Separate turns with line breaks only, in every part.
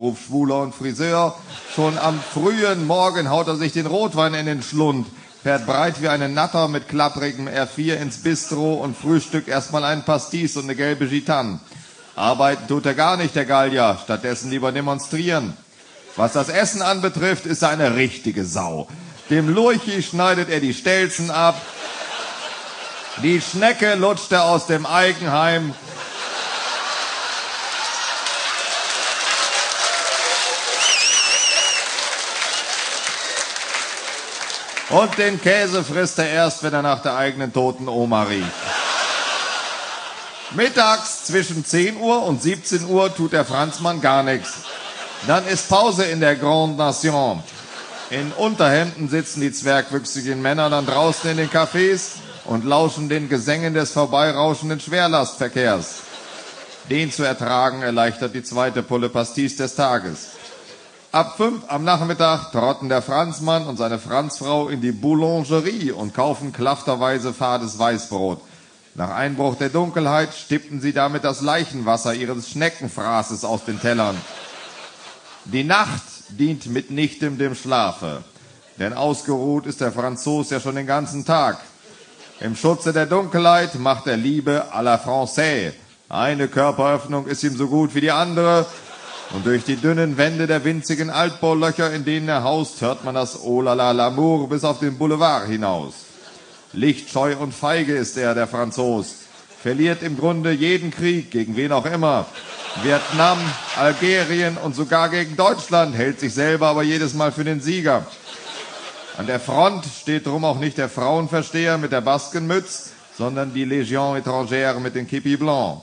ruft Schwuler und Friseur. Schon am frühen Morgen haut er sich den Rotwein in den Schlund, fährt breit wie eine Natter mit klapprigem R4 ins Bistro und frühstückt erstmal einen Pastis und eine gelbe Gitan. Arbeiten tut er gar nicht, der Gallier, stattdessen lieber demonstrieren. Was das Essen anbetrifft, ist er eine richtige Sau. Dem Lurchi schneidet er die Stelzen ab, die Schnecke lutscht er aus dem Eigenheim, Und den Käse frisst er erst, wenn er nach der eigenen toten Oma riecht. Mittags zwischen 10 Uhr und 17 Uhr tut der Franzmann gar nichts. Dann ist Pause in der Grande Nation. In Unterhemden sitzen die zwergwüchsigen Männer dann draußen in den Cafés und lauschen den Gesängen des vorbeirauschenden Schwerlastverkehrs. Den zu ertragen erleichtert die zweite Pulle Pastis des Tages. Ab fünf am Nachmittag trotten der Franzmann und seine Franzfrau in die Boulangerie und kaufen klafterweise fades Weißbrot. Nach Einbruch der Dunkelheit stippten sie damit das Leichenwasser ihres Schneckenfraßes aus den Tellern. Die Nacht dient mitnichtem dem Schlafe, denn ausgeruht ist der Franzos ja schon den ganzen Tag. Im Schutze der Dunkelheit macht er Liebe à la Française. Eine Körperöffnung ist ihm so gut wie die andere, und durch die dünnen Wände der winzigen Altbaulöcher, in denen er haust, hört man das Olala l'amour bis auf den Boulevard hinaus. Lichtscheu und feige ist er, der Franzos. Verliert im Grunde jeden Krieg, gegen wen auch immer. Vietnam, Algerien und sogar gegen Deutschland, hält sich selber aber jedes Mal für den Sieger. An der Front steht drum auch nicht der Frauenversteher mit der Baskenmütz, sondern die Legion étrangère mit den Kippi Blanc.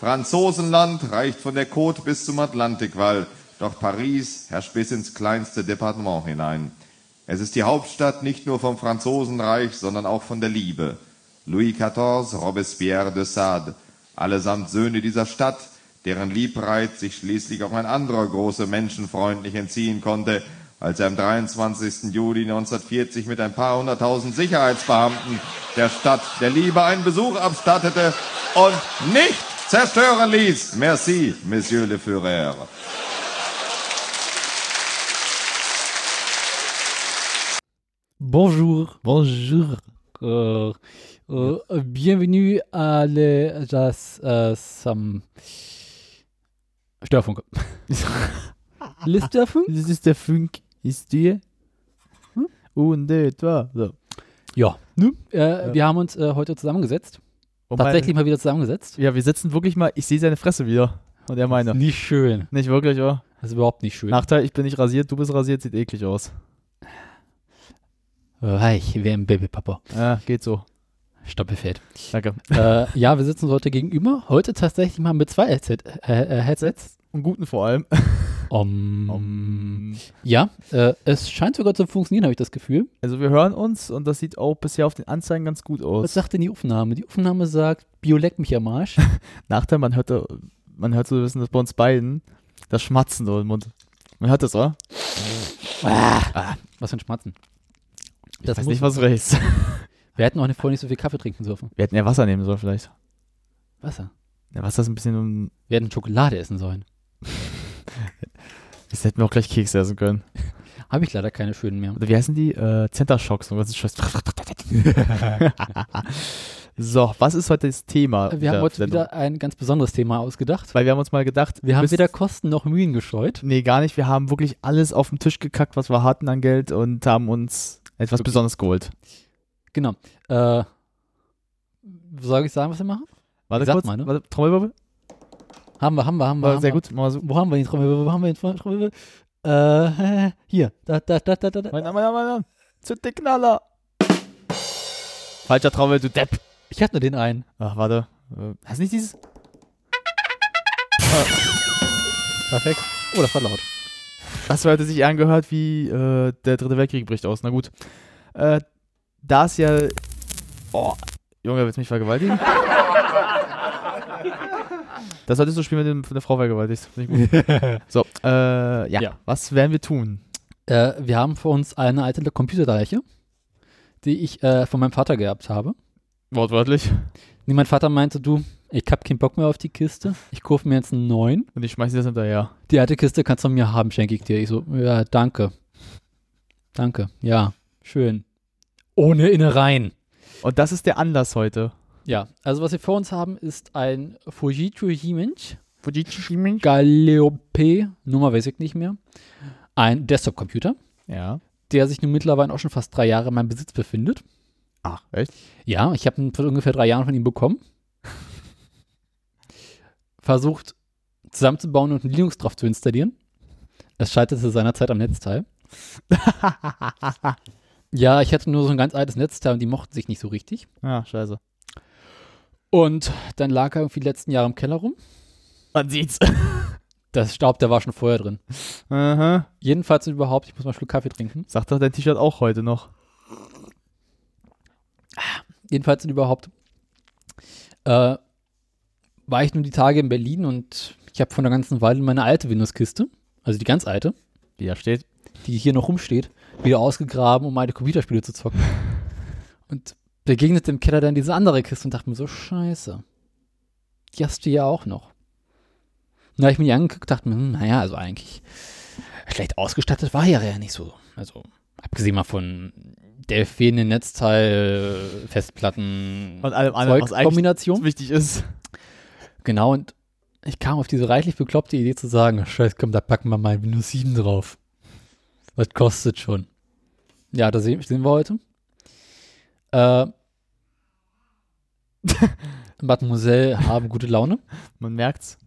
Franzosenland reicht von der Côte bis zum Atlantikwall, doch Paris herrscht bis ins kleinste Departement hinein. Es ist die Hauptstadt nicht nur vom Franzosenreich, sondern auch von der Liebe. Louis XIV, Robespierre de Sade, allesamt Söhne dieser Stadt, deren Liebreiz sich schließlich auch ein anderer großer Menschenfreund nicht entziehen konnte, als er am 23. Juli 1940 mit ein paar hunderttausend Sicherheitsbeamten der Stadt der Liebe einen Besuch abstattete und nicht zerstören ließ. Merci, Monsieur le Führer.
Bonjour. Bonjour. Euh, euh, bienvenue à le, das äh, Sam Störfunke.
Ist der Funk? Das ist der Funk. Ist die? Und der etwa. So.
Ja. Ne? Äh, Wir haben uns äh, heute zusammengesetzt.
Und
Tatsächlich mal wieder zusammengesetzt.
Mein, ja, wir sitzen wirklich mal. Ich sehe seine Fresse wieder. Und er meine.
Nicht schön.
Nicht wirklich, oder?
Das ist überhaupt nicht schön.
Nachteil, ich bin nicht rasiert, du bist rasiert, sieht eklig aus. Oh,
Weich wie ein Babypapa.
Ja, geht so.
Stoppelfeld.
Danke.
äh, ja, wir sitzen uns heute gegenüber. Heute tatsächlich mal mit zwei Headset, äh, äh, Headsets.
Und guten vor allem.
Um,
Hm.
Ja, äh, es scheint sogar zu funktionieren, habe ich das Gefühl.
Also wir hören uns und das sieht auch bisher auf den Anzeigen ganz gut
Was
aus.
sagt denn die Aufnahme? Die Aufnahme sagt, Bioleck mich am Arsch.
Nachteil, man hört, man hört so ein bisschen, dass bei uns beiden das Schmatzen so im Mund. Man hört das, oder?
Ah.
Ah.
Was für ein Schmatzen.
Ich
Das
weiß
muss,
nicht, was du redest.
wir hätten auch nicht vorher nicht so viel Kaffee trinken dürfen.
Wir hätten ja Wasser nehmen sollen vielleicht.
Wasser.
Ja, Wasser ist ein bisschen... um,
Wir hätten Schokolade essen sollen.
Jetzt hätten wir auch gleich Kekse essen können.
Habe ich leider keine schönen mehr.
Oder wie heißen die? Äh, Center Shocks und was ist Scheiß. so, was ist heute das Thema?
Wir haben
der
heute
Sendung?
wieder ein ganz besonderes Thema ausgedacht.
Weil wir haben uns mal gedacht,
Wir haben
müsst-
weder Kosten noch Mühen gescheut.
Nee, gar nicht. Wir haben wirklich alles auf den Tisch gekackt, was wir hatten an Geld und haben uns etwas Besonderes geholt.
Genau. Äh, soll ich sagen, was wir machen?
Warte
Sag
kurz,
mal, ne?
warte, Trommelwirbel?
Haben wir, haben wir, haben wir.
War
haben
sehr
wir.
gut. Mal so.
Wo haben wir den Trommelwirbel? Wo haben wir den Trommelwirbel? Äh, hier. Da, da, da, da, da, da.
Mein Name, mein Name, mein Name. Zünd den Knaller. Falscher Trommel, du Depp.
Ich hatte nur den einen.
Ach, warte. Äh, Hast du nicht dieses?
Ah. Perfekt. Oh, das war laut.
Das hörte sich angehört wie äh, der dritte Weltkrieg bricht aus. Na gut. Äh, da ist ja. Oh, Junge, willst du mich vergewaltigen? das solltest du spielen, wenn du eine Frau vergewaltigst. Finde ich gut. so, äh, ja.
Ja.
Was werden wir tun?
Äh, wir haben vor uns eine alte Computerleiche, die ich äh, von meinem Vater geerbt habe.
Wortwörtlich.
Nee, mein Vater meinte, du, ich hab keinen Bock mehr auf die Kiste. Ich kaufe mir jetzt einen neuen.
Und ich schmeiß dir das hinterher.
Die alte Kiste kannst du mir haben, schenke ich dir. Ich so, ja, danke. Danke, ja, schön. Ohne Innereien.
Und das ist der Anlass heute.
Ja, also was wir vor uns haben, ist ein Fujitsu Jimensch,
Fujitsu-Mensch?
Galeope, Nummer weiß ich nicht mehr. Ein Desktop-Computer,
Ja.
der sich nun mittlerweile auch schon fast drei Jahre in meinem Besitz befindet.
Ach, echt?
Ja, ich habe ihn vor ungefähr drei Jahren von ihm bekommen. Versucht zusammenzubauen und ein Linux drauf zu installieren. Es scheiterte seinerzeit am Netzteil. ja, ich hatte nur so ein ganz altes Netzteil und die mochten sich nicht so richtig.
Ah, scheiße.
Und dann lag er irgendwie die letzten Jahre im Keller rum.
Man sieht's.
Das Staub, der war schon vorher drin.
Aha.
Jedenfalls und überhaupt, ich muss mal einen Schluck Kaffee trinken.
Sagt doch dein T-Shirt auch heute noch.
jedenfalls und überhaupt, äh, war ich nun die Tage in Berlin und ich habe vor einer ganzen Weile meine alte Windows-Kiste, also die ganz alte,
Wie da steht.
die hier noch rumsteht, wieder ausgegraben, um meine Computerspiele zu zocken. Und begegnete im Keller dann diese andere Kiste und dachte mir so, scheiße, die hast du ja auch noch. Und da habe ich mir die angeguckt, dachte mir, hm, naja, also eigentlich schlecht ausgestattet war ja ja nicht so. Also, abgesehen mal von der fehlenden Netzteil, Festplatten,
Und allem anderen, was eigentlich
Zeugkombination.
wichtig ist.
Genau, und ich kam auf diese reichlich bekloppte Idee zu sagen, scheiß, komm, da packen wir mal Windows 7 drauf. Was kostet schon? Ja, da sehen, sehen wir heute. Äh, Mademoiselle haben gute Laune.
Man merkt's.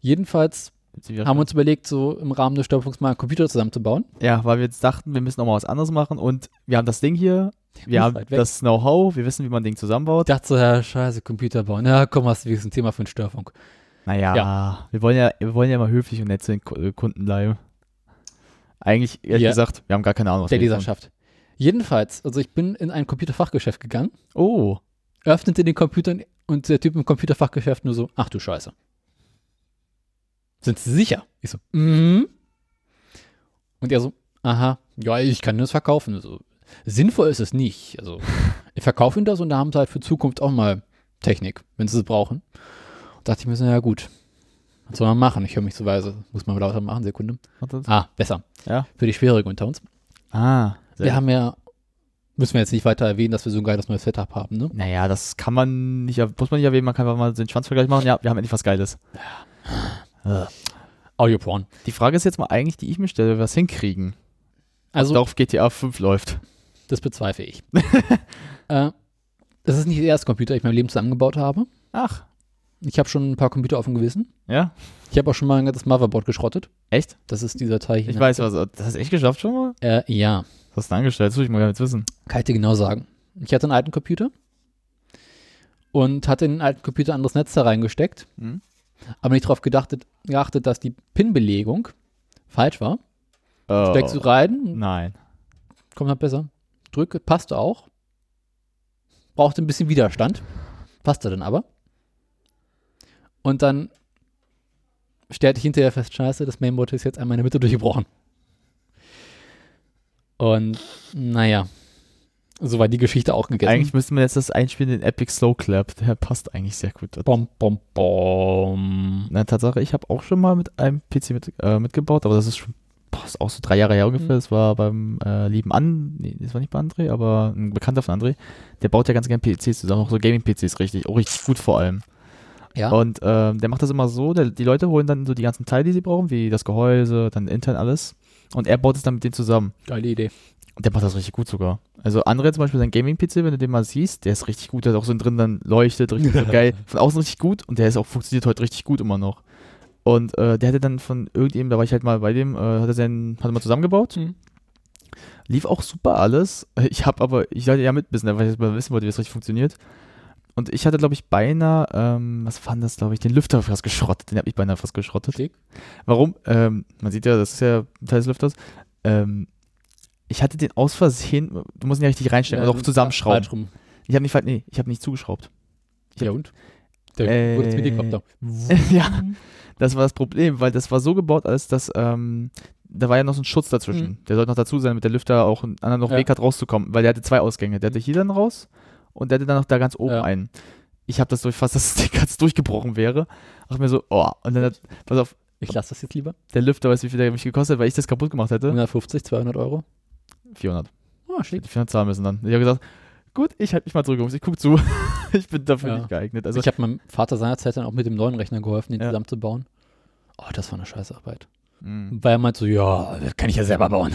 Jedenfalls
Jetzt sind wir-
haben wir uns überlegt, so im Rahmen des Störfunks mal einen Computer zusammenzubauen.
Ja, weil wir jetzt dachten, wir müssen auch mal was anderes machen und wir haben das Ding hier, wir
Nicht
haben
weit weg.
das Know-how, wir wissen, wie man ein Ding
Ich
zusammenbaut.
dachte so, ja, scheiße, Computer bauen. Ja, komm, hast du wenigstens ein Thema für einen Störfunk.
Naja, wir wollen ja, wir wollen ja immer höflich und nett zu den Ku- äh, Kunden bleiben. Eigentlich, ehrlich
Ja.
gesagt, wir haben gar keine Ahnung, was
Der
wir
Leser
jetzt
schafft. Jedenfalls, also ich bin in ein Computerfachgeschäft gegangen.
machen. Oh,
öffnete den Computer und der Typ im Computerfachgeschäft nur so, ach du Scheiße. Sind Sie sicher? Ich so, mhm. Und er so, aha, ja, ich kann das verkaufen. So, sinnvoll ist es nicht. Also, ich verkaufe Ihnen das und da haben Sie halt für Zukunft auch mal Technik, wenn Sie es brauchen. Und dachte ich mir so, ja gut, was soll man machen? Ich höre mich so weise, muss man lauter machen, Sekunde.
Und das-
Ah, besser.
Ja.
Für die Schwierigen unter uns.
Ah,
Wir haben ja, müssen wir jetzt nicht weiter erwähnen, dass wir so ein geiles neues Setup haben, ne?
naja, das kann man nicht, muss man nicht erwähnen, man kann einfach mal den Schwanzvergleich machen. Ja, wir haben endlich was Geiles.
Audioporn.
Die Frage ist jetzt mal eigentlich, die ich mir stelle, was hinkriegen,
Also,
darauf GTA 5 läuft.
Das bezweifle ich. äh, das ist nicht der erste Computer, den ich mein Leben zusammengebaut habe.
Ach,
Ich habe schon ein paar Computer auf dem Gewissen.
ja,
Ich habe auch schon mal ein ganzes Motherboard geschrottet.
echt?
Das ist dieser Teil hier.
Ich
ne?
weiß was, das hast du echt geschafft schon mal?
Äh, ja,
Was hast du denn angestellt? Das will ich mal jetzt wissen.
kann ich dir genau sagen. Ich hatte einen alten Computer und hatte in den alten Computer ein anderes Netz da reingesteckt,
Mhm.
aber nicht darauf geachtet, geachtet, dass die Pin-Belegung falsch war.
Oh,
Steckst du rein,
Nein.
kommt halt besser. Drücke, passte auch. Brauchte ein bisschen Widerstand. Passte dann aber. Und dann stellte ich hinterher fest, scheiße, das Mainboard ist jetzt einmal in der Mitte durchgebrochen. Und naja, so war die Geschichte auch gegessen.
Eigentlich müsste man jetzt das einspielen, den Epic Slow Clap. Der passt eigentlich sehr gut. dazu.
bom, bom, bom.
Na, Tatsache, ich habe auch schon mal mit einem PC mit, äh, mitgebaut, aber das ist schon, boah, ist auch so drei Jahre her ungefähr.
Mhm.
Das war beim äh, lieben An, nee, das war nicht bei André, aber ein Bekannter von André, der baut ja ganz gerne PCs zusammen, auch so Gaming-PCs richtig, auch richtig gut vor allem.
Ja.
Und ähm, der macht das immer so, der, die Leute holen dann so die ganzen Teile, die sie brauchen, wie das Gehäuse, dann intern alles. Und er baut es dann mit denen zusammen.
Geile Idee.
Und der macht das richtig gut sogar. Also André zum Beispiel, sein Gaming-PC, wenn du den mal siehst, der ist richtig gut, der hat auch so drin, dann leuchtet richtig so geil. Von außen richtig gut und der ist auch, funktioniert heute richtig gut immer noch. Und äh, der hatte dann von irgendjemandem, da war ich halt mal bei dem, äh, hat er seinen, hat er mal zusammengebaut.
Mhm.
Lief auch super alles. Ich habe aber, ich sollte ja mitwissen, weil ich jetzt mal wissen wollte, wie das richtig funktioniert. Und ich hatte, glaube ich, beinahe, ähm, was war denn das, glaube ich, den Lüfter fast geschrottet. Den habe ich beinahe fast geschrottet.
Schick.
Warum? Ähm, man sieht ja, das ist ja ein Teil des Lüfters. Ähm, ich hatte den aus Versehen, du musst ihn ja richtig reinstecken, also auch zusammenschrauben.
Falsch rum.
Ich habe nicht, ver- nee, ich habe nicht zugeschraubt. Ich
Ja
hab-
und? Der
Äh,
wurde zum Helikopter.
ja, das war das Problem, weil das war so gebaut, als dass ähm, da war ja noch so ein Schutz dazwischen. Der sollte noch dazu sein, damit der Lüfter auch einen anderen noch
Mhm. Ja. Mhm.
Weg hat rauszukommen, weil der hatte zwei Ausgänge. Der hatte hier dann raus und der hatte dann noch da ganz oben
Ja.
einen. ich habe das durchfasst, dass das Ding ganz durchgebrochen wäre. Ach mir so, oh, und dann hat, pass auf,
Ich lasse das jetzt lieber.
der Lüfter weiß, wie viel der mich gekostet hat, weil ich das kaputt gemacht hätte.
150, 200 Euro.
400.
Oh, schick.
Hätte ich 400 zahlen müssen dann. Ich habe gesagt, gut, Ah, ich halt halte mich mal zurück, Jungs, ich guck zu. ich bin dafür
Ja.
nicht geeignet. Also
ich habe meinem Vater seinerzeit dann auch mit dem neuen Rechner geholfen, den
Ja.
zusammenzubauen. Oh, das war eine scheiß Arbeit.
mh,
Weil er meinte so, ja, das kann ich ja selber bauen.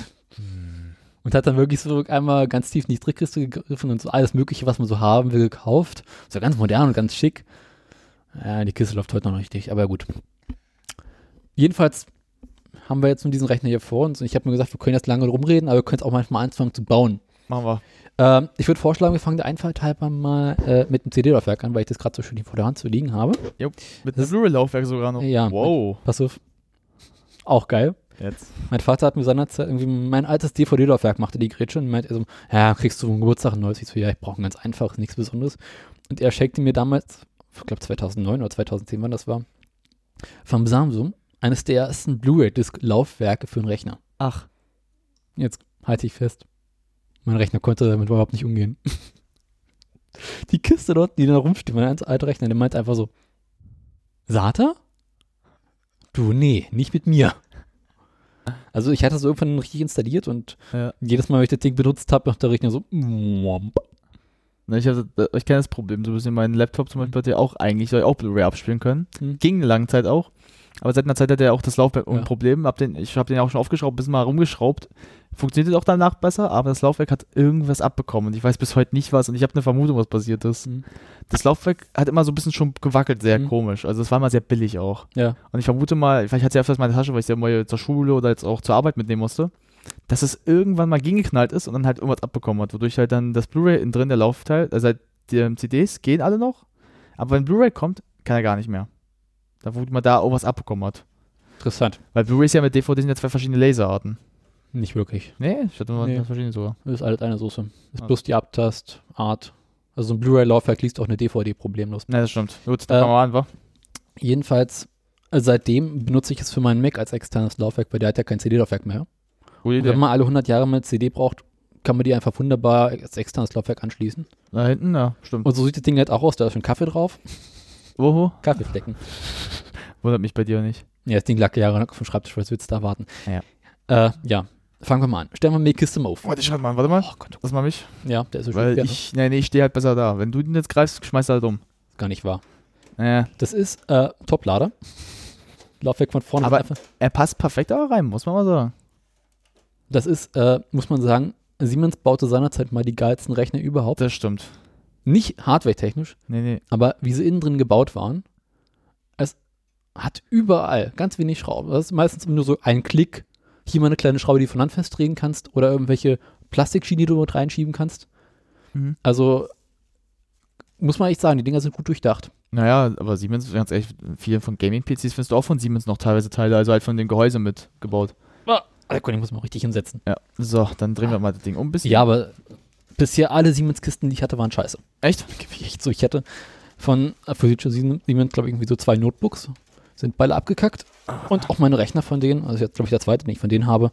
Und hat dann wirklich so einmal ganz tief in die Trickkiste gegriffen und so alles Mögliche, was man so haben will, gekauft. So ganz modern und ganz schick. Ja, die Kiste läuft heute noch richtig, aber gut. Jedenfalls haben wir jetzt nun diesen Rechner hier vor uns und ich habe mir gesagt, wir können jetzt lange rumreden, aber wir können jetzt auch manchmal anfangen zu bauen.
machen wir.
Ähm, ich würde vorschlagen, wir fangen der Einfalt halber mal äh, mit dem CD-Laufwerk an, weil ich das gerade so schön hier vor der Hand zu liegen habe.
Jo, mit einem Blu-ray-Laufwerk sogar noch.
Ja.
Wow.
Pass auf. Auch geil.
Jetzt.
Mein Vater hat mir seinerzeit irgendwie mein altes DVD-Laufwerk machte die Grätsche und meinte, also, ja, kriegst du einen Geburtstag ein neues? Ich so, ja, ich brauche ein ganz einfaches, nichts Besonderes. Und er schenkte mir damals, ich glaube 2009 oder 2010, wann das war, vom Samsung eines der ersten Blu-ray-Disc-Laufwerke für einen Rechner.
Ach,
Jetzt halte ich fest. Mein Rechner konnte damit überhaupt nicht umgehen. Die Kiste dort, die da rumsteht, mein ganz alter Rechner, der meint einfach so: Sata? Du, nee, nicht mit mir. Also, ich hatte das irgendwann richtig installiert und
Ja.
jedes Mal, wenn ich das Ding benutzt habe, macht der Rechner so: "Mwomp."
Na, Ne, ich, hatte- ich kenne das Problem so ein bisschen. Mein Laptop zum
Mhm.
Beispiel hat ja auch eigentlich, soll ja auch Blu-ray abspielen können.
Hm.
Ging eine lange Zeit auch. Aber seit einer Zeit hat er auch das Laufwerk ein
Ja.
Problem. Hab den, ich habe den auch schon aufgeschraubt, ein bisschen mal rumgeschraubt. Funktioniert auch danach besser, aber das Laufwerk hat irgendwas abbekommen. Und ich weiß bis heute nicht was. Und ich habe eine Vermutung, was passiert ist.
Hm.
Das Laufwerk hat immer so ein bisschen schon gewackelt, sehr
Hm.
komisch. Also es war mal sehr billig auch.
Ja.
Und ich vermute mal, vielleicht hat sie öfters meine Tasche, weil ich sie ja mal zur Schule oder jetzt auch zur Arbeit mitnehmen musste, dass es irgendwann mal gegengeknallt ist und dann halt irgendwas abbekommen hat, wodurch halt dann das Blu-ray innen drin, der Laufteil, also halt die ähm, CDs gehen alle noch, aber wenn Blu-ray kommt, kann er gar nicht mehr. Da wurde man da irgendwas abbekommen hat.
Interessant.
Weil Blu-ray ist ja mit DVD sind ja zwei verschiedene Laserarten.
Nicht wirklich.
Nee, ich hatte nur
Nee.
ganz verschiedene sogar.
Das ist alles eine Soße. Ist
Ah.
bloß die Abtast-Art. Also, so ein Blu-ray-Laufwerk liest auch eine DVD problemlos.
Ne, das stimmt. Gut,
Äh,
dann fangen wir an, wa?
Jedenfalls, äh, seitdem benutze ich es für meinen Mac als externes Laufwerk, weil der hat ja kein CD-Laufwerk mehr.
Gute
Und wenn
Idee.
man alle 100 Jahre mal CD braucht, kann man die einfach wunderbar als externes Laufwerk anschließen.
Da hinten, ja, stimmt.
Und so sieht das Ding halt auch aus. Da ist schon Kaffee drauf.
Woho?
Kaffeeflecken.
Wundert mich bei dir nicht.
Ja, das Ding lag Jahre lang auf dem Schreibtisch, was willst du da warten?
Ja.
Äh, ja. Fangen wir mal an. Stellen wir mal die Kiste mal auf.
Warte, ich schreib mal, warte mal.
Oh Gott.
Lass mal mich.
Ja, der ist so schön.
Weil
Ja, ne?
ich, nee, nee, ich stehe halt besser da. Wenn du den jetzt greifst, schmeißt er halt um.
Gar nicht wahr.
Naja,
Das ist äh, Toplader. Laufwerk von vorne.
Aber-
ist einfach-
er passt perfekt da rein, muss man mal sagen.
Das ist, äh, muss man sagen, Siemens baute seinerzeit mal die geilsten Rechner überhaupt.
Das stimmt.
Nicht hardwaretechnisch,
Nee, nee.
Aber wie sie innen drin gebaut waren, es hat überall ganz wenig Schrauben. Das ist meistens nur so ein Klick. Hier mal eine kleine Schraube, die du von Hand festdrehen kannst oder irgendwelche Plastikschienen, die du mit reinschieben kannst.
Mhm.
Also muss man echt sagen, die Dinger sind gut durchdacht.
Naja, aber Siemens, ganz ehrlich, viele von Gaming-PCs findest du auch von Siemens noch teilweise Teile, also halt von dem Gehäuse mitgebaut.
Also Conny muss man richtig hinsetzen.
Ja. So, dann drehen wir mal das Ding um ein bisschen.
Ja, aber bisher alle Siemens-Kisten, die ich hatte, waren scheiße.
Echt?
Gebe ich echt so. Ich hatte von äh, für Future Siemens, glaube ich, irgendwie so zwei Notebooks. Sind beide abgekackt. Und auch meine Rechner von denen, also jetzt glaube ich der zweite, den ich von denen habe,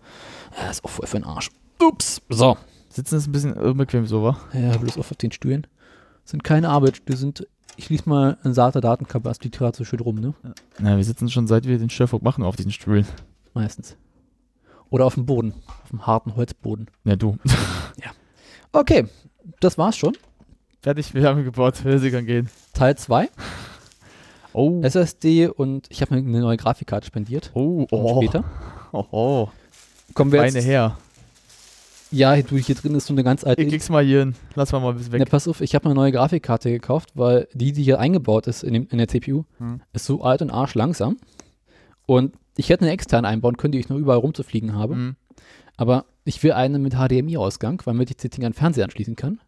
äh, ist auch voll für den Arsch. Ups. So.
Sitzen ist ein bisschen unbequem so, wa?
Ja, bloß auf auf den Stühlen. Sind keine Arbeit. Die sind, ich lies mal ein SATA-Datenkabel, also die gerade so schön rum, ne?
Na, wir sitzen schon seit wir den Störfunk machen auf diesen Stühlen.
Meistens. Oder auf dem Boden. Auf dem harten Holzboden.
Ja, du.
Okay. Das war's schon.
Fertig, wir haben gebaut. Wir können gehen.
Teil 2.
Oh.
SSD und ich habe mir eine neue Grafikkarte spendiert.
oh, oh.
Später.
Oh, oh.
Kommen wir
Beine
jetzt.
her.
Ja, du, hier drin ist so eine ganz alte
Ich krieg's mal hier hin. Lass mal mal ein bisschen
Na,
weg.
pass auf, ich habe eine neue Grafikkarte gekauft, weil die, die hier eingebaut ist in, dem, in der CPU,
Hm.
ist so alt und arschlangsam. Und ich hätte eine externe einbauen können, die ich noch überall rumzufliegen habe.
Hm.
Aber ich will eine mit HDMI-Ausgang, weil ich das Ding an den Fernseher anschließen kann.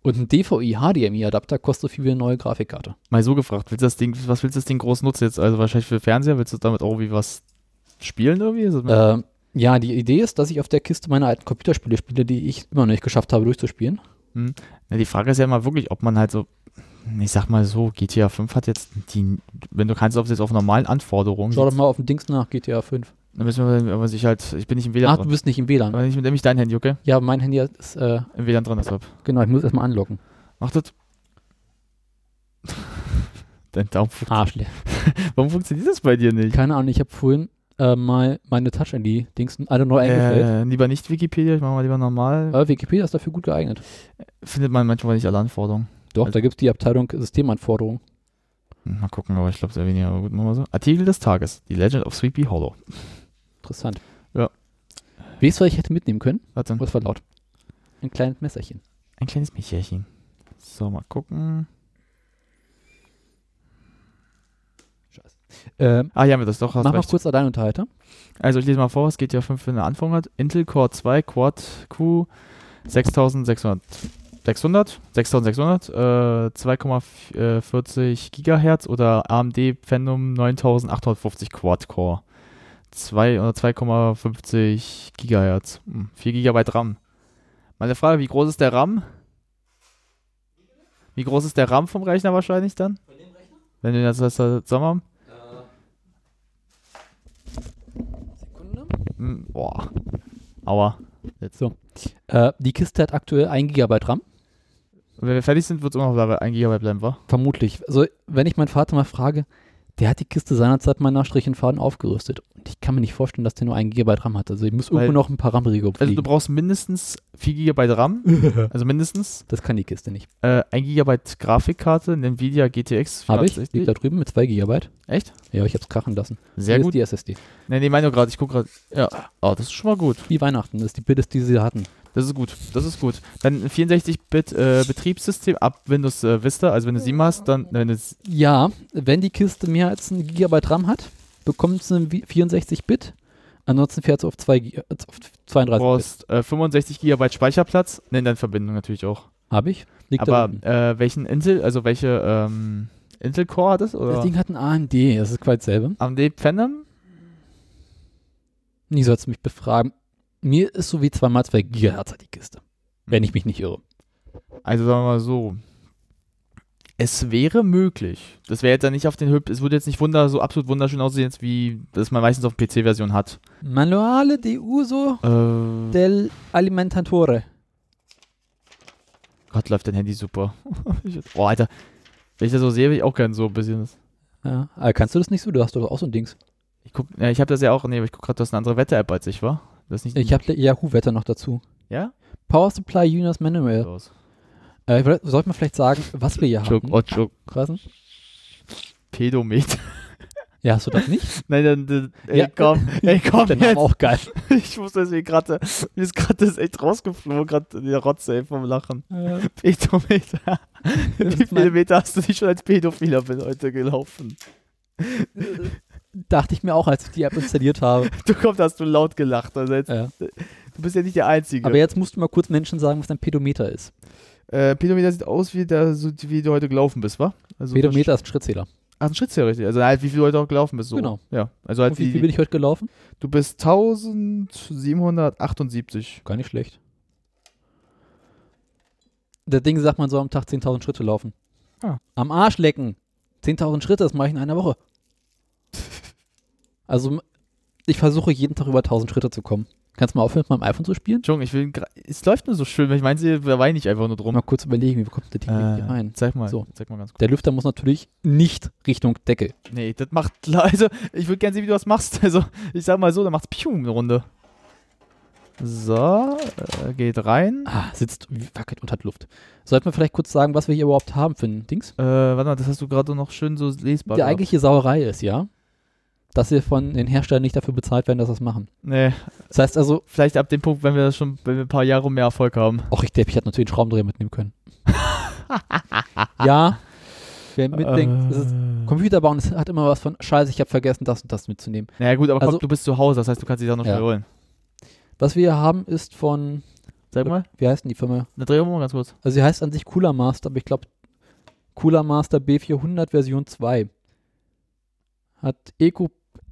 Und ein DVI-HDMI-Adapter kostet so viel wie eine neue Grafikkarte.
mal so gefragt, willst du das Ding, was willst du das Ding groß nutzen jetzt? Also wahrscheinlich für Fernseher, willst du damit auch irgendwie was spielen irgendwie? Ist ne? das-
Ähm, ja, die Idee ist, dass ich auf der Kiste meine alten Computerspiele spiele, die ich immer noch nicht geschafft habe durchzuspielen.
Na, die Frage ist Hm. ja immer wirklich, ob man halt so, ich sag mal so, GTA 5 hat jetzt die, wenn du kannst, auf jetzt auf normalen Anforderungen.
Schau doch mal auf den Dings nach, GTA 5.
Dann müssen wir, aber ich halt, ich bin nicht im
Ach,
WLAN
du
dran.
bist nicht im WLAN.
Aber ich nehme ich dein Handy, okay?
Ja, mein Handy ist, äh,
Im WLAN dran, deshalb.
genau, ich muss erstmal anlocken.
Mach das. Dein Daumen. funkt-
Arschle.
Warum funktioniert das bei dir nicht?
Keine Ahnung, ich habe vorhin äh, mal meine Touch-ID-Dings alle neu eingestellt.
Äh, lieber nicht Wikipedia, ich mache mal lieber normal.
Aber Wikipedia ist dafür gut geeignet.
Findet man manchmal nicht alle Anforderungen.
Doch,
Also-
da gibt es die Abteilung Systemanforderungen.
Mal gucken, aber ich glaube sehr weniger. Aber gut, machen wir so. Artikel des Tages. The Legend of Sleepy Hollow.
Interessant.
Ja.
Weißt du, was ich hätte mitnehmen können?
Warte.
Was war laut? Ein kleines Messerchen.
Ein kleines Mächerchen. So, mal gucken.
Scheiße. Ähm,
Ah, ja, wir das doch. Hast
mach mal
recht.
kurz Alleinunterhalter.
Also ich lese mal vor, was GTA 5 für eine Anforderung hat. Intel Core 2 Quad Q 6600 600, 6600, äh, 2,40 äh, Gigahertz oder AMD Phenom 9850 Quad Core. 2 oder 2,50 Gigahertz. Hm, 4 GB RAM. Meine Frage, wie groß ist der RAM? Wie groß ist der RAM vom Rechner wahrscheinlich dann? Von dem Rechner? Wenn wir das zusammen haben?
Sekunde.
Hm, boah. Aua.
Äh, die Kiste hat aktuell 1 GB RAM.
Und wenn wir fertig sind, wird es immer noch dabei 1 GB bleiben, wa?
Vermutlich. Also, wenn ich meinen Vater mal frage, der hat die Kiste seinerzeit mal nach Strich und Faden aufgerüstet. Und ich kann mir nicht vorstellen, dass der nur 1 GB RAM hat. Also, ich muss irgendwo
Weil-
noch ein paar RAM-Riegel
Also du
fliegen.
brauchst mindestens 4 GB RAM, also mindestens
Das kann die Kiste nicht.
äh, 1 GB Grafikkarte, eine Nvidia GTX
Habe ich? Liegt da drüben mit 2 GB.
Echt?
Ja, ich hab's krachen lassen.
Sehr
Hier
gut.
ist die SSD.
Nee, nee, meine gerade, ich gucke gerade. Ja, oh, das ist schon mal gut.
Wie Weihnachten. Das ist die Bildes, die sie hatten.
Das ist gut, das ist gut. Dann ein 64-Bit äh, Betriebssystem ab Windows äh, Vista, also wenn du 7 hast, dann wenn du s-
Ja, wenn die Kiste mehr als 1 GB RAM hat, bekommt sie 64-Bit. Ansonsten fährt sie auf, 2 Gi- äh, auf 32-Bit.
brauchst äh, 65 GB Speicherplatz, ne, dann Verbindung natürlich auch.
Habe ich? Liegt da
Aber
unten.
äh, welchen Intel, also welche ähm, Intel Core hat es
Das
oder
Ding hat ein AMD. Das ist quasi dasselbe.
AMD Phenom?
Nie sollst du mich befragen. Mir ist so wie 2x2 Gigahertz die Kiste.
Hm.
Wenn ich mich nicht irre.
Also sagen wir mal so. Es wäre möglich. Das wäre jetzt ja nicht auf den Hüb. Es würde jetzt nicht wunder, so absolut wunderschön aussehen, jetzt wie das man meistens auf PC-Version hat.
Manuale de uso
Äh,
del alimentatore.
Gott, läuft dein Handy super. Ich- oh, Alter. Wenn ich das so sehe, will ich auch gern so ein bisschen. Das.
Ja, aber kannst du das nicht so? Du hast doch auch so ein Dings.
Ich guck, ja, ich habe das ja auch. Nee, aber ich guck gerade, du hast eine andere Wetter-App als ich, war. Das ist nicht.
Ich habe Yahoo-Wetter noch dazu.
Ja?
Power Supply Union's Manual.
Aus.
Äh, vielleicht- sollte man vielleicht sagen, was wir hier
Entschuldigung,
haben?
Oh, Entschuldigung.
Krassen?
Pedometer.
Ja, hast du das nicht?
Nein, dann. dann äh, ey,
Ja.
komm. Ey, komm.
Der Name
Jetzt.
auch geil.
Ich muss deswegen gerade. Mir ist gerade das echt rausgeflogen, gerade der Rotze, ey, vom Lachen.
Äh,
Pedometer. Wie
ist mein-
viele Meter hast du dich schon als Pädophiler bin heute gelaufen?
Äh, dachte ich mir auch, als ich die App installiert habe.
Du kommst, hast du laut gelacht. Also jetzt,
Ja.
du bist ja nicht der Einzige.
Aber jetzt musst du mal kurz Menschen sagen, was ein Pedometer ist.
äh, Pädometer sieht aus, wie, der, so, wie du heute gelaufen bist, wa? Also
Pedometer ist ein Schrittzähler.
Ach, ein Schritt ja richtig. Also halt, wie viel du heute auch gelaufen bist. So.
Genau.
Ja. Also
Und
halt
wie viel
die,
bin ich heute gelaufen?
du bist 1778.
Gar nicht schlecht. Das Ding sagt, man soll am Tag 10.000 Schritte laufen.
Ah.
Am Arsch lecken. 10.000 Schritte, das mache ich in einer Woche. Also, m- ich versuche jeden Tag über 1.000 Schritte zu kommen. Kannst du mal aufhören, mit meinem iPhone zu spielen?
Entschuldigung, ich will. gra- Es läuft nur so schön, weil ich meine, sie weine ich einfach nur drum. Äh,
Mal kurz überlegen, wie bekommt der Ding hier rein?
zeig mal.
So.
Zeig mal ganz kurz.
Der Lüfter muss natürlich nicht Richtung Decke.
Nee, das macht. Also, ich würde gerne sehen, wie du das machst. Also, ich sag mal so, dann macht's Pium eine Runde. So, äh, geht rein.
Ah, sitzt wie wackelt und hat Luft. Sollten wir vielleicht kurz sagen, was wir hier überhaupt haben für ein Dings?
Äh, warte mal, das hast du gerade noch schön so lesbar.
Die
gemacht.
eigentliche Sauerei ist, ja, dass wir von den Herstellern nicht dafür bezahlt werden, dass wir das machen.
Nee,
Das heißt also,
vielleicht ab dem Punkt, wenn wir das schon, wenn wir ein paar Jahre mehr Erfolg haben.
Och, ich depp, ich hätte natürlich einen Schraubendreher mitnehmen können. ja, wer mitdenkt, es
Äh.
ist, Computer bauen es hat immer was von Scheiße, ich habe vergessen, das und das mitzunehmen.
Naja, gut, aber
Also-
komm, du bist zu Hause, das heißt, du kannst dich da noch
Ja.
schnell holen.
Was wir hier haben, ist von,
Sag mal,
wie heißt denn die Firma?
eine Drehung ganz kurz.
Also sie heißt an sich Cooler Master, aber ich glaube, Cooler Master B400 Version 2 hat Eco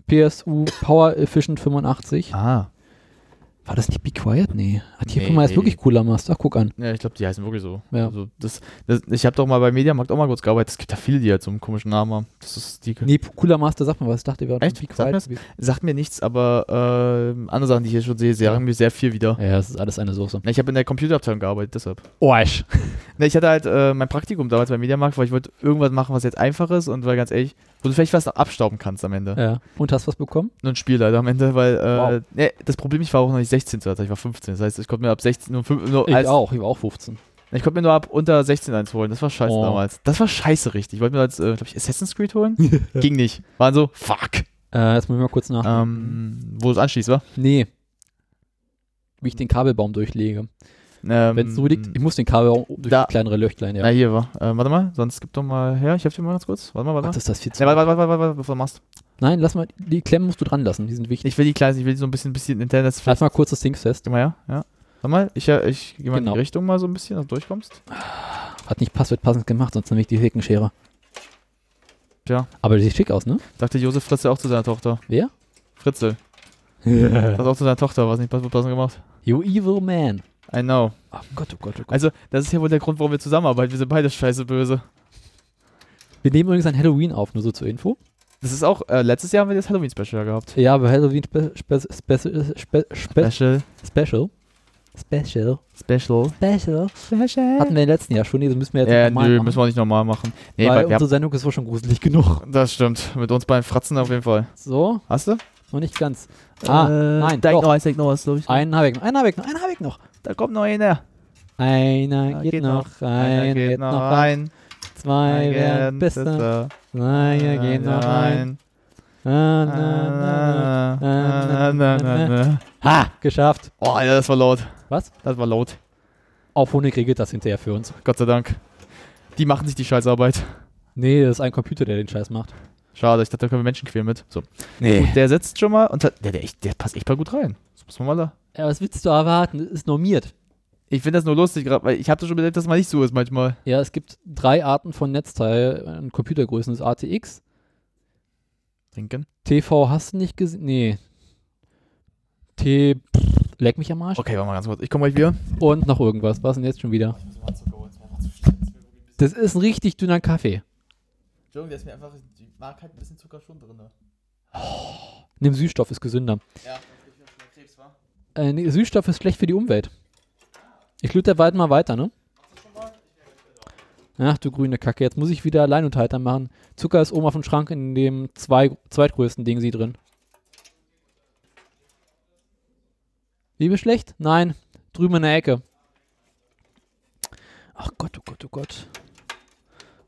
PSU Power Efficient 85.
Ah,
War das nicht Be Quiet? Nee. Ah, die
Nee.
Firma ist wirklich cooler Master. Guck an.
Ja, ich glaube, die heißen wirklich so.
Ja.
Also das, das, ich habe doch mal bei Mediamarkt auch mal kurz gearbeitet. Es gibt da viele, die halt so einen komischen Namen haben. Das ist die.
Nee, cooler Master sagt man was. Ich dachte, wir waren
Echt?
Be
Sagt man
Quiet.
das? Sagt mir nichts, aber äh, andere Sachen, die ich hier schon sehe, sagen mir sehr viel wieder.
Ja, das ist alles eine Soße. Oh,
Na, Ich habe in der Computerabteilung gearbeitet, deshalb.
Oasch.
Ne, ich hatte halt äh, mein Praktikum damals beim Mediamarkt, weil ich wollte irgendwas machen, was jetzt einfach ist und weil ganz ehrlich, wo du vielleicht was abstauben kannst am Ende.
Ja. Und hast was bekommen?
Nur ein Spiel leider am Ende, weil äh,
Wow.
ne, das Problem, ich war auch noch nicht 16 zu der Zeit, ich war 15. Das heißt, ich konnte mir ab 16 nur, fünf- nur als,
auch. Ich war auch 15.
Ich konnte mir nur ab unter 16 eins holen. Das war scheiße
Oh.
damals. Das war scheiße richtig. Ich wollte mir als, äh, glaube ich, Assassin's Creed holen. Ging nicht. Waren so, fuck.
Äh, jetzt muss ich mal kurz nach.
Ähm, wo es anschließt, war.
Nee. Wie ich den Kabelbaum durchlege.
Ähm,
Wenn es so liegt, ich muss den Kabelbaum oben durch
da-
kleinere Löchlein, ja.
Na, hier war. Ähm, warte mal, sonst gib doch mal her. Ich helfe dir mal ganz kurz. Warte mal, warte
Ach,
mal.
das ist das viel zu
Ne, warte, warte, warte, warte, warte, bevor du machst.
Nein, lass mal, die Klemmen musst du dran lassen, die sind wichtig.
Ich will die kleinen, ich will die so ein bisschen, bisschen Internet.
Lass mal kurz das Ding fest.
Geh mal her, ja. Warte mal, ich, äh, ich gehe mal
Genau.
in die Richtung mal so ein bisschen, dass du durchkommst.
Hat nicht Passwort passend gemacht, sonst nämlich die Heckenschere.
Tja.
Aber die sieht schick aus, ne?
Sagte Josef Fritzel auch zu seiner Tochter.
Wer?
Fritzel. Das auch zu seiner Tochter, was nicht pass- passend gemacht.
you evil man.
I know.
Oh Gott, oh Gott, oh Gott.
Also, das ist ja wohl der Grund, warum wir zusammenarbeiten. Wir sind beide scheiße böse.
Wir nehmen übrigens ein Halloween auf, nur so zur Info.
Das ist auch, äh, letztes Jahr haben wir das Halloween-Special gehabt.
Ja, aber Halloween spe spe spe spe spe
Special.
Special. Special.
Special.
Special.
Special.
Hatten wir im letzten Jahr schon, nee, das müssen wir jetzt
Ja,
nicht
nö,
machen.
müssen wir auch nicht normal machen. Nee,
weil
weil wir
unsere Sendung ist wohl schon gruselig genug.
haben, das stimmt. Mit uns beiden Fratzen auf jeden Fall.
So,
Hast du? Äh,
noch nicht ganz. Ah, nein,
da
doch.
noch eins, da noch was, glaube ich.
Einen habe ich noch, einen habe ich noch, einen habe ich noch.
Da kommt noch einer.
Einer
Ah,
geht,
geht
noch,
Einer
einer
geht noch rein.
zwei
Einer
werden
geht-
besser,
besser.
einer geht noch rein. Na, na, na,
Na, na,
na,
na, na,
na, na,
na, na.
na. Ha, geschafft.
Oh, Alter, das war laut.
Was?
Das war laut.
Auf Honig regelt das hinterher für uns.
Gott sei Dank. Die machen sich die Scheißarbeit.
Nee, das ist ein Computer, der den Scheiß macht.
Schade, ich dachte, da können wir Menschen quälen mit. So.
Nee.
Der sitzt schon mal und hat, der, der, echt- der passt echt mal gut rein. Das muss man mal da.
Ja, was willst du erwarten? Das ist normiert.
Ich finde das nur lustig, gerade, weil ich habe das schon bedenkt, dass es mal nicht so ist manchmal.
Ja, es gibt drei Arten von Netzteil an Computergrößen. Das ATX,
Trinken.
TV hast du nicht gesehen. Nee. T. Pff, leck mich am Arsch.
Okay, warte mal ganz kurz. Ich komme gleich wieder.
Und noch irgendwas. Was denn jetzt schon wieder? Das ist ein richtig dünner Kaffee.
Entschuldigung, der ist mir einfach, die mag halt ein bisschen Zucker schon drin.
Nimm Süßstoff, ist gesünder.
Ja, ich hab schon Krebs, wa?
Äh, nee, Süßstoff ist schlecht für die Umwelt. Ich lüte bald mal weiter, ne? Ach du grüne Kacke, jetzt muss ich wieder Alleinunterhalter machen. Zucker ist oben auf dem Schrank in dem zwei, zweitgrößten Ding sie drin. Liebe schlecht? Nein, drüben in der Ecke. Ach Gott, oh Gott, oh Gott.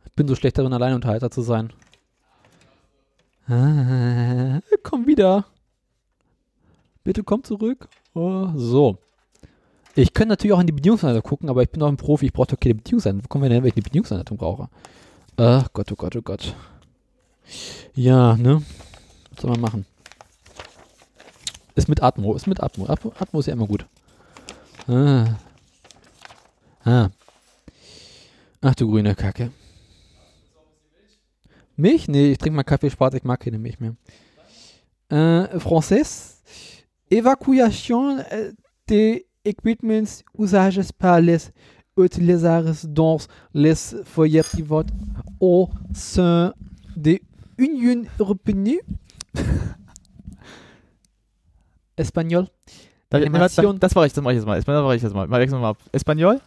Ich bin so schlecht darin, Alleinunterhalter zu sein. Ah, Komm wieder. Bitte komm zurück. Oh, so. Ich könnte natürlich auch in die Bedienungsanleitung gucken, aber ich bin doch ein Profi. Ich brauche doch keine Bedienungsanleitung. Wo kommen wir denn, hin, wenn ich eine Bedienungsanleitung brauche? Ach Gott, oh Gott, oh Gott. Ja, ne? Was soll man machen? Ist mit Atmo, ist mit Atmo. Atmo, Atmo ist ja immer gut. Ah. Ah. Ach du grüne Kacke. Milch? Nee, ich trinke mal Kaffee schwarz, ich mag keine Milch mehr. Äh, Français? Evacuation euh, des equipments usages par les utilisateurs dans les foyers privés au sein de l'Union européenne. Espagnol. Animation.
Das war ich, das mache ich jetzt mal. Espanol war ich jetzt mal. Mal wechseln wir mal ab. Espanol?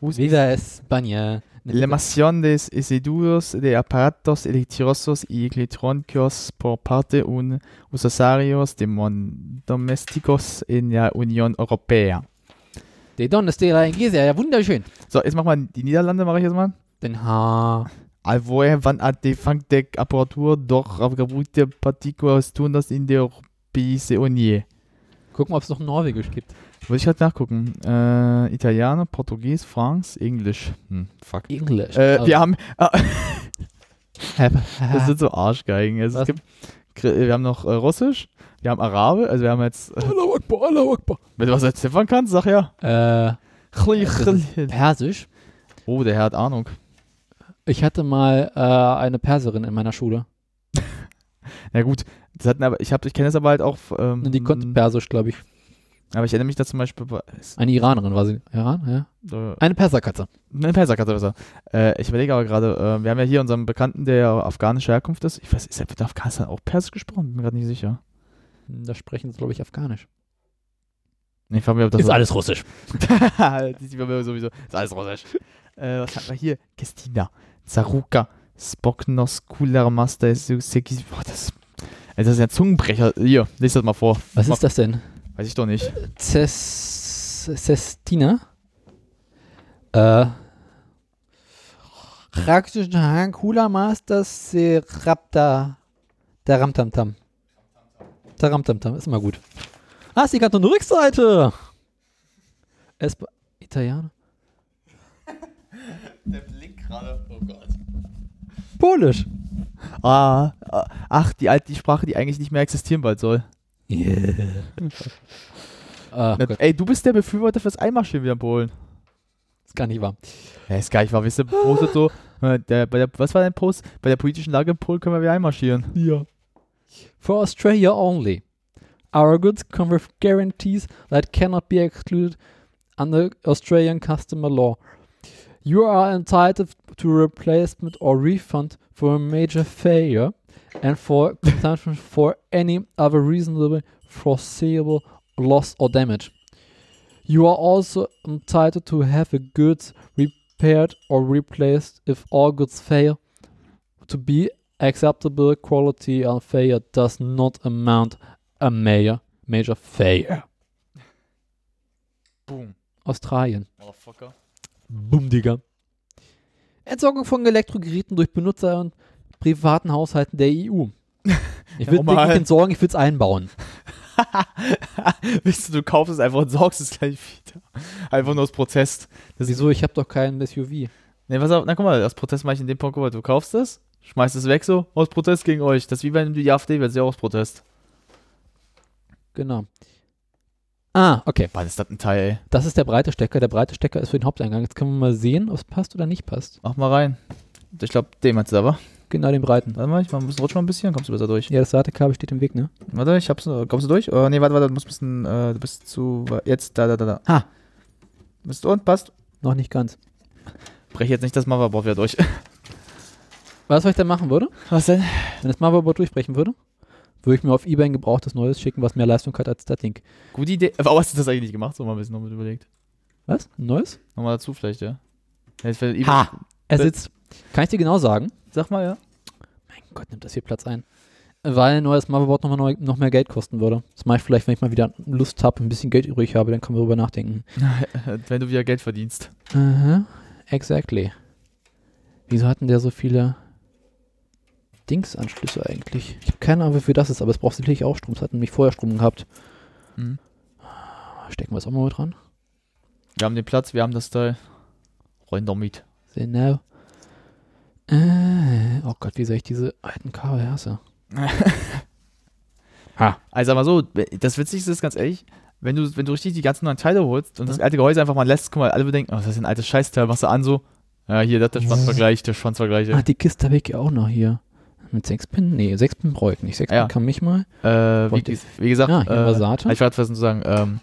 Viva España.
La mación de residuos de aparatos electrosos y electrónicos por parte un usuarios de mon domésticos en la Unión Europea.
Die Donnerstelle in Gizeh, ja wunderschön.
So, jetzt mach mal die Niederlande, mache ich jetzt mal. Ah,
Den Ha.
Alvoe van a defang de apparatur doch abgebrühte Particulas tun das in der Europäische Union.
Gucken, ob es noch ein Norwegisch gibt.
Würde ich halt nachgucken. Äh, Italiener, Portugies, Franz, Englisch. Hm, fuck.
Englisch.
Äh, wir haben. Äh, das
Also,
sind so Arschgeigen. Also,
Was?
es gibt, Gr- wir haben noch äh, Russisch, wir haben Arabe, also wir haben jetzt. Äh,
Allahu Akbar, Allahu Akbar.
wenn du was entziffern kannst, sag ja.
Äh, Persisch.
Oh, der Herr hat Ahnung.
Ich hatte mal äh, eine Perserin in meiner Schule.
Na gut, das hatten aber, ich, hab- ich kenne das aber halt auch. Ähm,
Und die konnte Persisch, glaube ich.
Aber ich erinnere mich da zum Beispiel. bei- es-
Eine Iranerin war sie. Iran, ja.
äh,
Eine Perserkatze.
Eine Perserkatze besser. Äh, ich überlege aber gerade, äh, wir haben ja hier unseren Bekannten, der ja afghanischer Herkunft ist. Ich weiß, ist er wird in Afghanistan auch Persisch gesprochen? Bin mir gerade nicht sicher.
Hm, Da sprechen sie, glaube ich, Afghanisch.
Ich frage mich, ob das
ist alles russisch. Halt.
die sieht man sowieso. Ist alles russisch. äh, was hatten wir hier? Kestina, Zaruka, Spoknos, Kularmaster, Suseki. Boah, das, also das ist ja ein Zungenbrecher. Hier, lest das mal vor.
Was ist das denn?
Weiß ich doch nicht.
Ces- Cestina? Äh. Praktisch ein cooler Master Serapta. Der Ramtamtam. Der Ramtamtam, ist immer gut. Ah, ist die ganze Rückseite! Es Italiener?
Der Blick gerade. Oh Gott.
Polisch!
Ah, ah, ach, die alte die Sprache, die eigentlich nicht mehr existieren bald soll.
Yeah. ah,
Na,
Gott,
ey, du bist der Befürworter fürs Einmarschieren wieder in Polen.
ist gar nicht wahr.
Ja, ist gar nicht wahr. Wisst ihr, postet so, äh, der, bei der, was war dein Post? Bei der politischen Lage in Polen können wir wieder einmarschieren.
Yeah. For Australia only, our goods come with guarantees that cannot be excluded under Australian customer law. You are entitled to replacement or refund for a major failure and for consumption for any other reasonable foreseeable loss or damage. You are also entitled to have the goods repaired or replaced if all goods fail to be acceptable quality on failure does not amount a major major failure.
Boom.
Australien.
Motherfucker.
Bumm, Digga. Entsorgung von Elektrogeräten durch Benutzer und privaten Haushalten der EU. Ich will
Normal.
nicht entsorgen, ich will es einbauen.
Wisst du, du kaufst es einfach und sorgst es gleich wieder. Einfach nur aus Protest.
Wieso? Ich habe doch keinen SUV.
Ne, pass auf, na guck mal, aus Protest mache ich in dem Punkt, guck mal, du kaufst es, schmeißt es weg so, aus Protest gegen euch. Das ist wie wenn die AfD wird, sie auch aus Protest.
Genau. Ah, okay.
Wann ist das ein Teil, ey?
Das ist der breite Stecker. Der breite Stecker ist für den Haupteingang. Jetzt können wir mal sehen, ob es passt oder nicht passt.
Mach mal rein. Ich glaube, dem hat's da, wa?
Genau den breiten.
Warte mal, ich mach, rutsch mal ein bisschen, kommst du besser durch.
Ja, das Wartekabel steht im Weg, ne?
Warte, ich hab's. äh, Kommst du durch? Äh, nee, warte, warte, du musst ein bisschen. Äh, du bist zu. wa- Jetzt, da, da, da, da.
Ah.
Bist du und passt.
Noch nicht ganz.
Brech jetzt nicht das Motherboard wieder durch.
Was soll ich denn machen, würde?
Was denn?
Wenn das Motherboard durchbrechen würde, würde ich mir auf Ebay ein gebrauchtes Neues schicken, was mehr Leistung hat als das Ding.
Gute Idee. Aber was hast du das eigentlich nicht gemacht? So mal ein bisschen noch mit überlegt.
Was? Ein neues?
Nochmal dazu vielleicht, ja. Ja, Jetzt, wenn,
Ha! Er
Be-
sitzt. Kann ich dir genau sagen?
Sag mal, ja.
Mein Gott, nimmt das hier Platz ein. Weil ein neues Motherboard noch, mal neu, noch mehr Geld kosten würde. Das mache ich vielleicht, wenn ich mal wieder Lust habe, ein bisschen Geld übrig habe, dann kann man darüber nachdenken.
wenn du wieder Geld verdienst.
Aha, Mhm. exactly. Wieso hatten der so viele Dingsanschlüsse eigentlich? Ich habe keine Ahnung, wofür das ist, aber es braucht sicherlich auch Strom. Es hat nämlich vorher Strom gehabt.
Mhm.
Stecken wir es auch mal dran.
Wir haben den Platz, wir haben das Teil. Rendermiet.
Genau. Äh, oh Gott, wie sehr ich diese alten Kabel hasse.
Also aber so, das Witzigste ist ganz ehrlich, wenn du, wenn du richtig die ganzen neuen Teile holst und das
Mhm.
alte Gehäuse einfach mal lässt, guck mal, alle denken, oh, das ist ein altes Scheißteil, machst du an so, ja, hier, das der Schwanzvergleich, der Schwanzvergleich.
Ah, die Kiste habe ich ja auch noch hier. Mit sechs Pin? Nee, sechs Pin brauche ich nicht. Sechs
Ah, Ja.
Pin kann mich mal.
Äh, wie,
Wollte
ges- wie gesagt,
Ah, hier haben
äh,
wir Sate.
hab ich gerade vergessen zu sagen, ähm,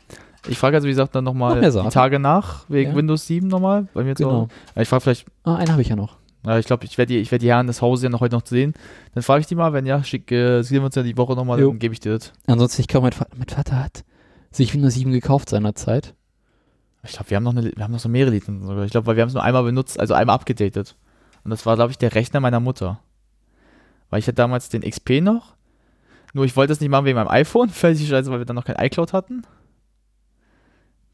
ich frage also, wie gesagt, dann
Noch
nochmal
mehr
die
Sate.
Tage nach, wegen
Ja.
Windows 7 nochmal, bei mir zu
Genau.
Hause. Äh, Ich frage vielleicht,
Ah, einen habe ich ja noch.
äh, ich glaube, ich werde die, ich werd die Herren des Hauses ja noch heute noch sehen. Dann frage ich die mal, wenn ja, schick, äh, sehen wir uns ja die Woche nochmal,
Jo.
dann gebe ich dir das.
Ansonsten, ich glaube, mein, Vater- mein Vater hat sich Windows 7 gekauft seinerzeit.
Ich glaube, wir haben noch eine, wir haben noch so mehrere Lieder sogar. Ich glaube, weil wir haben es nur einmal benutzt, also einmal abgedatet. Und das war, glaube ich, der Rechner meiner Mutter. Weil ich hatte damals den XP noch. Nur ich wollte das nicht machen wegen meinem iPhone, völlig scheiße, weil wir dann noch kein iCloud hatten.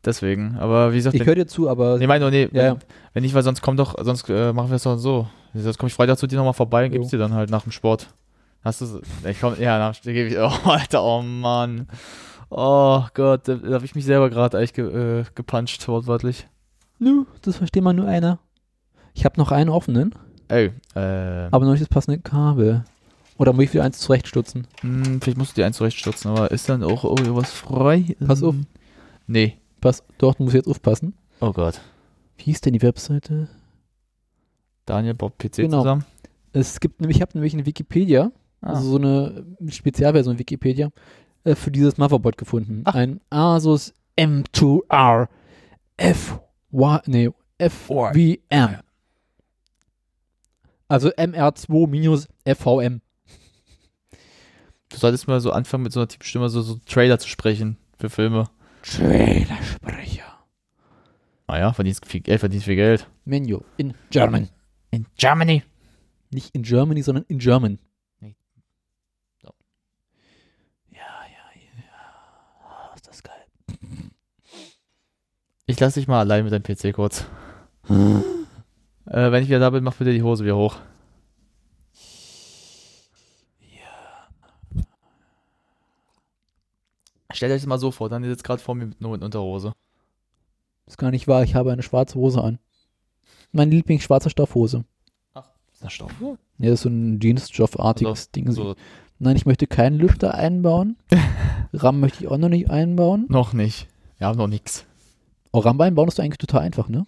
Deswegen, aber wie gesagt,
Ich höre dir zu, aber.
nee, meine nur, nee,
ja, ja.
wenn nicht, weil sonst komm doch, sonst äh, machen wir es doch so. Sonst komme ich Freitag zu dir nochmal vorbei und
Jo.
gib's dir dann halt nach dem Sport. Hast du Ich komm, ja, nach dem gebe ich. Oh, Alter, oh Mann. Oh Gott, da, da habe ich mich selber gerade eigentlich ge, äh, gepuncht, wortwörtlich.
Nö, das versteht man nur einer. Ich habe noch einen offenen,
Ey, äh,
aber noch nicht das passende Kabel. Oder muss ich wieder eins zurechtstutzen?
mh, Hm, vielleicht musst du dir eins zurechtstutzen, aber ist dann auch irgendwas frei?
Pass auf.
Nee.
äh, Pass, dort muss ich jetzt aufpassen.
Oh Gott.
Wie hieß denn die Webseite?
Daniel baut PC
Genau.
zusammen.
Es gibt nämlich, ich habe nämlich eine Wikipedia,
Ah.
also so eine Spezialversion Wikipedia, äh, für dieses Motherboard gefunden.
Ach.
Ein Asus M2R F nee, FVM. Also MR2 minus FVM.
Du solltest mal so anfangen, mit so einer Typstimme so, so Trailer zu sprechen für Filme.
Trailersprecher.
Naja, Ah verdienst viel Geld, verdienst viel Geld.
Menu in German.
In Germany.
Nicht in Germany, sondern in German.
Nee. So.
Ja, ja, ja. Ah, Ist das geil.
Ich lass dich mal allein mit deinem PC kurz. äh, wenn ich wieder da bin, mach bitte die Hose wieder hoch. Stellt euch das mal so vor, dann sitzt gerade vor mir mit nur in Unterhose.
Ist gar nicht wahr, ich habe eine schwarze Hose an. Mein Lieblingsschwarze Stoffhose.
Ist das Stoff?
Ja, das ist so ein Jeansstoffartiges
Also,
Ding.
So,
Nein, ich möchte keinen Lüfter einbauen. RAM möchte ich auch noch nicht einbauen.
noch nicht. Wir haben noch nichts.
Oh, RAM einbauen ist doch eigentlich total einfach, ne?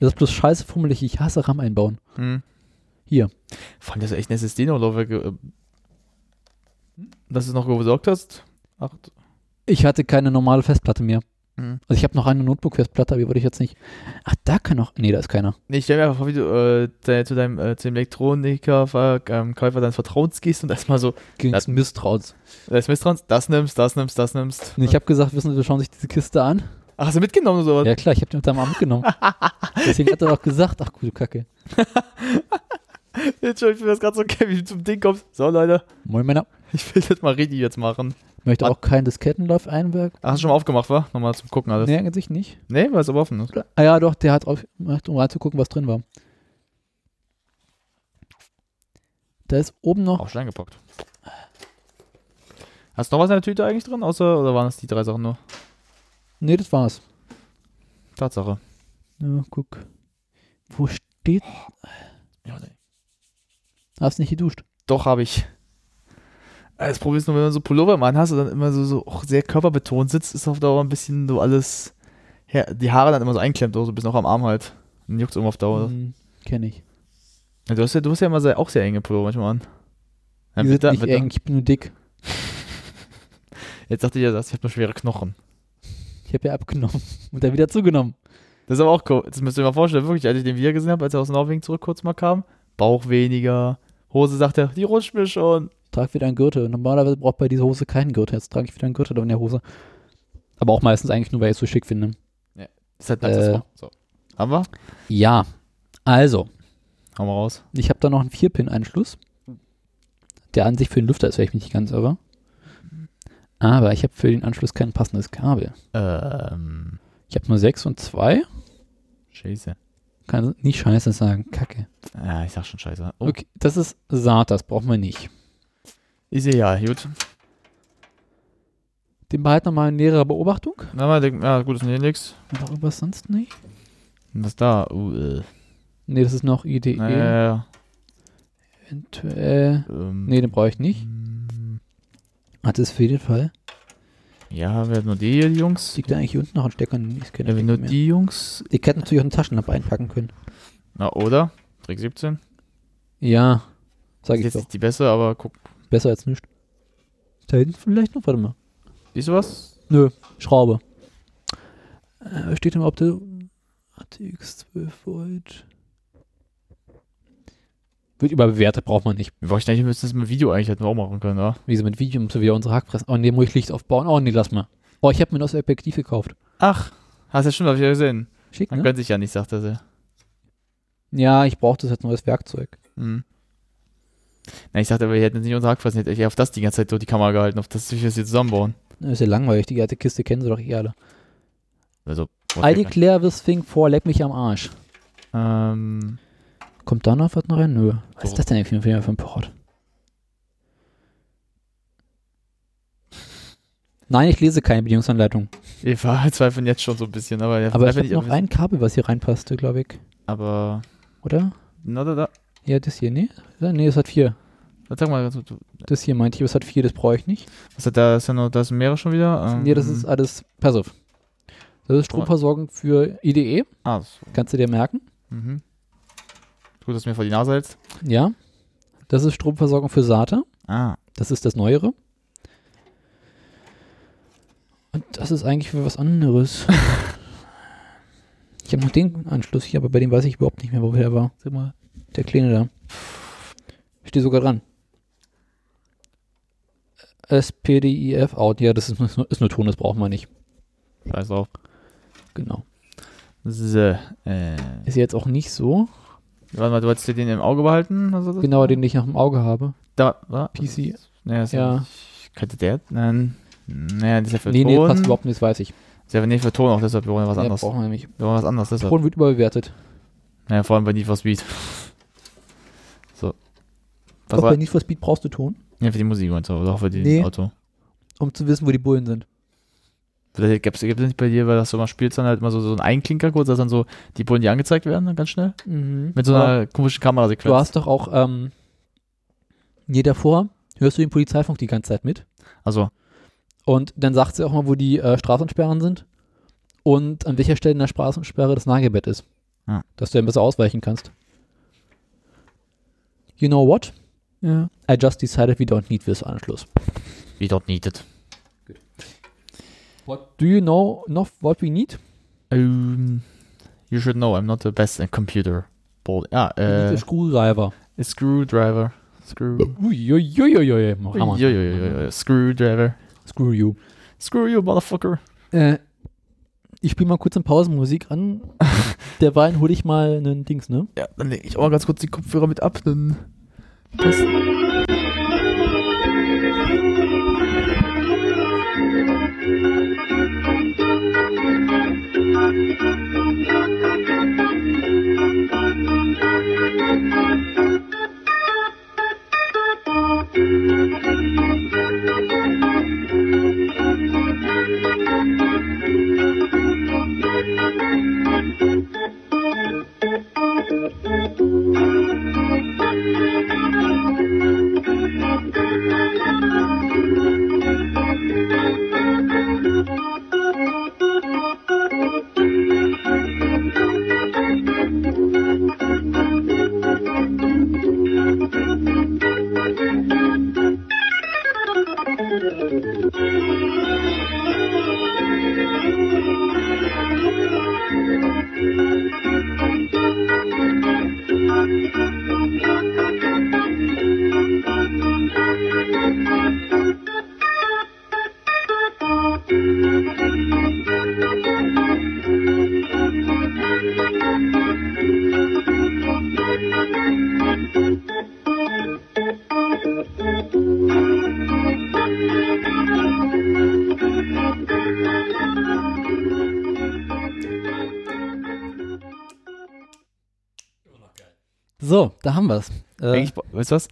Das ist bloß scheiße fummelig. Ich hasse RAM einbauen.
Hm.
Hier.
Vor allem, dass du echt ein SSD-Laufwerk. Äh, dass du es noch gesorgt hast. Ach,
Ich hatte keine normale Festplatte mehr.
Mhm.
Also ich habe noch eine Notebook-Festplatte, aber die wollte ich jetzt nicht. Ach, da kann noch. Nee, da ist keiner.
Nee, ich stell mir einfach vor, wie du äh, de, zu deinem äh, zu dem Elektroniker, Ver- ähm, Käufer deines Vertrauens gehst und erstmal so,
Gegen
Das-
Misstrauens.
das misstrauens, das nimmst, das nimmst, das nimmst.
Und ich habe gesagt, wissen Sie, wir schauen sich diese Kiste an.
Ach, hast du mitgenommen oder sowas?
Ja klar, ich habe die unter dem Arm mitgenommen. Deswegen hat er auch gesagt, ach gute Kacke.
Entschuldigung, ich finde das gerade so geil, wie du zum Ding kommst. So, Leute,
Moin Männer.
ich will das mal richtig jetzt machen.
Ich möchte auch kein Diskettenlauf einwerken.
Ach, hast du schon mal aufgemacht, war? Nochmal zum Gucken alles.
Nee, an sich nicht.
Nee, weil es aber offen ne? ist.
Ah ja, doch, der hat aufgemacht, um reinzugucken, was drin war. Da ist oben noch
Auch schon eingepackt. Hast du noch was in der Tüte eigentlich drin, außer, oder waren es die drei Sachen nur?
Nee, das war's.
Tatsache.
Ja, guck. Wo steht.
Ja, nee.
Hast nicht geduscht.
Doch, habe ich. Äh, Das Problem ist nur, wenn man so Pullover im anhast und dann immer so, so auch sehr körperbetont sitzt, ist auf Dauer ein bisschen so alles, ja, die Haare dann immer so einklemmt, auch so ein bisschen auch am Arm halt. Dann juckt immer auf Dauer.
Hm, kenn ich.
Ja, du, hast ja, du hast ja immer sehr, auch sehr enge Pullover manchmal an. Ja,
Die sind
bitte,
nicht
bitte.
eng, ich bin nur dick.
Jetzt dachte ich ja, das, ich habe nur schwere Knochen.
Ich habe ja abgenommen und dann wieder zugenommen.
Das ist aber auch cool. Das müsst ihr dir mal vorstellen, wirklich, als ich den wieder gesehen habe, als er aus Norwegen zurück kurz mal kam, Bauch weniger, Hose sagt er, die rutscht mir schon.
Trag wieder einen Gürtel. Normalerweise braucht bei dieser Hose keinen Gürtel. Jetzt trage ich wieder einen Gürtel in der Hose. Aber auch meistens eigentlich nur, weil ich es so schick finde.
Ist halt nacktes
Äh.
Rohr. so. Haben wir?
Ja. Also,
Haben wir raus.
ich habe da noch einen 4-Pin-Anschluss. Der an sich für den Lüfter ist, wenn ich mich nicht ganz irre. Aber ich habe für den Anschluss kein passendes Kabel.
Ähm,
Ich habe nur 6 und 2.
scheiße.
Kann nicht scheiße sagen. Kacke.
Ja, ich sag schon scheiße. Oh.
Okay, das ist SATA, das brauchen wir nicht.
Ist ja, gut.
Den behalten wir mal in näherer Beobachtung.
Na, mal, denk, ja, gut, ist nicht nix.
Noch irgendwas sonst nicht?
Und Was da? Uh, äh.
Nee, E. das ist noch IDE.
Na, ja, ja,
Eventuell.
ähm,
Nee, den brauche ich nicht.
mm,
Hat es für jeden Fall.
Ja, wir haben nur die hier, die Jungs.
Liegt da eigentlich hier unten noch ein Stecker? Nee, Ich kenne
Ja, wir
den
nur
nicht mehr.
die Jungs.
Ihr hättet natürlich auch eine Taschenlampe einpacken können.
Na, oder? Trick 17.
Ja, sag
Ist
ich
jetzt
doch.
nicht die beste, aber guck.
Besser als nichts. Da hinten vielleicht noch, warte mal.
Siehst du was?
Nö, Schraube. Äh, steht im Opte ATX 12 Volt. Wird überbewertet, braucht man nicht.
Wir bräuchten eigentlich, wir müssen das mit Video eigentlich hätten wir auch machen können, oder?
Wie so mit Video müssen wir wieder unsere Hackfressen. Oh nee, muss ich Licht aufbauen. Oh nee, lass mal. Oh, ich habe mir das Objektiv gekauft.
Ach, hast ja schon, hab ich ja gesehen.
Schick,
Man
ne?
gönnt sich ja nicht, sagt er sehr.
Ja, ich brauchte das als neues Werkzeug.
Hm. Na, ich sagte aber, wir hätten jetzt nicht unsere Hackfressen, hätte ich eher auf das die ganze Zeit durch die Kamera gehalten, auf das, dass wir das hier zusammenbauen.
Das ist ja langweilig, die alte Kiste kennen sie doch eh alle.
Also, boah,
Aldi Claire was Fing vor, leck mich am Arsch.
Ähm, Also
Kommt da noch was noch rein? Nö. Was
So.
ist das denn für für- für ein Port? Nein, ich lese keine Bedienungsanleitung.
wir verzweifeln jetzt schon so ein bisschen, aber ja,
Aber ich
verzweifeln
habe
nicht,
noch ein Kabel, was hier reinpasste, glaube ich.
Aber
Oder?
Na, da, da.
Ja, das hier, nee. Ja, Nee, das hat vier.
Na, Sag mal, also, du- du-
Das hier meinte ich, das hat vier, das brauche ich nicht.
was hat da? Ist ja noch, da ist mehrere schon wieder. Ähm,
Nee, das ist alles, pass auf. Das ist Stromversorgung für E. IDE,
Ah, so.
kannst du dir merken.
mhm. Gut, dass du mir vor die Nase hältst.
Ja. Das ist Stromversorgung für SATA.
Ah.
Das ist das Neuere. Und das ist eigentlich für was anderes. ich habe noch den Anschluss hier, aber bei dem weiß ich überhaupt nicht mehr, wo der war.
Sag mal.
Der Kleine da. Steht sogar dran. SPDIF out. Ja, das ist, nur- ist nur Ton, das braucht man nicht.
Scheiß drauf.
Genau.
So, äh. Warte
Ist jetzt auch nicht so.
mal, du wolltest dir den im Auge behalten? Also das?
Genau, den ich noch im Auge habe.
Da, da.
PC.
Naja, ist
Ja.
nicht- Könnte der? Nein. Naja, das ist ja für
Nee, nee,
Ton.
passt überhaupt nicht, das weiß ich.
Ist ja für- nee, für Ton auch, deshalb wir wollen ja was
Ja,
anderes.
brauchen wir nämlich.
Wir wollen was anderes, deshalb.
Ton wird überbewertet.
Naja, vor allem bei Need for Speed. So. Was
Auch
war?
bei Need for Speed brauchst du Ton,
Ja, für die Musik und so, oder auch für den
Nee.
Auto.
um zu wissen, wo die Bullen sind.
Vielleicht gibt's, gibt's nicht bei dir, weil das so mal spielst, dann halt immer so, so einen Einklinker kurz, dass dann so die Bullen, die angezeigt werden, dann ganz schnell.
Mhm.
Mit so einer komischen Kamerasequenz.
Du hast doch auch, ähm, nee, davor hörst du den Polizeifunk die ganze Zeit mit.
Also,
Und dann sagt sie auch mal, wo die äh, Straßensperren sind und an welcher Stelle in der Straßensperre das Nagelbett ist.
Ja.
Dass du dann besser ausweichen kannst. You know what?
ja.
I just decided we don't need this Anschluss.
Wie dort needed.
What do you know noch what we need?
Ähm, you should know, I'm not the best at computer. Ball. Ja,
We
äh,
need a screwdriver.
a screwdriver. Screw.
Uiuiuiui. Mach Hammer.
Ui, ui, ui, ui, ui. Screwdriver.
Screw you.
Screw you, motherfucker.
Äh, ich spiele mal kurz in Pausenmusik an. Derweil hole ich mal einen Dings, ne?
Ja, dann lege ich auch mal ganz kurz die Kopfhörer mit ab, dann. Äh,
So, da haben wir's. Äh,
Eigentlich, weißt du was?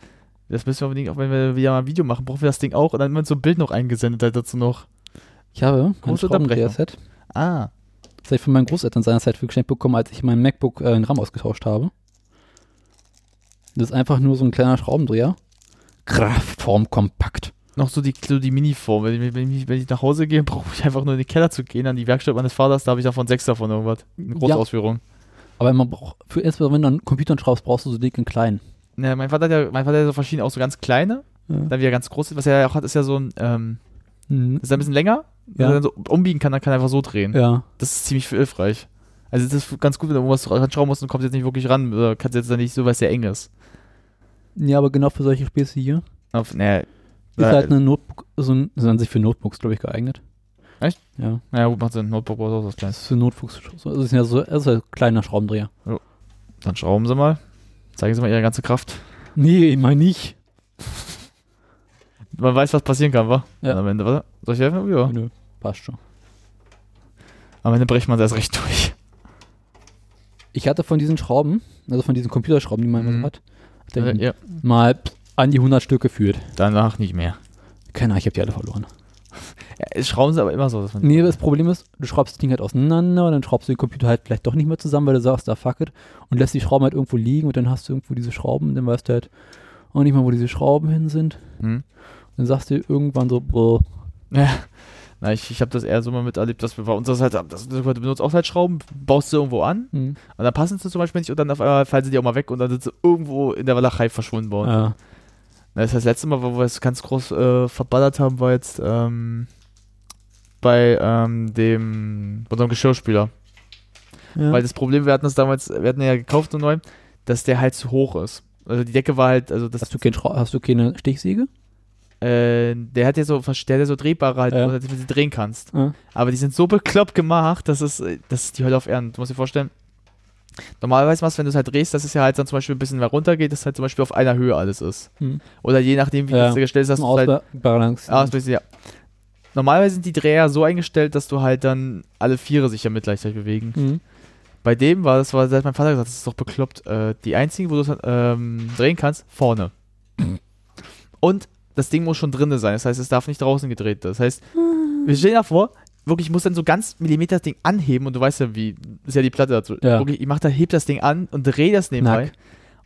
Das müssen wir unbedingt, auch wenn wir wieder mal ein Video machen, brauchen wir das Ding auch und dann wird so ein Bild noch eingesendet halt dazu noch.
ich habe ein
Große
Schraubendreher-Set.
Ah.
Das habe ich von meinen Großeltern seinerzeit für geschenkt bekommen, als ich mein MacBook äh, den RAM ausgetauscht habe. Das ist einfach nur so ein kleiner Schraubendreher. Kraftformkompakt.
noch so die, so die Mini-Form. Wenn, ich- wenn, ich, wenn ich nach Hause gehe, brauche ich einfach nur in den Keller zu gehen, an die Werkstatt meines Vaters, da habe ich davon sechs davon irgendwas. Eine große
Ja.
Ausführung.
Aber man braucht, für erstmal, wenn du an Computern schraubst, brauchst du so dick und klein.
Ne, mein Vater hat ja, mein Vater hat ja so verschiedene, auch so ganz kleine,
Ja.
dann wieder ganz große. Was er ja auch hat, ist ja so ein, ähm,
Mhm.
ist ja ein bisschen länger, wenn
Ja.
er dann so umbiegen kann, dann kann er einfach so drehen.
Ja.
Das ist ziemlich hilfreich. Also das ist ganz gut, wenn du irgendwas dran schrauben musst und kommst jetzt nicht wirklich ran, oder kannst jetzt dann nicht so, weil es sehr eng ist.
Ja, aber genau für solche Späße hier
Auf, ne,
ist
Ja.
halt eine Notebook, so ein, sind an sich für Notebooks, glaube ich, geeignet.
Echt?
Ja.
naja, gut, macht Sinn. Notebook brauchst du auch was
Das
Kleines.
ist für Notebooks. Das ist ja so das ist ja ein kleiner Schraubendreher.
Dann schrauben sie mal. Zeigen sie mal ihre ganze Kraft.
Nee, immer nicht.
Man weiß, was passieren kann, wa?
Ja.
Und Am Ende, warte, soll ich helfen? Ja.
Nö, passt schon.
Am Ende bricht man das recht durch.
Ich hatte von diesen Schrauben, also von diesen Computerschrauben, die man immer
Mhm.
so hat, hatte ich
ja.
mal pff, an die 100 Stück geführt.
Danach nicht mehr.
Keine Ahnung, ich habe die alle verloren.
Ja, schrauben sie aber immer so, dass man.
Nee, das Problem ist, du schraubst das Ding halt auseinander und dann schraubst du den Computer halt vielleicht doch nicht mehr zusammen, weil du sagst, da fuck it und lässt die Schrauben halt irgendwo liegen und dann hast du irgendwo diese Schrauben und dann weißt du halt auch nicht mal, wo diese Schrauben hin sind.
Hm?
Dann sagst du irgendwann so, boah,
Ja. Na, ich, ich habe das eher so mal miterlebt, dass wir bei uns das halt, das, du benutzt auch halt Schrauben, baust sie irgendwo an
hm,
und dann passen sie zum Beispiel nicht und dann auf einmal fallen sie dir auch mal weg und dann sind sie irgendwo in der Walachei verschwunden worden.
äh,
Das, ist das letzte Mal, wo wir es ganz groß äh, verballert haben, war jetzt ähm, bei ähm, dem unserem Geschirrspüler.
Ja.
Weil das Problem, wir hatten das damals, wir hatten den ja gekauft und neu, dass der halt zu hoch ist. Also die Decke war halt, also das,
hast, du kein, Schrau- hast du keine Stichsäge?
äh, der hat ja so, vers- der hat ja so drehbare halt,
Ja.
dass du sie drehen kannst.
Ja.
Aber die sind so bekloppt gemacht, dass es, äh, das ist die Hölle auf Erden. Du musst dir vorstellen, normalerweise machst du, wenn du es halt drehst, dass es ja halt dann zum Beispiel ein bisschen mehr runtergeht, dass halt zum Beispiel auf einer Höhe alles ist.
Hm.
Oder je nachdem, wie
Ja.
du es gestellt hast, dass du halt
Ausbalance.
Ah, das bisschen, ja. Normalerweise sind die Dreher so eingestellt, dass du halt dann alle Viere sich ja mit Leichtigkeit bewegen.
Mhm.
Bei dem war das, war, das hat mein Vater gesagt, das ist doch bekloppt. Äh, die einzigen, wo du es ähm, drehen kannst, vorne. Und das Ding muss schon drinne sein. Das heißt, es darf nicht draußen gedreht. Das heißt, wir stehen davor, wirklich, ich muss dann so ganz Millimeter das Ding anheben und du weißt ja, wie, ist ja die Platte dazu.
Ja.
Wirklich, ich mach da, heb das Ding an und dreh das nebenbei.
Nack.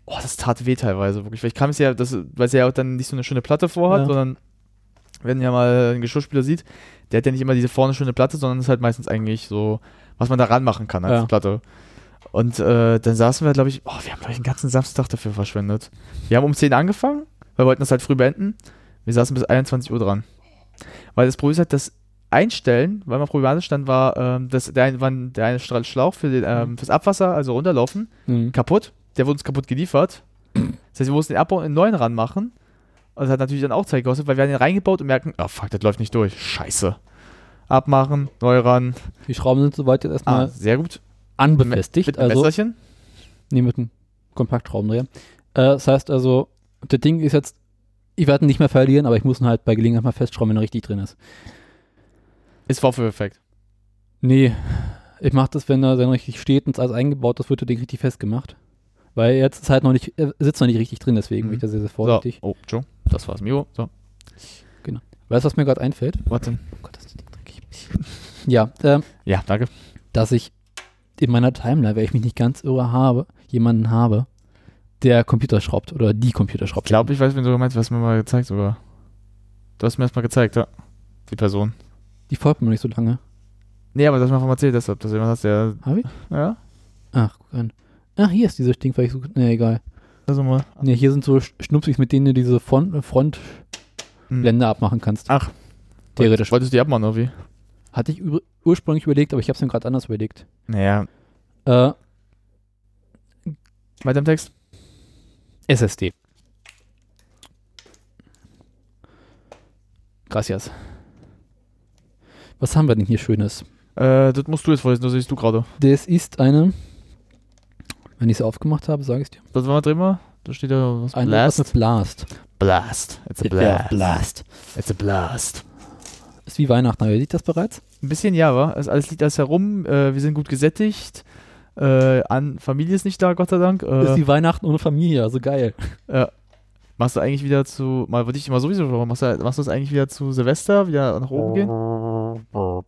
Oh, das tat weh teilweise, wirklich. Vielleicht kam es ja, das, weil es ja auch dann nicht so eine schöne Platte vorhat,
Ja.
sondern wenn ja mal einen Geschirrspüler sieht, der hat ja nicht immer diese vorne schöne Platte, sondern ist halt meistens eigentlich so, was man da ranmachen kann als
Ja.
Platte. Und äh, dann saßen wir, glaube ich, oh, wir haben, glaube ich, den ganzen Samstag dafür verschwendet. Wir haben um 10 angefangen, weil wir wollten das halt früh beenden. Wir saßen bis 21 Uhr dran. Weil das Problem ist halt, das Einstellen, weil man problematisch stand, war, ähm, das, der, ein, war der eine Stra- Schlauch für den, ähm, fürs Abwasser, also runterlaufen,
Mhm.
kaputt. Der wurde uns kaputt geliefert. Das heißt, wir mussten den Abbau in einen neuen ranmachen. Und das hat natürlich dann auch Zeit gekostet, weil wir haben den reingebaut und merken, oh fuck, das läuft nicht durch. Scheiße. Abmachen, neu ran.
Die Schrauben sind soweit jetzt
Ah,
erstmal
sehr gut.
anbefestigt.
Mit einem
Also,
Messerchen.
nee, mit einem Kompaktschraubendreher. Äh, das heißt also, das Ding ist jetzt, ich werde ihn nicht mehr verlieren, aber ich muss ihn halt bei Gelegenheit mal festschrauben, wenn er richtig drin ist.
Ist Vorführeffekt.
Nee, ich mache das, wenn er dann richtig steht und es alles eingebaut ist, wird das Ding richtig festgemacht. Weil jetzt ist halt noch nicht, er sitzt noch nicht richtig drin, deswegen
Mhm.
bin ich da sehr, sehr
So.
vorsichtig. Genau.
Oh, Joe. Das war's, Mio. So,
Weißt du, was mir gerade einfällt?
warte.
Oh Gott, das ist Ding dreckig. Ja, ähm,
Ja, danke.
dass ich in meiner Timeline, wenn ich mich nicht ganz irre habe, jemanden habe, der Computer schraubt oder die Computer
Ich
schraubt.
glaube, ich weiß, wen du meinst. Du hast mir mal gezeigt sogar. Du hast mir das mal gezeigt, ja. Die Person.
Die folgt mir noch nicht so lange.
Nee, aber das hast mir einfach mal erzählt, deshalb, dass jemand hast, der.
Habe ich?
Ja?
Ach, guck an. Ach, hier ist diese Stinkfläche. so- Nee, egal.
Also mal.
Nee, hier sind so Sch- Schnupsis, mit denen du diese Front- äh, Frontblende
Hm.
abmachen kannst.
Ach.
Theoretisch.
Wolltest du die abmachen, oder wie?
Hatte ich übr- ursprünglich überlegt, aber ich habe es mir gerade anders überlegt.
Naja.
Äh,
Weiter im Text.
SSD. Gracias. Was haben wir denn hier Schönes?
Äh, das musst du jetzt vorlesen, das siehst du gerade.
Das ist eine, wenn ich es aufgemacht habe, sage ich dir.
Das war mal drin mal. Da steht ja was.
Eine was mit Blast.
Blast. It's a
Ja,
blast.
Blast.
It's a blast.
Ist wie Weihnachten, aber ihr seht das bereits?
Ein bisschen ja, wa? Also alles liegt alles herum. Äh, wir sind gut gesättigt. Äh, an Familie ist nicht da, Gott sei Dank.
Ist
Äh,
wie Weihnachten ohne Familie, also geil.
machst du eigentlich wieder zu. Mal würde ich immer sowieso fragen, machst du, machst du das eigentlich wieder zu Silvester, wieder nach oben gehen?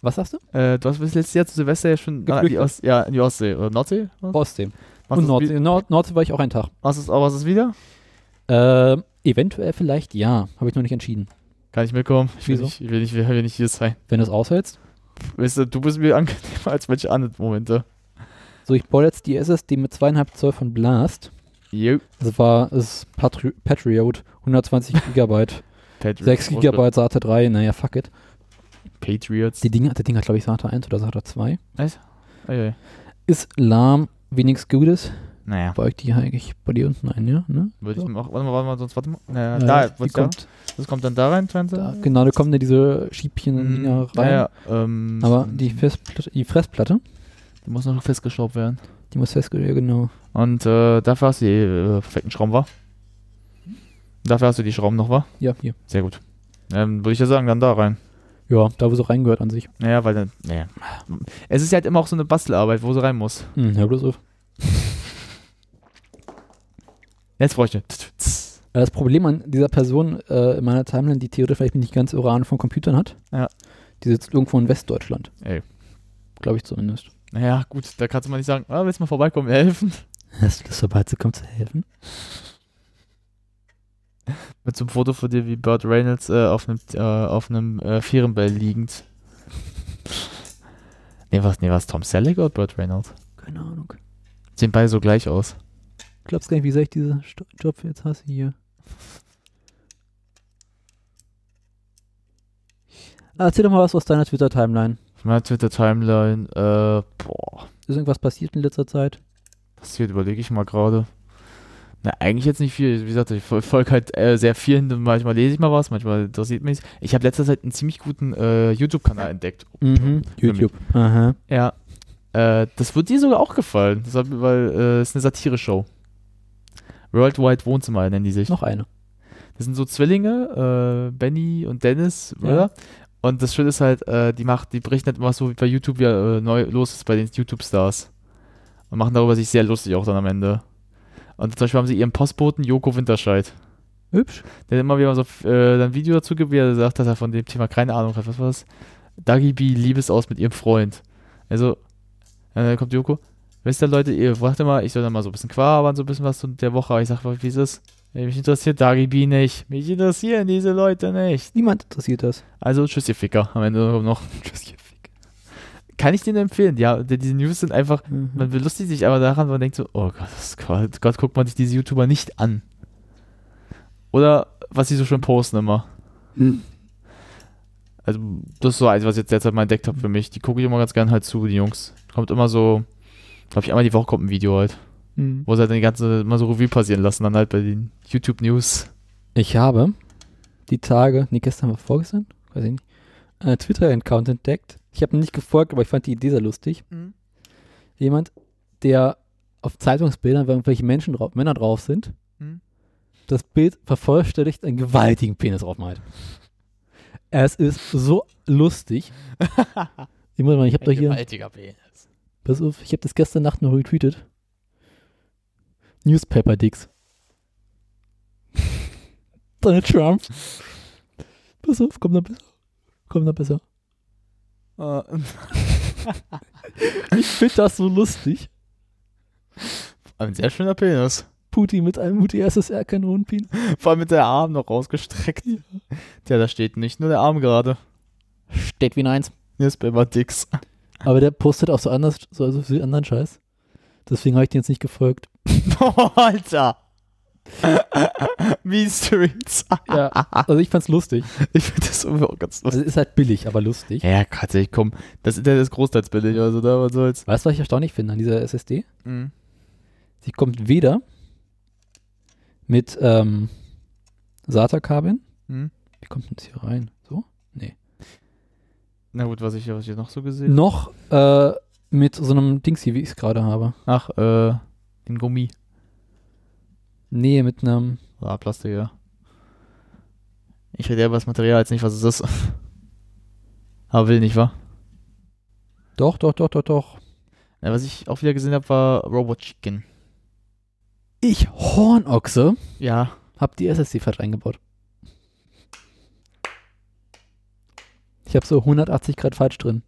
Was sagst du?
Äh, du hast bis letztes Jahr zu Silvester ja schon ah, die
Geflüchtet.
Ost, ja, in die Ostsee oder Nordsee? Was?
Ostsee.
Machst
Und
du das
Nordsee. Nord Nordsee war ich auch einen Tag.
wie- Machst du das auch was ist wieder?
Ähm, eventuell vielleicht ja, habe ich noch nicht entschieden.
Kann ich mitkommen? Ich will,
Wieso?
nicht, ich will, nicht, ich will nicht hier sein.
Wenn du es aushältst.
Weißt du, du bist mir angenehmer als manche anderen Momente.
So, ich baue jetzt die SSD mit zweieinhalb Zoll von Blast.
Jo.
Das war das Patri Patriot, 120 Gigabyte,
Patriot.
6 Gigabyte SATA 3, naja, fuck it.
Patriots.
Die Dinger, der Ding hat, glaube ich, SATA 1 oder SATA 2.
Eieiei.
Ist lahm, wenigstens Gutes.
Naja,
Bei euch die eigentlich bei dir unten ein, ja? Ne?
würde
So.
ich auch. Warte mal, warte mal, sonst warte mal. Naja,
Ja,
da,
die
wird's da,
kommt,
das kommt dann da rein, Trent.
da, genau, da kommen ja diese Schiebchen-Dinger
Mm,
rein.
Naja, ähm,
Aber die, Festplatte, die Fressplatte,
die muss noch festgeschraubt werden.
die muss festgelegt, ja, genau.
Und äh, dafür hast du die äh, perfekten Schrauben, wa? Dafür hast du die Schrauben noch, wa?
Ja, hier.
Sehr gut. Ähm, würde ich ja sagen, dann da rein.
Ja, da wo sie reingehört an sich.
Naja, weil dann. Naja. Es ist halt immer auch so eine Bastelarbeit, wo sie rein muss.
Hm, hör bloß auf.
Jetzt bräuchte. Tss, tss.
Äh, Das Problem an dieser Person äh, in meiner Timeline, die theoretisch vielleicht nicht ganz Uran von Computern hat,
Ja.
die sitzt irgendwo in Westdeutschland.
Ey.
Glaube ich zumindest.
Naja, gut, da kannst du mal nicht sagen, ah, willst du mal vorbeikommen, helfen?
Hast du Lust, vorbeizukommen zu helfen?
Mit so einem Foto von dir wie Burt Reynolds äh, auf einem, äh, auf einem äh, Vierenbell liegend. nee, was, nee, was, Tom Selleck oder Burt Reynolds?
Keine Ahnung.
Sehen beide so gleich aus.
Glaubst gar nicht, wie sehr ich diesen Sto- Job jetzt hasse hier. Ah, Erzähl doch mal was aus deiner Twitter-Timeline.
Von meiner Twitter-Timeline, äh, boah,
Ist irgendwas passiert in letzter Zeit?
passiert, überlege ich mal gerade. Na, eigentlich jetzt nicht viel. Wie gesagt, ich folge halt äh, sehr viel. Manchmal lese ich mal was, manchmal interessiert mich. Ich habe letzter Zeit einen ziemlich guten äh, YouTube-Kanal entdeckt.
Mhm. YouTube. Aha.
Ja. Äh, das wird dir sogar auch gefallen, das hat, weil äh, es ist eine Satire-Show. Worldwide Wohnzimmer nennen die sich.
Noch eine.
Das sind so Zwillinge, äh, Benny und Dennis, oder? Und das Schöne ist halt, äh, die macht, die berichten halt immer so wie bei YouTube ja äh, neu los ist bei den YouTube-Stars. Und machen darüber sich sehr lustig auch dann am Ende. Und zum Beispiel haben sie ihren Postboten Joko Winterscheid.
Hübsch.
Der immer wieder so äh, ein Video dazu gibt, wie er sagt, dass er von dem Thema keine Ahnung hat. Was war das? Dagi B. Liebesaus mit ihrem Freund. Also, äh, kommt Joko. Wisst ihr, Leute, ihr warte mal, ich soll da mal so ein bisschen quabern, so ein bisschen was zu der Woche. Aber ich sag, wie ist es? Äh, Mich interessiert Dagi B. nicht. Mich interessieren diese Leute nicht.
Niemand interessiert das.
Also, tschüss, ihr Ficker. Am Ende kommt noch. tschüss, ihr Ficker. Kann ich denen empfehlen? Ja, die- diese News sind einfach,
Mhm.
man belustigt sich aber daran, weil man denkt so, oh Gott, das ist Gott, Gott, guckt man sich diese YouTuber nicht an. Oder was sie so schön posten immer.
Hm.
Also, das ist so eins, was ich jetzt derzeit mal entdeckt habe für mich. Die gucke ich immer ganz gern halt zu, die Jungs. Kommt immer so, glaube ich, einmal die Woche kommt ein Video halt,
Mhm.
wo sie halt die ganze, mal so Revue passieren lassen, dann halt bei den YouTube-News.
Ich habe die Tage, nee, gestern war vorgestern, weiß ich nicht, einen Twitter-Account entdeckt. Ich habe ihn nicht gefolgt, aber ich fand die Idee sehr lustig.
Mhm.
Jemand, der auf Zeitungsbildern, wenn irgendwelche Menschen drauf, Männer drauf sind,
Mhm.
das Bild vervollständigt einen gewaltigen Penis draufmalt. Es ist so lustig. ich muss mal, ich habe da hier,
gewaltiger Penis.
pass auf, ich habe das gestern Nacht noch retweetet. Newspaper Dicks. Donald Trump. Pass auf, komm da besser. Komm da besser. Ich finde das so lustig.
Ein sehr schöner Penis.
Putin mit einem UTSSR-Kanonenpin.
Vor allem mit der Arm noch rausgestreckt. Ja. da steht nicht nur der Arm gerade.
Steht wie ein Eins.
Newspaper Dicks.
Aber der postet auch so anders, so also viel anderen Scheiß. Deswegen habe ich den jetzt nicht gefolgt.
Oh, Alter. Mean Streets.
Ja. Also ich fand's lustig.
Ich finde das irgendwie auch ganz lustig.
Also ist halt billig, aber lustig.
Ja, Katze, ich komm. Das Internet ist großteils billig, also da, was soll's. Mhm.
Weißt du, was ich erstaunlich finde an dieser SSD? Sie kommt weder mit ähm, SATA-Kabeln.
Mhm.
Wie kommt denn das hier rein? So?
Na gut, was ich, was ich noch so gesehen
Noch äh, mit so einem Dings hier, wie ich es gerade habe.
Ach, äh, den Gummi.
Nee, mit einem
Ah, Plastik, ja. Ich rede ja über das Material jetzt nicht, was es ist. Aber will nicht, wa?
Doch, doch, doch, doch, doch.
Na, was ich auch wieder gesehen habe, war Robot Chicken.
Ich, Hornochse,
Ja.
hab die SSD falsch eingebaut. Ich habe so 180 Grad falsch drin.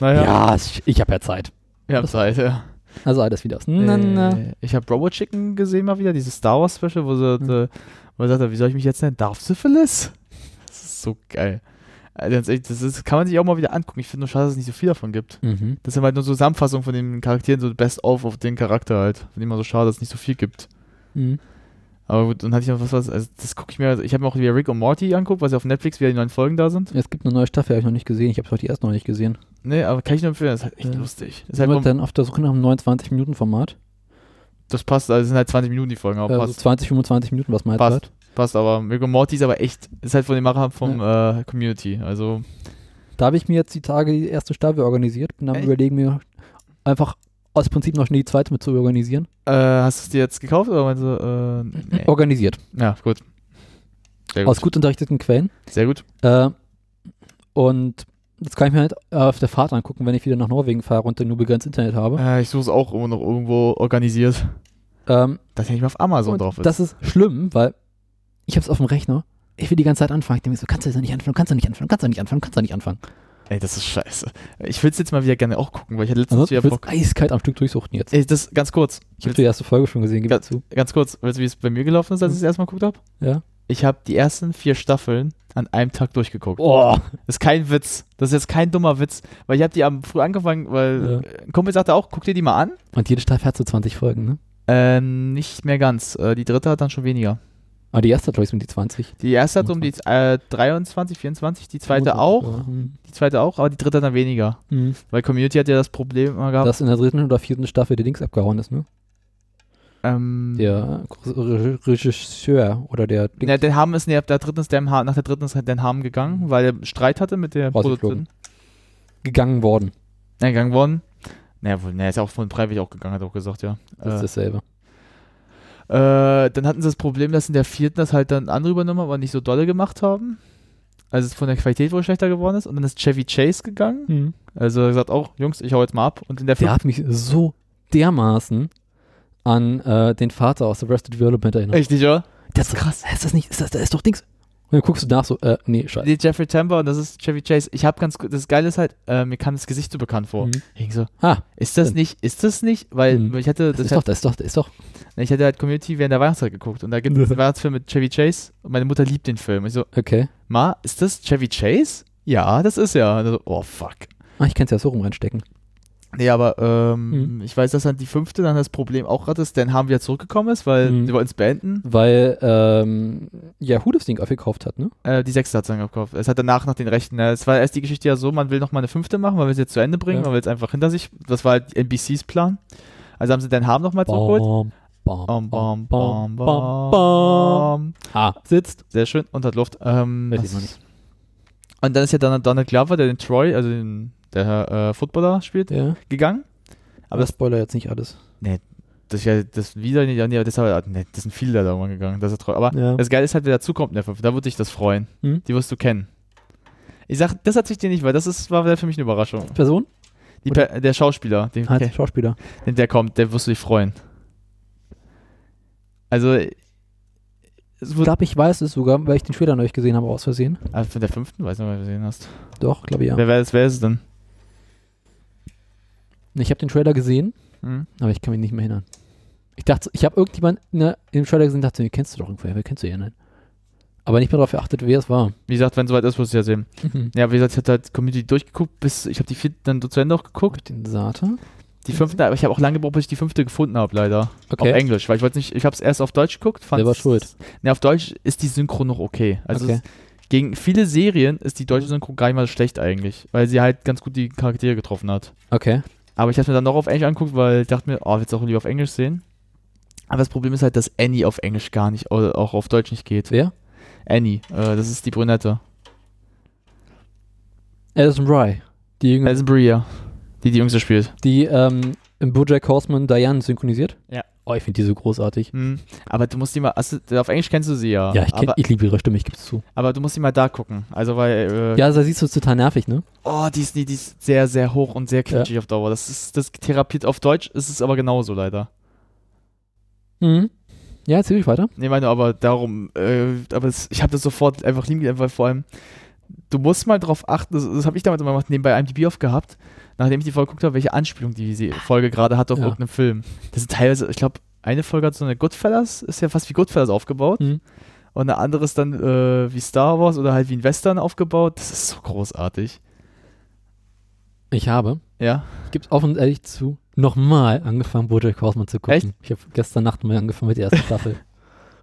Naja.
ich, ich habe ja Zeit.
Wir haben Zeit, ja.
Also alles wieder. Na, na.
Äh, Ich habe Robot Chicken gesehen mal wieder, dieses Star Wars Special, wo sie,
Hm.
äh, wo er sagt, er, wie soll ich mich jetzt nennen? Darth Syphilis? Das ist so geil. Also ganz ehrlich, Das ist, kann man sich auch mal wieder angucken. Ich finde nur schade, dass es nicht so viel davon gibt.
Mhm.
Das sind halt nur so Zusammenfassungen von den Charakteren, so Best-of auf den Charakter halt. Finde ich immer so schade, dass es nicht so viel gibt.
Mhm.
Aber gut, dann hatte ich noch was, was also das gucke ich mir, ich habe mir auch wieder Rick und Morty anguckt, weil sie auf Netflix wieder die neuen Folgen da sind.
Es gibt eine neue Staffel, habe ich noch nicht gesehen. Ich habe auch die erste noch nicht gesehen.
Nee, aber kann ich nur empfehlen, das ist halt echt
Ja.
lustig. Das, ist
Ich
halt
bin
nur,
dann auf der Suche nach einem 29-Minuten-Format.
das passt, also es sind halt 20 Minuten die Folgen, aber
Also
passt.
20, 25 Minuten, was meinst
Passt.
du?
Passt, aber Rick und Morty ist aber echt, ist halt von den Machern vom äh, Community. Also,
Da habe ich mir jetzt die Tage die erste Staffel organisiert. Bin am
Echt?
überlegen, mir einfach aus Prinzip noch schnell die zweite mit zu organisieren.
äh, hast du es dir jetzt gekauft oder meinst du, äh, nee.
Organisiert.
Ja, gut. Sehr
Aus
gut.
gut unterrichteten Quellen.
Sehr gut.
Äh, und das kann ich mir halt äh, auf der Fahrt angucken, wenn ich wieder nach Norwegen fahre und dann nur begrenztes Internet habe.
Äh, ich suche es auch immer noch irgendwo organisiert,
Ähm,
dass ja nicht mal auf Amazon
und
drauf ist.
das ist schlimm, weil ich habe es auf dem Rechner. Ich will die ganze Zeit anfangen. Ich denke mir so, kannst du jetzt nicht anfangen, kannst du nicht anfangen, kannst du nicht anfangen, kannst du nicht anfangen.
Ey, das ist scheiße. Ich will es jetzt mal wieder gerne auch gucken, weil ich hatte letztens
Ansonsten
wieder
wird
Bock.
Also, eiskalt am Stück durchsuchten jetzt.
Ey, das, ganz kurz.
Ich habe die erste Folge schon gesehen, gib
Ja.
mir zu. Hm.
Ganz kurz, weißt du, wie es bei mir gelaufen ist, als ich es erstmal geguckt habe?
Ja.
Ich habe die ersten vier Staffeln an einem Tag durchgeguckt.
Boah.
Das ist kein Witz. Das ist jetzt kein dummer Witz. Weil ich habe die am früh angefangen, weil
Ja.
äh, ein Kumpel sagte auch, guck dir die mal an.
Und jede Staffel hat so 20 Folgen, ne?
Ähm, nicht mehr ganz. Äh, die dritte hat dann schon weniger.
Aber die erste hat, glaube ich, um die 20.
äh, Die erste hat um die äh, 23, 24, die zweite
Mutter-
auch.
Ja, hm,
Die zweite auch, aber die dritte dann weniger.
hm.
Weil Community hat ja das Problem immer gehabt.
Dass in der dritten oder vierten Staffel der Dings abgehauen ist, ne?
ähm,
Der Re- Regisseur oder der Dings.
Na, Dan Harmon ist nee, ab der dritten ist Dan Harmon, nach der dritten ist Dan Harmon gegangen, weil er Streit hatte mit der
Rausgeflogen.
Produzentin.
gegangen worden.
Nein, gegangen worden. Naja, wohl, naja, ist ja auch von Breivik auch gegangen, hat er auch gesagt, ja.
Das ist
Äh,
dasselbe.
äh, dann hatten sie das Problem, dass in der vierten das halt dann andere übernommen haben, aber nicht so dolle gemacht haben. Also es von der Qualität wohl schlechter geworden ist. Und dann ist Chevy Chase gegangen.
Mhm.
Also er hat gesagt, auch, Jungs, ich hau jetzt mal ab. Und in der
Der
fünften.
hat mich so dermaßen an äh, den Vater aus Arrested Development erinnert.
Echt nicht, oder?
Genau. das ist krass. Ist das nicht? Ist das, da ist doch Dings. Und dann guckst du nach so, äh, nee, scheiße.
Nee, Jeffrey Tambor und das ist Chevy Chase. Ich habe ganz gut, das Geile ist halt, äh, mir kam das Gesicht so bekannt vor.
Mhm.
Ich denk so,
Ah,
ist das
Stimmt.
nicht, ist das nicht? Weil
Mhm.
ich hatte, halt
das, ist doch, das ist doch, das ist doch.
Ich hatte halt Community während der Weihnachtszeit geguckt und da gibt es einen Weihnachtsfilm mit Chevy Chase und meine Mutter liebt den Film. Ich so,
Okay.
Ma, ist das Chevy Chase? Ja, das ist ja. Und so, oh fuck.
Ah, ich kann es ja so rum reinstecken.
Nee, aber ähm,
Mhm.
ich weiß, dass dann die fünfte dann das Problem auch hatte, dass Dan Harm wieder zurückgekommen ist, weil
Mhm.
die wollten es beenden.
Weil, ähm, Yahoo das Ding aufgekauft hat, ne?
Äh, die sechste hat es dann gekauft. Es hat danach nach den Rechten. ne? Es war erst die Geschichte ja so, man will nochmal eine fünfte machen, man will es jetzt zu Ende bringen,
Ja.
man will es einfach hinter sich. Das war halt NBCs Plan. Also haben sie Dan Harm nochmal zurückgeholt.
bam,
Bam, bam, bam,
bam,
bam,
bam.
bam.
Ah, sitzt.
Sehr schön, und hat Luft. Ähm,
Weiß
was-
ich noch nicht.
Und dann ist ja Donald, Donald Glover, der den Troy, also den der, äh, Footballer spielt,
Ja.
gegangen.
Aber das Spoiler jetzt nicht alles.
Das ist ja das wieder nicht, ja, nee, aber das, ist aber- nee, das sind viele da irgendwann gegangen. Das ist Troy. Aber
Ja.
das Geile ist halt, wer dazukommt in der 5. Da würde ich das freuen.
Mhm.
Die wirst du kennen. Ich sag, das hat sich dir nicht, weil das ist, war für mich eine Überraschung.
Person?
Die, Per- der Schauspieler, den,
Ah, der Schauspieler.
den, der kommt, der wirst du dich freuen. Also, es
Ich
wird,
glaube, ich weiß es sogar, weil ich den Trailer neulich gesehen habe, aus Versehen.
ah, von der fünften, weiß nicht, wer du gesehen hast.
Doch, glaube ich ja.
Wer, wer, ist, wer ist es denn?
Ich habe den Trailer gesehen,
Hm?
aber ich kann mich nicht mehr erinnern. Ich dachte, ich habe irgendjemanden ne, im Trailer gesehen und dachte, den kennst du doch irgendwoher, wer kennst du ja nicht? Aber nicht mehr darauf geachtet, wer es war. Mhm.
Wie gesagt, wenn es soweit ist, wirst du ja sehen. Ja, wie gesagt, ich hatte halt Community durchgeguckt, bis ich habe die vierte dann zu Ende auch geguckt.
Guckt den Sata.
Die fünfte, aber ich habe auch lange gebraucht, bis ich die fünfte gefunden habe, leider. Auf Englisch, weil ich wollte nicht, ich habe es erst auf Deutsch geguckt. fand's-
Selber schuld.
Ne, auf Deutsch ist die Synchro noch okay. Also
Okay.
es, gegen viele Serien ist die deutsche Synchro gar nicht mal schlecht eigentlich, weil sie halt ganz gut die Charaktere getroffen hat.
Okay.
Aber ich habe mir dann noch auf Englisch angeguckt, weil ich dachte mir, oh, willst du auch lieber auf Englisch sehen? Aber das Problem ist halt, dass Annie auf Englisch gar nicht, oder auch auf Deutsch nicht geht.
Wer?
Annie, äh, das ist die Brünette.
Alison Rye. Die, Jüngere,
Alison Bria, die die Jüngste spielt.
die ähm, im Bojack Horseman Diane synchronisiert.
Ja.
Oh, ich finde die so großartig.
Hm, aber du musst die mal, also, auf Englisch kennst du sie ja.
Ja, ich, kenn,
aber,
ich liebe ihre Stimme, ich gebe es zu.
aber du musst die mal da gucken. Also, weil, äh,
Ja, da siehst du, es ist total nervig, ne?
oh, die ist, die, die ist sehr, sehr hoch und sehr kitschig auf Dauer. Das ist, das therapiert auf Deutsch, ist es aber genauso leider. Hm.
Mhm. Ja, erzähl ich weiter.
Nee, meine, aber darum, äh, aber es, ich habe das sofort einfach lieben gelernt, weil vor allem, du musst mal drauf achten, das, das habe ich damals immer gemacht, nebenbei IMDb aufgehabt, nachdem ich die Folge geguckt habe, welche Anspielung die Se- Folge gerade hat auf
Ja.
irgendeinen Film. Das ist teilweise, ich glaube, eine Folge hat so eine Goodfellas, ist ja fast wie Goodfellas aufgebaut.
Mhm.
Und eine andere ist dann äh, wie Star Wars oder halt wie ein Western aufgebaut. Das ist so großartig.
Ich habe,
Ja.
ich gebe es offen und ehrlich zu, nochmal angefangen, Bojack Horseman zu gucken.
Echt?
Ich habe gestern Nacht mal angefangen mit der ersten Staffel.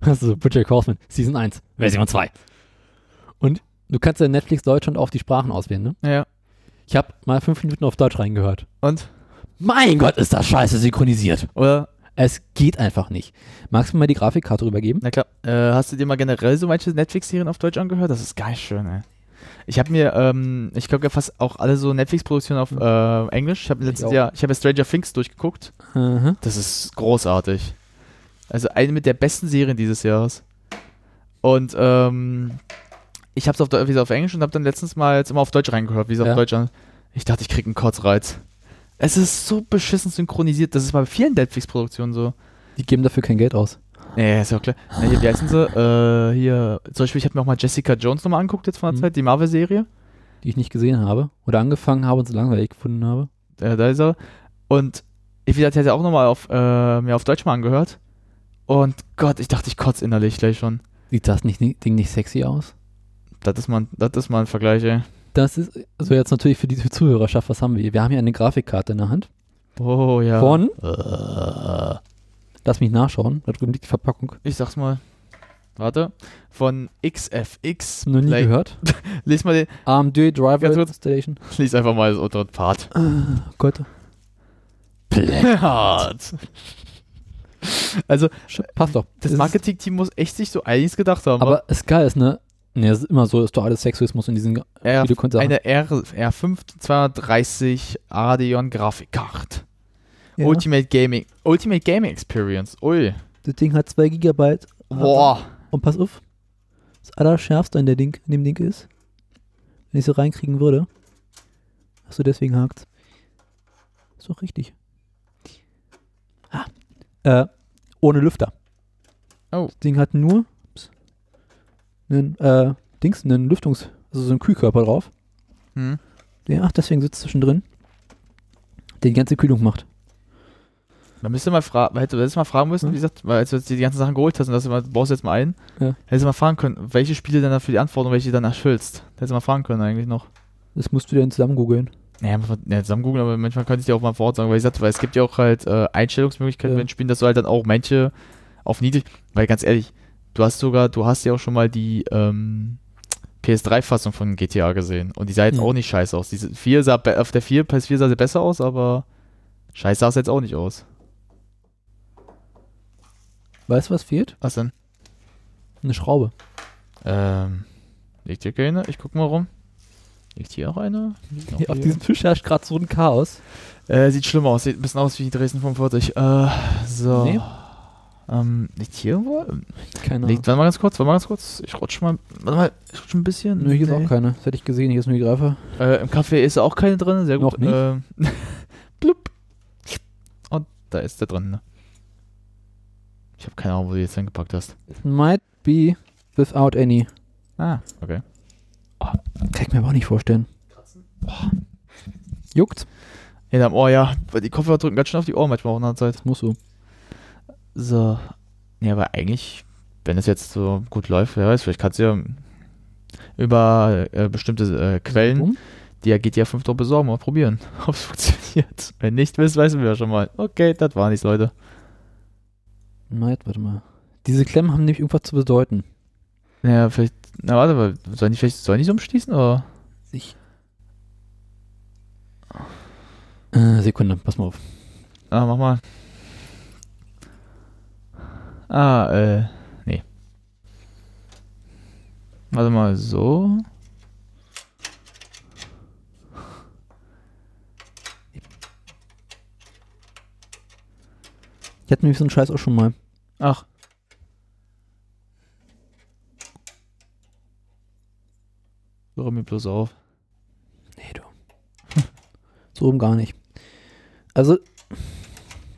Also, Bojack Horseman, Season 1, Version 2. Und du kannst ja in Netflix Deutschland auch die Sprachen auswählen, ne?
Ja.
Ich habe mal fünf Minuten auf Deutsch reingehört.
Und?
Mein Gott, ist das scheiße synchronisiert.
Oder?
Es geht einfach nicht. Magst du mir mal die Grafikkarte rübergeben?
Na klar. Äh, hast du dir mal generell so manche Netflix-Serien auf Deutsch angehört? Das ist geil schön, ey. Ich habe mir, ähm, ich glaube ja fast auch alle so Netflix-Produktionen auf äh, Englisch. Ich habe letztes
Mhm. auch.
Jahr, ich habe ja Stranger Things durchgeguckt.
Mhm.
Das ist großartig. Also eine mit der besten Serien dieses Jahres. Und ähm, ich habe es auf, Deu- wie gesagt, auf Englisch und habe dann letztens mal jetzt immer auf Deutsch reingehört, wie es
Ja.
auf Deutsch an. Ich dachte, ich krieg einen Kotzreiz. Es ist so beschissen synchronisiert. Das ist bei vielen Netflix-Produktionen so.
Die geben dafür kein Geld aus.
Nee, ist ja auch klar. Na, hier, wie heißen sie? Äh, hier, zum Beispiel, ich habe mir auch mal Jessica Jones nochmal angeguckt jetzt von der
Mhm.
Zeit, die Marvel-Serie.
Die ich nicht gesehen habe. Oder angefangen habe und so langweilig gefunden habe.
Äh, da ist er. Und ich, wie gesagt, hätte auch nochmal auf, äh, mir auf Deutsch mal angehört. Und Gott, ich dachte, ich kotze innerlich gleich schon.
Sieht das nicht, Ding nicht sexy aus?
Das ist mal, ein- das ist mal ein Vergleich, ey.
Das ist, also jetzt natürlich für die Zuhörerschaft, was haben wir hier? Wir haben hier eine Grafikkarte in der Hand.
Oh ja.
Von. Lass mich nachschauen. Da drüben liegt die Verpackung.
Ich sag's mal. Warte. Von XFX.
Noch nie
Play-
gehört.
Lies mal den.
AMD Driver
Ganz kurz.
Installation.
Lies einfach mal das untere Part.
Gott.
Hart. Also,
Passt doch.
das
Es ist-
Marketing-Team muss echt sich so einiges gedacht haben.
Aber es ist geil, ist ne? Ne, es ist immer so, ist doch alles Sexismus in diesen
R,
Videokonsolen.
eine R, R5 230 Radeon Grafikkarte.
Ja.
Ultimate Gaming. Ultimate Gaming Experience. Ui.
Das Ding hat 2 GB.
Boah.
Und pass auf, das Allerschärfste an der Ding, an dem Ding ist, wenn ich so reinkriegen würde, dass du deswegen hakt. Ist doch richtig. Ah, äh, ohne Lüfter.
Oh.
Das Ding hat nur ups, einen, äh, Dings, einen Lüftungs-, also so einen Kühlkörper drauf.
Hm.
Der, ach, deswegen sitzt zwischendrin, der die ganze Kühlung macht.
Man müsste mal fragen, hätte hättest du mal fragen müssen,
Hm?
wie gesagt, weil als du jetzt die ganzen Sachen geholt hast und das immer, baust du jetzt mal ein,
Ja.
hättest du mal fragen können, welche Spiele dann dafür die Anforderungen, welche du dann erfüllst. Hättest du mal fragen können eigentlich noch.
Das musst du dann zusammen googeln.
Naja, man- ja, zusammen googeln, aber manchmal könnte ich dir auch mal vor Ort sagen, weil ich sagte, weil es gibt ja auch halt äh, Einstellungsmöglichkeiten
Ja.
bei den Spielen, dass du halt dann auch manche auf niedrig, weil ganz ehrlich, du hast sogar, du hast ja auch schon mal die ähm, PS3-Fassung von GTA gesehen und die sah jetzt
Mhm.
auch nicht scheiße aus. Diese 4 sah, be- auf der 4, PS4 sah sie besser aus, aber scheiße sah es jetzt auch nicht aus.
Weißt du, was fehlt?
Was denn?
Eine Schraube.
Ähm, liegt hier keine? Ich guck mal rum. Liegt hier auch eine? Liegt noch
Hier auf
hier?
diesem Tisch herrscht gerade so ein Chaos.
Äh, sieht schlimm aus, sieht ein bisschen aus wie Dresden 45. Äh, so.
Nee.
Ähm, liegt hier irgendwo?
Keine
Liegt, warte mal ganz kurz, warte mal ganz kurz. Ich rutsche mal, warte mal, ich rutsche ein bisschen.
Nö, hier ist
Nee.
auch keine. Das hätte ich gesehen, hier ist nur die Greifer.
Äh, Im Kaffee ist auch keine drin, sehr gut.
Noch nicht.
Ähm, blub. Und da ist der drin, ne? Ich habe keine Ahnung, wo du jetzt hingepackt hast.
Might be without any.
Ah, okay.
Kann ich mir aber auch nicht vorstellen. Boah. Juckt.
Hinter am Ohr, ja. Weil Die Kopfhörer drücken ganz schön auf die Ohren manchmal auch ne? in der Zeit.
Das muss so.
So. Ja, aber eigentlich, wenn es jetzt so gut läuft, wer weiß, vielleicht kannst du ja über äh, bestimmte äh, Quellen
Bumm.
die ja GTA 5 doch besorgen und probieren, ob es funktioniert. Wenn nicht, wisst, wissen wir ja schon mal. Okay, das war nichts, Leute.
Might, warte mal. Diese Klemmen haben nämlich irgendwas zu bedeuten.
Naja, vielleicht, na warte, mal, sollen die vielleicht, sollen die so umschließen, oder?
Ich. Äh, Sekunde, pass mal auf.
Ah, mach mal. Ah, äh, nee. Warte mal, so.
Ich hatte nämlich so einen Scheiß auch schon mal.
Ach. Rühre mir bloß auf.
Nee, du. so rum gar nicht. Also,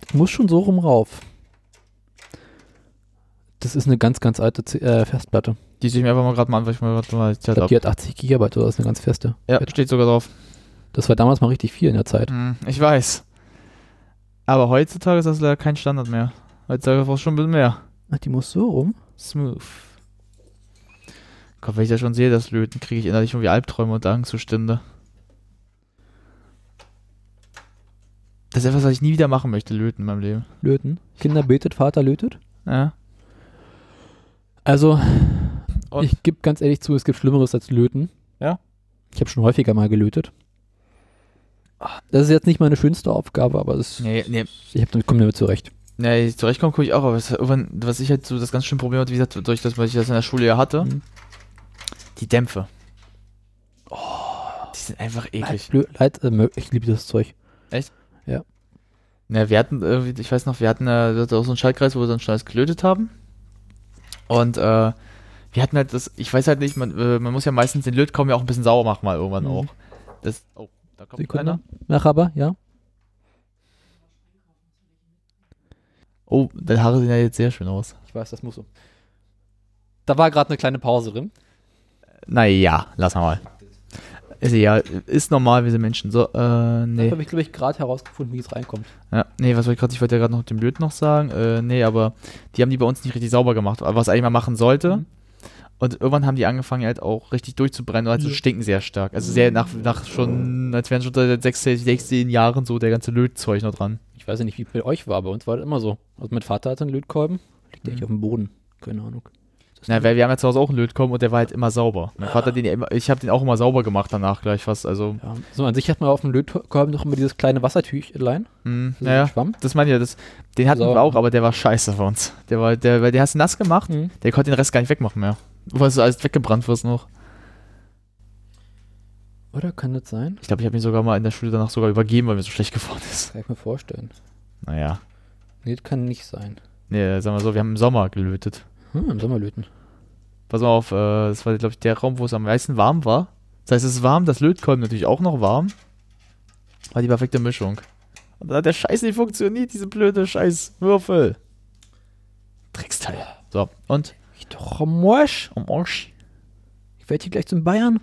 es muss schon so rum rauf. Das ist eine ganz, ganz alte C äh, Festplatte.
Die halt sehe ich mir einfach mal gerade mal an, weil ich mal gerade mal die
Ich
Zeit
glaube,
hab.
die hat 80 Gigabyte oder ist eine ganz feste.
Ja, steht sogar drauf.
Das war damals mal richtig viel in der Zeit.
Hm, Ich weiß. Aber heutzutage ist das leider kein Standard mehr. Heutzutage brauchst du schon ein bisschen mehr.
Ach, die muss so rum?
Smooth. Gott, wenn ich das schon sehe, das Löten, kriege ich innerlich irgendwie Albträume und Angstzustände. Das ist etwas, was ich nie wieder machen möchte, Löten in meinem Leben.
Löten. Kinder betet, Vater lötet.
Ja.
Also,
Und?
ich gebe ganz ehrlich zu, es gibt Schlimmeres als löten.
Ja?
Ich habe schon häufiger mal gelötet. Das ist jetzt nicht meine schönste Aufgabe, aber es,
Nee, nee.
ich hab- komme damit zurecht.
Nee, zurechtkommen gucke ich auch, aber es, ist irgendwann, was ich halt so das ganz schöne Problem hatte, wie gesagt, durch das, weil ich das in der Schule ja hatte,
Mhm.
die Dämpfe. Oh. Die sind einfach eklig.
Lö- Leid, äh, mö- ich liebe das Zeug.
Na, wir hatten, irgendwie- ich weiß noch, wir hatten, äh, wir hatten auch so einen Schaltkreis, wo wir so ein Scheiß gelötet haben. Und äh, wir hatten halt das, ich weiß halt nicht, man, äh, man muss ja meistens den Lötkolben ja auch ein bisschen sauer machen, mal irgendwann
Mhm.
auch. Das, oh, da kommt
Sekunde.
einer.
Nach aber, ja?
Oh, deine Haare sehen ja jetzt sehr schön aus.
Ich weiß, das muss so. Da war gerade eine kleine Pause drin.
Naja, lass mal. Ist ja, ist normal, wir sind Menschen. So, äh,
Da
nee.
habe ich, glaube ich, gerade herausgefunden, wie es reinkommt.
Ja, nee, was wollte ich gerade, ich wollte ja gerade noch mit dem Löt noch sagen. Äh, nee, aber die haben die bei uns nicht richtig sauber gemacht, was eigentlich mal machen sollte.
Mhm.
Und irgendwann haben die angefangen halt auch richtig durchzubrennen und halt zu
Ja.
stinken sehr stark. Also sehr nach, nach schon, als wären schon seit 16, 16 Jahren so der ganze Lötzeug noch dran.
Ich weiß ja nicht, wie es Mhm. bei euch war, bei uns war das immer so. Also mein Vater hatte einen Lötkolben, liegt der eigentlich auf dem Boden. Keine Ahnung. Das
Na, weil wir haben ja zu Hause auch einen Lötkolben und der war halt immer sauber. Mein Vater hat den ja immer, ich habe den auch immer sauber gemacht danach gleich fast. Also,
Ja. So, an sich hat man auf dem Lötkolben noch immer dieses kleine Wassertüchlein.
mh,
diesen
hm, naja,
Schwamm.
das meine ich ja, das, den hatten
Sauber.
wir auch, aber der war scheiße für uns. Der war, der, weil der hast du nass gemacht,
Mhm.
der konnte den Rest gar nicht wegmachen mehr. Weil du alles weggebrannt wirst noch.
Oder kann das sein?
Ich glaube, ich habe mich sogar mal in der Schule danach sogar übergeben, weil mir so schlecht geworden ist.
Kann ich mir vorstellen.
Naja.
Nee, das kann nicht sein.
Nee, sagen wir so, wir haben im Sommer gelötet.
Hm, im Sommer löten.
Pass mal auf, äh, das war, glaube ich, der Raum, wo es am meisten warm war. Das heißt, es ist warm, das Lötkolben natürlich auch noch warm. War die perfekte Mischung. Und da hat der Scheiß nicht funktioniert, diese blöde Scheißwürfel. Tricksteil. So, und?
Ich doch am Morsch.
Am Arsch.
Ich werde hier gleich zum Bayern.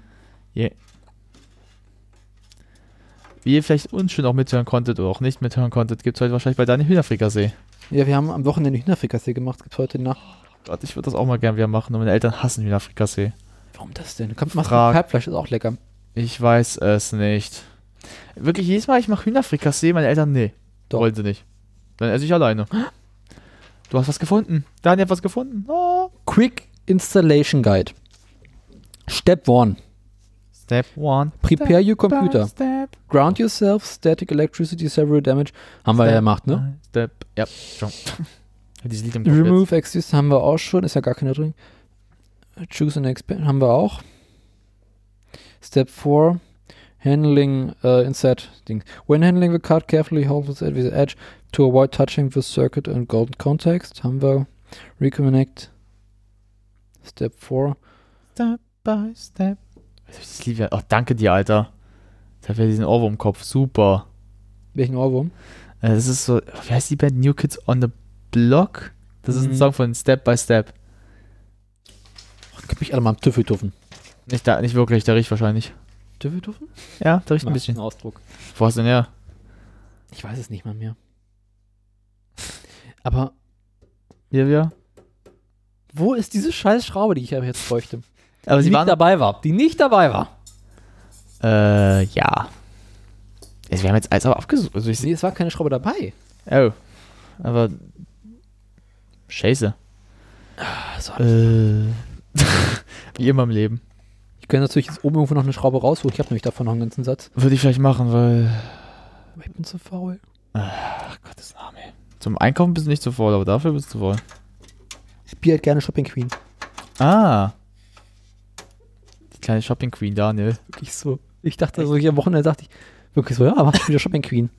Wie ihr vielleicht unschön auch mithören konntet oder auch nicht mithören konntet, gibt es heute wahrscheinlich bei Daniel Hühnerfrikassee.
Ja, wir haben am Wochenende Hühnerfrikassee gemacht. Gibt's heute Nacht.
Gott, ich würde das auch mal gern wieder machen, nur meine Eltern hassen Hühnerfrikassee.
Warum das denn? Kommt mal
Frag-
Kalbfleisch, ist auch lecker.
Ich weiß es nicht. Wirklich, jedes Mal, ich mache Hühnerfrikassee, meine Eltern, nee.
Doch.
Wollen sie nicht. Dann esse ich alleine. Du hast was gefunden. Daniel hat was gefunden. Oh.
Quick Installation Guide. Step 1.
Step one.
Prepare your computer.
Step.
Ground yourself, static electricity, several damage. Haben wir ja gemacht, ne?
Step. Ja, schon. Dieses Lied im Kopf jetzt.
Remove Exist haben wir auch schon, ist ja gar keine drin. Choose an Expand haben wir auch. Step 4. Handling uh, inside Ding. When handling the card, carefully hold it at the edge to avoid touching the circuit and golden context. Haben wir. Reconnect. Step 4.
Step by step. Dieses Lied, ja- oh, danke dir, Alter. Das hat wieder diesen Ohrwurm im Kopf. Super.
Welchen Ohrwurm?
Äh, Das ist so, wie heißt die Band? New Kids on the Block? Das ist ein
Mhm.
Song von Step by Step.
Gib mich alle mal am Tüffeltuffen.
Nicht, da, nicht wirklich, der riecht wahrscheinlich.
Tüffeltuffen?
Ja, der riecht ein
Ah,
bisschen.
Ein Ausdruck.
Wo hast du denn her?
Ich weiß es nicht mal mehr. Aber
Hier, wir.
wo ist diese scheiß Schraube, die ich aber jetzt bräuchte?
Aber
die
sie
nicht
waren
dabei war. Die nicht dabei war.
Äh, ja. Also wir haben jetzt alles aber abgesucht. Also ich seh-
Nee, es war keine Schraube dabei.
oh. Aber. Scheiße.
Ah, so
Äh. Wie immer im Leben.
Ich könnte natürlich jetzt oben irgendwo noch eine Schraube rausholen. Ich habe nämlich davon noch einen ganzen Satz.
Würde ich vielleicht machen, weil.
Aber ich bin zu faul.
Ach Gottes Name. Zum Einkaufen bist du nicht zu faul, aber dafür bist du faul.
Ich bin halt gerne Shopping Queen.
Ah. Die kleine Shopping Queen, Daniel.
Wirklich so. Ich dachte so, hier am Wochenende dachte ich, wirklich so, ja, was ich wieder Shopping Queen.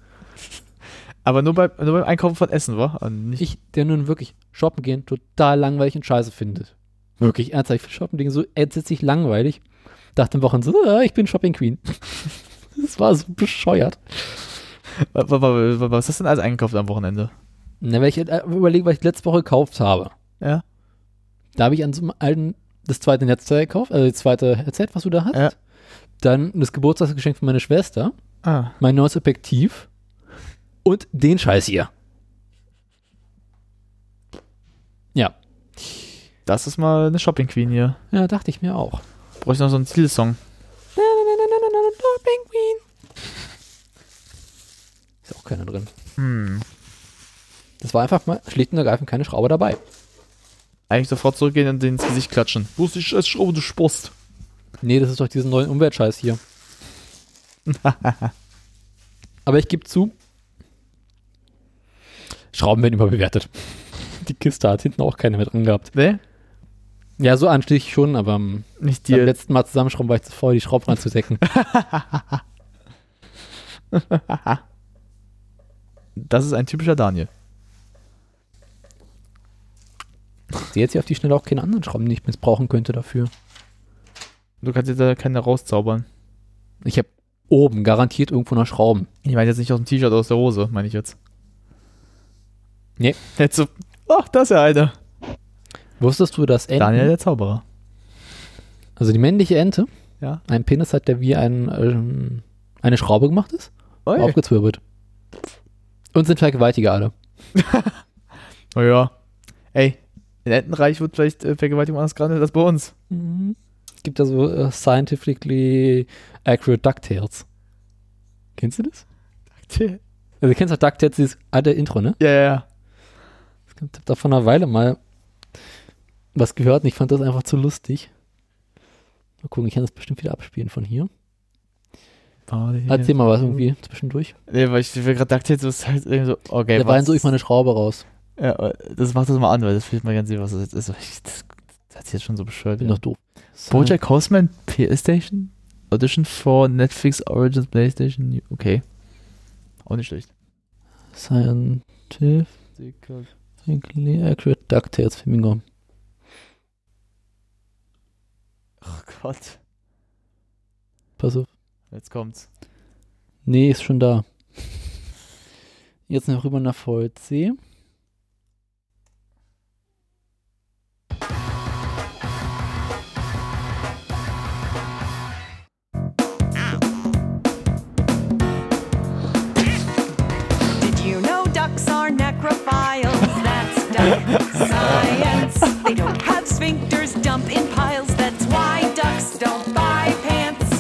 Aber nur, bei, nur beim Einkaufen von Essen, wa? Und nicht-
Ich, der nun wirklich shoppen gehen total langweilig und scheiße findet. Wirklich ernsthaft. Ich find Shoppen gehen so entsetzlich langweilig. Dachte am Wochenende so, ah, ich bin Shopping Queen. Das war so bescheuert.
Wa- wa- wa- wa- Was hast du denn alles eingekauft am Wochenende?
Na, weil ich halt äh, überlege, was ich letzte Woche gekauft habe.
Ja.
Da habe ich an so einem alten, das zweite Netzteil gekauft, also das zweite Headset, was du da hast.
Ja.
Dann das Geburtstagsgeschenk von meiner Schwester,
Ah.
mein neues Objektiv und den Scheiß hier. Ja,
Das ist mal eine Shopping Queen hier.
ja, dachte ich mir auch.
Brauche ich noch so einen Titelsong.
Ist auch keiner drin.
Hm.
Das war einfach mal schlicht und ergreifend keine Schraube dabei.
Eigentlich sofort zurückgehen und denen ins Gesicht klatschen. Wo ist die scheiß Schraube, du Spost?
Nee, das ist doch diesen neuen Umweltscheiß hier. Aber ich gebe zu, Schrauben werden überbewertet. Die Kiste hat hinten auch keine mehr dran gehabt.
Ne?
Ja, so anstich schon, aber ähm,
Nicht
beim
dir.
letzten Mal zusammenschrauben war ich zu faul, die Schrauben ranzudecken.
Das ist ein typischer Daniel.
ich sehe jetzt hier auf die Schnelle auch keine anderen Schrauben, die ich missbrauchen könnte dafür.
Du kannst dir da keine rauszaubern.
Ich habe oben garantiert irgendwo noch Schrauben.
Ich meine jetzt nicht aus dem T-Shirt, aus der Hose, meine ich jetzt.
Nee.
Jetzt so, ach, das ist ja einer.
Wusstest du, dass Enten,
Daniel, der Zauberer.
also die männliche Ente,
Ja.
einen Penis hat, der wie ein, ähm, eine Schraube gemacht ist?
Oi.
aufgezwirbelt. Und sind Vergewaltiger alle.
Oh ja. Ey, in Entenreich wird vielleicht äh, Vergewaltigung anders gehandelt als bei uns.
Gibt da so äh, scientifically accurate DuckTales. Kennst du das?
Ja,
Also, du kennst doch DuckTales, dieses alte Intro, ne?
ja, ja.
Ich hab da vor einer Weile mal was gehört und ich fand das einfach zu lustig. Mal gucken, ich kann das bestimmt wieder abspielen von hier. Erzähl mal was irgendwie zwischendurch.
Nee, weil ich mir gerade dachte, das ist halt irgendwie so, okay,
da war so ich meine Schraube raus.
Ja, aber das macht das mal an, weil das fehlt mir ganz sicher, was das jetzt ist. Also, Ich, das, das hat sich jetzt schon so bescheuert.
Bin
Ja.
doch doof. So.
Bojack Horseman PlayStation Audition for Netflix Origins PlayStation. Okay. Auch nicht schlecht.
Scientifically accurate DuckTales Flamingo.
Oh Gott.
Pass auf.
Jetzt kommt's.
Nee, ist schon da. Jetzt noch rüber nach VLC.
Did you know ducks are necrophiles? That's duck science. They don't have sphincters, dump in piles. That's why ducks don't buy pants.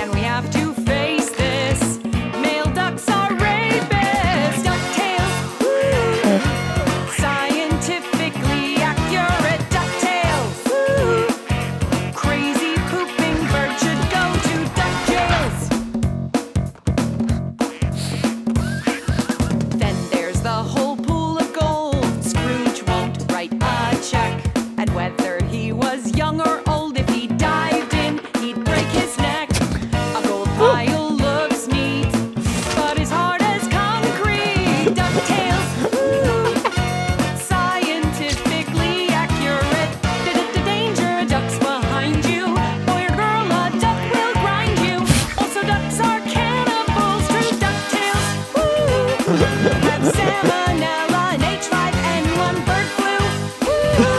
And we have to face this. Male ducks are rapists. Ducktails. Woo. Scientifically accurate ducktails. Woo. Crazy pooping bird should go to duck jails. Then there's the whole pool of gold. Scrooge won't write a check. And whether he was young or old, if he dived in, he'd break his neck. A gold pile looks neat, but as hard as concrete. DuckTales. ooh, Scientifically accurate. D-d-d- Danger, a duck's behind you. Boy or girl, a duck will grind you. Also, ducks are cannibals. True DuckTales. Woo! Have salmonella and H5N1 bird flu. Woo!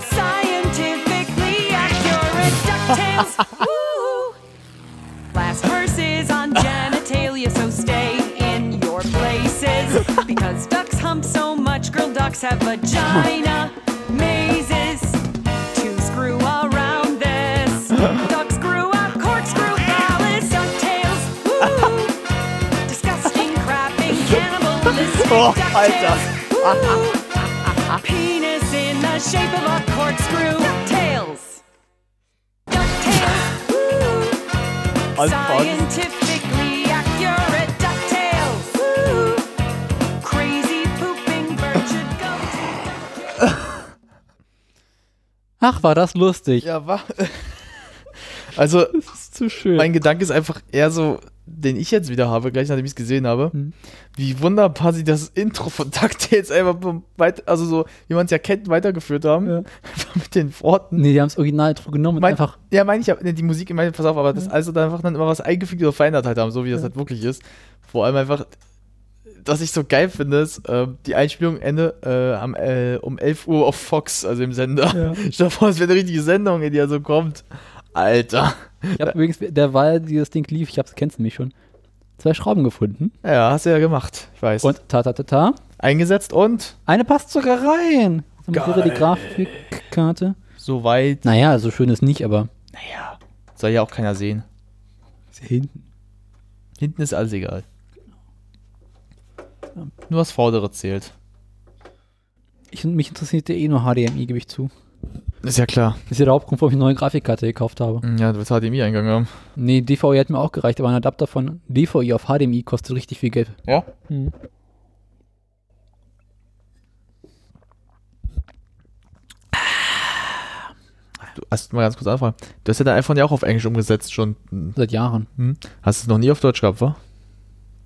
Scientifically accurate DuckTales. Woo! Last verse is on genitalia, so stay in your places. Because ducks hump so much, girl ducks have vagina mazes. To screw around this, ducks grew up corkscrew palace, DuckTales. Woo! Disgusting, crapping, cannibalistic
Oh,
DuckTales. Ooh. Penis in the shape of a corkscrew. DuckTales. DuckTales. Ooh. Scientifically accurate DuckTales. Ooh. Crazy pooping bird should go to
Ach, war das lustig.
Ja, war. Also,
Das ist zu schön.
mein Gedanke ist einfach eher so, den ich jetzt wieder habe, gleich nachdem ich es gesehen habe,
Hm.
wie wunderbar sie das Intro von DuckTales einfach vom weit, also so, wie man es ja kennt, weitergeführt haben. Einfach mit den Worten.
nee, die haben das Original genommen und
Mein,
einfach. Mhm.
Ja, meine ich ja. Ne, die Musik, ich meine, pass auf, aber das also da einfach dann immer was eingefügt oder verändert halt haben, so wie das halt wirklich ist. Vor allem einfach, dass ich so geil finde, ist, ähm, die Einspielung Ende äh, am, äh, um 11 Uhr auf Fox, also im Sender. Ich dachte, vor, es wäre eine richtige Sendung, in die er so kommt. Alter.
Ich habe übrigens, derweil dieses Ding lief, ich hab's, kennst du mich schon, zwei Schrauben gefunden.
Ja, hast du ja gemacht. Ich weiß.
Und ta ta ta ta.
Eingesetzt und
Eine passt sogar rein. Dann wäre die Grafikkarte.
soweit.
Naja, so schön ist nicht, aber
Naja. Soll ja auch keiner sehen.
hinten.
Hinten ist alles egal. Nur das Vordere zählt.
Ich, mich interessiert ja eh nur HDMI, gebe ich zu.
Ist ja klar.
Das ist ja der Hauptgrund, warum ich eine neue Grafikkarte gekauft habe.
Ja, du willst HDMI-Eingang haben.
Nee, DVI hat mir auch gereicht, aber ein Adapter von DVI auf HDMI kostet richtig viel Geld.
Ja? Du hast mal ganz kurz anfangen. Du hast ja dein iPhone ja auch auf Englisch umgesetzt schon.
Seit Jahren.
Hm? Hast du es noch nie auf Deutsch gehabt, wa?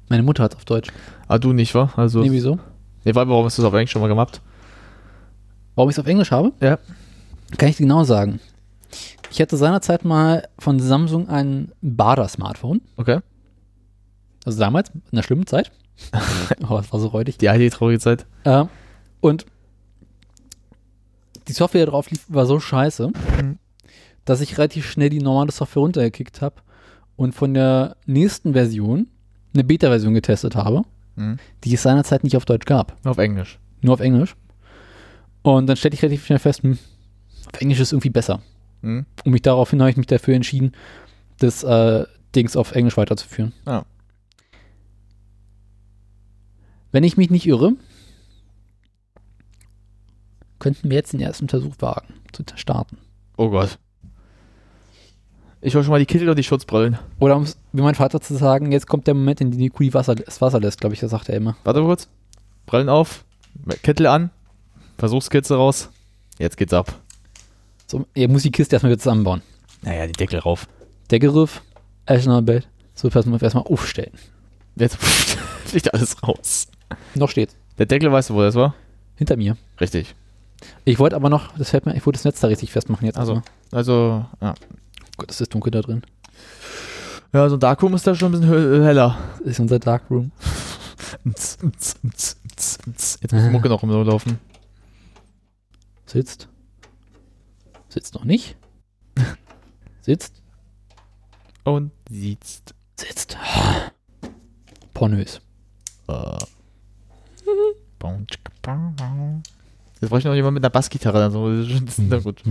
Meine Mutter hat es auf Deutsch.
Ah, du nicht, wa? Also,
Nee,
nee,
wieso?
wa- warum hast du es auf Englisch schon mal gemacht?
Warum ich es auf Englisch habe?
Ja.
Kann ich genau sagen. Ich hatte seinerzeit mal von Samsung ein Bader-Smartphone.
Okay.
Also damals, in der schlimmen Zeit. oh, das war so räudig.
Die alte traurige Zeit.
Äh, und die Software, die drauf lief, war so scheiße,
Mhm.
dass ich relativ schnell die normale Software runtergekickt habe und von der nächsten Version eine Beta-Version getestet habe,
Mhm.
die es seinerzeit nicht auf Deutsch gab,
Nur auf Englisch.
nur auf Englisch. Und dann stellte ich relativ schnell fest, hm, auf Englisch ist irgendwie besser.
Mhm.
Und mich daraufhin habe ich mich dafür entschieden, das äh, Dings auf Englisch weiterzuführen.
Ah.
Wenn ich mich nicht irre, könnten wir jetzt den ersten Versuch wagen, zu starten.
Oh Gott. Ich hol schon mal die Kittel und die Schutzbrillen.
Oder um es wie mein Vater zu sagen, jetzt kommt der Moment, in dem die Kuh die Wasser, das Wasser lässt, glaube ich, das sagt er immer.
Warte mal kurz. Brillen auf. Kittel an. Versuchskitze raus. Jetzt geht's ab.
So, er muss die Kiste erstmal wieder zusammenbauen.
Naja, die Deckel rauf.
Der Griff, Eschenbett, so fest muss erstmal aufstellen.
Jetzt fliegt alles raus.
Noch steht
Der Deckel, weißt du, wo das war?
hinter mir.
Richtig.
Ich wollte aber noch, das fällt mir, ich wollte das Netz da richtig festmachen jetzt.
Also,
erstmal.
also, ja.
Gott, das ist dunkel da drin.
Ja, so ein Darkroom ist da schon ein bisschen hö- äh, heller.
Das ist unser Darkroom.
Mts, mts, mts, mts, mts. Jetzt muss die Mucke noch rumlaufen.
Äh. Sitzt. Sitzt noch nicht. Sitzt.
Und sitzt.
Sitzt. Pornös.
Äh. Baum, tschick, baum, baum. Jetzt brauche ich noch jemand mit einer Bassgitarre. Also, na gut.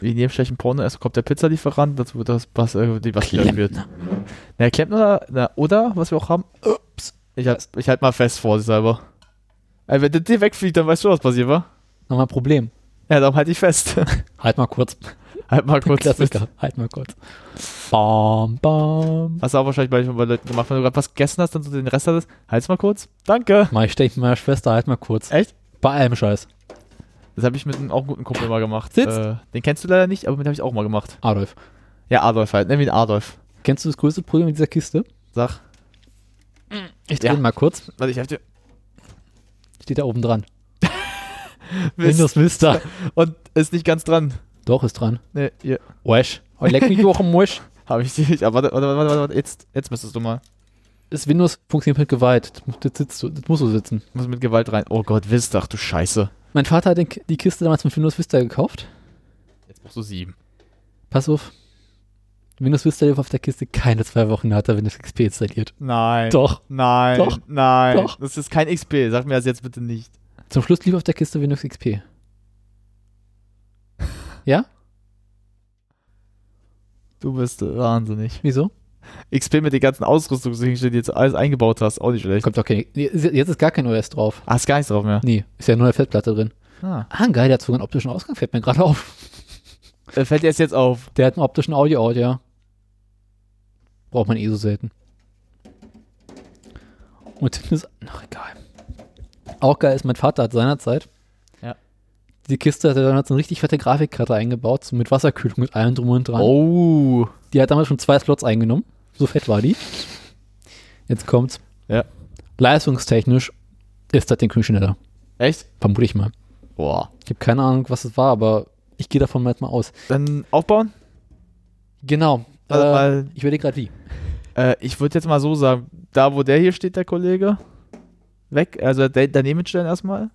Wie Nebenstechen Porno, erst kommt der Pizzalieferant, dazu wird das Bass, äh, die Bassgitarre gespielt. Na, Klempner, na, oder, was wir auch haben, ups, ich halt, ich halt mal fest vor sich selber. Ey, wenn der dir wegfliegt, dann weißt du, was passiert war.
Nochmal Problem.
Ja, dann halt dich fest.
Halt mal kurz.
halt mal kurz.
Klassiker. Halt mal kurz. Bam, bam.
Hast du auch wahrscheinlich bei, bei Leuten gemacht, wenn du gerade was gegessen hast, dann so den Rest hattest, halt's mal kurz. Danke.
Mach ich stell ich meiner Schwester halt mal kurz.
Echt?
Bei allem Scheiß.
Das habe ich mit einem auch guten Kumpel mal gemacht.
Sitzt.
Äh, den kennst du leider nicht, aber mit dem habe ich auch mal gemacht.
Adolf,
Ja, Adolf halt, nenn ihn Adolf.
kennst du das größte Problem mit dieser Kiste?
Sag,
Ich
Ja.
drehe ihn mal kurz.
warte, ich hab dir.
Steht da oben dran.
Mist.
Windows Vista.
Und ist nicht ganz dran.
Doch, ist dran.
Nee, hier.
Wesh. Oh, leck mich doch im Wesh.
Habe ich dich. Aber warte, warte, warte, warte, warte, jetzt, jetzt müsstest du mal.
Das Windows funktioniert mit Gewalt. Das, mu- das, sitzt, so- das musst du sitzen.
Muss mit Gewalt rein. Oh Gott, Wist, ach du Scheiße.
Mein Vater hat den, K- die Kiste damals mit Windows Vista gekauft.
Jetzt brauchst du sieben.
Pass auf. Windows Vista lief auf der Kiste keine zwei Wochen hat er Windows XP installiert.
Nein.
Doch.
Nein.
Doch.
Nein.
Doch.
Das ist kein XP. Sag mir das jetzt bitte nicht.
Zum Schluss lief auf der Kiste Windows XP. Ja?
Du bist äh, wahnsinnig.
Wieso?
XP mit den ganzen Ausrüstungsgegenständen, die du jetzt alles eingebaut hast, auch nicht schlecht.
Kommt doch keine. Jetzt ist gar kein OS drauf.
Ach, ist gar nichts drauf mehr.
Nee, ist ja nur eine Festplatte drin.
Ah.
Ah, geil, der hat sogar einen optischen Ausgang, fällt mir gerade auf.
Äh, Fällt dir das jetzt auf?
Der hat einen optischen Audio-Out, ja. Braucht man eh so selten. Und hinten ist. Ach, egal. Auch geil ist, mein Vater hat seinerzeit.
Ja.
Die Kiste hat er damals eine richtig fette Grafikkarte eingebaut, so mit Wasserkühlung und allem drum und dran.
Oh.
Die hat damals schon zwei Slots eingenommen. So fett war die. Jetzt kommt's.
Ja.
Leistungstechnisch ist das Ding viel schneller.
Echt?
Vermute ich mal.
Boah.
Ich habe keine Ahnung, was es war, aber ich gehe davon jetzt mal aus.
Dann aufbauen?
Genau.
Warte
äh,
mal.
Ich überlege gerade wie.
Äh, ich würde jetzt mal so sagen, da wo der hier steht, der Kollege, weg, also da- daneben stellen erstmal.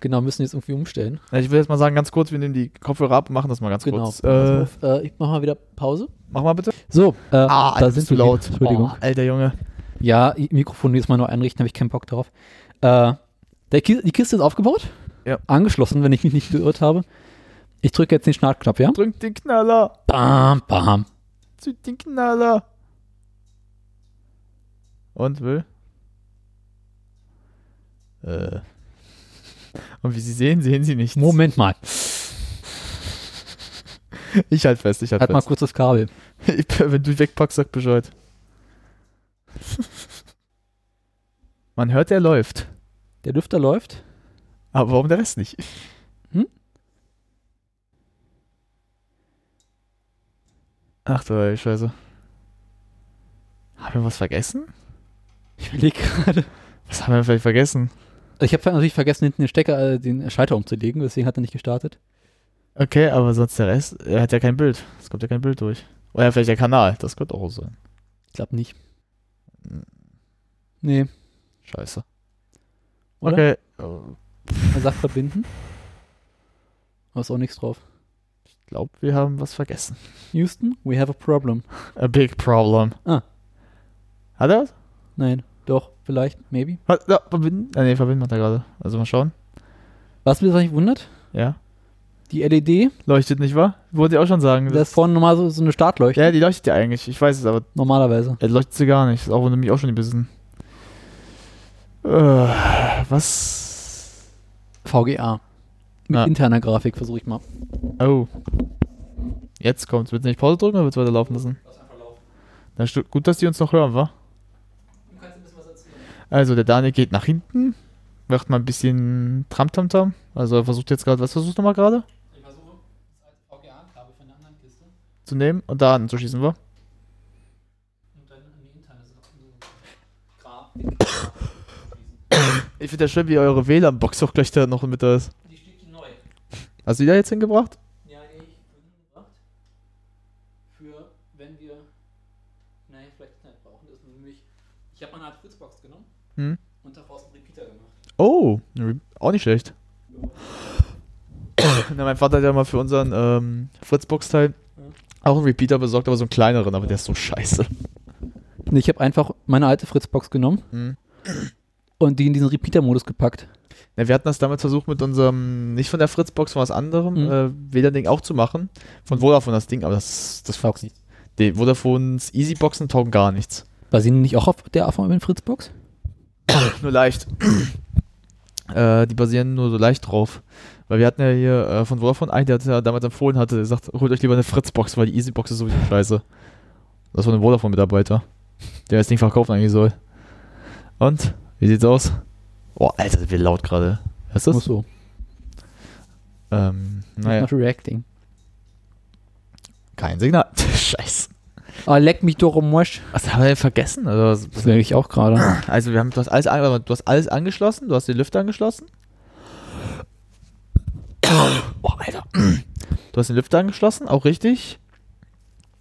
Genau, müssen jetzt irgendwie umstellen.
Ja, Ich würde jetzt mal sagen, ganz kurz, wir nehmen die Kopfhörer ab und machen das mal ganz
Genau.
kurz.
Pass
Äh,
auf, äh, ich mache mal wieder Pause.
mach mal bitte.
So, äh,
Ah,
da
jetzt
sind
bist du
wir
laut.
wieder. Entschuldigung.
Oh, alter Junge.
Ja, i- Mikrofon jetzt mal nur einrichten, habe ich keinen Bock drauf. Äh, der Ki die Kiste ist aufgebaut.
Ja.
Angeschlossen, wenn ich mich nicht geirrt habe. Ich drücke jetzt den Startknopf, ja?
Drück den Knaller.
Bam, bam.
Zünd den Knaller. Und will. Äh. Und wie sie sehen, sehen sie nichts.
Moment mal.
Ich halt fest, ich halt,
Halt mal
fest.
kurz das Kabel.
Ich- Wenn du wegpackst, sag Bescheid. Man hört, der läuft.
Der Lüfter läuft.
Aber warum der Rest nicht?
Hm?
Ach du Scheiße. Haben wir was vergessen?
Ich überlege gerade.
Was haben wir vielleicht vergessen?
Ich habe natürlich vergessen, hinten den Stecker, äh, den Schalter umzulegen, deswegen hat er nicht gestartet.
Okay, aber sonst der Rest, er hat ja kein Bild. Es kommt ja kein Bild durch. Oder vielleicht der Kanal, das könnte auch sein. Hm.
Ich glaube nicht. Nee.
Scheiße.
Oder?
Okay.
Er sagt verbinden. Aber ist auch nichts drauf.
Ich glaube, wir haben was vergessen.
Houston, we have a problem.
A big problem.
Ah.
Hat er was?
Nein, doch, vielleicht, maybe.
was? Ja, verbinden? Ah, nee, verbinden hat er gerade. Also mal schauen.
Was mich eigentlich wundert,
Ja.
die LED,
Leuchtet nicht, wahr? Wollte ich auch schon sagen.
da ist vorne normal so, so eine Startleuchte.
ja, die leuchtet ja eigentlich. Ich weiß es, aber
Normalerweise.
er leuchtet sie gar nicht. Das auch wundert mich auch schon ein bisschen. Äh, was?
VGA. Mit
Ja.
interner Grafik versuche ich mal.
Oh. Jetzt kommt's. Willst du nicht Pause drücken oder willst du weiterlaufen lassen? Na, stu- gut, dass die uns noch hören, wa? Also, der Daniel geht nach hinten, macht mal ein bisschen Tram-Tam-Tam. Also, er versucht jetzt gerade, was versuchst du mal gerade?
Ich versuche, als VGA-Kabel von der anderen Kiste
Zu nehmen und da anzuschießen, wa?
und dann an die interne
Ich finde das schön, wie eure WLAN-Box auch gleich da noch mit da ist.
Die steht neu.
Hast du die da jetzt hingebracht?
Ja, nee, ich bin gebracht. Für wenn wir, naja, vielleicht Internet brauchen. Das ist nämlich, ich habe mal eine Art Fritzbox genommen
Hm.
und daraus einen Repeater gemacht.
Oh, ne, auch nicht schlecht. Na, mein Vater hat ja mal für unseren ähm, Fritzbox-Teil auch einen Repeater besorgt, aber so einen kleineren, aber der ist so scheiße.
Ich habe einfach meine alte Fritzbox genommen
Hm.
und die in diesen Repeater-Modus gepackt.
Na, wir hatten das damals versucht mit unserem, nicht von der Fritzbox, von was anderem,
Mhm.
äh, WLAN-Ding auch zu machen. Von Vodafone das Ding, aber das, das
Taugt nichts.
Die Vodafones Easyboxen taugen gar nichts.
War sie nicht auch auf der AVM Fritzbox?
Nur leicht. äh, die basieren nur so leicht drauf. Weil wir hatten ja hier äh, von Vodafone einen, der uns ja damals empfohlen hatte, der sagt, holt euch lieber eine Fritzbox, weil die Easybox ist sowieso scheiße. Das war ein Vodafone-Mitarbeiter, der das Ding verkaufen eigentlich soll. Und? Wie sieht's aus? Oh, Alter, das wird laut gerade. Hörst du
Muss
das?
so.
Ähm, naja,
Not reacting.
kein Signal. Scheiße.
Ah, leck mich doch im Mosch.
Was haben wir denn vergessen? Also,
Das merke ich auch gerade.
Also wir haben, du hast alles, an- du hast alles angeschlossen, du hast den Lüfter angeschlossen. Oh, Alter. Du hast den Lüfter angeschlossen, auch richtig.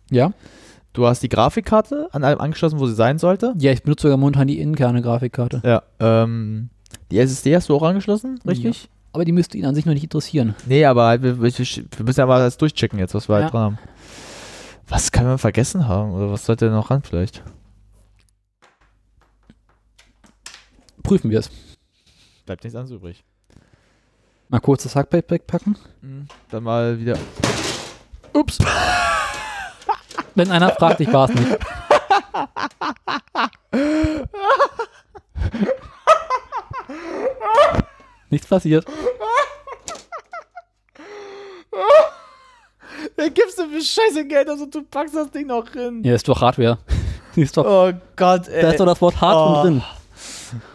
ja?
Du hast die Grafikkarte an allem angeschlossen, wo sie sein sollte.
Ja, ich benutze sogar momentan die interne Grafikkarte.
Ja. Ähm, die SSD hast du auch angeschlossen, richtig?
Aber die müsste ihn an sich noch nicht interessieren.
Nee, aber halt, wir, wir, wir müssen ja mal das durchchecken jetzt, was wir
Ja.
halt dran haben. Was kann man vergessen haben? Oder was sollte denn noch ran vielleicht?
Prüfen wir es.
Bleibt nichts anderes übrig.
Mal kurz das Hackpack packen.
Dann mal wieder.
Ups. Wenn einer fragt, ich war es nicht. Nichts passiert.
Dann gibst du mir scheiße Geld, also du packst das Ding noch hin.
Ja, ist doch Hardware. Ist doch,
Oh Gott, ey.
da ist doch das Wort Hardware
Oh.
drin.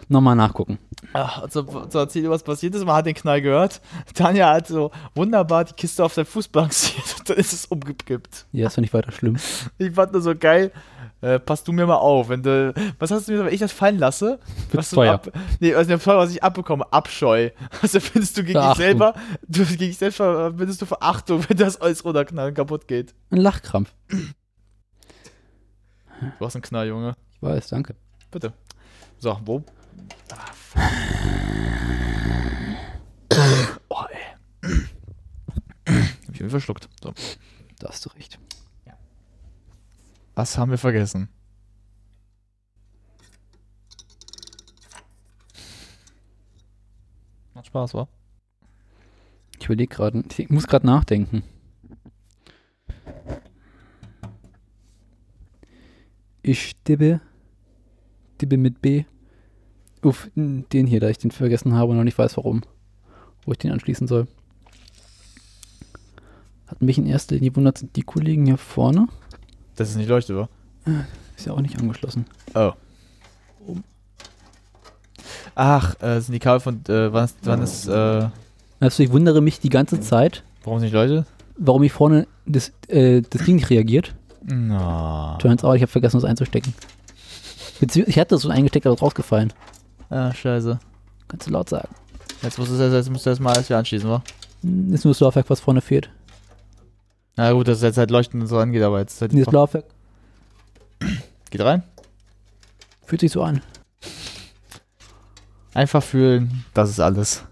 Nochmal nachgucken.
Ach, zu, zu erzählen, was passiert ist, man hat den Knall gehört. Tanja hat so wunderbar die Kiste auf der Fußbank balanciert und dann ist es umgekippt.
Ja, ist doch nicht weiter schlimm.
Ich fand nur so geil. Äh, pass du mir mal auf, wenn du. Was hast du mir gesagt, wenn ich das fallen lasse? Was du
teuer.
ab, nee, also teuer, was ich abbekomme, Abscheu. Also findest du gegen dich
Verachtung.
selber, du gegen dich selbst findest du Verachtung, wenn das alles runterknallen kaputt geht.
Ein Lachkrampf.
Du hast einen Knall, Junge.
Ich weiß, danke.
Bitte. So, wo? Oh, ey. Hab ich irgendwie verschluckt. So.
Da hast du recht.
Was haben wir vergessen? Macht Spaß, wa?
Ich überlege gerade. Ich muss gerade nachdenken. Ich tippe. Tippe mit B. Uff, n- den hier, da ich den vergessen habe und noch nicht weiß warum. Wo ich den anschließen soll. Hat mich in erster Linie gewundert, sind die Kollegen hier vorne. Äh,
Das ist nicht Leuchte, wa?
Ist ja auch nicht angeschlossen.
Oh. Ach, äh, das sind die Kabel von, äh, wann ist, wann ist, äh,
Also ich wundere mich die ganze Zeit,
Hm. warum ist nicht Leuchte?
warum ich vorne das, äh, das Ding nicht reagiert.
Na.
Turns out, ich habe vergessen, das einzustecken. Bezieh ich hatte das schon eingesteckt, aber es ist rausgefallen.
Ah, scheiße.
Kannst du laut sagen.
Jetzt musst du das, jetzt musst du das mal alles wieder anschließen, wa?
Hm, Ist nur das Laufwerk, was vorne fehlt.
Na gut, dass es jetzt halt leuchtend so angeht, aber jetzt ist halt
Nee, Das Laufwerk
Geht rein.
fühlt sich so an.
Einfach fühlen, das ist alles.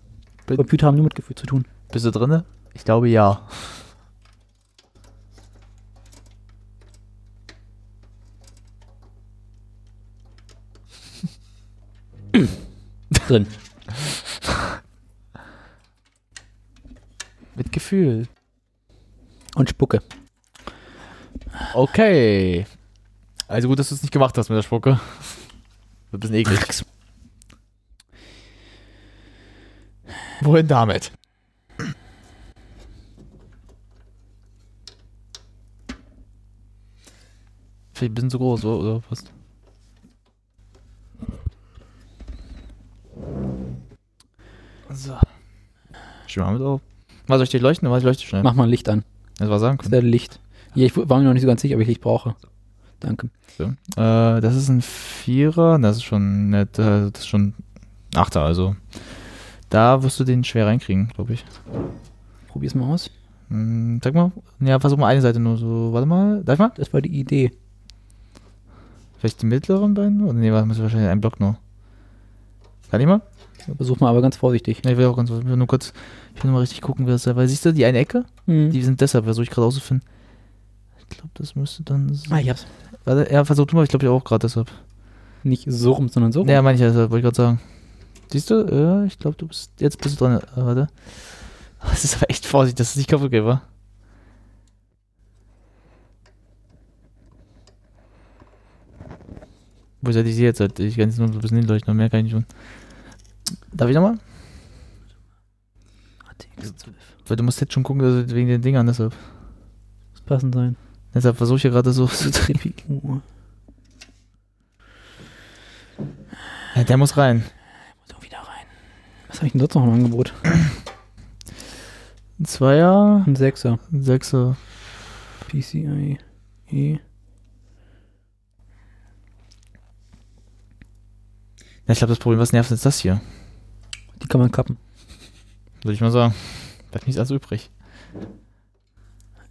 Computer haben nur mit Gefühl zu tun.
Bist du drinne? Ich glaube ja.
Drin.
Mit Gefühl.
Und Spucke.
Okay. Also gut, dass du es nicht gemacht hast mit der Spucke. Wird ein bisschen eklig. Wohin damit? Vielleicht ein bisschen zu groß, oder? oder fast. So. Schön mal mit auf. Was soll ich dich leuchten? Was ich leuchte schnell.
Mach mal ein Licht an.
Das war sagen
Das
können.
wäre Licht. Ja, ich war mir noch nicht so ganz sicher, ob ich Licht brauche. Danke.
Äh, das ist ein Vierer, das ist schon nett, äh, das ist schon ein Achter, also. Da wirst du den schwer reinkriegen, glaube ich.
Probier's mal aus.
Hm, sag mal, ja, versuch mal eine Seite nur so. Warte mal, darf ich mal?
Das war die Idee.
Vielleicht die mittleren beiden? Oder nee, warte, müssen wir wahrscheinlich einen Block nur. Kann ich mal?
Versuch mal aber ganz vorsichtig.
Nee, ich will auch ganz, ich will nur kurz, ich will nur mal richtig gucken, wie das da, weil siehst du, die eine Ecke,
Hm.
die sind deshalb, versuche ich gerade auszufinden. Ich glaube, das müsste dann, so-
ah, ich hab's.
warte, ja, versuch du mal, ich glaube, ich auch gerade deshalb.
Nicht so rum, sondern so rum.
Ja, meine ich, also, wollte ich gerade sagen. Siehst du, ja, ich glaube, du bist, jetzt bist du dran, äh, warte. Das ist aber echt vorsichtig, dass es nicht kaputt geht, wa? Wo seid ihr jetzt? halt? Ich kann jetzt nur so ein bisschen hinleuchten, mehr kann ich nicht tun. Darf ich nochmal?
ATX12.
Weil du musst jetzt schon gucken, also wegen den Dingern, deshalb.
Muss passend sein.
Deshalb versuche ich ja gerade so zu drehen.
CPU.
Ja, der muss rein.
So wieder rein. Was habe ich denn sonst noch im Angebot?
Ein Zweier,
Ein Sechser.
ein Sechser.
PCIe. E.
Ja, ich glaube, das Problem, was nervt, ist das hier.
Die kann man kappen.
Würde ich mal sagen. Bleibt nichts anderes übrig.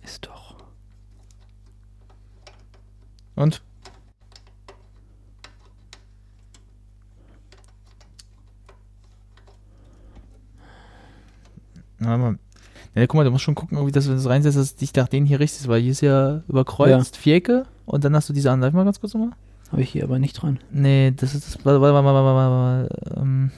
Ist doch.
Und? Na, Mann. Ja, guck mal, du musst schon gucken, irgendwie, dass du das reinsetzt, dass es dich nach denen hier richtest, weil hier ist ja überkreuzt, Vierecke und dann hast du diese anderen. Darf ich mal ganz kurz nochmal?
Habe ich hier aber nicht dran.
Nee, das ist das. Warte, warte, warte, warte, warte, warte, warte. Ähm,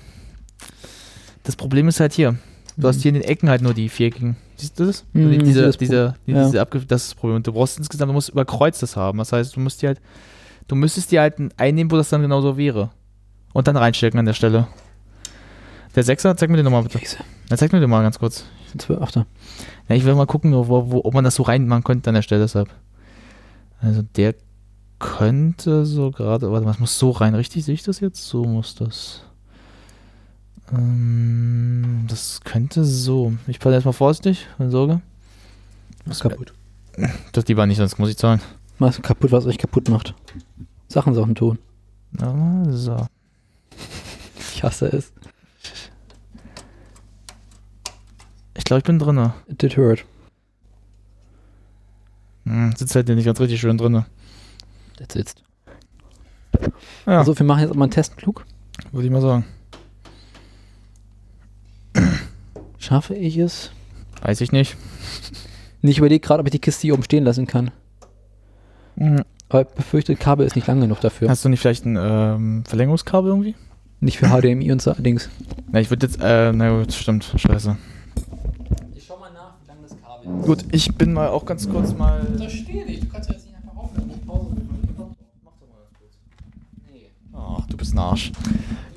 Das Problem ist halt hier. Du hast hier in den Ecken halt nur die Viereckigen. Siehst du das?
Mhm,
Die-
ich sehe
diese,
das
diese, die-
Ja.
diese abge das ist das Problem. Und du brauchst insgesamt, du musst überkreuzt das haben. Das heißt, du musst dir halt, du müsstest dir halt einen einnehmen, wo das dann genauso wäre. Und dann reinstecken an der Stelle. Der Sechser, zeig mir den nochmal bitte.
Scheiße.
Na, zeig mir den mal ganz kurz.
Das sind zwei Achter.
Ja, ich will mal gucken, wo, wo, ob man das so reinmachen könnte an der Stelle deshalb. Also der könnte so gerade. Warte mal, es muss so rein, richtig? Sehe ich das jetzt? So muss das. Ähm, das könnte so. Ich passe erstmal vorsichtig, keine Sorge.
Was kaputt.
Das lieber nicht, sonst muss ich zahlen.
Was kaputt, was euch kaputt macht. Sachen Sachen tun.
Aber so.
Ich hasse es.
Ich glaube, ich bin drinne.
Deterred.
Hm, sitzt halt hier nicht ganz richtig schön drinne.
Das sitzt.
Ja,
Also wir machen jetzt mal einen Testflug.
würde ich mal sagen.
Schaffe ich es?
Weiß ich nicht.
Nee, Ich überlege gerade, ob ich die Kiste hier oben stehen lassen kann.
Hm,
Aber ich befürchte, Kabel ist nicht lang genug dafür.
Hast du nicht vielleicht ein ähm, Verlängerungskabel irgendwie?
Nicht für HDMI und so Dings.
Na, ich würde jetzt. Äh, na gut, stimmt. Scheiße.
Ich schau mal nach, wie lang das Kabel ist.
Gut, ich bin mal auch ganz kurz mal.
Das steht nicht. Du kannst ja jetzt nicht einfach aufhören. Nee.
Ach, Ah, du bist ein Arsch.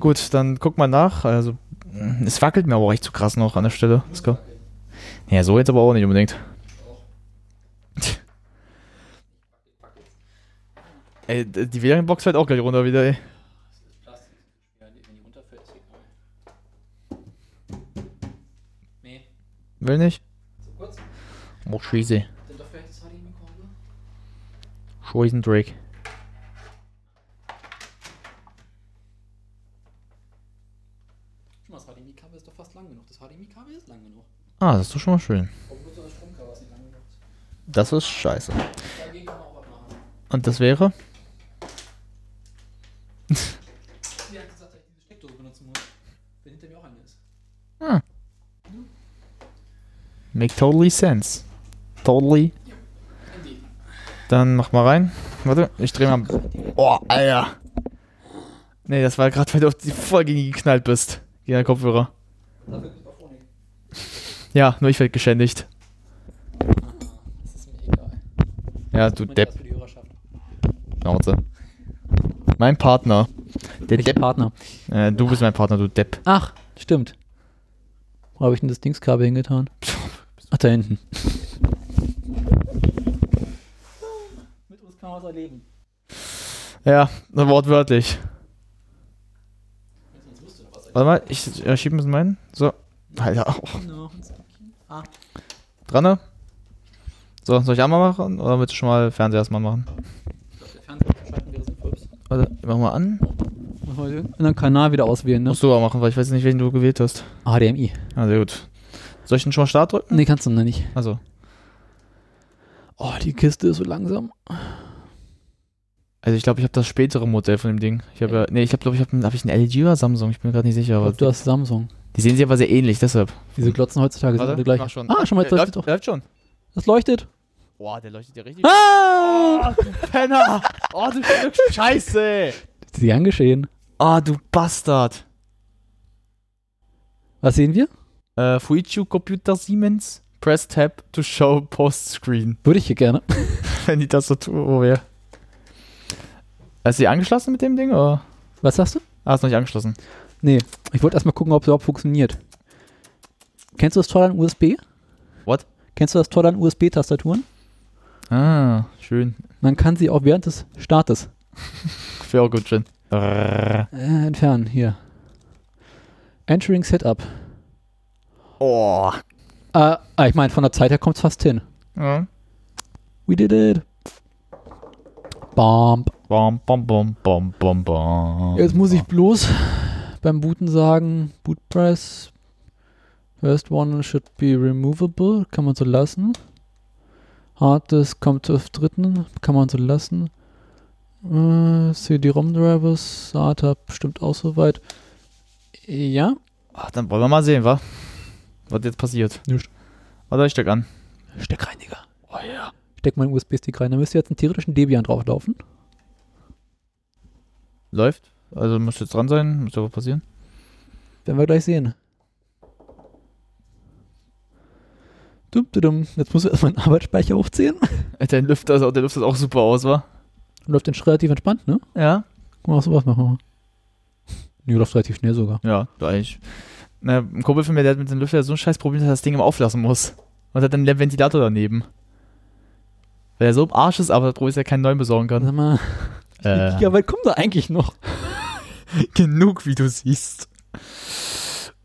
Gut, dann guck mal nach. Also, mh, es wackelt mir aber auch echt zu krass noch an der Stelle. Das kann- ja, so jetzt aber auch nicht unbedingt. Ey, d- die WLAN-Box fällt auch gleich runter wieder, ey.
Nee.
Will nicht?
So kurz?
Oh, Scheiße.
Dann doch vielleicht das HDMI-Kabel?
Scheißendreck.
Schon mal, das HDMI-Kabel ist doch fast lang genug. Das HDMI-Kabel ist lang genug.
Ah, das ist doch schon mal schön.
Obwohl bloß das Stromkabel ist nicht lang genug.
Das ist scheiße.
Dagegen kann man auch was machen.
Und das wäre?
Sie hat gesagt, dass ich diese Steckdose benutzen muss. Wenn hinter mir auch eine ist.
Ah. Make totally sense. Totally.
Handy.
Dann mach mal rein. Warte, ich dreh mal. Oh, Alter. Nee, das war gerade, weil du auf die voll gegen ihn geknallt bist. Gegen den Kopfhörer.
Dafür gibt es auch Honig.
Ja, nur ich werd geschändigt.
Das ist mir egal.
Ja, du
Man das
Depp.
für die Hörerschaft.
Schnauze. Mein Partner. Der
Welcher
Depp.
Partner?
Äh, du bist mein Partner, du Depp.
Ach, stimmt. Wo habe ich denn das Dingskabel hingetan? Ach, da hinten. Mit uns kann man was erleben.
Ja, na, wortwörtlich. Warte mal, ich äh, schieb ein bisschen meinen. So. Alter, oh.
Genau, Ah.
dran, ne? So, soll ich einmal machen oder willst du schon mal Fernseher erstmal machen? Warte, ich mach mal an.
Muss man irgendeinen Kanal wieder auswählen, ne?
Musst du aber machen, weil ich weiß nicht, wen du gewählt hast.
HDMI.
Ah, sehr gut. Soll ich den schon mal Start drücken?
Nee, kannst du noch nicht.
Also,
Oh, die Kiste ist so langsam.
also ich glaube, ich habe das spätere Modell von dem Ding. Ich habe ja, nee, ich habe glaube, ich habe hab ich einen LG oder Samsung, ich bin mir gerade nicht sicher,
Aber
aber
du hast Samsung.
die sehen sich aber sehr ähnlich, deshalb.
Diese Glotzen heutzutage sind alle gleich.
mach schon.
Ah, schon mal,
Äh,
jetzt leuchtet
läuft,
doch.
läuft schon.
Das leuchtet.
Boah, der leuchtet ja richtig.
Ah!
Penner! Oh, du Stück Scheiße!
Das ist ja angeschehen.
Ah, du Bastard!
Was sehen wir?
Äh, Fuichu Computer Siemens. Press Tab to show Post Screen.
Würde ich hier gerne.
Wenn die Tastatur wo wäre. Ist sie angeschlossen mit dem Ding? Oder?
Was sagst du?
Ah, ist noch nicht angeschlossen.
Nee, ich wollte erstmal gucken, ob es überhaupt funktioniert. Kennst du das Tolle an USB?
What?
Kennst du das Tolle an USB-Tastaturen?
Ah, schön.
Man kann sie auch während des Startes
Wäre auch gut schön.
äh, entfernen. Hier. Entering Setup.
Oh.
Äh, ah, ich meine, von der Zeit her kommt es fast hin.
Ja.
We did it. Bomb.
Bom, bom, bom, bom, bom, bom.
Jetzt muss ich bloß beim Booten sagen, Boot Press. First one should be removable, kann man so lassen. Hard Disk kommt auf dritten, kann man so lassen. Äh, CD-ROM-Drivers, SATA bestimmt auch soweit. Ja,
Ach, Ah, dann wollen wir mal sehen, wa? Was jetzt passiert.
Nicht.
Warte, ich steck an.
Steckreiniger. Oh ja. Steck meinen USB-Stick rein, da müsste jetzt ein theoretischen Debian drauflaufen.
Läuft. Also muss jetzt dran sein. Muss ja was passieren.
Werden wir gleich sehen. Dum, dum, dum. Jetzt muss ich erstmal einen Arbeitsspeicher hochziehen.
Alter, der Lüfter, ist auch- der Lüfter ist auch super aus, wa?
Läuft den relativ entspannt, ne?
Ja.
Kann man auch sowas machen. Nee, läuft relativ schnell sogar.
Ja, da eigentlich. Na, ein Kumpel von mir, der hat mit dem Lüfter so ein scheiß Problem, dass er das Ding immer auflassen muss. Und hat dann einen Ventilator daneben. Weil er so im Arsch ist, aber das Problem ist, dass er keinen neuen besorgen kann. Äh.
Sag mal, wie viel Arbeit kommt da eigentlich noch?
genug, wie du siehst.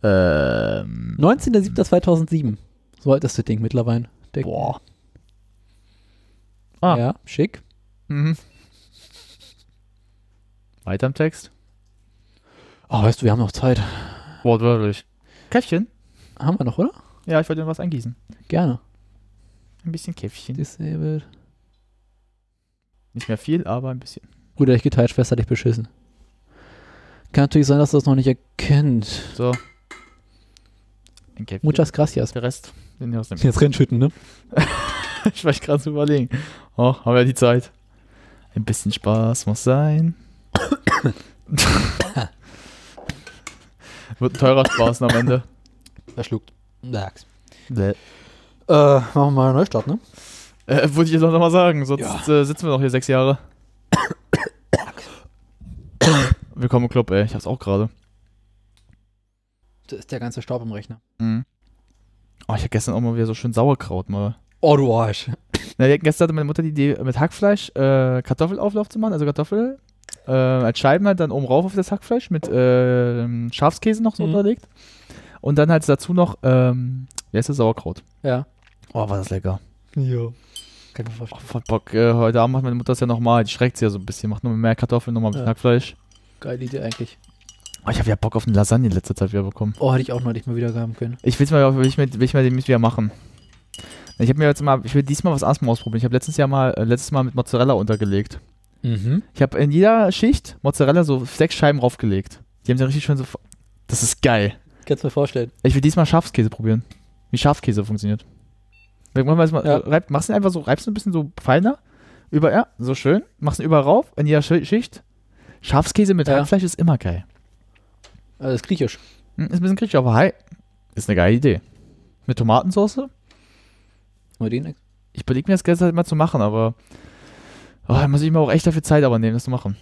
Ähm,
19.07.2007. So alt ist das Ding mittlerweile. Der-
boah. Ah.
Ja, schick.
Mhm. Weiter im Text.
Oh, weißt du, wir haben noch Zeit.
Wortwörtlich. Käffchen?
Haben wir noch, oder?
Ja, ich wollte dir was eingießen.
Gerne.
Ein bisschen Käffchen.
Disabled.
Nicht mehr viel, aber ein bisschen.
Bruder, ich geteilt, Schwester dich beschissen. Kann natürlich sein, dass du das noch nicht erkennt.
So. Ein Käffchen.
Muchas gracias.
Der Rest, den ihr aus dem
Jetzt reinschütten, ne?
Ich war gerade zu überlegen. Oh, haben wir die Zeit. Ein bisschen Spaß muss sein. Wird ein teurer Spaß am Ende.
Verschluckt. Dax. Äh, machen wir mal einen Neustart, ne?
Äh, wollte ich jetzt auch nochmal sagen, sonst äh, sitzen wir noch hier sechs Jahre. Willkommen im Club, ey. Ich hab's auch gerade.
Da ist der ganze Staub im Rechner.
Mhm. Oh, ich hab gestern auch mal wieder so schön Sauerkraut mal.
Oh, du Arsch.
Na, wir hatten gestern hatte meine Mutter die Idee, mit Hackfleisch äh, Kartoffelauflauf zu machen, also Kartoffel äh, als Scheiben halt dann oben rauf auf das Hackfleisch mit ähm, Schafskäse noch so
Mhm.
unterlegt. Und dann halt dazu noch, ähm, wie heißt das, Sauerkraut.
Ja.
Oh, war das lecker.
Ja. Kann ich mir
Oh,
vorstellen.
voll Bock. Äh, heute Abend macht meine Mutter das ja nochmal. Die schreckt sie ja so ein bisschen, macht nur mehr Kartoffeln, nochmal ein bisschen
Ja.
Hackfleisch.
Geile Idee eigentlich.
Oh, ich habe ja Bock auf eine Lasagne in letzter Zeit wieder bekommen.
Oh, hätte ich auch neulich mal wieder haben können.
Ich will's mal, will ich mit, will ich mal demnächst wieder machen. Ich habe mir jetzt mal, ich will diesmal was anderes mal ausprobieren. Ich habe letztes Jahr mal, äh, letztes Mal mit Mozzarella untergelegt.
Mhm.
Ich habe in jeder Schicht Mozzarella so sechs Scheiben draufgelegt. Die haben sie richtig schön so. Das ist geil.
Kannst mir vorstellen.
Ich will diesmal Schafskäse probieren. Wie Schafkäse funktioniert. Weil man weiß mal,
Ja.
äh, reibt, machst du ihn einfach so, reibst du ein bisschen so feiner. Über, ja, so schön. Machst ihn überall rauf, in jeder Schi- Schicht. Schafskäse mit
Ja.
Hackfleisch ist immer geil.
Also, das ist griechisch.
Hm, Ist ein bisschen kritisch, aber hi. Ist eine geile Idee. Mit Tomatensauce?
Mal den.
Ich überlege mir das gestern mal zu machen, aber. Oh, da muss ich mir auch echt dafür Zeit aber nehmen, das zu machen.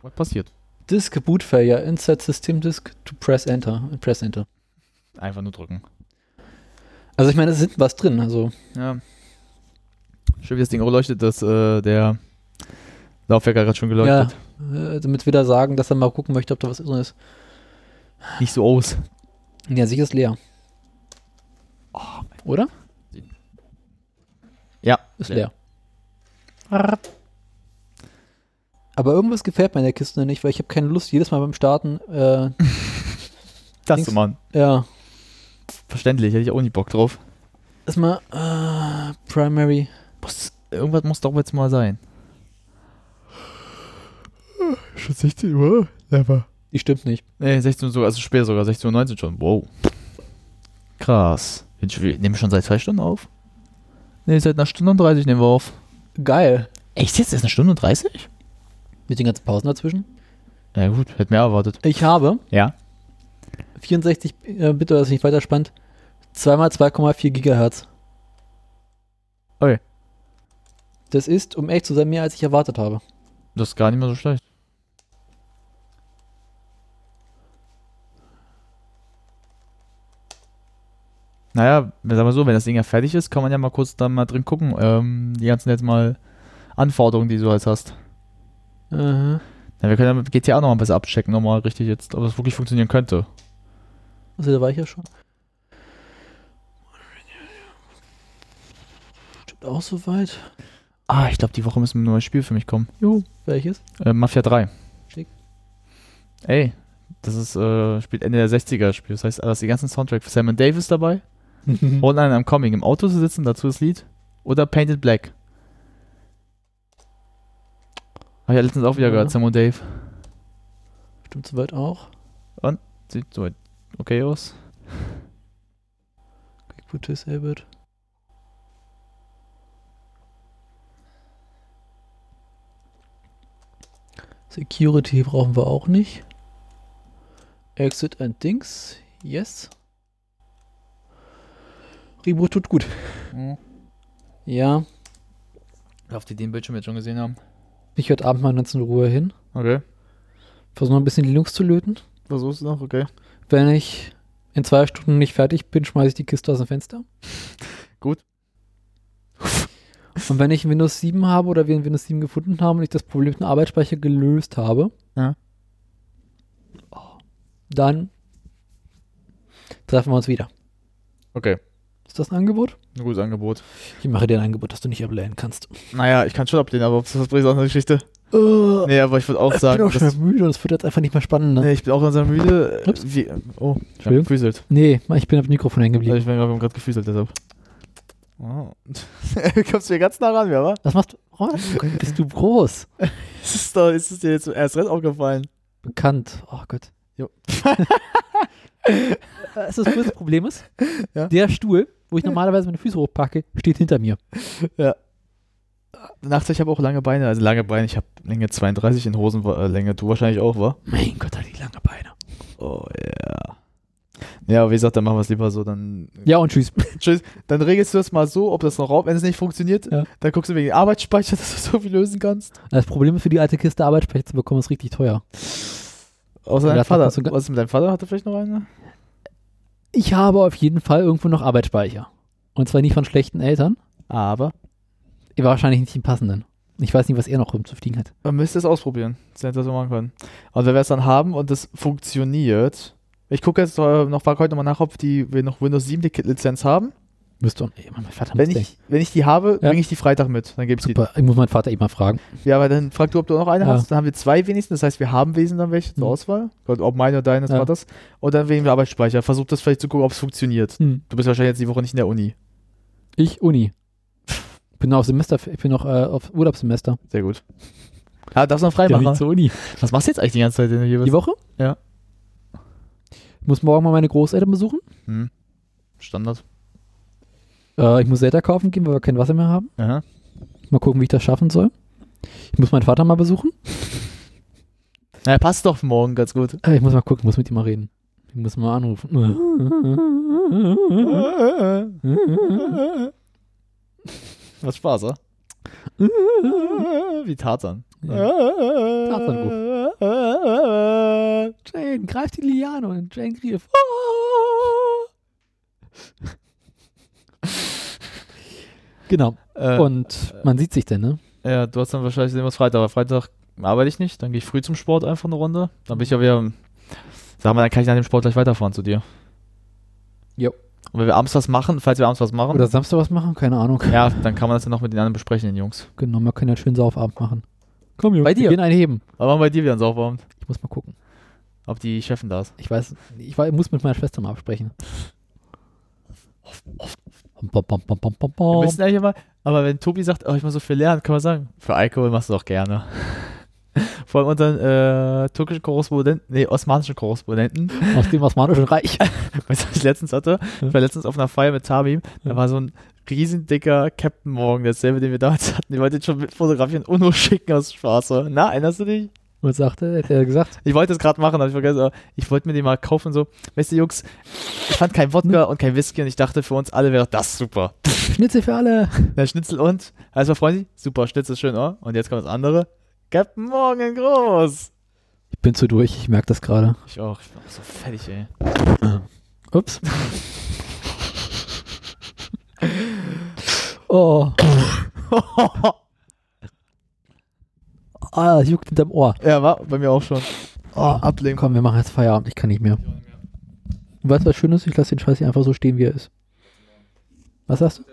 Was passiert?
Disk boot failure. Insert system disk to press enter. Press enter.
Einfach nur drücken.
Also ich meine, es ist hinten was drin. Also
Ja. Schön, wie das Ding auch leuchtet, dass äh, der Laufwerk hat gerade schon
ja,
geleuchtet.
äh, damit wir da sagen, dass er mal gucken möchte, ob da was drin ist.
Nicht so aus.
Ja, sicher ist leer. Oder?
Ja.
Ist leer. Aber irgendwas gefällt mir in der Kiste noch nicht, weil ich habe keine Lust, jedes Mal beim Starten. Äh,
Das
Links.
zu machen.
ja,
Verständlich, hätte ich auch nicht Bock drauf.
erstmal äh, Primary.
Muss, irgendwas muss doch jetzt mal sein. Schon 16 Uhr? Never.
Die stimmt nicht.
Nee, 16 Uhr sogar, also später sogar, 16 Uhr 19 schon. Wow. Krass. Bin schon- Wir nehmen schon seit zwei Stunden auf? Nee, seit einer Stunde und 30 nehmen wir auf.
Geil.
Echt jetzt? Ist eine Stunde und 30?
Mit den ganzen Pausen dazwischen.
Ja gut, hätte mehr erwartet.
Ich habe
Ja.
64, äh, bitte, dass ich nicht weiter spannt, 2x2,4 Gigahertz.
Ui.
Das ist, um echt zu sein, mehr als ich erwartet habe.
Das ist gar nicht mehr so schlecht. Naja, sagen wir so, wenn das Ding ja fertig ist, kann man ja mal kurz dann mal drin gucken. Ähm, die ganzen jetzt mal Anforderungen, die du jetzt hast. Mhm.
Aha.
Ja, wir können ja mit GTA noch mal besser abchecken, nochmal richtig jetzt, ob das wirklich funktionieren könnte.
Also da war ich ja schon. Stimmt auch soweit.
Ah, ich glaube, die Woche müssen ein neues Spiel für mich kommen. Jo.
Welches?
Äh, Mafia 3.
Schick.
Ey, das ist, äh, spielt Ende der 60er Spiel. Das heißt, da ist die ganzen Soundtrack für Sam and Davis dabei. Hold on, I'm coming. Im Auto zu sitzen, dazu das Lied. Oder Painted Black. Hab ich ja letztens auch wieder
Ja.
gehört, Sam und Dave.
Stimmt soweit auch.
Sieht soweit okay aus.
Quickboot disabled. Security brauchen wir auch nicht. Exit and Dings. Yes. Reboot tut gut. Ja,
Auf die den Bildschirm jetzt schon gesehen haben.
ich heute Abend mal ganz in Ruhe hin.
Okay.
Versuche mal ein bisschen Linux zu löten.
Versuch's noch, okay.
Wenn ich in zwei Stunden nicht fertig bin, schmeiße ich die Kiste aus dem Fenster.
Gut.
Und wenn ich ein Windows 7 habe oder wir ein Windows 7 gefunden haben und ich das Problem mit dem Arbeitsspeicher gelöst habe, Oh.
Ja.
dann treffen wir uns wieder.
Okay.
Ist das ein Angebot?
Ein gutes Angebot.
Ich mache dir ein Angebot, das du nicht ablehnen kannst.
Naja, ich kann schon ablehnen, aber das ist eine andere Geschichte.
Oh,
Nee, aber Äh. ich würde auch
ich bin
sagen.
auch schon
dass-
wieder müde und es wird jetzt einfach nicht mehr spannender.
Nee, ich bin auch langsam müde. äh,
Ups.
Wie, oh, ich hab
Entschuldigung.
gefüßelt.
Nee, ich bin auf dem Mikrofon hängen
Also
geblieben.
ich bin gerade gefüßelt, deshalb. Oh. Kommst du mir ganz nah ran, ja, wa?
Was machst du? Oh, Gott, bist du groß?
Ist es, doch, Oh, ist es dir jetzt erst recht aufgefallen?
Bekannt. Oh Gott.
Jo.
Weißt du, das größte Problem ist?
Ja.
Der Stuhl, wo ich normalerweise meine Füße hochpacke, steht hinter mir.
Nachts, ich habe auch lange Beine, also lange Beine, ich habe Länge 32 in Hosenlänge, du wahrscheinlich auch, wa?
Mein Gott, hat die lange Beine.
Oh, ja. Ja, aber wie gesagt, dann machen wir es lieber so, dann
Ja, und tschüss.
Tschüss. Dann regelst du das mal so, ob das noch rauf, wenn es nicht funktioniert,
Ja.
dann guckst du wegen Arbeitsspeicher, dass du so viel lösen kannst.
Das Problem ist, für die alte Kiste Arbeitsspeicher zu bekommen, ist richtig teuer.
Außer
Ja,
dein
das macht
Vater.
man so ga-
Was ist mit deinem Vater? Hat er vielleicht noch eine?
Ich habe auf jeden Fall irgendwo noch Arbeitsspeicher. Und zwar nicht von schlechten Eltern,
Aber
aber wahrscheinlich nicht den passenden. Ich weiß nicht, was er noch rumzufliegen hat.
man müsste es ausprobieren. Das hätte das wir machen können. Und wenn wir es dann haben und das funktioniert, ich gucke jetzt äh, noch, frage heute nochmal nach, ob die, wir noch Windows 7 die Lizenz haben.
Müsste ey, Mann, mein Vater
Wenn
muss
ich, wenn ich die habe,
Ja.
bringe ich die Freitag mit. Dann gebe ich die
Super, ich muss meinen Vater eben mal fragen.
Ja, aber dann frag du, ob du auch noch eine
Ja.
hast. Dann haben wir zwei wenigstens. Das heißt, wir haben wesen dann welche zur
Mhm.
Auswahl. Gott, ob meine oder deine, das
Ja.
war das. Und dann wählen wir Arbeitsspeicher. Versuch das vielleicht zu gucken, ob es funktioniert.
Hm.
Du bist wahrscheinlich jetzt die Woche nicht in der Uni.
Ich, Uni. Bin noch auf Semester, ich bin noch äh, auf Urlaubssemester. Ah,
Sehr gut. Ja, darfst du noch frei
Ja,
machen.
nicht zur Uni.
Was machst du jetzt eigentlich die ganze Zeit, wenn du hier bist?
Die Woche?
Ja.
Ich muss morgen mal meine Großeltern besuchen.
Hm. Standard.
Äh, ich muss Selter kaufen gehen, weil wir kein Wasser mehr haben.
Aha.
Mal gucken, wie ich das schaffen soll. Ich muss meinen Vater mal besuchen.
Na, passt doch morgen ganz gut.
Äh, ich muss mal gucken, ich muss mit ihm mal reden. Ich muss mal anrufen.
Äh. Was
Mhm.
Spaß, oder? Wie Tarzan.
Ja. Tarzanruf. Jane, greif die Liane und Jane griff. genau.
Äh,
Und man sieht sich denn, ne?
ja, du hast dann wahrscheinlich sehen, was Freitag war. Freitag arbeite ich nicht, dann gehe ich früh zum Sport einfach eine Runde. Dann bin ich ja wieder. Sag mal, dann kann ich nach dem Sport gleich weiterfahren zu dir.
Jo.
Und wenn wir abends was machen, falls wir abends was machen,
Oder Samstag was machen? Keine Ahnung.
ja, dann kann man das ja noch mit den anderen besprechen, den Jungs.
Genau, man kann ja schön Saufabend machen. Komm, Jungs,
Bei dir?
wir gehen einheben.
Aber machen wir bei dir wieder einen Saufabend?
Ich muss mal gucken.
Ob die Chefin da ist.
Ich weiß, ich war, muss mit meiner Schwester mal absprechen. Bom, bom, bom, bom, bom, bom,
Wir
bom.
müssen eigentlich immer, aber wenn Tobi sagt, oh, ich muss so viel lernen, kann man sagen, für Alkohol machst du auch gerne. Vor allem unseren äh, türkischen Korrespondenten, nee, osmanischen Korrespondenten,
Aus dem osmanischen Reich.
weißt du, was ich letztens hatte? Ich war letztens auf einer Feier mit Tabim, da war so ein riesendicker Captain Morgan, derselbe, den wir damals hatten. Die wollte ihn schon mit fotografieren und nur schicken aus Spaß. so. Na, erinnerst du dich?
Und sagte, hätte er gesagt,
Ich wollte es gerade machen, hab ich vergessen, aber ich wollte mir den mal kaufen und so. Weißt du, Jungs, ich fand kein Wodka und kein Whisky und ich dachte, für uns alle wäre das super.
Ne? Schnitzel für alle.
Na, Schnitzel und? Alles war freundlich? Super, Schnitzel ist schön, oder? Und jetzt kommt das andere. Captain Morgan groß.
Ich bin zu durch, ich merke das gerade.
Ich auch, ich bin auch so fertig, ey.
Ups. oh. Ah, es juckt hinterm Ohr.
ja, war bei mir auch schon.
Oh, ablehnen. Komm, wir machen jetzt Feierabend, ich kann nicht mehr. Du weißt, was schön ist? Ich lasse den Scheiß hier einfach so stehen, wie er ist. Was sagst du?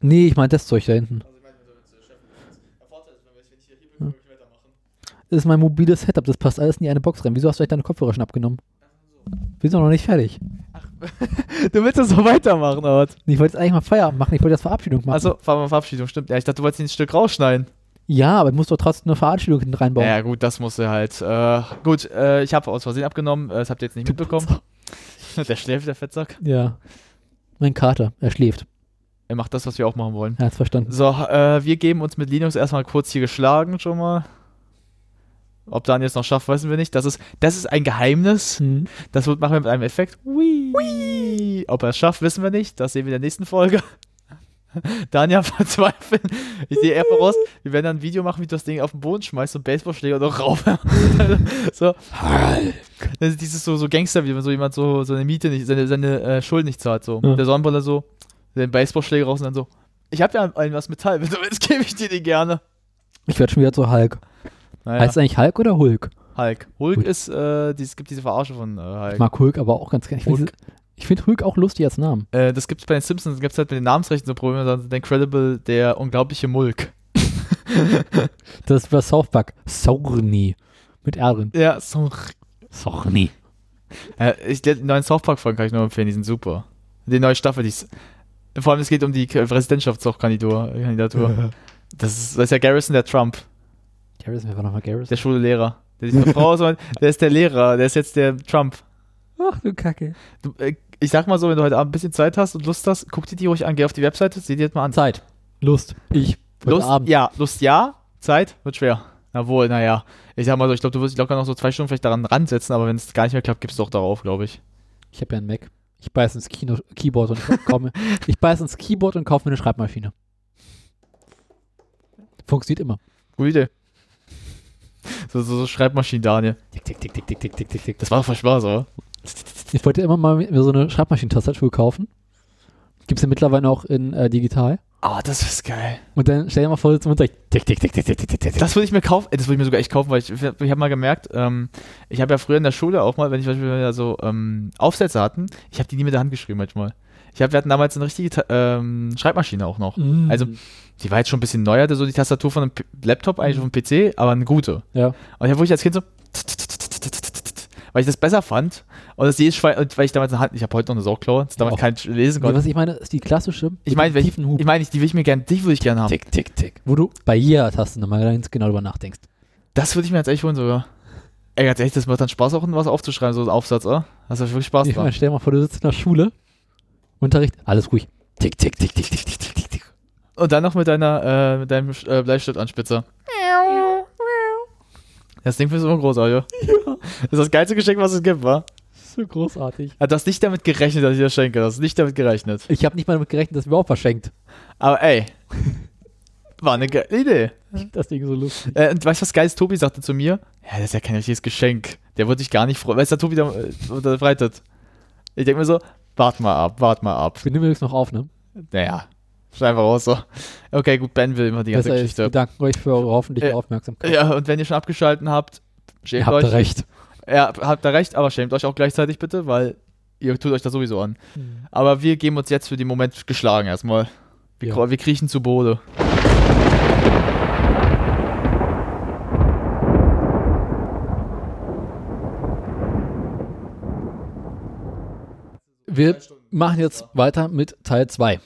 Nee, ich meine das Zeug da hinten. Das ist mein mobiles Setup, das passt alles in die eine Box rein. Wieso hast du eigentlich deine Kopfhörer schon abgenommen? Wir sind doch noch nicht fertig.
Du willst das so weitermachen, oder? was?
Ich wollte jetzt eigentlich mal Feierabend machen, ich wollte jetzt Verabschiedung machen.
Achso, fahren wir Verabschiedung, stimmt. Ja, ich dachte, du wolltest ihn ein Stück rausschneiden.
ja, aber ich muss doch trotzdem eine Verabschiedung hinten reinbauen.
Ja, gut, das musste halt. Äh, gut, äh, ich habe aus Versehen abgenommen, äh, das habt ihr jetzt nicht mitbekommen. Der schläft, der Fettsack.
Ja. Mein Kater, er schläft.
Er macht das, was wir auch machen wollen.
Er hat's verstanden.
So, äh, wir geben uns mit Linux erstmal kurz hier geschlagen schon mal. Ob Daniel es noch schafft, wissen wir nicht. Das ist, das ist ein Geheimnis.
Mhm.
Das wird machen wir mit einem Effekt. Whee. Ob er es schafft, wissen wir nicht. Das sehen wir in der nächsten Folge. Daniel verzweifelt. Ich sehe einfach raus. Wir werden dann ein Video machen, wie du das Ding auf den Boden schmeißt und Baseballschläger doch rauf. so.
Halt.
Das ist dieses so, so Gangster, wie wenn so jemand so seine Miete nicht, seine, seine äh, Schulden nicht zahlt. So.
Ja.
Der Sonnenbrille so, den Baseballschläger raus und dann so. Ich habe ja ein, ein was Metall, wenn du willst, gebe ich dir die gerne.
Ich werde schon wieder zu Hulk.
Naja,
Heißt eigentlich Hulk oder Hulk?
Hulk. Hulk
Gut.
ist, äh, dies, es gibt diese Verarsche von äh, Hulk.
Ich mag Hulk aber auch ganz gerne. Ich finde
Hulk.
find Hulk auch lustig als Namen.
Äh, das gibt's bei den Simpsons, gibt's halt mit den Namensrechten so Probleme, sondern der Incredible, der unglaubliche Mulk.
Das war South Park. Sorni. Mit R.
Ja, so.
Sorni.
Äh, ich, den neuen South Park-Folgen kann ich nur empfehlen, die sind super. Die neue Staffel, die ist. Vor allem, es geht um die K- Präsidentschaftskandidatur. Kandidatur. Das, ist, das ist ja Garrison, der Trump,
Garrison, wer war nochmal Garrison?
der schwule Lehrer. Der sieht so Frau aus, aber der ist der Lehrer, der ist jetzt der Trump.
Ach du Kacke.
Du, äh, ich sag mal so, wenn du heute Abend ein bisschen Zeit hast und Lust hast, guck dir die ruhig an, geh auf die Webseite, sieh dir das mal an.
Zeit. Lust. Ich. Heute
Lust,
Abend.
ja, Lust ja, Zeit wird schwer. Na wohl, naja. Ich sag mal so, ich glaube, du wirst dich locker noch so zwei Stunden vielleicht daran ransetzen, aber wenn es gar nicht mehr klappt, gibst du doch darauf, glaube ich.
Ich habe ja einen Mac. Ich beiß ins Kino, Keyboard und kaufe mir. ich beiß ins Keyboard und kaufe mir eine Schreibmaschine. Funktioniert immer.
Gute Idee. So, so, so Schreibmaschinen, Daniel.
Tick, tick, tick, tick, tick, tick, tick, tick, tick.
Das war doch voll Spaß, oder?
Ich wollte immer mal mir so eine Schreibmaschinentastatur kaufen. Gibt es ja mittlerweile auch in äh, digital.
Ah, das ist geil.
Und dann stell dir mal vor, zum Unterricht. Tick, tick, tick, tick, tick, tick, tick, tick.
Das würde ich mir kaufen. Ey, Das würde ich mir sogar echt kaufen, weil ich, ich habe mal gemerkt, ähm, ich habe ja früher in der Schule auch mal, wenn ich zum Beispiel ja so ähm, Aufsätze hatten, ich habe die nie mit der Hand geschrieben manchmal. Ich hab, wir hatten damals eine richtige Ta- ähm, Schreibmaschine auch noch.
Mm.
Also die war jetzt schon ein bisschen neuer, so die Tastatur von einem P Laptop, eigentlich auf dem PC, aber eine gute.
Ja.
Und ich habe ich als Kind so, weil ich das besser fand. Und das jedes Schwein, und weil ich damals eine Hand, ich habe heute noch eine Sauklaue, das damals
Auch.
kein Lesen
Nee,
konnte.
was ich meine, ist die klassische. mit
Ich meine,
dem
welch-
tiefen Hub.
ich meine, die will ich mir gerne, die würde ich gerne haben.
tick, tick, tick. Wo du bei jeder Taste nochmal ganz genau drüber nachdenkst.
Das würde ich mir jetzt echt holen sogar. Ey, ganz ehrlich, das macht dann Spaß auch, was aufzuschreiben, so einen Aufsatz, oder? Hast du wirklich Spaß
Ich meine,
dran?
stell dir mal vor, du sitzt in der Schule, Unterricht, alles ruhig. Tick, tick, tick, tick, tick, tick, tick, tick, tick.
Und dann noch mit deiner, äh, mit deinem äh, Bleistiftanspitzer. Das Ding findest du immer großartig, oder? Das ist das geilste Geschenk, was es gibt, wa?
So großartig.
Hat das nicht damit gerechnet, dass ich das schenke. Das ist nicht damit gerechnet.
Ich habe nicht mal damit gerechnet, dass wir auch verschenkt.
Aber ey, war eine geile Idee.
Das Ding so lustig.
Äh, und weißt du, was geil ist? Tobi sagte zu mir, ja, das ist ja kein richtiges Geschenk. Der wird sich gar nicht freuen. Weißt du, Tobi da äh, unterbreitet. Ich denke mir so, wart mal ab, wart mal ab.
Wir nehmen übrigens noch auf, ne?
Naja, schreib einfach raus so. Okay, gut, Ben will immer die ganze
Besser ist, wir
Geschichte.
danken euch für eure hoffentliche
Äh,
Aufmerksamkeit.
Ja, und wenn ihr schon abgeschalten habt,
Ihr
schämt
habt
euch.
recht.
Ja, habt da recht, aber schämt euch auch gleichzeitig bitte, weil ihr tut euch das sowieso an. Aber wir geben uns jetzt für den Moment geschlagen erstmal. Wir,
Ja.
kro- wir kriechen zu Boden.
Wir machen jetzt weiter mit Teil 2.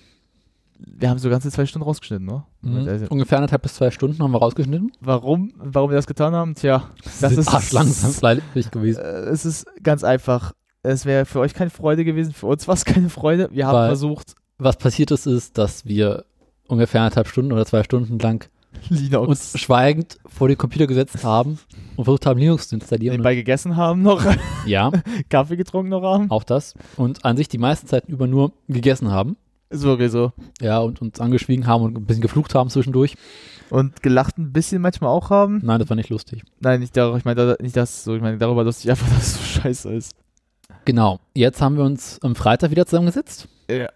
Wir haben so ganze zwei Stunden rausgeschnitten, ne? Also,
Mhm. Ungefähr anderthalb bis zwei Stunden haben wir rausgeschnitten.
Warum, warum wir das getan haben? Tja, das ist
arschlangsam fleißig
Äh,
gewesen.
es ist ganz einfach. Es wäre für euch keine Freude gewesen, für uns war es keine Freude. Wir haben
Weil-
versucht,
Was passiert ist, ist, dass wir ungefähr anderthalb Stunden oder zwei Stunden lang uns
Linux
schweigend vor den Computer gesetzt haben und versucht haben, Linux zu installieren.
nebenbei gegessen haben noch,
Und, ja,
Kaffee getrunken noch haben.
auch das. Und an sich die meiste Zeit über nur gegessen haben.
Ist wirklich so.
Ja, und uns angeschwiegen haben und ein bisschen geflucht haben zwischendurch.
Und gelacht ein bisschen manchmal auch haben.
Nein, das war nicht lustig.
Nein, nicht darüber, ich meine da- nicht das, so, ich meine darüber lustig, einfach, dass es so scheiße ist.
Genau. Jetzt haben wir uns am Freitag wieder zusammengesetzt.
Ja.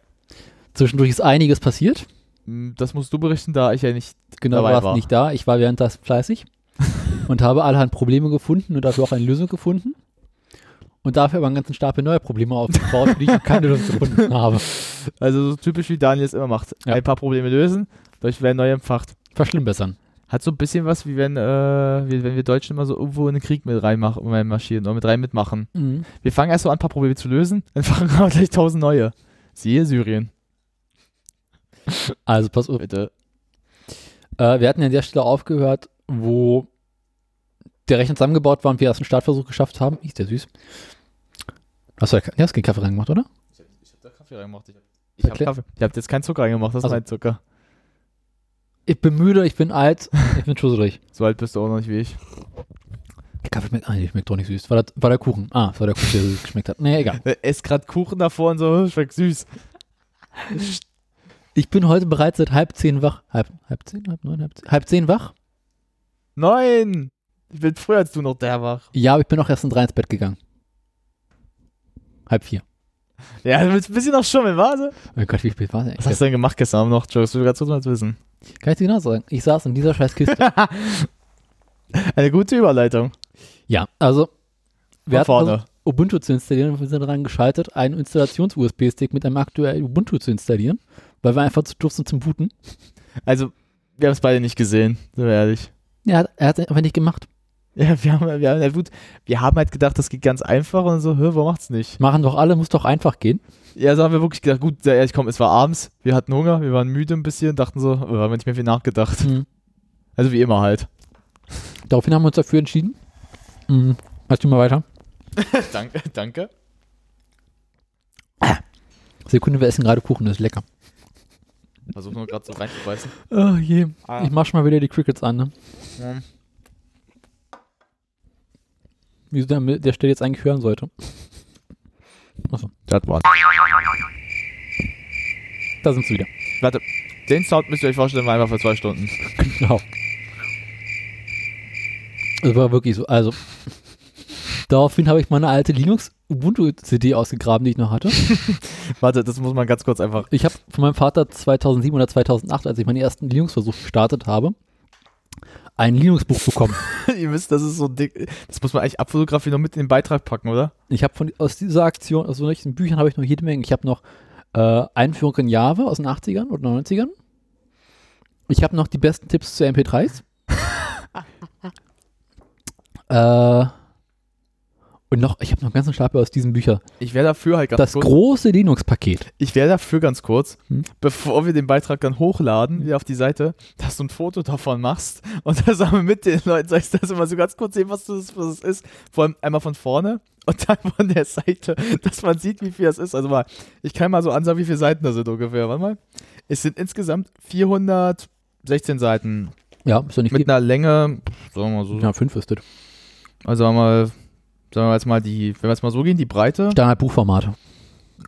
Zwischendurch ist einiges passiert.
Mm, Das musst du berichten, da ich ja nicht.
Genau,
dabei
warst
war.
nicht da. Ich war währenddessen fleißig und habe allerhand Probleme gefunden und dafür auch eine Lösung gefunden. Und dafür aber einen ganzen Stapel neuer Probleme aufgebaut, für die ich noch keine Lösung gefunden habe.
Also so typisch wie Daniel es immer macht.
Ja.
Ein paar Probleme lösen, dadurch werden neue empfacht.
Verschlimmbessern.
Hat so ein bisschen was, wie wenn, äh, wie, wenn wir Deutschen immer so irgendwo in den Krieg mit reinmachen, reinmarschieren oder mit rein mitmachen.
Mhm.
Wir fangen erst so an, ein paar Probleme zu lösen, dann fangen wir gleich tausend neue. Siehe Syrien.
Also pass auf.
Bitte.
Äh, wir hatten ja an der Stelle aufgehört, wo der Rechner zusammengebaut war und wir erst einen Startversuch geschafft haben. Ist der süß. Hast du da, nee, hast keinen Kaffee reingemacht, oder?
Ich hab Kaffee reingemacht. Ich hab,
hab
Kaffee. Ihr habt jetzt keinen Zucker reingemacht, das
Also-
ist mein Zucker.
Ich bin müde, ich bin alt, ich bin schusselig.
So alt bist du auch noch nicht wie ich.
Der Kaffee schmeckt, ah, nee, schmeckt doch nicht süß. War, das, war der Kuchen? Ah, das war der Kuchen, der süß geschmeckt hat. Nee, egal.
Äh, Ess grad Kuchen davor und so, schmeckt süß.
Ich bin heute bereits seit halb zehn wach. Halb, halb zehn, halb neun, halb zehn. Halb zehn wach?
Nein! Ich bin früher als du noch der wach.
Ja, aber ich bin auch erst um drei ins Bett gegangen. Halb vier.
Ja, du willst ein bisschen noch schummeln, warte.
Oh mein Gott, wie spät war es
Was
eigentlich?
hast du denn gemacht gestern Abend noch, Joe? Das will gerade so mal wissen.
Kann ich dir genau sagen. Ich saß in dieser scheiß Kiste.
Eine gute Überleitung.
ja, also. Wir
Von
hatten
vorne.
versucht, Ubuntu zu installieren und wir sind daran geschaltet, einen Installations-USB-Stick mit einem aktuellen Ubuntu zu installieren, weil wir einfach zu doof sind zum Booten.
Also, wir haben es beide nicht gesehen, sind wir ehrlich.
Ja, er hat es einfach nicht gemacht.
Ja, wir haben, wir haben, ja, gut, wir haben halt gedacht, das geht ganz einfach und so, hör, warum macht's nicht?
Machen doch alle, muss doch einfach gehen.
Ja, so haben wir wirklich gedacht, gut, sehr ehrlich, komm, es war abends, wir hatten Hunger, wir waren müde ein bisschen, dachten so, äh, haben wir nicht mehr viel nachgedacht.
Mhm.
Also wie immer halt.
Daraufhin haben wir uns dafür entschieden. Mhm. Machst du mal weiter?
danke, danke.
Sekunde, wir essen gerade Kuchen, das ist lecker.
Versuch nur gerade so reinzubeißen.
Oh je.
Ah.
Ich mach schon mal wieder die Crickets an, ne?
Ja.
Wieso der, mit der Stelle jetzt eigentlich hören sollte. Achso,
Das war's.
da sind sie wieder.
Warte, den Sound müsst ihr euch vorstellen, war einfach für zwei Stunden.
Genau. Das war wirklich so. Also, daraufhin habe ich meine alte Linux-Ubuntu-CD ausgegraben, die ich noch hatte.
Warte, das muss man ganz kurz einfach.
Ich habe von meinem Vater 2007 oder 2008, als ich meinen ersten Linux-Versuch gestartet habe, ein Linux-Buch bekommen.
ihr wisst, das ist so dick. Das muss man eigentlich abfotografieren und mit in den Beitrag packen, oder?
Ich habe von aus dieser Aktion, aus solchen Büchern habe ich noch jede Menge. Ich habe noch äh, Einführung in Java aus den 80ern und 90ern. Ich habe noch die besten Tipps zu MP3s. äh, und noch, ich habe noch einen ganzen Stapel aus diesen Büchern.
Ich wäre dafür halt ganz
Das
kurz.
große Linux-Paket.
Ich wäre dafür ganz kurz,
Hm?
bevor wir den Beitrag dann hochladen, wieder auf die Seite, dass du ein Foto davon machst und das einmal mit den Leuten sagst, dass wir mal so ganz kurz sehen, was das, was es ist. Vor allem einmal von vorne und dann von der Seite, dass man sieht, wie viel das ist. Also mal, ich kann mal so ansagen, wie viele Seiten das sind ungefähr. Warte mal. Es sind insgesamt 416 Seiten
Ja, ist doch nicht
mit
viel.
einer Länge, pff, sagen wir mal so,
Ja, fünf ist das.
also sagen wir mal, sagen wir jetzt mal die, wenn wir jetzt mal so gehen, die Breite,
Standardbuchformat.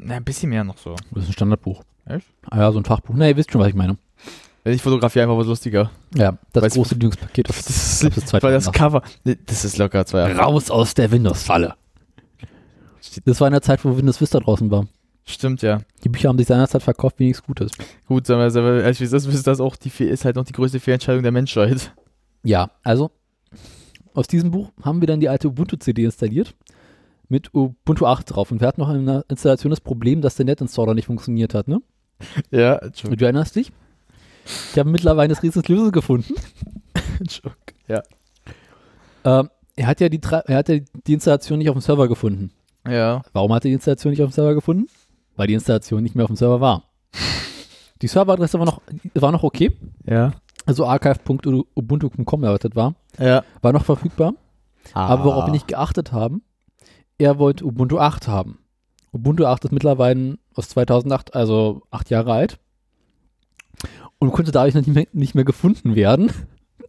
na, ein bisschen mehr noch so.
Das ist ein Standardbuch.
Echt?
Ah ja, so ein Fachbuch. Na, ihr wisst schon, was ich meine.
Wenn ich fotografiere, einfach was lustiger.
Ja, das
Weiß-
große Bildungspaket. auf-
Das
glaub, das zweite
weil
Mal
das
noch.
Cover. Nee, das ist locker zwei Jahre.
Raus aus der Windows-Falle. Das war in der Zeit, wo Windows Vista draußen war.
Stimmt, ja.
Die Bücher haben sich seinerzeit verkauft wie nichts Gutes.
Gut, sagen wir, sagen wir ehrlich, wie es ist, ist das auch die, Fe- ist halt noch die größte Fehlentscheidung der Menschheit.
Ja, also aus diesem Buch haben wir dann die alte Ubuntu-CD installiert mit Ubuntu 8 drauf. Und wir hatten noch in der Installation das Problem, dass der Netinstaller nicht funktioniert hat, ne?
Ja,
Und du erinnerst dich? Ich habe mittlerweile das riesen Lösung gefunden.
Entschuldigung. Ja.
Ähm, er hat ja die, drei- er hat ja die Installation nicht auf dem Server gefunden.
Ja.
Warum hat er die Installation nicht auf dem Server gefunden? Weil die Installation nicht mehr auf dem Server war. Die Serveradresse war noch, war noch okay,
Ja.
also archive.ubuntu.com erwartet war,
Ja. Ah.
war noch verfügbar, aber worauf wir
nicht.
nicht geachtet haben, er wollte Ubuntu 8 haben. Ubuntu 8 ist mittlerweile aus 2008, also acht Jahre alt und konnte dadurch noch nicht mehr, nicht mehr gefunden werden.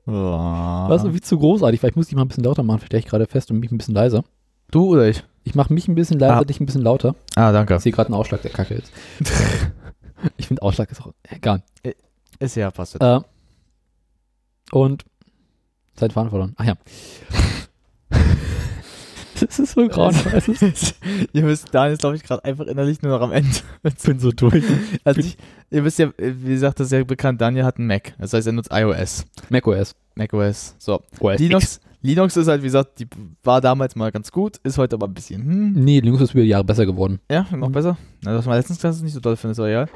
Oh.
War
Was?
irgendwie zu großartig, vielleicht muss ich mal ein bisschen lauter machen, vielleicht stelle ich gerade fest und mich ein bisschen leiser.
Du oder ich?
Ich mache mich ein bisschen leiser,
Ah.
dich ein bisschen lauter.
Ah, danke.
Ich sehe gerade einen Ausschlag, der kacke ist. ich finde Ausschlag ist auch egal.
Äh, Ist ja passiert.
Äh, und sein Faden verloren. Ach ja. das ist so grauenhaft. Es ist-
ihr wisst, Daniel ist, glaube ich, gerade einfach innerlich nur noch am Ende. Ich bin so durch. Also ich, ihr wisst ja, wie gesagt, das ist ja bekannt, Daniel hat einen Mac. Das heißt, er nutzt iOS.
macOS.
macOS. So.
OS X.
Linux, Linux ist halt, wie gesagt, die war damals mal ganz gut, ist heute aber ein bisschen, hm,
Nee, Linux ist über die Jahre besser geworden. Mhm.
ja, noch besser. Na, das war letztens dass ich nicht so toll finde, ist aber egal.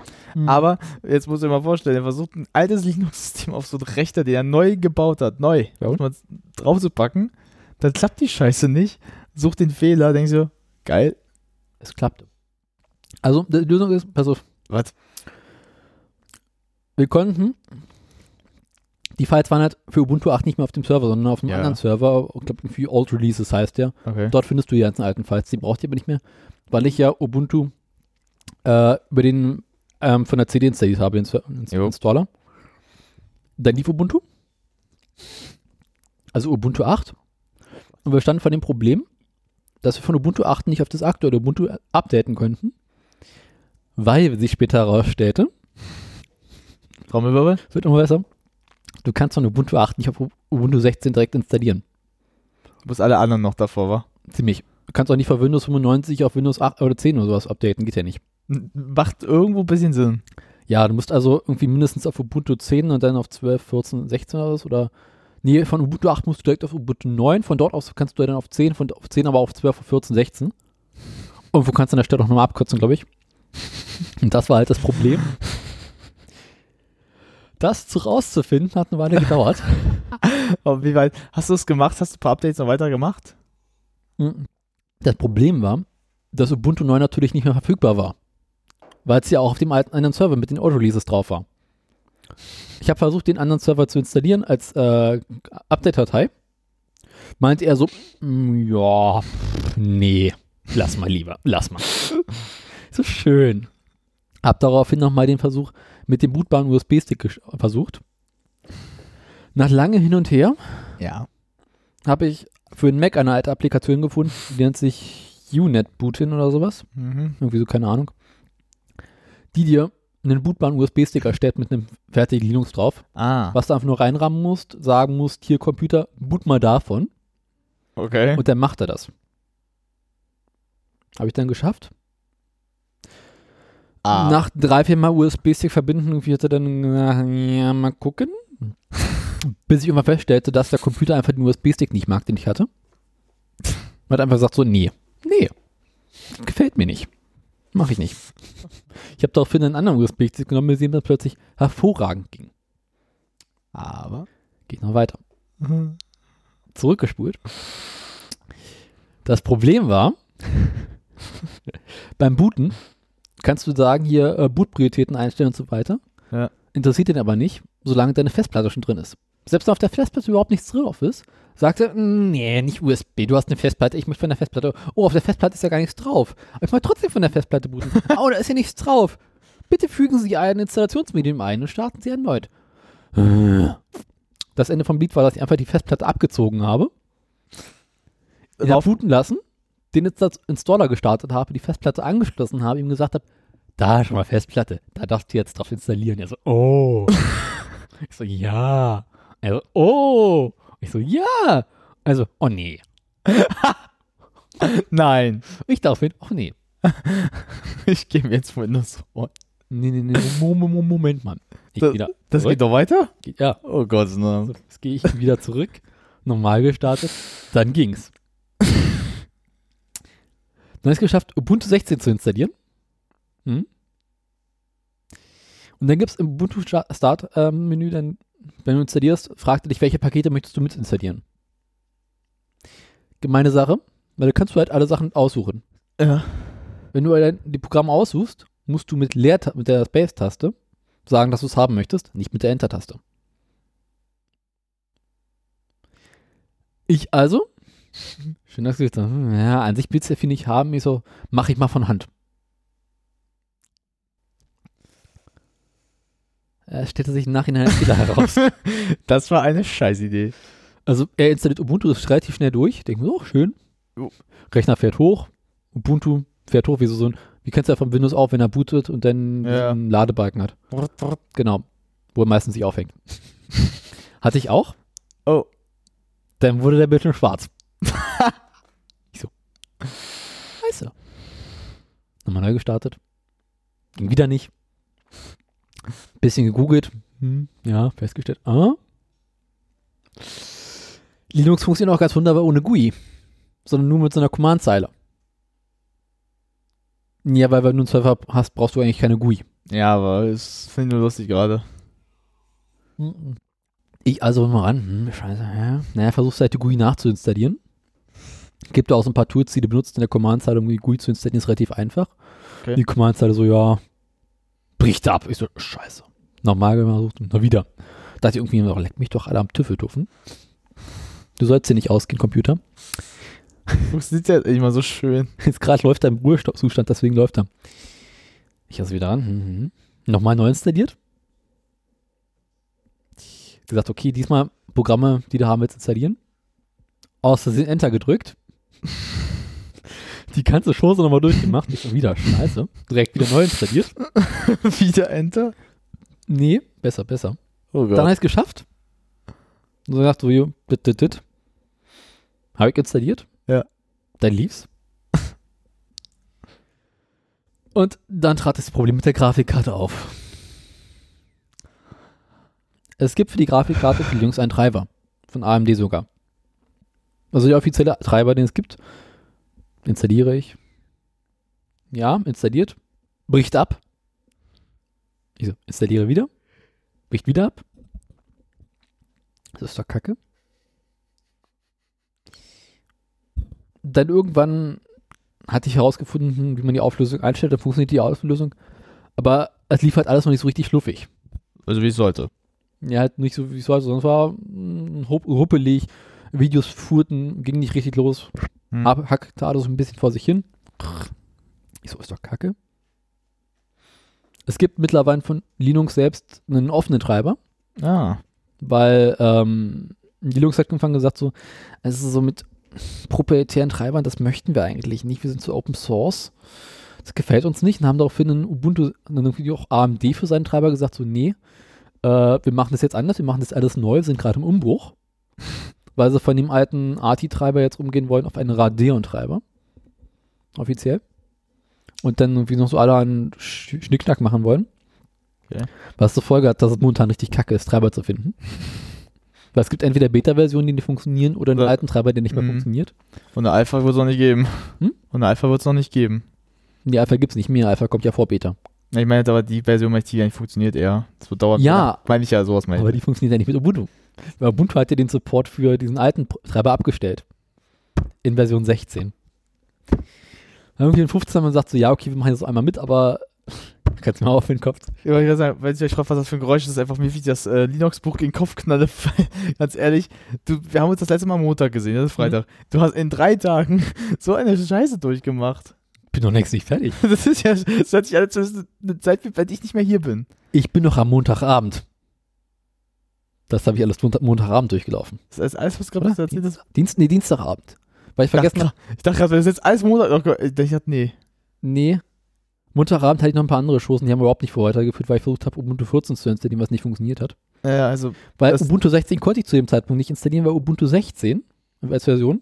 Aber jetzt muss ich mal vorstellen, er versucht ein altes Linux-System auf so einen Rechner, den er neu gebaut hat, neu,
Ja, und?
mal draufzupacken, dann klappt die Scheiße nicht, sucht den Fehler, denkst du, geil,
Es klappt. Also, die Lösung ist, pass auf.
Was?
Wir konnten. Die Files waren halt für Ubuntu 8 nicht mehr auf dem Server, sondern auf einem
Ja.
anderen Server. Ich glaube, irgendwie Old Releases heißt der.
okay.
Dort findest du die ganzen alten Files, die braucht ihr aber nicht mehr, weil ich ja Ubuntu äh, über den ähm, von der CD installiert habe, den Ser- den
Jo.
Installer. Dann lief Ubuntu. Also Ubuntu 8. Und wir standen vor dem Problem, dass wir von Ubuntu 8 nicht auf das aktuelle Ubuntu updaten könnten, weil sich später herausstellte,
Trommelwirbel?
wird immer besser, du kannst von Ubuntu 8 nicht auf Ubuntu 16 direkt installieren.
Muss alle anderen noch davor, war.
Ziemlich. Du kannst auch nicht von Windows 95 auf Windows 8 oder 10 oder sowas updaten, geht ja nicht.
Macht irgendwo ein bisschen Sinn.
Ja, du musst also irgendwie mindestens auf Ubuntu 10 und dann auf 12, 14, 16 oder was oder nee, von Ubuntu 8 musst du direkt auf Ubuntu 9, von dort aus kannst du dann auf 10, von auf 10 aber auf 12, auf 14, 16. Und wo kannst du an der Stelle auch nochmal abkürzen, glaube ich. Und das war halt das Problem. Das zu rauszufinden hat eine Weile gedauert.
Aber wie weit, hast du es gemacht, hast du ein paar Updates noch weiter gemacht?
Das Problem war, dass Ubuntu 9 natürlich nicht mehr verfügbar war. Weil es ja auch auf dem alten anderen Server mit den Auto-Releases drauf war. Ich habe versucht, den anderen Server zu installieren als äh, Update-Datei. Meinte er so, "Mm, ja, pff, nee, lass mal lieber, lass mal. so schön. Hab daraufhin nochmal den Versuch mit dem bootbaren USB-Stick gesch- versucht. Nach lange hin und her
Ja.
habe ich für den Mac eine alte Applikation gefunden, die nennt sich Unet Bootin oder sowas.
Mhm.
Irgendwie so, keine Ahnung. Die dir einen bootbaren USB-Stick erstellt mit einem fertigen Linux drauf,
Ah,
was du einfach nur reinrahmen musst, sagen musst, hier Computer, boot mal davon
okay.
und dann macht er das. Habe ich dann geschafft.
ah.
Nach drei, vier Mal USB-Stick verbinden, irgendwie hat er dann gesagt, ja, mal gucken. Bis ich irgendwann feststellte, dass der Computer einfach den USB-Stick nicht mag, den ich hatte. Und hat einfach gesagt so, nee, nee, gefällt mir nicht. Mache ich nicht. Ich habe daraufhin einen anderen USB-Stick genommen, mit dem das plötzlich hervorragend ging.
aber. Mhm.
Geht noch weiter. Zurückgespult. Das Problem war, beim Booten kannst du sagen, hier äh, Bootprioritäten einstellen und so weiter.
Ja.
Interessiert den aber nicht, solange deine Festplatte schon drin ist. Selbst wenn auf der Festplatte überhaupt nichts drauf ist, sagt er, "Mm, nee, nicht USB, du hast eine Festplatte, ich möchte von der Festplatte. Oh, auf der Festplatte ist ja gar nichts drauf. Aber ich möchte trotzdem von der Festplatte booten. oh, da ist ja nichts drauf. Bitte fügen Sie ein Installationsmedium ein und starten Sie erneut. Das Ende vom Lied war, dass ich einfach die Festplatte abgezogen habe, ihn hab booten lassen, den Insta- Installer gestartet habe, die Festplatte angeschlossen habe, ihm gesagt habe, da ist schon mal Festplatte, da darfst du jetzt drauf installieren. Er so, oh. Ich so, ja. Er so, oh. Ich so, ja. Also, oh nee.
Nein.
Ich daraufhin, oh nee.
Ich gebe jetzt Windows Phone.
Nee, nee, nee, Mo- Mo- Mo- Moment, Mann. Ich
Da-
wieder,
Das
zurück.
geht doch weiter?
Geht- Ja, Also-
Oh Gott, ne.
so, jetzt gehe ich wieder zurück. Normal gestartet. Dann ging's. Dann ist geschafft, Ubuntu 16 zu installieren. Hm? Und dann gibt's im Ubuntu Sta- Start ähm, Menü, dann, wenn du installierst, fragt er dich, welche Pakete möchtest du mit installieren. Gemeine Sache, weil da kannst du halt alle Sachen aussuchen.
Ja.
Wenn du allein die Programme aussuchst, musst du mit, Leer mit der Space-Taste sagen, dass du es haben möchtest, nicht mit der Enter-Taste. Ich also, schön das Gesicht, so, hm, ja, an sich willst du ja viel nicht haben, ich so, mach ich mal von Hand. Äh, Er stellte sich im Nachhinein als Fehler heraus.
Das war eine Scheißidee.
Also er installiert Ubuntu, ist relativ schnell durch. Denkt mir, oh, schön.
Jo.
Rechner fährt hoch, Ubuntu fährt hoch, wie so, so ein, wie kennst du ja von Windows auf, wenn er bootet und dann
Ja.
einen Ladebalken hat. Genau. Wo er meistens sich aufhängt. Hatte ich auch.
Oh.
Dann wurde der Bildschirm schwarz. ich so. Scheiße. Nochmal neu gestartet. Ging wieder nicht. Bisschen gegoogelt. Hm, ja, festgestellt. Ah. Linux funktioniert auch ganz wunderbar ohne GUI. Sondern nur mit so einer Command-Zeile. Ja, weil wenn du einen Server hast, brauchst du eigentlich keine GUI.
Ja, aber es finde ich nur lustig gerade.
Ich also immer ran, hm, scheiße, hä? Naja, versuchst halt die GUI nachzuinstallieren. Gibt da auch so ein paar Tools, die du benutzt in der Command-Zeile, um die GUI zu installieren, ist relativ einfach.
Okay.
Die Command-Zeile so, ja, bricht ab. Ich so, scheiße. Nochmal versucht, na wieder. Dachte ich irgendwie, oh, leck mich doch alle am Tüffeltuffen. Du sollst dir nicht ausgehen, Computer.
Das sieht ja immer so schön.
Jetzt gerade läuft er im Ruhezustand, deswegen läuft er. Ich hasse wieder an. Mhm. Nochmal neu installiert. Gesagt, okay, diesmal Programme, die du haben willst, installieren. Aus Versehen Enter gedrückt. Die ganze Chance nochmal durchgemacht. Ich so, wieder scheiße. Direkt wieder neu installiert.
Wieder Enter?
Nee, besser, besser.
Oh
Dann habe ich es geschafft. Und so gedacht, so, jo, dit, dit, dit. Habe ich installiert.
Ja.
Dann lief's. Und dann trat das Problem mit der Grafikkarte auf. Es gibt für die Grafikkarte für Linux einen Treiber. Von AMD sogar. Also der offizielle Treiber, den es gibt, installiere ich. Ja, installiert. Bricht ab. Ich so, installiere wieder. Bricht wieder ab. Das ist doch kacke. Dann irgendwann hatte ich herausgefunden, wie man die Auflösung einstellt. Dann funktioniert die Auflösung. Aber es lief halt alles noch nicht so richtig fluffig.
Also wie es sollte.
Ja, halt nicht so, wie es sollte. Sonst war mm, hup- ruppelig. Videos fuhrten, ging nicht richtig los.
Hm.
Ab, hackte alles ein bisschen vor sich hin. Ich so, ist doch kacke. Es gibt mittlerweile von Linux selbst einen offenen Treiber
Ah.
weil ähm, die Linux hat angefangen gesagt so, es ist so mit proprietären Treibern, das möchten wir eigentlich nicht, wir sind zu Open Source, das gefällt uns nicht und haben daraufhin einen Ubuntu, dann irgendwie auch AMD für seinen Treiber gesagt so, nee, äh, wir machen das jetzt anders, wir machen das alles neu, wir sind gerade im Umbruch, weil sie von dem alten ATI-Treiber jetzt umgehen wollen auf einen Radeon-Treiber, offiziell. Und dann irgendwie noch so alle einen Sch Schnickschnack machen wollen.
Okay.
Was zur Folge hat, dass es momentan richtig kacke ist, Treiber zu finden. Weil es gibt entweder Beta-Versionen, die nicht funktionieren, oder einen
Ja.
alten Treiber, der nicht mehr
Mhm.
funktioniert.
Und eine Alpha wird es noch nicht geben.
Hm?
Und eine Alpha wird es noch nicht geben.
Die Alpha gibt es nicht mehr, Alpha kommt ja vor Beta.
Ich meine jetzt aber die Version, die eigentlich funktioniert eher. Das wird dauern.
Ja.
Meine ich ja, sowas meine
Aber
ich.
die funktioniert ja nicht mit Ubuntu. Weil Ubuntu hat ja den Support für diesen alten Pro- Treiber abgestellt. In Version 16. Dann irgendwie in 15 man sagt so, ja, okay, wir machen das einmal mit, aber kannst du mir auch auf den Kopf.
Ich wollte gerade sagen, wenn ich euch frage, was das für ein Geräusch ist, ist einfach mir wie das äh, Linux-Buch gegen den Kopf knalle. weil, Ganz ehrlich, du, wir haben uns das letzte Mal am Montag gesehen, das ist
Mhm.
Freitag. Du hast in drei Tagen so eine Scheiße durchgemacht.
Bin doch längst nicht fertig.
Das ist ja, das hat sich alles eine Zeit, wenn ich nicht mehr hier bin.
Ich bin noch am Montagabend. Das habe ich alles Montag, Montagabend durchgelaufen.
Das ist alles, was gerade
Oder?
so erzählt ist.
Dienst, nee, Dienstagabend. Weil ich vergessen habe.
Ich dachte gerade, wenn das jetzt alles Montag noch ge- Ich dachte, nee.
Nee. Montagabend hatte ich noch ein paar andere Chancen, die haben wir überhaupt nicht für heute geführt, weil ich versucht habe, Ubuntu 14 zu installieren, was nicht funktioniert hat.
Ja, also
Weil
Das-
Ubuntu 16 konnte ich zu dem Zeitpunkt nicht installieren, weil Ubuntu 16 als Version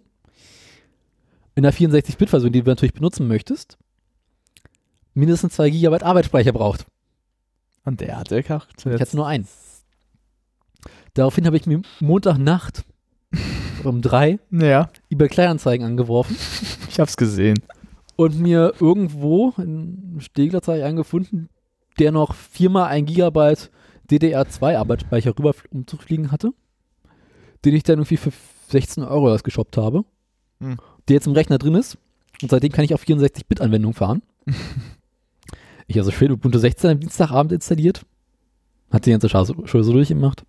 in der 64-Bit-Version, die du natürlich benutzen möchtest, mindestens 2 GB Arbeitsspeicher braucht.
Und der hat der Kacht.
Ich hatte nur einen. Daraufhin habe ich mir Montagnacht um drei
Ja,
eBay Kleinanzeigen angeworfen
ich hab's gesehen.
und mir irgendwo in Steglitz habe ich einen gefunden, der noch viermal ein Gigabyte DDR2 Arbeitsspeicher rüber umzufliegen hatte, den ich dann irgendwie für 16 Euro das geshoppt habe,
Hm.
der jetzt im Rechner drin ist und seitdem kann ich auf 64-Bit-Anwendungen fahren. ich also schön Ubuntu 16 am Dienstagabend installiert, hat die ganze Scheiße Scheiße durchgemacht,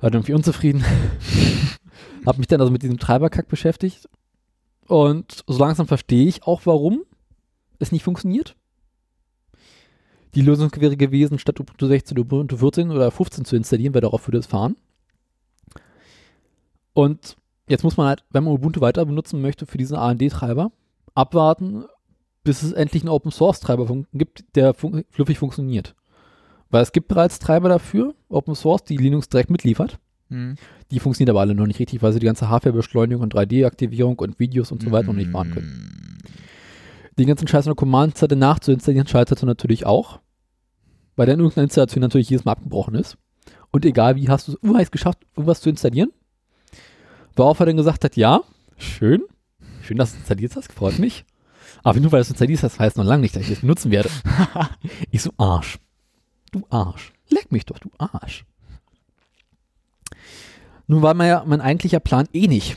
war dann irgendwie unzufrieden, habe mich dann also mit diesem Treiberkack beschäftigt und so langsam verstehe ich auch, warum es nicht funktioniert. Die Lösung wäre gewesen, statt Ubuntu 16 Ubuntu 14 oder 15 zu installieren, weil darauf würde es fahren. Und jetzt muss man halt, wenn man Ubuntu weiter benutzen möchte für diesen AMD-Treiber, abwarten, bis es endlich einen Open-Source-Treiber fun- gibt, der fun fluffig funktioniert. Weil es gibt bereits Treiber dafür, Open-Source, die Linux direkt mitliefert. Die funktionieren aber alle noch nicht richtig, weil sie die ganze Hardwarebeschleunigung und 3D-Aktivierung und Videos und so weiter noch nicht fahren können. Den ganzen Scheiß in der Command-Zeile nachzuinstallieren scheiterte natürlich auch, weil dann irgendeine Installation natürlich jedes Mal abgebrochen ist. Und egal wie, hast du es urheiß geschafft, irgendwas zu installieren? Worauf er dann gesagt hat, ja, schön, schön, dass du es installiert hast, freut mich. Aber nur weil du es installierst, das heißt noch lange nicht, dass ich es benutzen werde. ich so, Arsch. Du Arsch. Leck mich doch, du Arsch. Nun war mein, ja- mein eigentlicher Plan eh nicht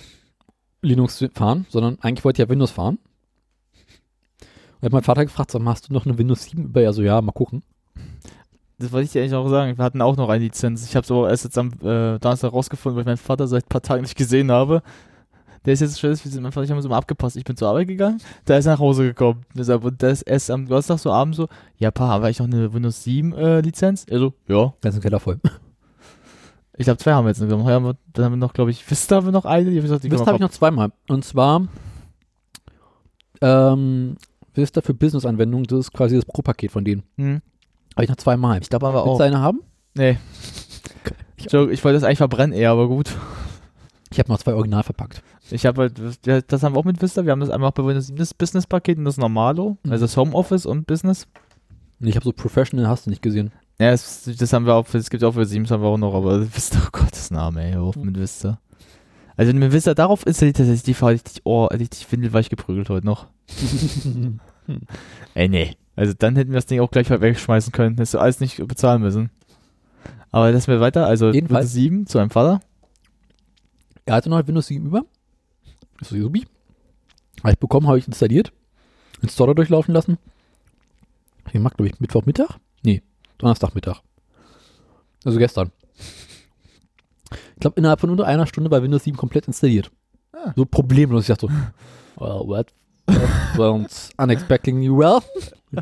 Linux zu fahren, sondern eigentlich wollte ich ja Windows fahren. Und hat mein Vater gefragt, sag mal, hast du noch eine Windows 7 über? Ja, so, ja, mal gucken.
Das wollte ich dir eigentlich auch sagen. Wir hatten auch noch eine Lizenz. Ich hab's aber erst jetzt am äh, Donnerstag rausgefunden, weil ich meinen Vater seit ein paar Tagen nicht gesehen habe. Der ist jetzt schon, wir sind mein Vater, ich habe uns immer abgepasst. Ich bin zur Arbeit gegangen, da ist er nach Hause gekommen. Deshalb, und das ist erst am Donnerstag so abends so, ja, Pa, habe ich noch eine Windows 7 äh, Lizenz? Er so, ja.
Ganz im Keller voll.
Ich glaube, zwei haben wir jetzt noch genommen. Heuer haben wir- Dann haben wir noch, glaube ich, Vista haben wir noch eine. Die hab ich gesagt, die
Vista
können
habe
wir
ich noch zweimal. Und zwar ähm, Vista für Business-Anwendungen, das ist quasi das Pro-Paket von denen.
Hm.
Habe ich noch zweimal.
Ich glaube, haben wir
Willst
auch.
du eine haben?
Nee. Ich, Joke, ich wollte das eigentlich verbrennen eher, aber gut.
Ich habe noch zwei original verpackt.
Ich habe halt, ja, das haben wir auch mit Vista. Wir haben das einmal auch bei Windows 7, das Business-Paket und das Normalo.
Mhm.
Also das Homeoffice und Business.
Und ich habe so Professional, hast du nicht gesehen.
Ja, das, das haben wir auch, das gibt auch für 7, das haben wir auch noch, aber Vista, oh Gottes Name, ey, hör
Mhm.
auf mit Vista. Also wenn du mit Vista darauf installiert hast, hätte ich die Frau richtig, oh, richtig windelweich geprügelt heute noch. Ey, nee. Also dann hätten wir das Ding auch gleich wegschmeißen können. Hättest du alles nicht bezahlen müssen. Aber das wäre weiter, also
Jedenfalls.
Windows 7 zu einem Vater.
Er hatte noch ein Windows 7 über. Ist so Yubi. Habe ich bekommen, habe ich installiert. Installer durchlaufen lassen. Hab Ich gemacht, glaube ich, Mittwochmittag? Nee, Donnerstagmittag. Also gestern. Ich glaube, innerhalb von unter einer Stunde war Windows 7 komplett installiert. So problemlos. Ich dachte so, well, what? That sounds unexpectedly well.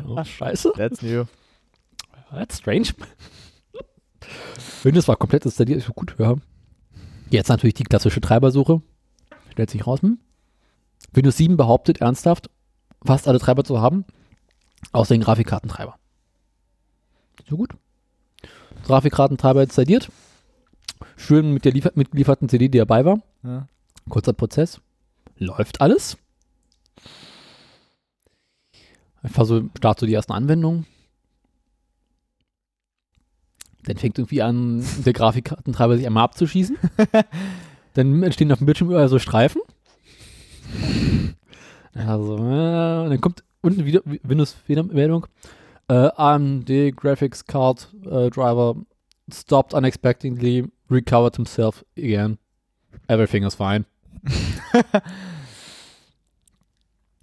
Oh, scheiße.
That's new.
That's strange. Windows war komplett installiert, ist so gut, ja. Jetzt natürlich die klassische Treibersuche. Stellt sich raus. Hm? Windows 7 behauptet ernsthaft, fast alle Treiber zu haben, außer den Grafikkartentreiber. So gut. Grafikkartentreiber installiert. Schön mit der liefer mitgelieferten CD, die dabei war.
Ja.
Kurzer Prozess. Läuft alles. Einfach so, start so die ersten Anwendungen. Dann fängt irgendwie an, der Grafikkartentreiber sich einmal abzuschießen. dann entstehen auf dem Bildschirm überall so Streifen. Also, äh, und dann kommt unten wieder Windows-Meldung. Äh, AMD Graphics Card äh, Driver stopped unexpectedly, recovered himself again. Everything is fine.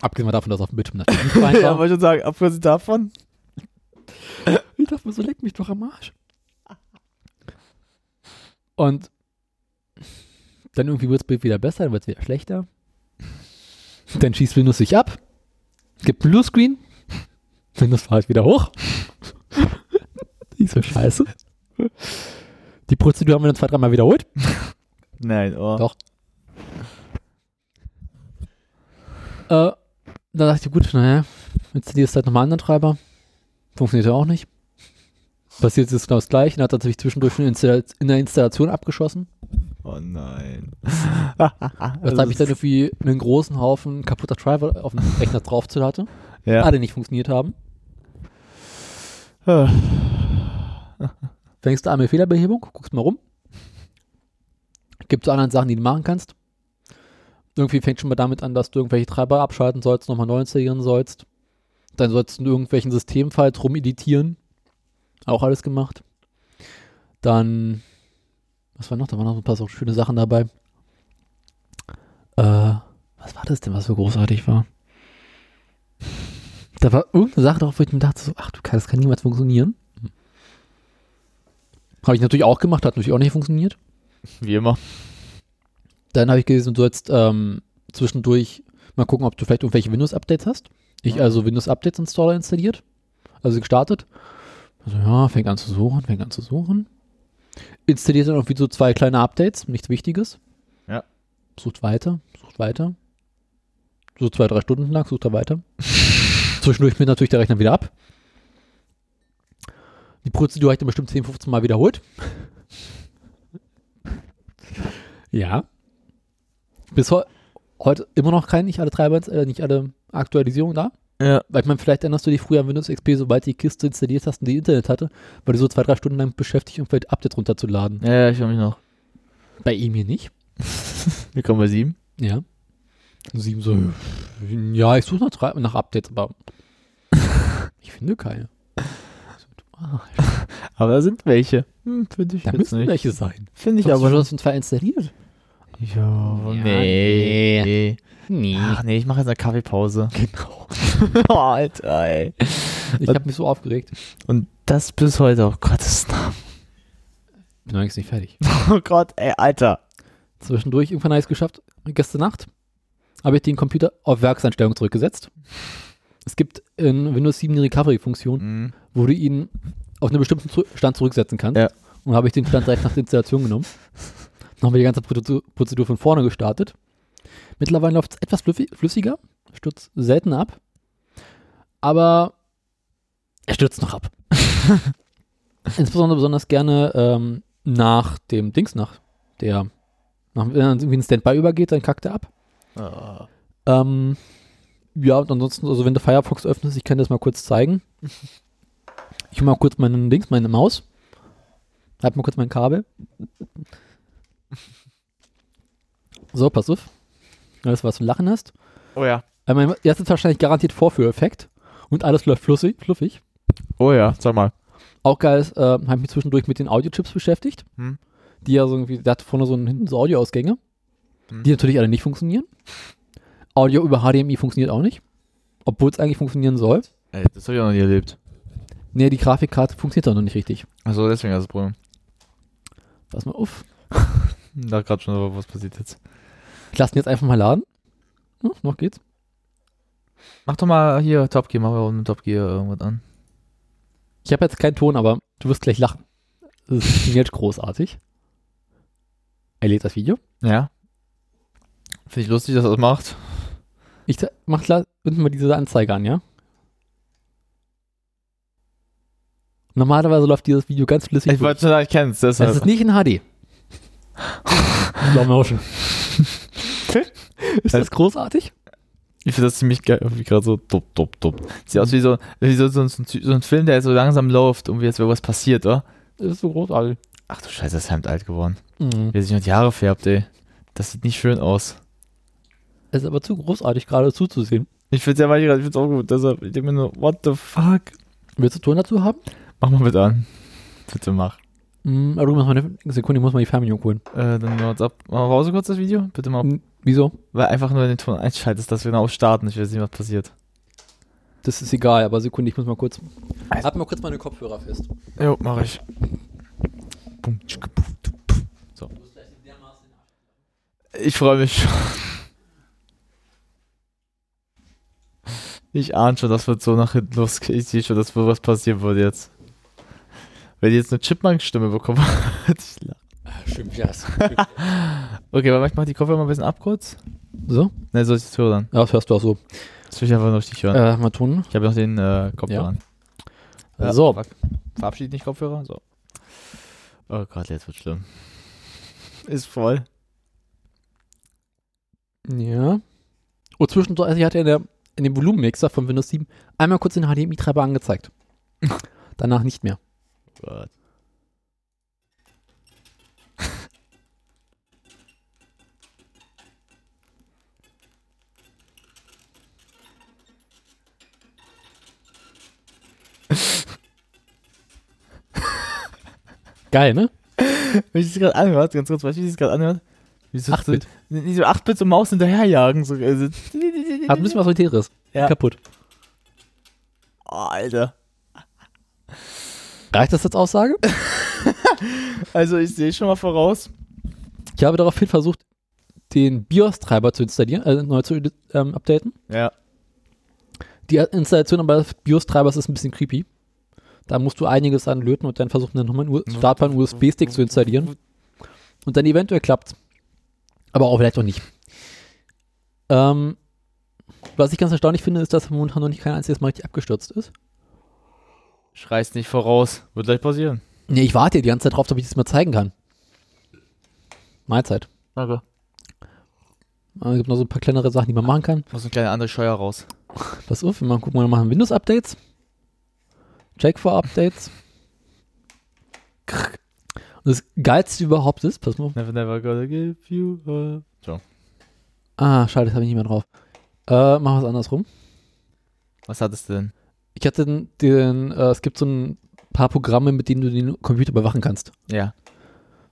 Abgesehen mal davon, dass auf dem Bildschirm natürlich nicht fein
Ja,
war.
wollte ich schon sagen, abgesehen davon.
Ich dachte mir so, leck mich doch am Arsch. Und dann irgendwie wird das Bild wieder besser, dann wird es wieder schlechter. Dann schießt Windows sich ab, gibt einen Bluescreen, Windows fahrt wieder hoch. Diese Scheiße. Die Prozedur haben wir dann zwei, dreimal wiederholt.
Nein, oh.
Doch. Äh, da dachte ich, gut, naja, installierst halt nochmal einen anderen Treiber. Funktioniert ja auch nicht. passiert ist genau das gleiche. Dann hat er sich zwischendurch schon Insta- in der Installation abgeschossen.
Oh nein.
Das habe ich dann irgendwie einen großen Haufen kaputter Driver auf dem Rechner drauf zu hatte.
Ja.
Alle nicht funktioniert haben.
Ah.
Fängst du an mit Fehlerbehebung, guckst mal rum. Gibt es anderen Sachen, die du machen kannst. Irgendwie fängt schon mal damit an, dass du irgendwelche Treiber abschalten sollst, nochmal neu installieren sollst. Dann sollst du in irgendwelchen Systemfiles rumeditieren. Auch alles gemacht. Dann, was war noch? Da waren noch so ein paar so schöne Sachen dabei. Äh, was war das denn, was so großartig war? Da war irgendeine Sache drauf, wo ich mir dachte, so, ach du Kacke, das kann niemals funktionieren. Habe ich natürlich auch gemacht, hat natürlich auch nicht funktioniert.
Wie immer.
Dann habe ich gelesen, du sollst ähm, zwischendurch mal gucken, ob du vielleicht irgendwelche Windows-Updates hast. Ich also Windows-Updates-Installer installiert, also gestartet. Also ja, fängt an zu suchen, fängt an zu suchen. Installiert dann irgendwie so zwei kleine Updates, nichts Wichtiges.
Ja.
Sucht weiter, sucht weiter. So zwei, drei Stunden lang sucht er weiter. Zwischendurch mir natürlich der Rechner wieder ab. Die Prozedur habe ich dann bestimmt 10, 15 Mal wiederholt. ja. Bis heu heute immer noch kein, nicht alle Treiber, äh, nicht alle Aktualisierungen da.
Ja.
Weil ich meine, vielleicht erinnerst du dich früher an Windows XP, sobald du die Kiste installiert hast und die Internet hatte, weil du so zwei, drei Stunden lang beschäftigt, um vielleicht Update runterzuladen.
Ja, ja, ich habe mich noch.
Bei ihm hier nicht.
Wir kommen bei sieben.
Ja. Sieben so, ja, ich suche nach, drei- nach Updates, aber ich finde keine. Ich so, du Arsch.
Aber da sind welche. Hm, finde ich
Da
jetzt
müssen
nicht.
welche sein.
Finde ich
Hast du
aber.
schon das zwar installiert.
Jo,
Ja,
nee. nee.
Ah, Nee.
Ach nee, ich mache jetzt eine Kaffeepause.
genau.
oh, Alter, ey.
Ich habe mich so aufgeregt.
Und das bis heute, oh Gottes Namen.
Bin noch längst nicht fertig.
Oh Gott, ey, Alter.
Zwischendurch irgendwann habe ich es geschafft. Gestern Nacht habe ich den Computer auf Werkseinstellung zurückgesetzt. Es gibt in Windows 7 eine Recovery-Funktion,
Mhm.
wo du ihn auf einen bestimmten Zu- Stand zurücksetzen kannst.
Ja.
Und habe ich den Stand direkt nach der Installation genommen. Dann haben wir die ganze Prozedur- Prozedur von vorne gestartet. Mittlerweile läuft es etwas flüffi- flüssiger, stürzt selten ab. Aber er stürzt noch ab. Insbesondere besonders gerne ähm, nach dem Dings, nach der, nach, wenn er irgendwie in Standby übergeht, dann kackt er ab.
Oh.
Ähm, ja, und ansonsten, also wenn du Firefox öffnest, ich kann dir das mal kurz zeigen. Ich hole mal kurz meinen Dings, meine Maus. Halt mal kurz mein Kabel. So, pass auf. Alles, was du lachen hast.
oh ja.
Einmal, jetzt ist wahrscheinlich garantiert Vorführeffekt. Und alles läuft flussig, fluffig.
Oh ja, sag mal.
Auch geil ist, äh, habe ich mich zwischendurch mit den Audiochips beschäftigt.
Hm.
Die ja so irgendwie, der hat vorne so einen, hinten so Audioausgänge,
Hm.
die natürlich alle nicht funktionieren. Audio über HDMI funktioniert auch nicht. Obwohl es eigentlich funktionieren soll.
Ey, das habe ich auch noch nie erlebt.
Nee, die Grafikkarte funktioniert auch noch nicht richtig.
Also deswegen das Problem.
Pass mal auf.
Da gerade schon, aber was passiert jetzt?
Ich lasse ihn jetzt einfach mal laden. Ja, noch geht's.
Mach doch mal hier Top Gear, machen wir unten Top Gear irgendwas an.
Ich habe jetzt keinen Ton, aber du wirst gleich lachen. Das ist jetzt großartig. Er lädt das Video.
Ja. Finde ich lustig, dass er das macht.
Ich ze- mach la- unten mal diese Anzeige an, ja? Normalerweise läuft dieses Video ganz flüssig.
Ich
durch.
wollte schon sagen, ich kenn's,
Das
deshalb.
ist nicht in HD. Slow Motion. ist das großartig?
Äh, Ich finde das ziemlich geil, wie gerade so dupp, dupp, dupp. Sieht aus wie so, wie so, so, ein, so ein Film, der so langsam läuft und wie jetzt irgendwas passiert, oder?
Das ist so großartig.
Ach du Scheiße, das ist Hemd alt geworden.
Mhm.
Wie er sich noch die Haare färbt, ey. Das sieht nicht schön aus.
Es ist aber zu großartig, gerade zuzusehen.
Ich find's ja manchmal, ich find's auch gut, deshalb, ich denk mir nur, what the fuck?
Willst du Ton dazu haben?
Mach mal bitte an. Bitte mach.
Mhm, aber du musst mal eine Sekunde, ich muss mal die Fernbedienung holen.
Äh, dann machen wir uns ab. Machen wir Pause kurz das Video? Bitte mal.
Mhm, Wieso?
Weil einfach nur den Ton einschaltest, dass wir genau starten. Ich will sehen, was passiert.
Das ist egal, aber Sekunde, ich muss mal kurz. Halt mal kurz meine Kopfhörer fest.
Jo, mach ich. Bum, tschicke, puff, tu, puff. So. Ich freue mich schon. Ich ahne schon, das wird so nach hinten losgehen. Ich sehe schon, dass wohl was passieren wird jetzt. Wenn ich jetzt eine Chipmunk-Stimme bekomme, hätte ich lachen.
Ah, Stimmt, ja. das-
Okay, warte mal, ich mach die Koffer mal ein bisschen ab kurz.
So?
Ne, soll ich das hören?
Ja, das hörst du auch so.
Das will ich einfach nur richtig hören.
Äh, mal Ton.
Ich habe noch den äh, Kopfhörer
Ja.
an.
So.
fuck. Verabschiede nicht Kopfhörer. So. Oh Gott, jetzt wird schlimm. Ist voll.
Ja. Und zwischendurch also hat er in, der, in dem Volumenmixer von Windows 7 einmal kurz den HDMI-Treiber angezeigt. Danach nicht mehr.
Gott.
Geil, ne?
Wenn ich das gerade anhört, ganz kurz, weißt du, wie sich das gerade anhört? Wie so
8-Bit.
so- Wie so 8-Bit so Maus hinterherjagen. So, also,
Hat ein bisschen was Solitäres.
Ja.
Kaputt.
oh, Alter.
Reicht das als Aussage?
Also ich sehe schon mal voraus.
Ich habe daraufhin versucht, den BIOS-Treiber zu installieren, äh, neu zu ähm, updaten.
Ja.
Die Installation aber des BIOS-Treibers ist ein bisschen creepy. Da musst du einiges anlöten und dann versuchen, dann nochmal einen U- startbaren USB-Stick zu installieren. Und dann eventuell klappt Aber auch vielleicht auch nicht. Ähm, was ich ganz erstaunlich finde, ist, dass momentan noch nicht kein einziges Mal richtig abgestürzt ist.
Schreist nicht voraus. Wird gleich passieren.
Nee, ich warte die ganze Zeit drauf, dass ich das mal zeigen kann. Mahlzeit. Ah,
Danke.
Es gibt noch so ein paar kleinere Sachen, die man machen kann.
Muss eine kleine andere Scheuer raus.
Pass auf, wir machen, gucken wir mal nach Windows-Updates. Check for Updates. Krrr. Und das Geilste überhaupt ist, pass mal auf.
Never, never gonna give you up. So.
Ah, schade, das habe ich nicht mehr drauf. Äh, machen wir es andersrum.
Was hattest du denn?
Ich hatte den, den äh, es gibt so ein paar Programme, mit denen du den Computer überwachen kannst.
Ja.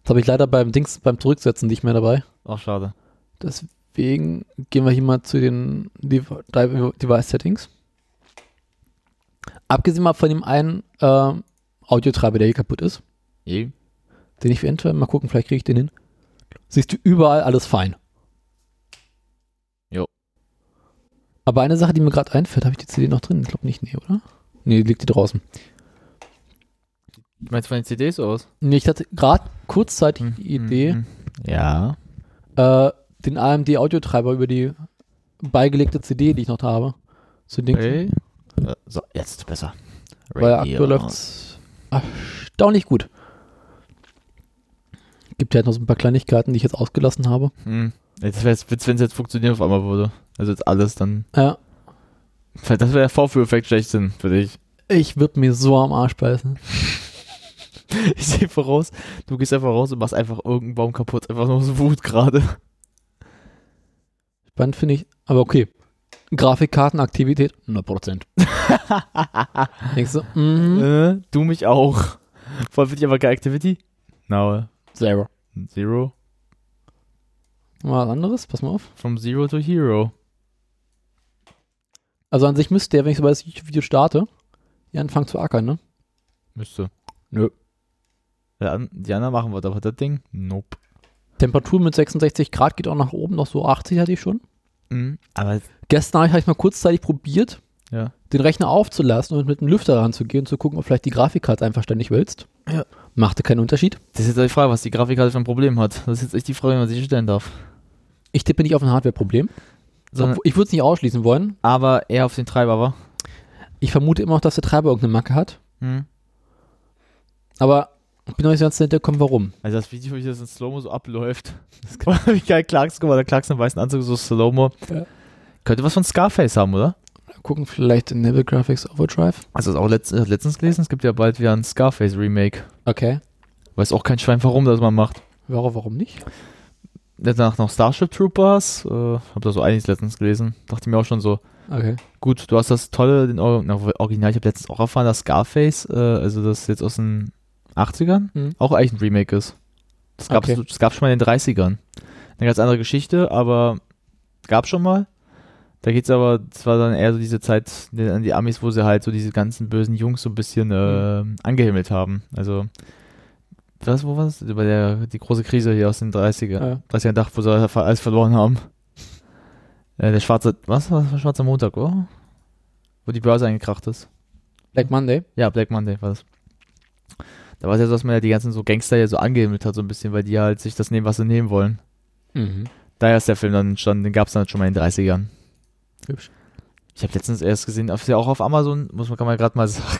Das habe ich leider beim Dings, beim Zurücksetzen nicht mehr dabei.
Auch schade.
Deswegen gehen wir hier mal zu den Dev- Dev- Device-Settings. Abgesehen mal von dem einen äh, Audiotreiber, der hier kaputt ist.
Je.
den ich eventuell mal gucken, vielleicht kriege ich den hin. Siehst du überall alles fein.
Jo.
Aber eine Sache, die mir gerade einfällt, habe ich die CD noch drin? Ich glaube nicht, nee, oder? Nee, liegt die draußen.
Du meinst von den CDs aus?
Nee, ich hatte gerade kurzzeitig
Hm,
die Idee,
hm, hm. Ja.
äh, den AMD-Audiotreiber über die beigelegte CD, die ich noch habe, zu denken.
Ray. So, jetzt besser.
Äh, Weil aktuell läuft es erstaunlich gut. Gibt ja halt noch so ein paar Kleinigkeiten, die ich jetzt ausgelassen habe.
Hm. Das wäre jetzt Witz, wenn es jetzt funktionieren auf einmal würde. Also jetzt alles dann.
Ja.
Das wäre der Vorführeffekt schlechthin für dich.
Ich würde mir so am Arsch beißen.
Ich sehe voraus, du gehst einfach raus und machst einfach irgendeinen Baum kaputt. Einfach nur so Wut gerade.
Spannend finde ich, aber okay. Grafikkartenaktivität 0%. Denkst du, mhm,
Äh, du mich auch. Vor allem finde ich aber geil Activity. No.
Zero.
Zero.
Mal was anderes, pass mal auf.
From Zero to Hero.
Also an sich müsste der, wenn ich so bei das YouTube-Video starte, ja anfangen zu ackern, ne?
Müsste.
Nö.
Ja, an- Die anderen machen was, aber das Ding? Nope.
Temperatur mit 66 Grad geht auch nach oben, noch so 80 hatte ich schon.
Mhm. Aber
Gestern habe ich- habe ich mal kurzzeitig probiert,
Ja.
den Rechner aufzulassen und mit dem Lüfter ranzugehen und zu gucken, ob vielleicht die Grafikkarte einfach ständig willst.
Ja.
Machte keinen Unterschied.
das ist jetzt die Frage, was die Grafikkarte für ein Problem hat. Das ist jetzt echt die Frage, die man sich stellen darf.
Ich tippe nicht auf ein Hardware-Problem.
Sondern-
Obwohl- Ich würde es nicht ausschließen wollen.
aber eher auf den Treiber, war.
Ich vermute immer noch, dass der Treiber irgendeine Macke hat.
Hm.
Aber ich bin noch nicht so ganz hintergekommen, warum.
Also das Video, wie das in Slow-Mo so abläuft. wie geil Clarks, guck mal, der Clarks im weißen Anzug, so Slow-Mo.
Ja.
Könnte was von Scarface haben, oder?
Gucken vielleicht in Naval Graphics Overdrive.
Also das auch letzt, äh, letztens gelesen, es gibt ja bald wieder ein Scarface-Remake.
Okay.
Weiß auch kein Schwein, warum das man macht.
Warum, warum nicht?
Danach noch Starship Troopers, äh, hab da so einiges letztens gelesen. Dachte mir auch schon so,
Okay.
gut, du hast das tolle, den Or na, Original, ich habe letztens auch erfahren, dass Scarface, äh, also das jetzt aus den 80ern,
Mhm.
auch eigentlich ein Remake ist. Das gab es
Okay.
schon mal in den 30ern. Eine ganz andere Geschichte, aber gab schon mal. Da geht's aber, das war dann eher so diese Zeit die- an die Amis, wo sie halt so diese ganzen bösen Jungs so ein bisschen äh,
Mhm.
angehimmelt haben. Also, was, wo war das? Bei der, die große Krise hier aus den 30ern.
Ja.
30 Tag, wo sie alles verloren haben. Äh, der schwarze, was war das? Schwarzer Montag, oder? Wo die Börse eingekracht ist.
Black Monday.
Ja, Black Monday war das. Da war es ja so, dass man ja die ganzen so Gangster ja so angehimmelt hat, so ein bisschen, weil die halt sich das nehmen, was sie nehmen wollen.
Mhm.
Daher ist der Film dann entstanden, den gab es dann schon mal in den 30ern.
Hübsch.
Ich habe letztens erst gesehen, das ist ja auch auf Amazon, muss man, kann man gerade mal sagen,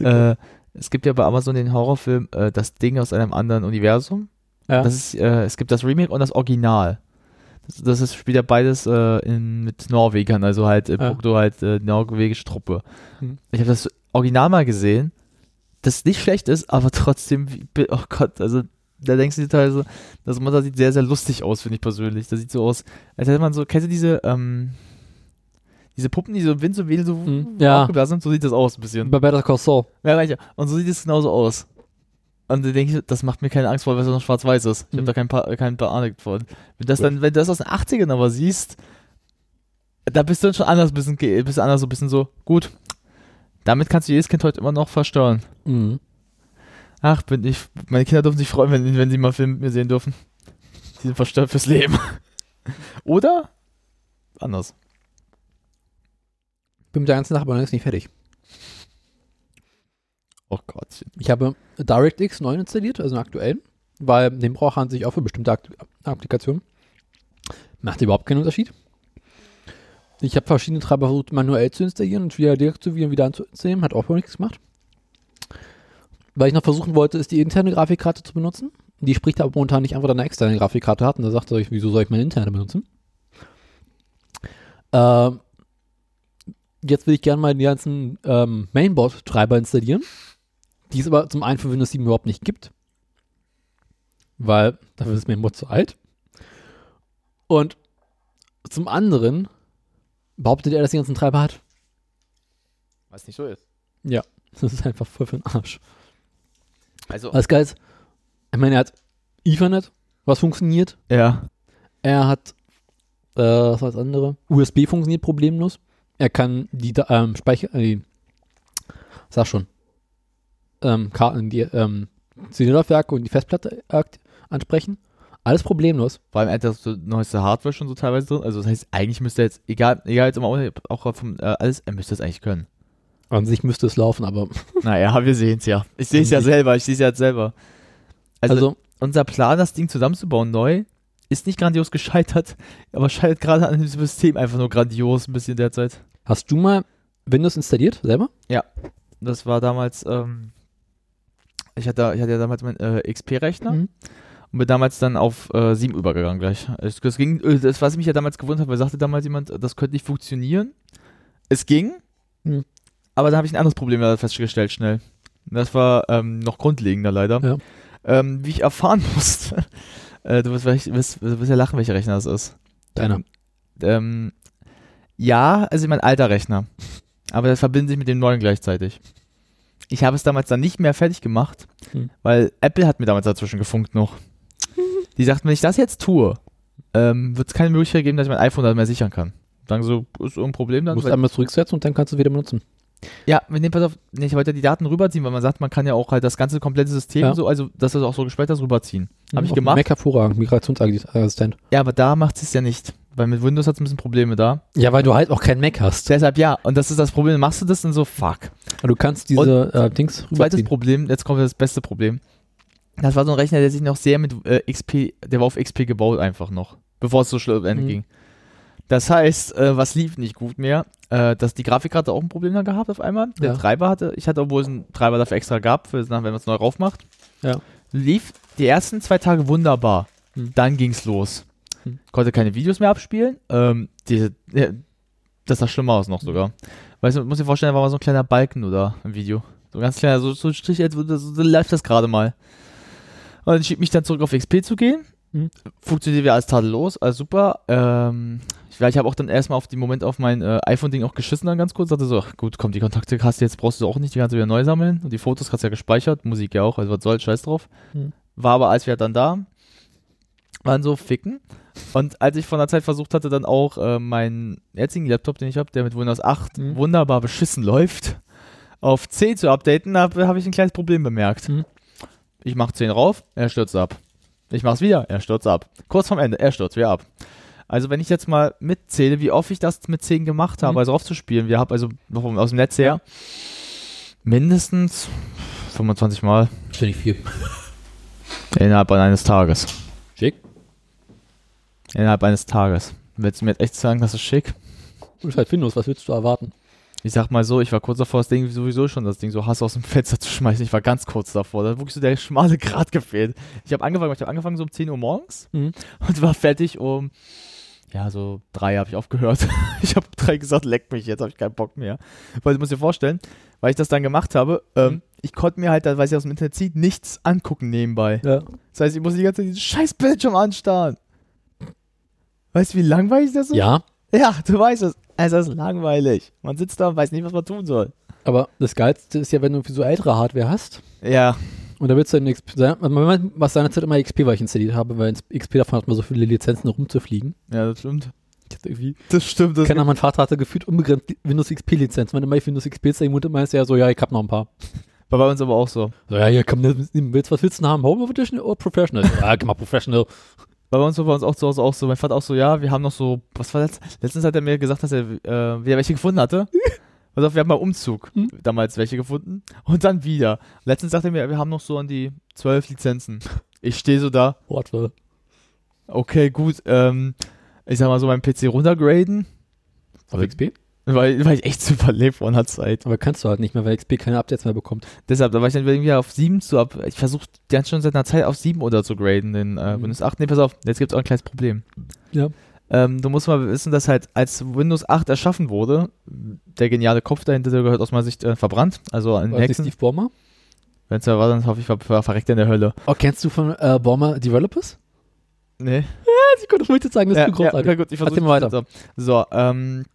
äh, Es gibt ja bei Amazon den Horrorfilm äh, Das Ding aus einem anderen Universum.
Ja.
Das ist, äh, es gibt das Remake und das Original. Das, das ist, spielt ja beides äh, in, mit Norwegern, also halt im
Ja.
Punkto halt äh, norwegische Truppe.
Mhm.
Ich habe das Original mal gesehen, das nicht schlecht ist, aber trotzdem, wie, bi- oh Gott, also da denkst du dir teilweise, das Monster sieht sehr, sehr lustig aus, finde ich persönlich. Das sieht so aus, als hätte man so, kennst du diese, ähm, diese Puppen, die so im Wind so wedeln, so
Mhm. Ja.
aufgeblasen sind? So sieht das aus ein bisschen.
Bei Better Call Saul.
Ja, manche. Und so sieht es genauso aus. Und dann denke ich, das macht mir keine Angst vor, weil es noch schwarz-weiß ist. Ich
Mhm.
habe da keinen, pa keinen Panik von. Wenn, das dann, wenn du das aus den 80ern aber siehst, da bist du dann schon anders, bisschen, ge- bist anders, so ein bisschen so, gut, damit kannst du jedes Kind heute immer noch verstören.
Mhm.
Ach, bin ich, meine Kinder dürfen sich freuen, wenn, wenn sie mal Filme mit mir sehen dürfen. Die sind verstört fürs Leben. Oder anders.
Bin mit der ganzen Sache aber noch längst nicht fertig.
Oh Gottchen.
Ich habe DirectX 9 installiert, also einen aktuellen, weil den braucht man sich auch für bestimmte Akt- Applikationen. Macht überhaupt keinen Unterschied. Ich habe verschiedene Treiber versucht manuell zu installieren und wieder direkt zu wieder anzunehmen, hat auch überhaupt nichts gemacht. Weil ich noch versuchen wollte, ist die interne Grafikkarte zu benutzen. Die spricht aber momentan nicht einfach eine externe Grafikkarte hat und da sagt er, euch, wieso soll ich meine interne benutzen? Ähm, jetzt will ich gerne mal die ganzen ähm, Mainboard-Treiber installieren die es aber zum einen für Windows 7 überhaupt nicht gibt, weil dafür ist mir Mod zu alt. Und zum anderen behauptet er, dass die ganzen Treiber hat.
Was nicht so ist.
Ja, das ist einfach voll für den Arsch.
Also,
Alles geil ist, ich meine, er hat Ethernet, was funktioniert.
ja.
Er hat, äh, was war das andere? USB funktioniert problemlos. Er kann die Da- ähm, Speicher, äh, die- sag schon, ähm, Karten, die ähm, CD-Laufwerke und die Festplatte akt- ansprechen. Alles problemlos.
Vor allem, er hat das so neueste Hardware schon so teilweise drin. Also, das heißt, eigentlich müsste er jetzt, egal, egal jetzt immer auch, auch vom, äh, alles, er müsste es eigentlich können.
An sich müsste es laufen, aber
Naja, wir sehen es ja. Also Ich sehe es ja selber, ich sehe es ja jetzt selber. Also,
also,
unser Plan, das Ding zusammenzubauen neu, ist nicht grandios gescheitert, aber scheitert gerade an dem System einfach nur grandios ein bisschen derzeit.
hast du mal Windows installiert selber?
Das war damals, ähm, ich hatte, ich hatte ja damals meinen äh, XP-Rechner.
Mhm.
Und bin damals dann auf äh, 7 übergegangen gleich. Es, das ging, äh, das, was mich ja damals gewundert hat, weil sagte damals jemand, das könnte nicht funktionieren. Es ging,
Hm.
aber da habe ich ein anderes Problem leider festgestellt schnell. Das war ähm, noch grundlegender leider.
Ja.
Ähm, wie ich erfahren musste. äh, du wirst, vielleicht- du wirst, du wirst ja lachen, welcher Rechner das ist.
Deiner.
Ähm, ja, also mein alter Rechner. Aber der verbindet sich mit dem neuen gleichzeitig. Ich habe es damals dann nicht mehr fertig gemacht,
Hm.
weil Apple hat mir damals dazwischen gefunkt noch. Die sagten, wenn ich das jetzt tue, ähm, wird es keine Möglichkeit geben, dass ich mein iPhone dann mehr sichern kann. Dann so, ist irgendein Problem
Du
dann?
musst
Weil,
einmal zurücksetzen und dann kannst du es wieder benutzen.
ja, wir nehmen, pass auf, nee, ich wollte ja die Daten rüberziehen, weil man sagt, man kann ja auch halt das ganze komplette System
Ja.
so, also dass das auch so gespeichert ist, rüberziehen. Habe ich
Auf dem
gemacht.
Mac hervorragend, Migrationsassistent.
Ja, aber da macht es ja nicht, weil mit Windows hat es ein bisschen Probleme da.
Ja, weil du halt auch keinen Mac hast.
Deshalb ja, und das ist das Problem, machst du das dann so, fuck.
Du kannst diese äh, Dings
Zweites
rüberziehen.
Problem, jetzt kommt das beste Problem. Das war so ein Rechner, der sich noch sehr mit äh, XP, der war auf XP gebaut einfach noch, bevor es so schlimm Ende
Mhm.
ging. Das heißt, äh, was lief nicht gut mehr? Äh, dass die Grafikkarte auch ein Problem da gehabt auf einmal. Der
Ja.
Treiber hatte, ich hatte, obwohl es einen Treiber dafür extra gab, für das, wenn man es neu raufmacht.
Ja.
Lief die ersten zwei Tage wunderbar.
Mhm.
Dann ging's los.
Mhm.
Konnte keine Videos mehr abspielen. Ähm, die, äh, das sah schlimmer aus noch sogar. Weißt du, muss dir vorstellen, da war mal so ein kleiner Balken oder im Video. So ein ganz kleiner, so, so ein Strich, als würde so, so live das gerade mal. Und dann schieb mich dann zurück auf XP zu gehen.
Mhm.
Funktioniert wieder alles tadellos, alles super. Ähm, ich ich habe auch dann erstmal auf den Moment auf mein äh, iPhone-Ding auch geschissen dann ganz kurz. Dachte so, ach gut, komm, die Kontakte hast du jetzt, brauchst du auch nicht, die kannst du wieder neu sammeln. Und die Fotos hast du ja gespeichert, Musik ja auch, also was soll, scheiß drauf.
Mhm.
War aber als wir dann da waren so ficken. Und als ich vor einer Zeit versucht hatte, dann auch äh, meinen jetzigen Laptop, den ich habe, der mit Windows 8
Mhm.
wunderbar beschissen läuft, auf 10 zu updaten, habe hab ich ein kleines Problem bemerkt.
Mhm.
Ich mache 10 rauf, er stürzt ab. Ich mach's wieder, er stürzt ab. Kurz vorm Ende, er stürzt wieder ab. Also wenn ich jetzt mal mitzähle, wie oft ich das mit 10 gemacht habe,
Mhm.
also aufzuspielen, wir haben also noch aus dem Netz her, mindestens 25 Mal
Ständig viel.
innerhalb eines Tages.
Schick.
Innerhalb eines Tages. Willst du mir jetzt echt sagen, das ist schick?
Ist halt Windows, was willst du erwarten?
Ich sag mal so, ich war kurz davor, das Ding sowieso schon, das Ding so Hass aus dem Fenster zu schmeißen. Ich war ganz kurz davor. Da hat wirklich so der schmale Grat gefehlt. Ich habe angefangen, ich habe angefangen so um 10 Uhr morgens
Mhm.
und war fertig um, ja, so drei habe ich aufgehört. Ich habe drei gesagt, leck mich, jetzt habe ich keinen Bock mehr. Weil du musst dir vorstellen, weil ich das dann gemacht habe, ähm,
Mhm.
ich konnte mir halt, weil ich aus dem Internet zieht, nichts angucken nebenbei.
Ja.
Das heißt, ich muss die ganze Zeit diesen scheiß Bildschirm anstarren. Weißt du, wie langweilig das ist?
ja,
Ja, du weißt es. Also es ist langweilig. Man sitzt da und weiß nicht, was man tun soll.
aber das Geilste ist ja, wenn du so ältere Hardware hast
Ja.
und da willst du in XP, sein- also man- was seinerzeit immer XP, weil ich installiert habe, weil XP davon hat man so viele Lizenzen um rumzufliegen.
Ja, das stimmt.
Ich hatte irgendwie
Das stimmt. Das
Keiner, mein Vater hatte gefühlt unbegrenzt Windows XP-Lizenz. Wenn immer ich Windows XP zeigen wollte, meinte er so, ja, ich hab noch ein paar.
war bei uns aber auch so.
So, ja, hier, komm, nimm- nimm, willst, was willst du denn haben? Oh, Home Edition oder Professional? ja, gib mal Professional.
War bei uns war bei uns auch zu Hause auch so. Mein Vater auch so, ja, wir haben noch so, was war das? Letztens hat er mir gesagt, dass er äh, wieder welche gefunden hatte. Pass auf, wir haben mal Umzug
Hm?
damals welche gefunden und dann wieder. Letztens sagte er mir, wir haben noch so an die zwölf Lizenzen. Ich stehe so da,
What the?
okay, gut, ähm, ich sag mal so meinen PC runtergraden,
Auf XP?
weil, weil ich echt super leer von der Zeit.
Aber kannst du halt nicht mehr, weil XP keine Updates mehr bekommt.
Deshalb, da war ich dann irgendwie auf 7 zu ab. Ich versuche ganz schon seit einer Zeit auf 7 oder zu graden, den äh,
Mhm.
Windows 8. Nee, pass auf, jetzt gibt es auch ein kleines Problem.
Ja.
Ähm, du musst mal wissen, dass halt als Windows 8 erschaffen wurde, der geniale Kopf dahinter der gehört aus meiner Sicht äh, verbrannt. Also ein
War das nicht
Hexen.
Steve Bormer?
Wenn es ja war, dann hoffe ich, war, war verreckt er in der Hölle.
Oh, kennst du von äh, Bormer Developers?
Nee.
Ja, Sekunde, das möchte ich sagen, das ist zu großartig.
Ja, gut, ich versuche
Erzähl mal weiter.
So, so ähm,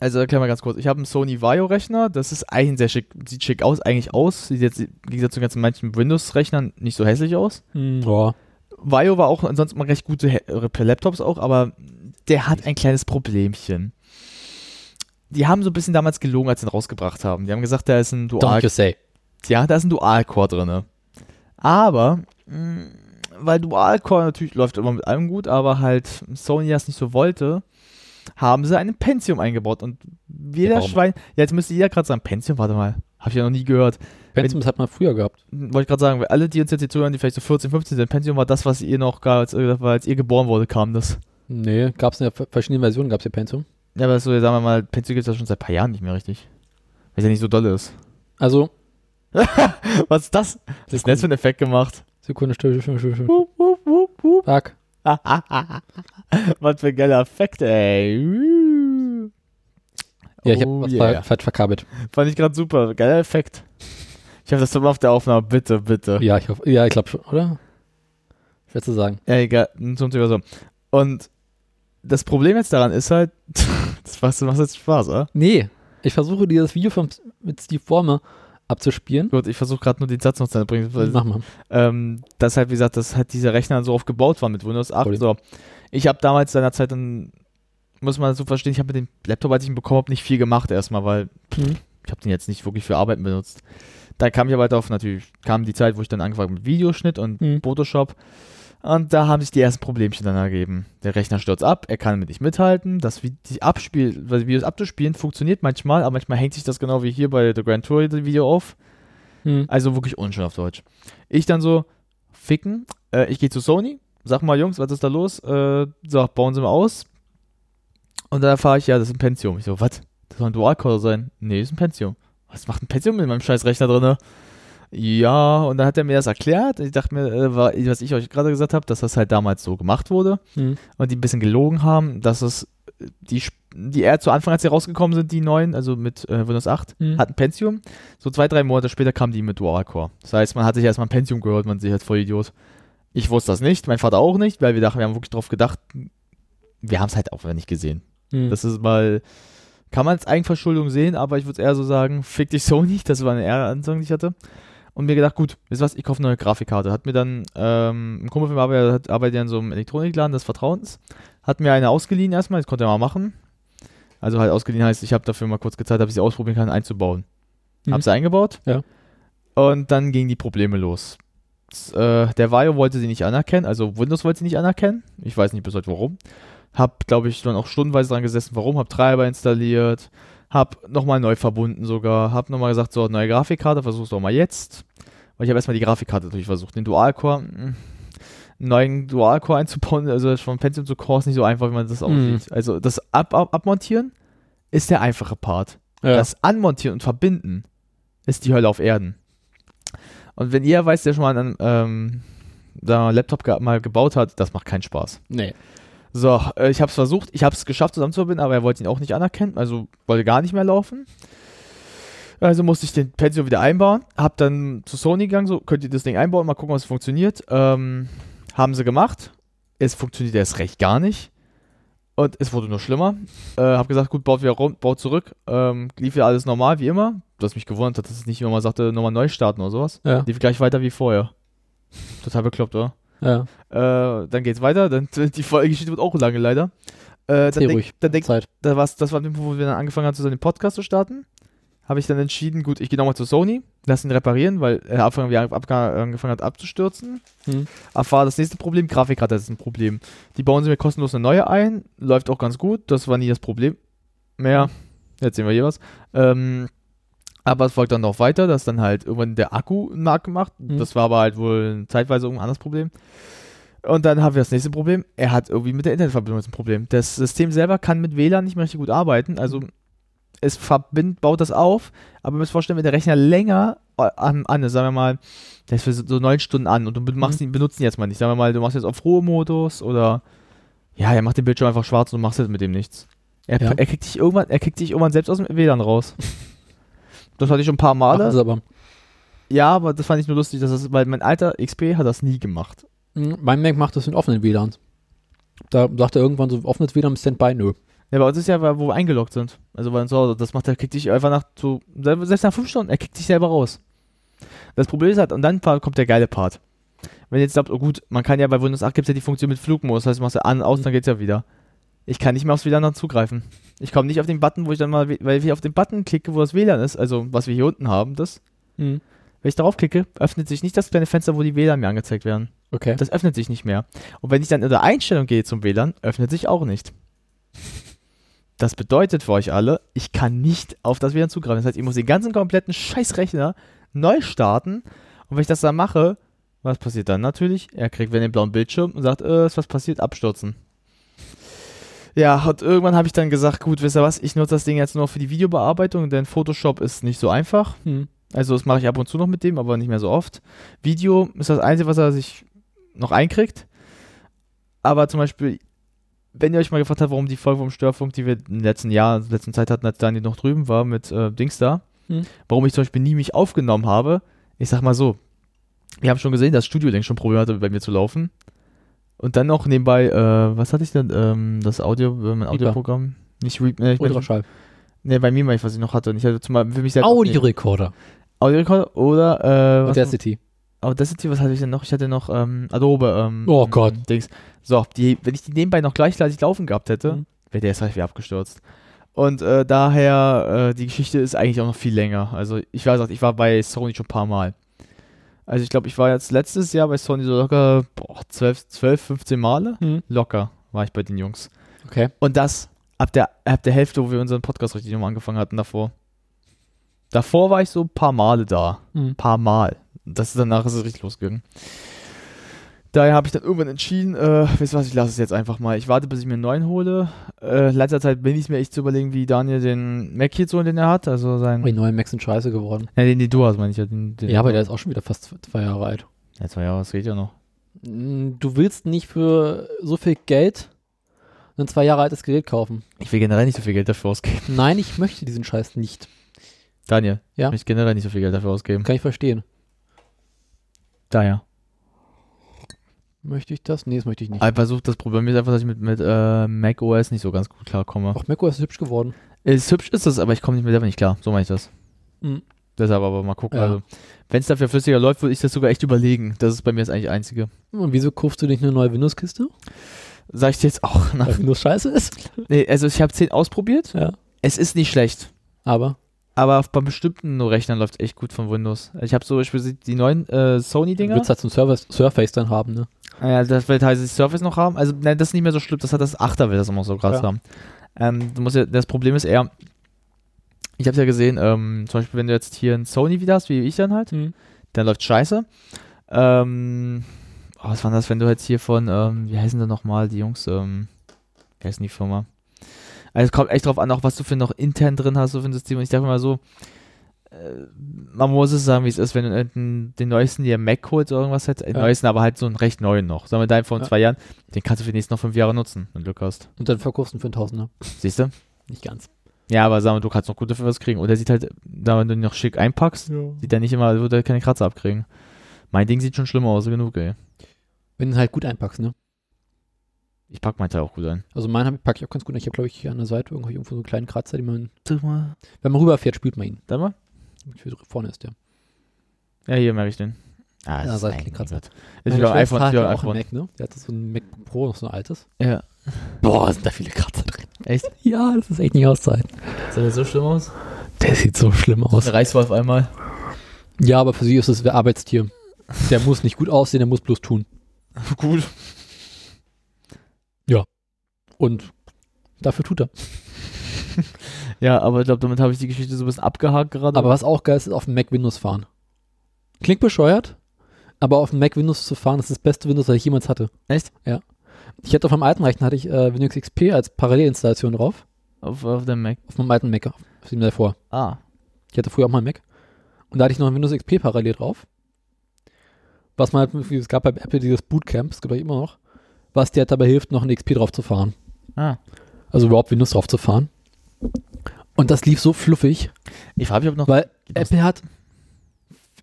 also erklär mal ganz kurz. Ich habe einen Sony Vaio-Rechner. Das ist eigentlich sehr schick, sieht schick aus, eigentlich aus. Sieht jetzt, wie gesagt, zu ganz manchen Windows-Rechnern nicht so hässlich aus.
Hm, ja.
Vaio war auch ansonsten mal recht gute He- äh, Laptops auch, aber der hat ein kleines Problemchen. Die haben so ein bisschen damals gelogen, als sie ihn rausgebracht haben. Die haben gesagt, da ist ein Dual,
Don't you say.
ja, da ist ein Dual-Core drin. ne? Aber, mh, weil Dual-Core natürlich läuft immer mit allem gut, aber halt Sony das nicht so wollte, haben sie einen Pentium eingebaut. Und
Ja,
jeder
warum?
Schwein, ja, jetzt müsste jeder gerade sagen, Pentium, warte mal, habe ich ja noch nie gehört Hm,
Pentium das hat man früher gehabt.
wollte ich gerade sagen, weil alle, die uns jetzt hier zuhören, die vielleicht so 14, 15 sind, Pentium war das, was ihr noch gar, als, äh, war, als ihr geboren wurde, kam das.
Nee, gab's in der ver- verschiedenen Versionen, gab's ja Pentium.
Ja, aber so, sagen wir mal, Pentium gibt es ja schon seit ein paar Jahren nicht mehr richtig. Weil es ja nicht so doll ist.
Also,
Was ist das? Was ist denn jetzt für ein Effekt gemacht?
Sekunde, still, still, still, still.
Wup, wup, wup, wup. Ah.
Fuck.
was für ein geiler Effekt, ey. Uh.
Ja, ich hab
Oh
was
yeah.
ver ver verkabelt.
Fand ich gerade super. Geiler Effekt. Ich hoffe, das tut man auf der Aufnahme. Bitte, bitte.
Ja, ich hoffe, ja, ich glaube schon, oder? Schwer zu sagen.
Ja, egal, zum Thema so. Und das Problem jetzt daran ist halt, das macht, das macht jetzt Spaß, oder?
Nee, ich versuche dir das Video von, mit Steve Former abzuspielen.
Gut, ich versuche gerade nur den Satz noch zu Ende bringen. Weil,
Mach mal.
ähm, das halt, wie gesagt, dass halt diese Rechner so oft gebaut waren mit Windows 8.
Sorry.
So. Ich habe damals seinerzeit dann, muss man so verstehen, ich habe mit dem Laptop, als ich ihn bekommen habe, nicht viel gemacht erstmal, weil
Mhm.
ich habe den jetzt nicht wirklich für Arbeiten benutzt. Da kam ich aber halt auf, natürlich kam die Zeit, wo ich dann angefangen habe mit Videoschnitt und
Mhm.
Photoshop. Und da haben sich die ersten Problemchen dann ergeben. Der Rechner stürzt ab, er kann damit nicht mithalten. Das Vi- die Abspiel, weil Videos abzuspielen funktioniert manchmal, aber manchmal hängt sich das genau wie hier bei The Grand Tour das Video auf.
Hm.
Also wirklich unschön auf Deutsch. Ich dann so, ficken, äh, ich gehe zu Sony, sag mal, Jungs, was ist da los? Äh, so, bauen sie mal aus. Und dann erfahre ich, ja, das ist ein Pentium. Ich so, was? Das soll ein Dual-Core sein? Nee, das ist ein Pentium. Was macht ein Pentium in meinem scheiß Rechner drin? Ja, und dann hat er mir das erklärt. Ich dachte mir, äh, war, was ich euch gerade gesagt habe, dass das halt damals so gemacht wurde
Hm.
und die ein bisschen gelogen haben, dass es äh, die, Sp- die eher zu Anfang, als sie rausgekommen sind, die neuen, also mit äh, Windows 8,
Hm.
hatten Pentium. So zwei, drei Monate später kamen die mit Dual-Core. Das heißt, man hat sich erstmal ein Pentium gehört, man sich halt voll Idiot. Ich wusste das nicht, mein Vater auch nicht, weil wir dachten, wir haben wirklich drauf gedacht, wir haben es halt auch nicht gesehen.
Hm.
Das ist mal, kann man als Eigenverschuldung sehen, aber ich würde eher so sagen, fick dich Sony, das war eine eher Anfang, die ich hatte. Und mir gedacht, gut, wisst ihr was, ich kaufe eine neue Grafikkarte. Hat mir dann, ähm, ein Kumpel von mir arbeitet, hat- arbeitet ja in so einem Elektronikladen des Vertrauens, hat mir eine ausgeliehen erstmal, das konnte er mal machen. Also halt ausgeliehen heißt, ich habe dafür mal kurz gezeigt, ob ich sie ausprobieren kann, einzubauen.
Mhm.
Hab sie eingebaut.
Ja.
Und dann gingen die Probleme los. S- Äh, der Vario wollte sie nicht anerkennen, also Windows wollte sie nicht anerkennen. Ich weiß nicht bis heute warum. Hab, glaube ich, dann auch stundenweise dran gesessen, warum, hab Treiber installiert, hab nochmal neu verbunden sogar, hab nochmal gesagt, so, neue Grafikkarte, versuch's doch mal jetzt. Weil ich habe erstmal die Grafikkarte natürlich versucht, den Dual-Core, mh, einen neuen Dual-Core einzubauen, also von Pentium
Mhm.
zu Core ist nicht so einfach, wie man das aussieht. Also das Ab Ab Abmontieren ist der einfache Part.
Ja.
Das Anmontieren und Verbinden ist die Hölle auf Erden. Und wenn ihr weiß, der schon mal einen ähm, sagen wir mal, Laptop ge mal gebaut hat, das macht keinen Spaß.
Nee.
So, äh, ich habe es versucht, ich habe es geschafft zusammenzubinden, aber er wollte ihn auch nicht anerkennen, also wollte gar nicht mehr laufen. Also musste ich den Pension wieder einbauen, hab dann zu Sony gegangen, so könnt ihr das Ding einbauen, mal gucken, was funktioniert. Ähm, haben sie gemacht, es funktioniert erst recht gar nicht und es wurde nur schlimmer. Äh, hab gesagt, gut, baut wieder rum, baut zurück, ähm, lief wieder alles normal wie immer, was mich gewundert hat, dass es nicht nochmal sagte, nochmal neu starten oder sowas.
Ja.
Lief gleich weiter wie vorher. Total bekloppt, oder?
Ja.
Äh, dann geht's weiter. Dann, die Folge steht wird auch lange leider. Äh, dann
Erzähl
denk,
ruhig.
dann denk,
Zeit.
da war's, das war der Punkt, wo wir dann angefangen haben, zusammen den Podcast zu starten. Habe ich dann entschieden, gut, ich gehe nochmal zu Sony, lass ihn reparieren, weil er angefangen, wie er ab, angefangen hat abzustürzen.
Hm.
Erfahre das nächste Problem, Grafikkarte das ist ein Problem. Die bauen sie mir kostenlos eine neue ein, läuft auch ganz gut, das war nie das Problem mehr. Jetzt sehen wir hier was. Ähm, aber es folgt dann noch weiter, dass dann halt irgendwann der Akku einen Markt gemacht.
Mhm.
Das war aber halt wohl zeitweise irgendein anderes Problem. Und dann haben wir das nächste Problem. Er hat irgendwie mit der Internetverbindung ein Problem. Das System selber kann mit WLAN nicht mehr richtig gut arbeiten. Also es verbind, baut das auf, aber ihr müsst vorstellen, wenn der Rechner länger äh, an, an ist, sagen wir mal, der ist für so so neun Stunden an und du
Mhm.
machst ihn, benutzt ihn jetzt mal nicht. Sagen wir mal, du machst jetzt auf Ruhemodus oder ja, er macht den Bildschirm einfach schwarz und du machst jetzt mit dem nichts. Er,
Ja.
er, kriegt dich irgendwann, er kriegt dich irgendwann selbst aus dem WLAN raus. Das hatte ich schon ein paar
Machen
Male.
sie aber.
Ja, aber das fand ich nur lustig, dass das, weil mein alter XP hat das nie gemacht.
Hm, Mein Mac macht das in offenen WLANs. Da sagt er irgendwann so, offenes WLAN im Standby, nö.
Ja, bei uns ist ja, weil- wo wir eingeloggt sind. Also bei uns zu Hause. Das macht er, kriegt dich einfach nach zu, selbst nach fünf Stunden, er kriegt dich selber raus. Das Problem ist halt, und dann pa- kommt der geile Part. Wenn ihr jetzt sagt, oh gut, man kann ja bei Windows 8 gibt's ja die Funktion mit Flugmodus, das heißt, du machst ja an,
Mhm.
aus, dann geht's ja wieder. Ich kann nicht mehr aufs WLAN dann zugreifen. Ich komme nicht auf den Button, wo ich dann mal, we- weil ich auf den Button klicke, wo das WLAN ist, also was wir hier unten haben, das.
Mhm.
Wenn ich darauf klicke, öffnet sich nicht das kleine Fenster, wo die WLAN mir angezeigt werden.
Okay.
Das öffnet sich nicht mehr. Und wenn ich dann in der Einstellung gehe zum WLAN, öffnet sich auch nicht. Das bedeutet für euch alle, ich kann nicht auf das WLAN zugreifen. Das heißt, ich muss den ganzen kompletten Scheißrechner neu starten. Und wenn ich das dann mache, was passiert dann natürlich? Er kriegt wieder den blauen Bildschirm und sagt, äh, ist was passiert? Abstürzen. Ja, und irgendwann habe ich dann gesagt, gut, wisst ihr was, ich nutze das Ding jetzt nur für die Videobearbeitung, denn Photoshop ist nicht so einfach.
Hm.
Also das mache ich ab und zu noch mit dem, aber nicht mehr so oft. Video ist das Einzige, was er sich noch einkriegt. Aber zum Beispiel, wenn ihr euch mal gefragt habt, warum die Folge vom Störfunk, die wir im letzten Jahr, in der letzten Zeit hatten, als Daniel noch drüben war mit äh, Dings da,
Hm.
warum ich zum Beispiel nie mich aufgenommen habe, ich sag mal so, wir haben schon gesehen, dass Studio Link schon Probleme hatte, bei mir zu laufen. Und dann noch nebenbei, äh, was hatte ich denn, ähm, das Audio, äh, mein Audioprogramm? Nicht Reap, ne, ich bin,
Ultraschall.
ne, bei mir, weil ich was ich noch hatte. Und ich hatte zum Beispiel für mich selbst. nee.
Audiorekorder.
Audiorekorder oder äh, was noch?
Audacity.
Audacity, was hatte ich denn noch? Ich hatte noch ähm, Adobe. Ähm,
Oh
ähm,
Gott.
Dings. So, die, wenn ich die nebenbei noch gleichzeitig laufen gehabt hätte,
Mhm.
wäre der jetzt halt wieder abgestürzt. Und äh, daher, äh, die Geschichte ist eigentlich auch noch viel länger. Also ich war gesagt, ich war bei Sony schon ein paar Mal. Also ich glaube, ich war jetzt letztes Jahr bei Sony so locker boah, 12, 12, 15 Male.
Mhm.
Locker war ich bei den Jungs.
Okay.
Und das ab der, ab der Hälfte, wo wir unseren Podcast richtig nochmal angefangen hatten davor. Davor war ich so ein paar Male da.
Mhm.
Ein paar Mal. Das danach ist es richtig losgegangen. Daher habe ich dann irgendwann entschieden, äh, wisst ihr was, ich lasse es jetzt einfach mal. Ich warte, bis ich mir einen neuen hole. Äh, in letzter Zeit bin ich mir echt zu überlegen, wie Daniel den Mac hier so, den er hat. Also sein.
Die Oh, neuen Macs sind scheiße geworden.
Ja, den, den du hast, meine ich ja. Den, den,
Ja, aber der ist auch schon wieder fast zwei Jahre alt.
Ja, zwei Jahre, das geht ja noch.
Mm, Du willst nicht für so viel Geld ein zwei Jahre altes Gerät kaufen.
Ich will generell nicht so viel Geld dafür ausgeben.
Nein, ich möchte diesen Scheiß nicht.
Daniel,
Mhm. Ja?
ich möchte generell nicht so viel Geld dafür ausgeben.
Kann ich verstehen.
Daher.
Möchte ich das? Nee, das möchte ich nicht.
Aber versucht, das Problem ist einfach, dass ich mit, mit äh, Mac OS nicht so ganz gut klarkomme.
Auch Mac OS ist hübsch geworden.
Ist hübsch ist das, aber ich komme nicht mit selber nicht klar. So meine ich das.
Mhm.
Deshalb aber mal gucken.
Ja.
Also, wenn es dafür flüssiger läuft, würde ich das sogar echt überlegen. Das ist bei mir das eigentlich Einzige.
Und wieso kaufst du nicht eine neue Windows-Kiste?
Sag ich dir jetzt auch. Na,
Weil Windows scheiße ist?
nee, also ich habe 10 ausprobiert.
Ja.
Es ist nicht schlecht.
Aber
Aber bei bestimmten Rechnern läuft es echt gut von Windows. Ich habe zum Beispiel die neuen äh,
du
Sony-Dinger.
willst halt so ein Surface, Surface dann haben, ne?
Ja, das wird halt das Surface noch haben. Also, nein, das ist nicht mehr so schlimm. Das hat das Achter, will das immer so krass
Ja.
haben. Ähm, du musst ja, das Problem ist eher, ich habe ja gesehen, ähm, zum Beispiel, wenn du jetzt hier einen Sony wieder hast, wie ich dann halt,
Mhm.
dann läuft scheiße. Ähm, oh, was war das, wenn du jetzt hier von, ähm, wie heißen denn nochmal die Jungs? Ähm, wie heißen die Firma? Also es kommt echt drauf an, auch was du für noch intern drin hast, so für ein System. Und ich dachte mal so, äh, man muss es sagen, wie es ist, wenn du irgendeinen- den neuesten dir Mac holst oder irgendwas halt, den
Ja.
neuesten, aber halt so einen recht neuen noch. Sagen wir deinen von
Ja.
zwei Jahren, den kannst du für die nächsten noch fünf Jahre nutzen, wenn du Glück hast.
Und dann verkaufst du ihn für einen Tausender.
Siehst du?
Nicht ganz.
Ja, aber sagen wir, du kannst noch gut dafür was kriegen. Und der sieht halt, da wenn du ihn noch schick einpackst, sieht er nicht immer, wird er keine Kratzer abkriegen. Mein Ding sieht schon schlimmer aus, genug, ey.
Wenn du ihn halt gut einpackst, ne?
Ich pack mein Teil auch gut ein.
Also meinen packe ich auch ganz gut. ein. Ich habe, glaube ich, hier an der Seite irgendwo, irgendwo so einen kleinen Kratzer, den man,
Drück mal.
wenn man rüberfährt, spürt man ihn.
Da mal.
Damit er Vorne ist der.
Ja, hier merke ich den. Ah,
Ja,
das
sag ich
ist ein
den Kratzer.
Gott. Ist wieder ein iPhone,
hat
wieder ein
auch ein
iPhone.
Mac, ne? Der hatte so ein MacBook Pro, noch so ein altes.
Ja.
Boah, sind da viele Kratzer drin.
Echt?
Ja, das ist echt nicht auszuhalten.
Sah der so schlimm aus?
Der sieht so schlimm aus.
Ein Reißwolf einmal.
Ja, aber für sie ist es ein Arbeitstier. Der muss nicht gut aussehen, der muss bloß tun.
Gut.
Und dafür tut er.
Ja, aber ich glaube, damit habe ich die Geschichte so ein bisschen abgehakt gerade.
Aber was auch geil ist, ist auf dem Mac Windows fahren. Klingt bescheuert, aber auf dem Mac Windows zu fahren, ist das beste Windows, das ich jemals hatte.
Echt?
Ja. Ich hatte auf meinem alten Rechner hatte ich äh, Windows XP als Parallelinstallation drauf.
auf, auf dem Mac.
Auf meinem alten Mac, auf dem davor.
Ah.
Ich hatte früher auch mal einen Mac. Und da hatte ich noch ein Windows XP parallel drauf. Was man halt, irgendwie- es gab bei Apple dieses Bootcamp, das gibt es immer noch, was dir halt dabei hilft, noch ein XP drauf zu fahren.
Ah.
Also überhaupt Windows drauf zu fahren. Und das lief so fluffig,
Ich frage mich, ob noch.
weil
das-
Apple hat,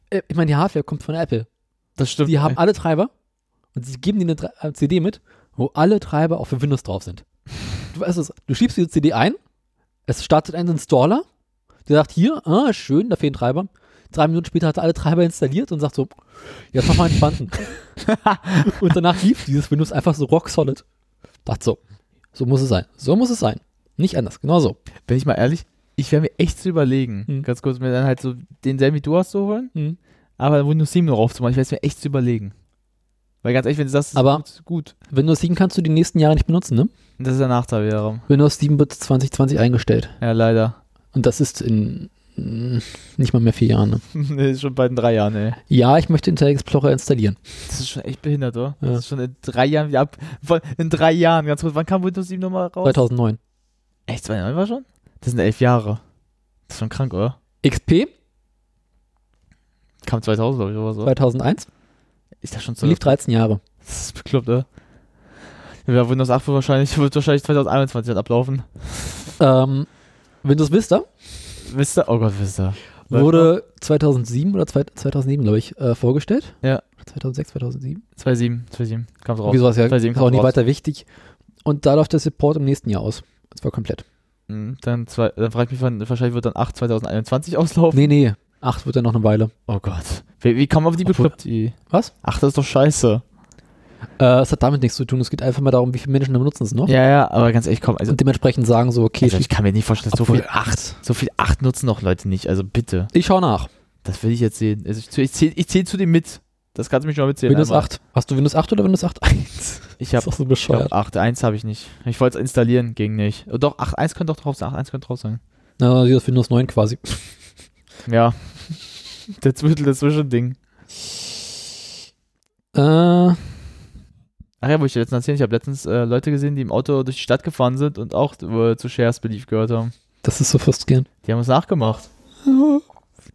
äh, ich meine, die Hardware kommt von Apple.
Das stimmt.
Die haben alle Treiber und sie geben dir eine Tre- äh, CD mit, wo alle Treiber auch für Windows drauf sind. Du weißt es, du schiebst diese CD ein, es startet ein Installer, der sagt hier, ah, schön, da fehlen Treiber. Drei Minuten später hat er alle Treiber installiert und sagt so, jetzt mach mal einen Quanten. und danach lief dieses Windows einfach so rock solid. Dachte so, so muss es sein, so muss es sein. Nicht anders, genau so.
Bin ich mal ehrlich, ich wäre mir echt zu überlegen,
Hm.
ganz kurz, mir dann halt so denselben wie du hast zu holen,
Mhm.
aber Windows 7 noch aufzumachen. Ich wäre es mir echt zu überlegen. Weil ganz ehrlich, wenn du sagst, das
Aber-
ist gut, gut.
Windows 7 kannst du die nächsten Jahre nicht benutzen, ne?
Das ist der Nachteil wiederum.
Windows 7 wird 2020 eingestellt.
Ja, leider.
Und das ist in mm, nicht mal mehr vier Jahren. Ne?
nee, ist schon bei den drei Jahren, ey.
Ja, ich möchte Internet Explorer installieren.
Das ist schon echt behindert, oder?
Ja.
Das ist schon in drei Jahren wieder ab. vor- In drei Jahren, ganz kurz. Wann kam Windows 7 nochmal raus?
2009.
Echt, 2009 war schon? Das sind elf Jahre. Das ist schon krank, oder?
XP
Kam 2000, glaube ich, oder so.
2001
Ist das schon zu
lief 13 Jahre.
Das ist bekloppt, ey. Ja, Windows 8 wird wahrscheinlich, wird wahrscheinlich 2021 dann ablaufen.
Ähm, Windows Vista
Wisst ihr? Oh Gott, wisst ihr.
wurde 2007 oder zwei- 2007, glaube ich, äh, vorgestellt.
Ja.
2006, 2007.
2.7, 2.7, kam raus.
Irgendwie sowas, ja.
2007
Ist auch
kommt
nicht
raus.
weiter wichtig. Und da läuft der Support im nächsten Jahr aus. Das war komplett.
Mhm, Dann, zwei, dann frag ich mich, wann, wahrscheinlich wird dann 8 2021 auslaufen.
Nee, nee. 8 wird dann noch eine Weile.
Oh Gott. Wie, wie kommen wir auf die
Obwohl-
bekloppt? die-
Was?
8 ist doch scheiße.
Äh, es hat damit nichts zu tun. Es geht einfach mal darum, wie viele Menschen da benutzen es ne? noch.
Ja, ja, aber ganz ehrlich, komm, also,
Und dementsprechend sagen so, okay,
also ich kann mir nicht vorstellen, dass so viel,
8.
so viel 8 nutzen noch Leute nicht. Also bitte.
Ich schaue nach.
Das will ich jetzt sehen. Also ich, zähl- ich zähle ich zähl zu dem mit. Das kannst du mich schon mal mitzählen.
Windows
einmal.
8. Hast du Windows 8 oder Windows 8.1?
Ich habe
ist auch so
Ich glaube,
bescheuert.
8.1 habe ich nicht. Ich wollte es installieren, ging nicht. Oh, doch, 8.1 könnte doch drauf sein. 8.1 könnte drauf sein.
Na, dieses Windows 9 quasi.
Ja. Der Zwittel, das Zwischending.
Äh,
Ach ja, wo ich dir letztens erzählen, ich habe letztens äh, Leute gesehen, die im Auto durch die Stadt gefahren sind und auch äh, zu Shares Belief gehört haben.
das ist so frustrierend.
Die haben es nachgemacht.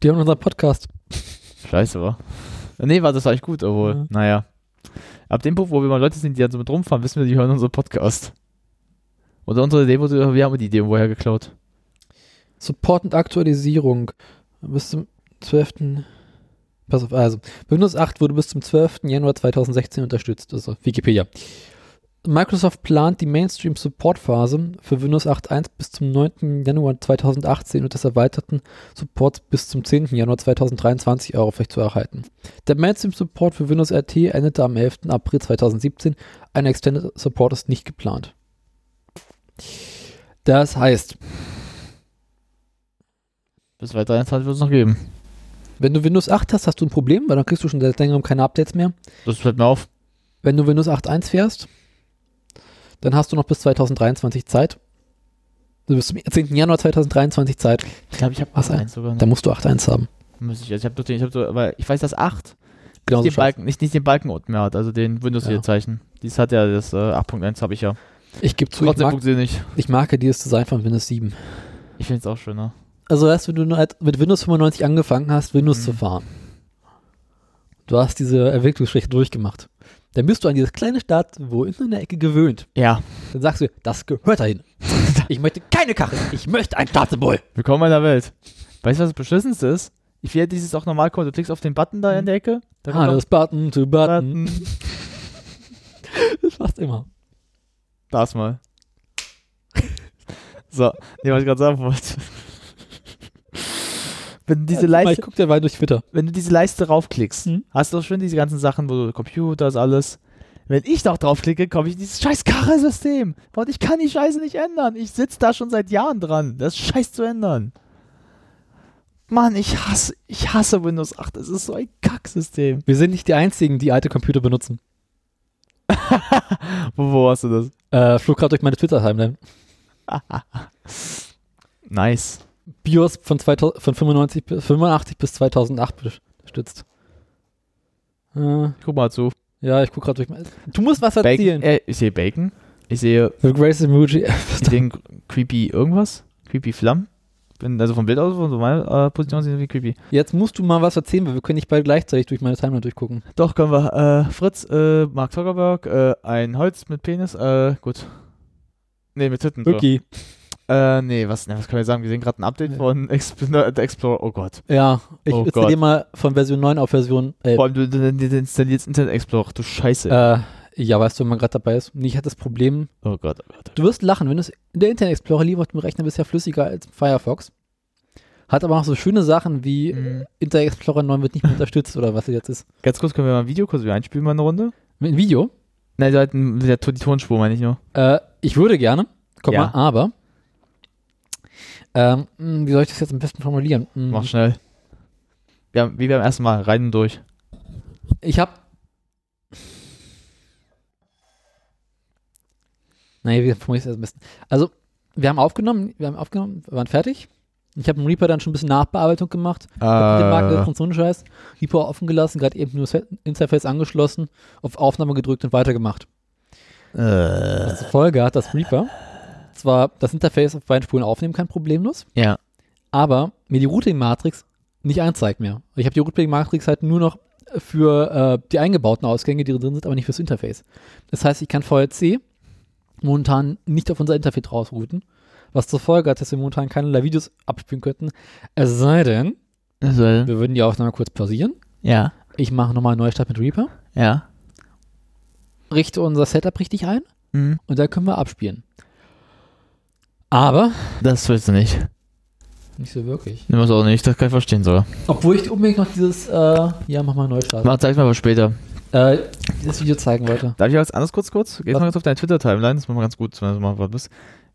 Die haben unseren Podcast.
Scheiße, war. Nee, war das war echt gut, obwohl.
Ja.
Naja. Ab dem Punkt, wo wir mal Leute sind, die dann so mit rumfahren, wissen wir, die hören unseren Podcast. Oder unsere Demo, wir haben die Demo woher geklaut.
Support und Aktualisierung. Bis zum 12. Pass auf, also. Windows 8 wurde bis zum 12. Januar 2016 unterstützt. Also Wikipedia. Microsoft plant die Mainstream-Support-Phase für Windows 8.1 bis zum 9. Januar 2018 und des erweiterten Supports bis zum 10. Januar 2023 aufrechtzuerhalten. Der Mainstream-Support für Windows RT endete am 11. April 2017. Ein Extended Support ist nicht geplant. Das heißt,
Bis 2021 wird es noch geben.
Wenn du Windows 8 hast, hast du ein Problem, weil dann kriegst du schon seit längerem keine Updates mehr.
Das fällt mir auf.
Wenn du Windows 8.1 fährst, dann hast du noch bis 2023 Zeit. Du bis zum 10. Januar 2023 Zeit.
Ich glaube, ich habe
Was,
8.1 sogar. noch.
Da musst du 8.1 haben.
Muss ich, also ich habe doch den, ich habe so, weil ich weiß, dass 8
Genau
nicht
so
den
scheiße.
Balken, nicht, nicht den Balken unten mehr hat, also den Windows
Ja.
hier Zeichen. Dies hat ja das äh, 8.1 habe ich ja.
Ich gebe zu, ich,
Trotzdem
mag,
funktioniert nicht.
ich mag ja dieses Design von Windows 7.
Ich finde es auch schöner.
Also erst wenn du nur als- mit Windows 95 angefangen hast, Windows zu fahren. Du hast diese Entwicklungsgeschichte durchgemacht. Dann bist du an dieses kleine Startsymbol in der Ecke gewöhnt.
Ja.
Dann sagst du, das gehört dahin. Ich möchte keine Kachel, ich möchte ein Startsymbol.
Willkommen in der Welt. Weißt du, was das Beschissenste ist? Ich werde dieses auch normal kommen. Du klickst auf den Button da in der Ecke. Da kommt
Ah, das Button to
noch ein
Button.
Button.
Das passt immer.
Das mal. So, nee, was ich gerade sagen wollte. Wenn du diese
Mal,
Leiste
ich gucke derweil durch Twitter.
wenn du diese Leiste raufklickst,
Mhm.
hast du auch schon diese ganzen Sachen, wo du Computers, alles. Wenn ich noch draufklicke, komme ich in dieses scheiß Karre-System. Und ich kann die Scheiße nicht ändern. Ich sitze da schon seit Jahren dran. Das ist scheiß zu ändern. Mann, ich hasse, ich hasse Windows 8. Es ist so ein Kacksystem.
Wir sind nicht die Einzigen, die alte Computer benutzen.
Wo, wo hast du das?
Äh, flog gerade durch meine Twitter-Timeline.
Nice.
BIOS von, 2000, von 95, bis- 85 bis 2008 bestützt. Äh,
Ich guck mal zu.
ja, ich gucke gerade durch meine... Du musst was erzählen.
Bacon. Äh, ich sehe Bacon. Ich sehe
The Grace Emoji.
den Creepy irgendwas. Creepy Flamm. Bin also vom Bild aus, von meiner äh, Position sind wir creepy.
Jetzt musst du mal was erzählen, weil wir können nicht beide gleichzeitig durch meine Timeline durchgucken.
Doch, können wir. Äh, Fritz, äh, Mark Zuckerberg, äh, ein Holz mit Penis, äh, gut. Nee, mit Titten. so.
Okay.
Äh, nee, was, na, was können wir sagen? Wir sehen gerade ein Update
Ja.
von Explorer, Explorer. Oh Gott.
Ja, ich
Oh
installiere
Gott.
mal von Version 9 auf Version 11.
Vor allem, du, du, du installierst Internet Explorer. Du Scheiße.
Äh, ja, weißt du, wenn man gerade dabei ist. Nee, Ich hatte das Problem,
Oh Gott, oh Gott.
Du wirst lachen, wenn es der Internet Explorer lief auf dem Rechner bisher flüssiger als Firefox. Hat aber auch so schöne Sachen wie
Mhm.
äh, Internet Explorer 9 wird nicht mehr unterstützt oder was jetzt ist.
Ganz kurz, können wir mal ein Video kurz wieder einspielen, mal eine Runde?
Mit Video.
Nein, halt ein, der, die Tonspur, meine ich nur.
Äh, ich würde gerne, komm
Ja.
mal, ah, aber. Ähm, mh, wie soll ich das jetzt am besten formulieren? Mhm.
Mach schnell. Ja, wie beim ersten Mal, rein und durch.
Ich habe. Naja, wie formuliere ich das am besten? Also, wir haben aufgenommen, wir haben aufgenommen, waren fertig. Ich habe im Reaper dann schon ein bisschen Nachbearbeitung gemacht. Kapitelmarke
Äh,
und so ein Scheiß. Repo offen gelassen, gerade eben nur das Interface angeschlossen, auf Aufnahme gedrückt und weitergemacht.
äh,
Zur Folge hat das Reaper zwar das Interface auf beiden Spulen aufnehmen kann, problemlos,
ja.
aber mir die Routing-Matrix nicht anzeigt mehr. Ich habe die Routing-Matrix halt nur noch für äh, die eingebauten Ausgänge, die drin sind, aber nicht fürs Interface. Das heißt, ich kann VLC momentan nicht auf unser Interface rausrouten, was zur Folge hat, dass wir momentan keinerlei Videos abspielen könnten, es sei denn,
Also,
wir würden die Aufnahme kurz pausieren,
ja,
ich mache nochmal einen Neustart mit Reaper,
ja.
richte unser Setup richtig ein
Mhm.
und dann können wir abspielen. Aber
Das willst du nicht.
nicht so wirklich.
Nimm das auch nicht, das kann ich verstehen sogar.
Obwohl ich unbedingt noch dieses, äh, ja, mach mal Neustart,
Mach, zeig's mal was später.
äh, dieses Video zeigen wollte.
Darf ich was anderes kurz kurz? Geh jetzt
Was?
mal kurz auf deine Twitter-Timeline, das machen wir ganz gut, wenn du mal was bist.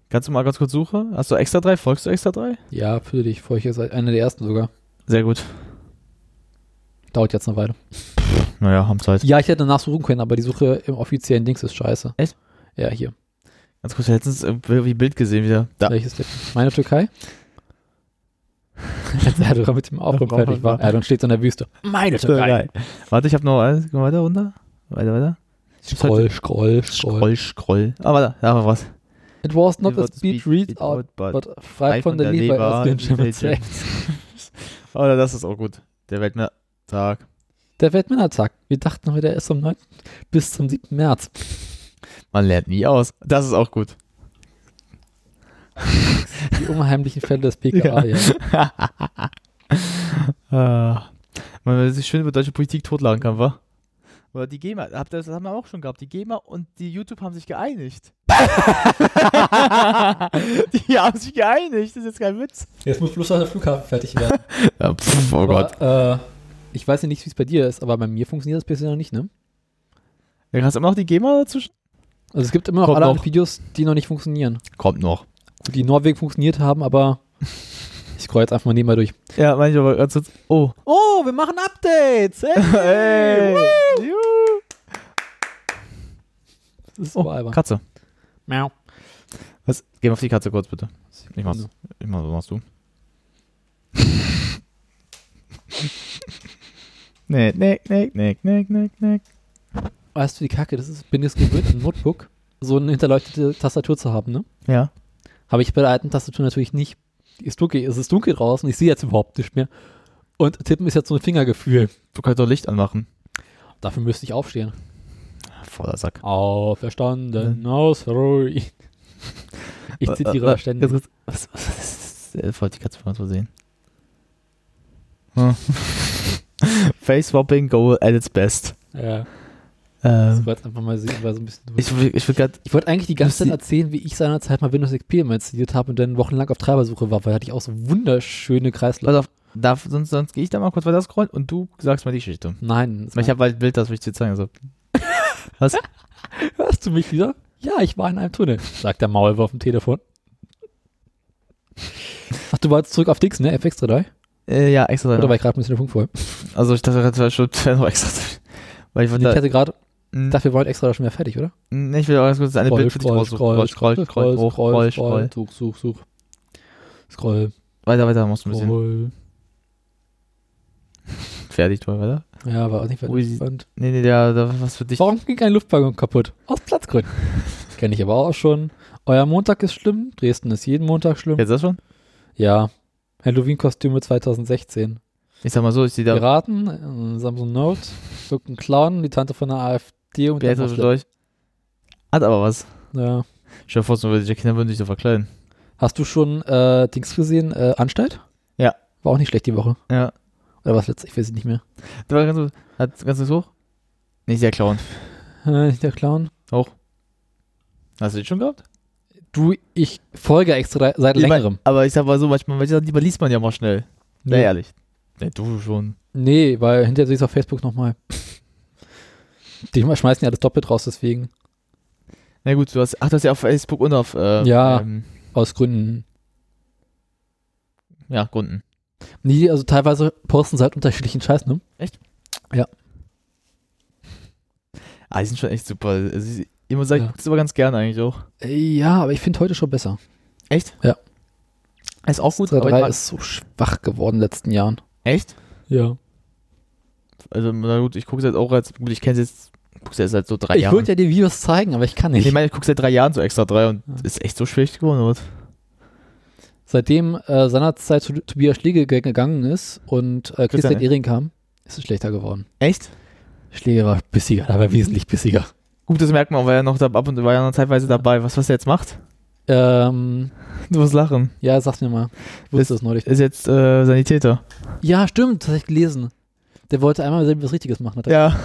Kannst du mal ganz kurz suchen? Hast du extra drei? Folgst du extra drei?
Ja, für dich, vor ich seid einer der ersten sogar.
Sehr gut.
Dauert jetzt eine Weile.
Naja, haben Zeit.
Ja, ich hätte nachsuchen können, aber die Suche im offiziellen Dings ist scheiße.
Echt?
Ja, hier.
Ganz kurz, letztens äh, irgendwie ein Bild gesehen wieder. Da.
Welches denn? Meine Türkei? Als Erdogan mit dem Aufräumen
Aufräumen
fertig war.
war.
Erdogan steht so in der Wüste. Meine Türkei.
Geil. Warte, ich hab noch eins. Geh mal weiter runter. Weiter, weiter.
Scroll, scroll, scroll.
Scroll, scroll. Ah, warte, da war was.
It was not a speech read out,
but
but frei von der Leber aus den Schimmel
Bildschirm. Oder das ist auch gut. Der Weltmeertag.
Der Weltmännertag. Wir dachten heute, der ist am 9. bis zum 7. März.
Man lernt nie aus. Das ist auch gut.
Die unheimlichen Fälle des PKA. Ja.
Ah, man, wenn man sich schön über deutsche Politik totlagen kann, wa? Oder die GEMA, habt ihr, das haben wir auch schon gehabt. Die GEMA und die YouTube haben sich geeinigt. die haben sich geeinigt, das ist jetzt kein Witz.
Jetzt muss bloß der Flughafen fertig werden.
Ja, pff, oh
Aber, äh, ich weiß ja nicht, wie es bei dir ist, aber bei mir funktioniert das bisher noch nicht, ne?
Da kannst du immer noch die GEMA dazwischen.
Also es gibt immer noch
Kommt
allerhand
noch.
Videos, die noch nicht funktionieren.
Kommt noch.
Gut, die in Norwegen funktioniert haben, aber ich scroll jetzt einfach mal nebenbei durch.
Ja, meine ich aber ganz kurz. Oh.
Oh, wir machen Updates!
Hey! Juhu.
Das ist so
Oh,
albern.
Katze.
Miau.
Was? Geh mal auf die Katze kurz, bitte. Ich mach's. Ich mach, was machst du? nee, nee, nee, nee, nee, nee, nee.
Weißt du, die Kacke, das ist, bin jetzt gewöhnt im Notebook, so eine hinterleuchtete Tastatur zu haben, ne?
Ja.
Habe ich bei der alten Tastatur natürlich nicht. Die Ist dunkel, es ist dunkel draußen, ich sehe jetzt überhaupt nicht mehr. Und tippen ist jetzt so ein Fingergefühl.
Du kannst doch Licht anmachen.
Dafür müsste ich aufstehen.
Voller Sack.
Auferstanden aus Ruin.
Äh,
Ich zitiere da ständig.
Ganz kurz. Was, was, was, was,
äh,
was, wollte die Katze von uns versehen. Hm. Face-swapping goal at its best.
Ja, ich
Ähm,
wollte einfach mal sehen, war so ein bisschen durch.
ich will- ich will gerade
Ich wollte eigentlich die ganze
Muss
Zeit erzählen, wie ich seinerzeit mal Windows XP mal installiert habe und dann wochenlang auf Treibersuche war, weil hatte ich auch so wunderschöne Kreislauf.
Pass auf, darf, sonst, sonst gehe ich da mal kurz weiter scrollen und du sagst mal die Geschichte.
Nein,
Ich habe halt ein Bild, das will ich dir zeigen. Also, was?
hörst du mich wieder? Ja, ich war in einem Tunnel, sagt der Maulwurf am Telefon. Ach, du warst zurück auf Dix, ne? FX3?
Äh, ja, extra.
Oder war ich gerade ein bisschen der Punkt vorher?
also ich dachte, das war schon noch extra. Weil ich
Ich
wollte.
hatte gerade, ich
Da,
dachte, wir waren extra schon wieder fertig, oder?
nee, ich will auch ganz kurz eine Bild für dich raussuchen. scroll, scroll, hoch, scroll, scroll.
such, such, such. Scroll,
Weiter, weiter, musst du ein bisschen.
scroll.
Fertig, toll, weiter.
Ja, war auch nicht
Ui, sie-
fertig. Und
Nee, nee, da, da was für dich.
Warum ging ein Luftballon kaputt? Aus Platzgründen. Kenne ich aber auch schon. Euer Montag ist schlimm. Dresden ist jeden Montag schlimm.
Jetzt das schon?
Ja. Halloween-Kostüme 2016.
Ich sag mal so, ich sehe da
Piraten, äh, Samsung Note, wirkt ein Clown, die Tante von der AfD und der
Beate
Moslem.
durch. Hat aber was.
ja.
Ich dir vor, so würde die Kinder würden sich so verkleiden.
Hast du schon äh, Dings gesehen? Äh, Anstalt?
Ja.
War auch nicht schlecht die Woche.
Ja.
Oder was letzte? Ich weiß es nicht mehr.
Da war ganz kurz. Hat ganz kurz hoch? Nicht der Clown.
Äh, der Clown.
Hoch. Hast du den schon gehabt?
Du, ich folge extra seit
Ich mein,
längerem.
aber ich sag mal so, manchmal, manche Sachen, die liest man ja mal schnell. Na
Nee.
ehrlich. Nee, du schon.
Nee, weil hinterher sehe ich es auf Facebook nochmal. Die schmeißen ja alles doppelt raus, deswegen.
Na gut, du hast, ach, du hast ja auf Facebook und auf, äh,
Ja.
ähm,
Aus Gründen.
ja, Gründen.
Nee, also teilweise posten sie halt unterschiedlichen Scheiß, ne?
Ah, die sind schon echt super. Also, ich- ich muss sagen,
Ja.
ich guck's aber ganz gerne eigentlich auch.
Äh, Ja, aber ich finde heute schon besser.
Echt?
Ja.
Ist auch gut,
Ultra
aber ich
3
mag,
ist so schwach geworden in den letzten Jahren.
echt?
Ja.
Also, na gut, ich guck's jetzt auch als, gut, ich kenn's jetzt, guck's jetzt seit so drei
Ich
Jahren.
würde ja die Videos zeigen, aber ich kann nicht.
ich meine, ich guck's seit drei Jahren so extra drei und
Ja.
ist echt so schwierig geworden, oder? was?
Seitdem äh, seinerzeit zu Tobias Schläge ge- gegangen ist und äh, Christian Ehring kam, ist es schlechter geworden.
Echt?
Schläge war bissiger, aber wesentlich bissiger.
Gut, das merkt man, weil er noch da, ab und war ja noch zeitweise dabei. Was, was er jetzt macht?
Ähm,
Du musst lachen.
ja, sag mir mal. Ich wusste das neulich.
Ist jetzt, äh, Sanitäter.
Ja, stimmt, das habe ich gelesen. Der wollte einmal selber was Richtiges machen. Hat er.
Ja.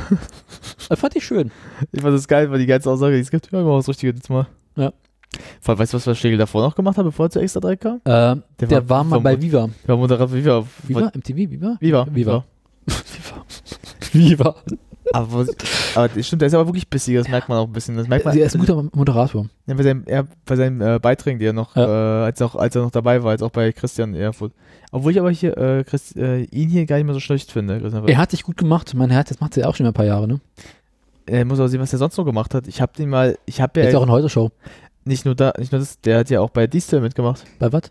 Das fand ich schön.
Ich fand das geil, weil die ganze Aussage, die es gibt, ja, immer was Richtiges jetzt mal.
Ja.
Vor allem, weißt du, was Schlegel davor noch gemacht hat, bevor er zu Extra 3 kam?
Ähm, der,
Der
war,
war
mal
vom-
bei Viva.
Der war Moderator Viva.
Viva? MTV? Viva?
Viva.
Viva. Viva. Viva.
Aber, was- aber das stimmt, der ist aber wirklich bissiger, das merkt man auch ein bisschen. Das merkt man
Er Äh, ist ein guter Moderator.
Ja, bei seinem, er, bei seinem äh, Beiträgen, die er noch, äh, als, er noch, als er noch dabei war, als auch bei Christian Erfurt. Obwohl ich aber hier, äh, Christ, äh, ihn hier gar nicht mehr so schlecht finde. Christian
Er hat sich gut gemacht. Mein Herz, das macht er ja auch schon ein paar Jahre, ne?
Er muss aber sehen, was er sonst noch gemacht hat. Ich hab den mal, ich hab ja
Der ist ja auch
jetzt
in Heute-Show.
nicht nur da, nicht nur das, der hat ja auch bei Distel mitgemacht.
Bei was?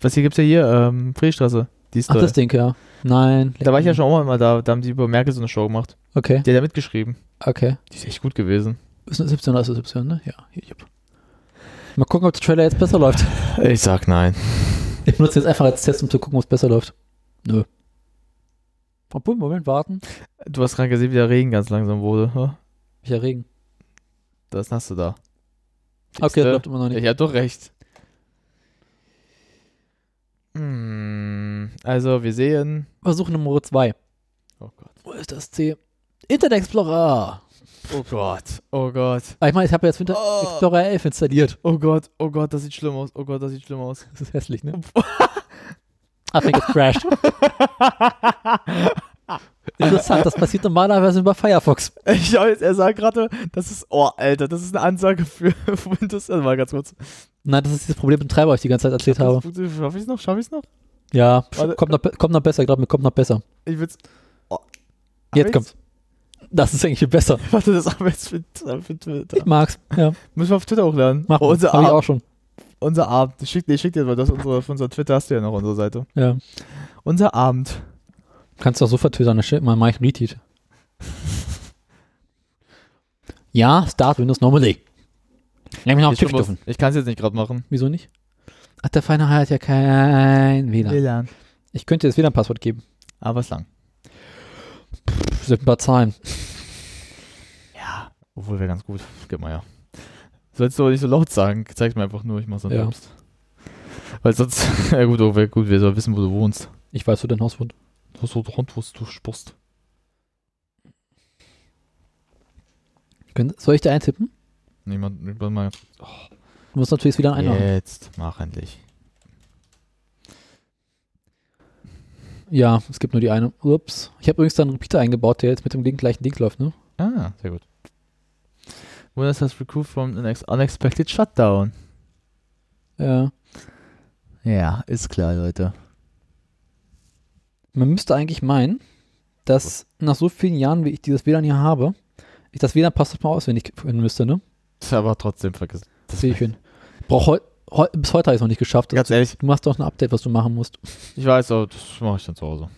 Was hier gibt's ja hier, ähm, Friedrichstraße.
Ach,
Distel.
das Ding, ja. Nein.
Da war ich ja schon auch mal da, da haben die über Merkel so eine Show gemacht.
Okay,
Die hat ja mitgeschrieben.
okay.
Die ist echt gut gewesen.
Ist ein Y, ist ein Y, ne? Ja, hier, jupp. Mal gucken, ob der Trailer jetzt besser läuft.
Ich sag nein.
Ich benutze jetzt einfach als Test, um zu gucken, ob es besser läuft. Nö. Obwohl, Moment, warten.
Du hast gerade gesehen, wie der Regen ganz langsam wurde. ha?
Welcher Regen.
Das hast du da.
Okay, das
Siehste?
läuft immer noch nicht.
Ich hab doch recht. Hm, also, wir sehen.
Versuch Nummer 2.
Oh Gott.
Wo ist das C? Internet Explorer.
Oh Gott. Oh Gott.
Ah, Ich meine, ich habe jetzt Winter
Oh.
Explorer 11 installiert.
Oh Gott. Oh Gott, das sieht schlimm aus. Oh Gott, das sieht schlimm aus.
Das ist hässlich, ne? I think it's crashed. Interessant, das passiert normalerweise über Firefox.
Ich hab jetzt, er sagt gerade, das ist. Oh, Alter, das ist eine Ansage für Windows. Also, mal ganz kurz.
Nein, das ist dieses Problem mit dem Treiber, was ich die ganze Zeit erzählt habe.
Schaffe ich's noch? Schaffe ich's noch?
Ja,
Warte. Oh.
kommt noch, be- kommt noch besser, glaub mir, kommt noch besser.
Ich will's.
Jetzt
jetzt-
kommt's. Das ist eigentlich viel besser.
Warte, das haben wir jetzt für, für Twitter.
Ich mag's. Ja,
Müssen wir auf Twitter hochladen.
mach
oh,
mal.
unser,
Hab ich
Ab,
auch schon.
unser Abend. Ich schick, ich schick dir, weil das unsere, auf unserer Twitter hast du ja noch unsere Seite.
Ja.
Unser Abend.
Kannst du auch so vertwittern, dann steht mal mach ich einen Retweet. Ja, start Windows normally. Lass mich noch auf
Ist schon
TÜV-Stufen.
was- Ich kann es jetzt nicht gerade machen.
Wieso nicht? Ach, der Feine hat ja kein WLAN.
WLAN.
Ich könnte jetzt wieder ein Passwort geben.
Aber es Ah, lang.
Das sind ein paar Zahlen.
Ja. Obwohl wäre ganz gut. Gib mal her. Sollst du aber nicht so laut sagen. Zeig's mir einfach nur, ich mach's dann
Ja.
selbst. Weil sonst, ja gut, wäre gut, wir sollen wissen, wo du wohnst.
Ich weiß, wo dein Haus wohnt.
Das ist so Hand, wo du spürst.
Könnt- Soll ich da eintippen?
Niemand, niemand mal.
Du musst natürlich wieder einhaken.
Jetzt, mach endlich.
Ja, es gibt nur die eine. Ups. Ich habe übrigens da einen Repeater eingebaut, der jetzt mit dem Ding gleichen Ding läuft, ne?
Ah, sehr gut. Windows has recouped from an ex- unexpected shutdown.
Ja.
Ja, ist klar, Leute.
Man müsste eigentlich meinen, dass nach so vielen Jahren, wie ich dieses WLAN hier habe, ich das WLAN-Passwort mal auswendig können müsste, ne?
Ist aber trotzdem vergessen.
Das sehe ich hin. Brauch heu, heu, bis heute habe ich es noch nicht geschafft. Das,
Ganz ehrlich,
du machst doch ein Update, was du machen musst.
ich weiß, aber das mache ich dann zu Hause.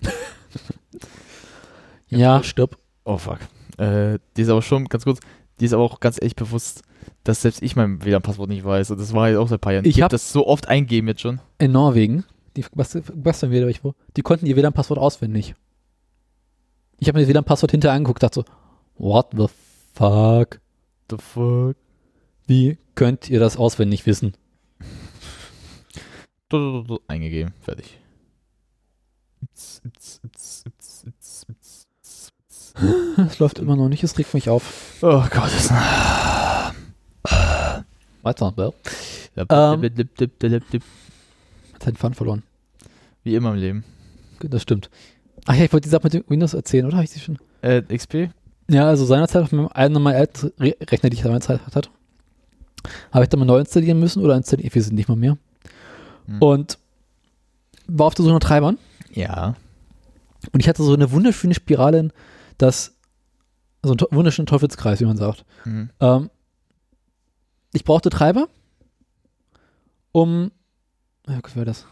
Ja, stirb.
Oh fuck. Äh, die ist aber schon, ganz kurz, die ist aber auch ganz ehrlich bewusst, dass selbst ich mein WLAN-Passwort nicht weiß. Und das war jetzt auch seit ein paar Jahren.
Ich
hab
hab-
das so oft eingeben jetzt schon.
In Norwegen, die Bast- Bastian wieder irgendwo, die konnten ihr WLAN-Passwort auswendig. Ich habe mir das WLAN-Passwort hinterher angeguckt, dachte so, what the fuck?
The fuck?
Wie könnt ihr das auswendig wissen?
Du, du, du, du. Eingegeben, fertig. Ips, ips, ips, ips, ips, ips, ips, ips.
Es läuft immer noch nicht, es regt mich auf.
Oh Gott, das ist ein...
Weiter, Bell.
Lip,
Ähm.
lip, lip, lip, lip, lip.
Hat seinen Faden verloren.
Wie immer im Leben.
Das stimmt. Ach ja, ich wollte die Sache mit dem Windows erzählen, oder? Habe ich die schon?
Äh, XP?
Ja, also seinerzeit auf meinem einen meiner alten Re- Rechner, die ich damals halt hatte, habe ich dann mal neu installieren müssen oder installieren, ich weiß es nicht mal mehr.
Hm.
Und war auf der Suche nach Treibern
Ja.
und ich hatte so eine wunderschöne Spirale, in das, so einen to- wunderschönen Teufelskreis, wie man sagt.
Mhm.
Ähm, ich brauchte Treiber, um. Ja, was war das?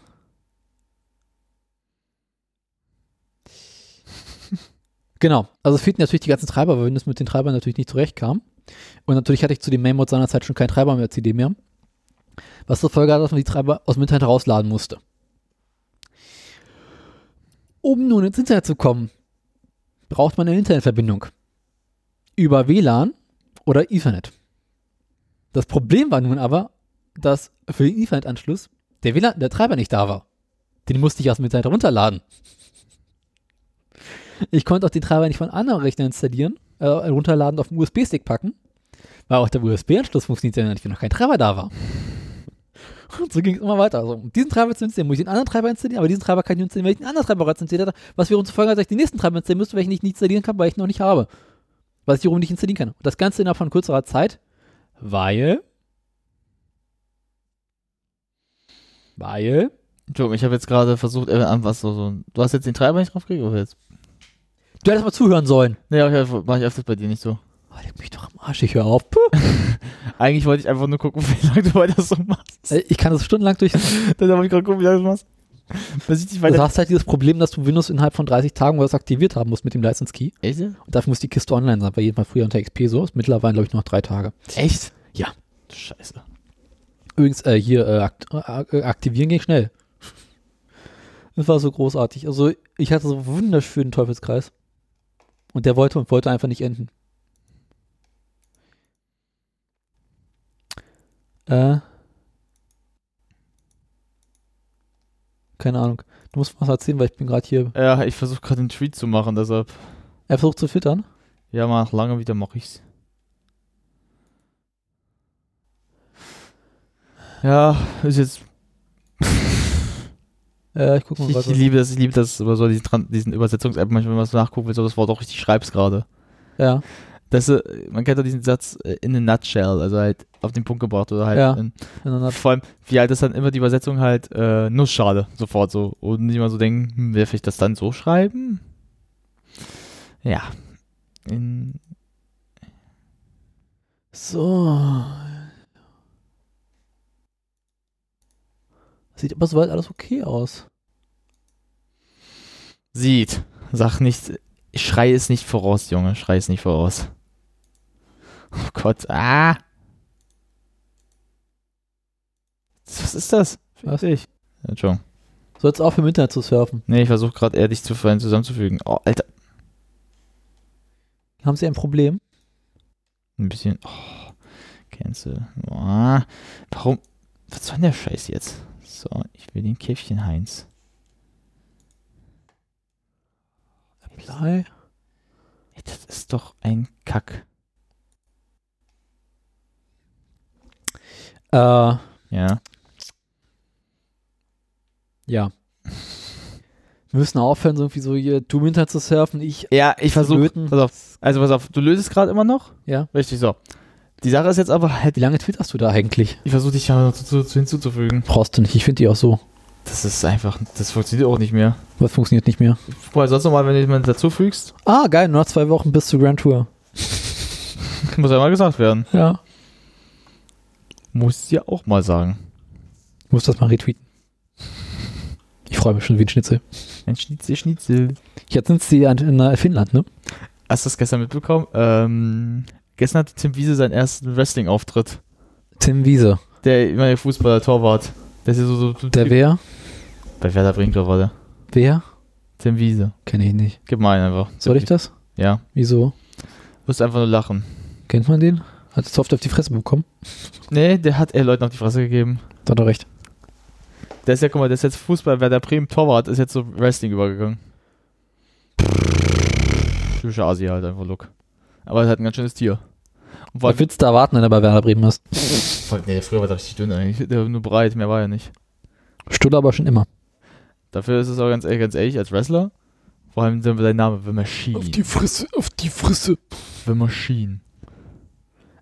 genau. Also es fehlten natürlich die ganzen Treiber, weil Windows mit den Treibern natürlich nicht zurechtkam. Und natürlich hatte ich zu dem Mainmod seinerzeit schon keinen Treiber mehr, CD mehr. Was zur Folge hat, dass man die Treiber aus dem Internet herausladen musste. Um nun ins Internet zu kommen, braucht man eine Internetverbindung. Über WLAN oder Ethernet. Das Problem war nun aber, dass für den Ethernet-Anschluss der WLAN, der Treiber nicht da war. Den musste ich aus dem Internet runterladen. Ich konnte auch den Treiber nicht von anderen Rechnern installieren, äh, runterladen, auf den USB-Stick packen, weil auch der USB-Anschluss funktioniert nicht, wenn noch kein Treiber da war. Und so ging es immer weiter. Also, um diesen Treiber zu installieren, muss ich den anderen Treiber installieren, aber diesen Treiber kann ich nicht installieren, weil ich den anderen Treiber bereits installiert habe, was wiederum zur Folge hat, dass ich den nächsten Treiber installieren müsste, welchen ich nicht installieren kann, weil ich ihn noch nicht habe was ich wiederum nicht installieren kann. Und das Ganze innerhalb von kürzerer Zeit, weil. Weil.
Entschuldigung, ich habe jetzt gerade versucht, äh, an was so, so. Du hast jetzt den Treiber nicht draufgekriegt, oder jetzt?
Du hättest mal zuhören sollen.
Nee, aber ich, mach ich öfters bei dir nicht so.
Oh, leg mich doch am Arsch, ich höre auf. Puh.
Eigentlich wollte ich einfach nur gucken, wie lange du weiter so machst.
Äh, Ich kann das stundenlang durch. Du
Dann habe ich gerade gucken, wie lange du machst. Bis ich dich weiter.
hast halt dieses Problem, dass du Windows innerhalb von 30 Tagen was aktiviert haben musst mit dem License Key.
Echt?
Und dafür muss die Kiste online sein, weil jedes Mal früher unter XP so ist. Mittlerweile, glaube ich, nur noch drei Tage.
Echt?
Ja.
Scheiße.
Übrigens, äh, hier äh, akt äh, aktivieren ging schnell. Das war so großartig. Also, ich hatte so einen wunderschönen Teufelskreis. Und der wollte und wollte einfach nicht enden. Äh. Keine Ahnung. Du musst was erzählen, weil ich bin gerade hier.
Ja, ich versuche gerade einen Tweet zu machen, deshalb.
Er versucht zu filtern.
Ja, mal lange wieder mache ich's. Ja, ist jetzt.
Äh, ich guck mal
Ich, ich
was.
liebe das, ich liebe das, über so diesen, Tran- diesen Übersetzungs-App, manchmal, wenn man so nachguckt, willst du das Wort auch richtig schreibst gerade.
Ja.
Das, äh, man kennt doch diesen Satz äh, in a nutshell, also halt auf den Punkt gebracht oder halt.
Ja.
In,
in einer-
vor allem, wie halt das dann immer die Übersetzung halt äh, Nussschale sofort so und nicht mal so denken, hm, werfe ich das dann so schreiben? Ja. In,
So. Sieht aber soweit alles okay aus.
sieht. Sag nicht, schrei es nicht voraus, Junge, schrei es nicht voraus. Oh Gott, ah. Was ist das?
Was?
Ich. Entschuldigung.
Sollst auch im Internet zu surfen.
Nee, ich versuche gerade eher dich zu ver- zusammenzufügen. Oh, Alter.
Haben Sie ein Problem?
Ein bisschen. Oh, cancel. Boah. Warum? Was soll denn der Scheiß jetzt? So, ich will den Käffchen Heinz.
Apply.
Ey, Das ist doch ein Kack.
Äh,
Ja.
ja. Wir müssen aufhören, so irgendwie so hier, du im Internet zu surfen, ich.
Ja, ich versuche.
löten.
Pass auf. Also, pass auf. Du löst es gerade immer noch?
Ja.
Richtig, so. Die Sache ist jetzt aber halt.
Wie lange twitterst du da eigentlich?
Ich versuche dich ja noch zu, zu, zu hinzuzufügen.
Brauchst du nicht, ich finde die auch so.
Das ist einfach. Das funktioniert auch nicht mehr.
Was funktioniert nicht mehr?
Guck mal, sonst nochmal, wenn du jemanden dazufügst,
Ah, geil, nur noch zwei Wochen bis zur Grand Tour.
muss ja mal gesagt werden.
Ja.
Muss ja auch mal sagen.
Ich muss das mal retweeten. Ich freue mich schon wie ein Schnitzel.
Ein Schnitzel, Schnitzel.
Jetzt sind sie an- in äh, Finnland, ne?
Hast du das gestern mitbekommen? Ähm, gestern hatte Tim Wiese seinen ersten Wrestling-Auftritt.
Tim Wiese.
Der immer der Fußballer, Torwart. Der ist ja so, so, so
Der wer?
Bei Werder Bremen war der.
Wer?
Tim Wiese.
Kenne ich nicht.
Gib mal einen einfach.
Soll ich das?
Ja.
Wieso?
Musst einfach nur lachen.
Kennt man den? Hat es zu oft auf die Fresse bekommen?
Nee, der hat er Leuten auf die Fresse gegeben.
Da hat er recht.
Der ist ja, guck mal, der ist jetzt Fußball, Werder Bremen, Torwart, ist jetzt so Wrestling übergegangen. Typischer Asi halt einfach Look. Aber er hat ein ganz schönes Tier. Und war,
Was willst du da erwarten, wenn er bei Werder Bremen ist?
voll, nee, früher war der richtig dünn eigentlich. Der war nur breit, mehr war er nicht.
Stulle aber schon immer.
Dafür ist es auch ganz, ganz ehrlich, als Wrestler, vor allem sein sein Name, The Machine.
Fresse, auf die Fresse.
The Machine.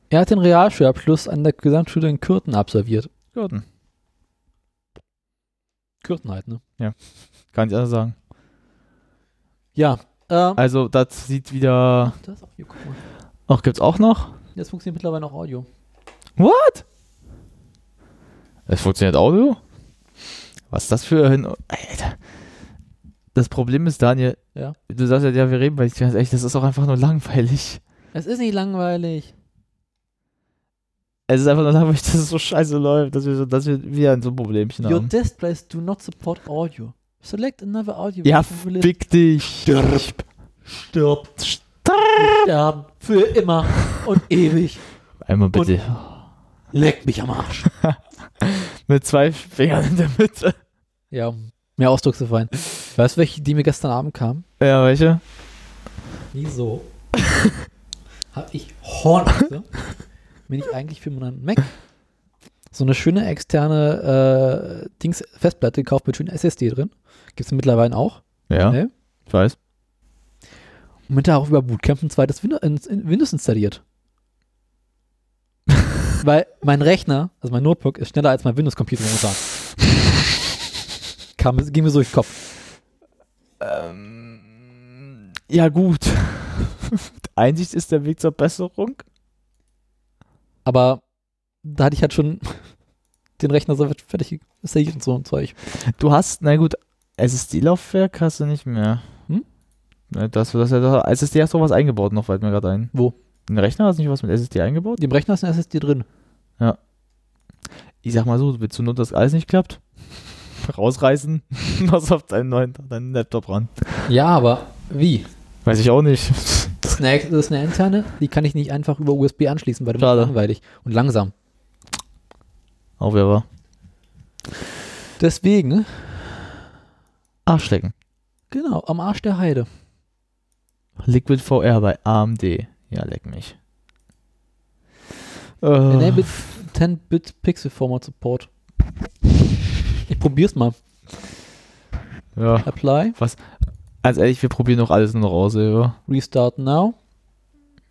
Er hat den Realschulabschluss an der Gesamtschule in Kürten absolviert.
Gordon.
Kürten halt, ne?
Kann ich anders sagen.
Ja. Ähm,
Also, das sieht wieder.
das ist auch hier, guck mal.
Ach, gibt's auch noch?
Jetzt funktioniert mittlerweile noch Audio.
What? Es funktioniert Audio? Was ist das für ein. Alter. Das Problem ist, Daniel.
Ja.
Du sagst ja, ja, wir reden, weil ich ganz ehrlich, das ist auch einfach nur langweilig.
Es ist nicht langweilig.
Es ist einfach nur langweilig, dass es so scheiße läuft, dass wir, so, dass wir wieder so ein Problemchen
Your
haben.
displays do not support audio. Select another audio.
Ja,
from the list.
fick dich. Stirb.
Stirb.
Stirb.
Sterben. Für immer und ewig.
Einmal bitte.
Leck mich am Arsch.
Mit zwei Fingern in der Mitte.
Ja, mehr Ausdrucksgefallen. Weißt du, welche, die mir gestern Abend kam?
Ja, welche?
Wieso? Hab ich Hornachse? Bin ich eigentlich für meinen Mac? So eine schöne externe äh, Dings Festplatte gekauft mit schönen SSD drin. Gibt's mittlerweile auch.
Ja.
Nee.
Ich weiß.
Und mit darauf über Bootcamp ein zweites Win in- in- Windows installiert. Weil mein Rechner, also mein Notebook, ist schneller als mein Windows-Computer momentan. Kam, ging mir so durch den Kopf. Ähm,
Ja, gut. Einsicht ist der Weg zur Besserung.
Aber da hatte ich halt schon den Rechner so fertig installiert und so ein Zeug.
Du hast, na gut, SSD-Laufwerk hast du nicht mehr.
Hm?
Na, Das, das, das, SSD hast du auch was eingebaut, noch fällt mir gerade ein.
Wo?
Ein Rechner hast du nicht was mit SSD eingebaut?
Dem Rechner ist ein SSD drin.
Ich sag mal so, willst du nur, dass alles nicht klappt? Rausreißen, was auf deinen neuen deinen Laptop ran.
Ja, aber wie?
Weiß ich auch nicht.
Das ist, eine, ex- das ist eine interne, die kann ich nicht einfach über USB anschließen, weil das ist
Schade.
langweilig und langsam.
Auch wer war?
Deswegen,
Arschlecken.
genau, am Arsch der Heide.
Liquid VR bei AMD. Ja, leck mich. Äh,
Enable 10-Bit Pixel Format Support. Ich probier's mal.
ja.
Apply,
Als ehrlich, wir probieren noch alles nur noch aus, ja.
Restart Now,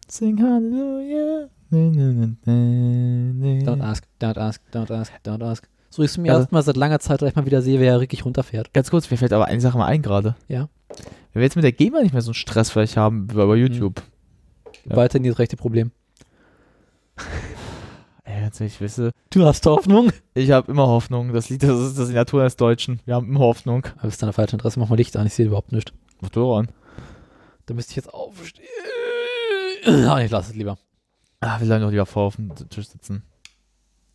Sing Hallelujah. Nee, nee, nee, nee,
Don't
nee.
Ask, Don't Ask, Don't Ask, Don't Ask. So ich es mir
Also-
erstmal seit langer Zeit, dass ich mal wieder sehe, wer richtig runterfährt.
Ganz kurz, mir fällt aber eine Sache mal ein gerade.
Ja. Hm.
Wenn wir jetzt mit der GEMA nicht mehr so einen Stress vielleicht haben wie bei YouTube. Ja.
Weiterhin das rechte Problem.
Ey, ganz ehrlich, weißt du,
Du hast Hoffnung.
ich habe immer Hoffnung. Das Lied, das ist das ist die Natur des Deutschen. Wir haben immer Hoffnung.
Aber ist deine falsche Adresse, mach mal Licht an, ich sehe überhaupt nichts.
Mach du an.
Da müsste ich jetzt aufstehen. Ah, ich lasse es lieber.
Ah, wir sollen doch lieber vor auf dem Tisch sitzen.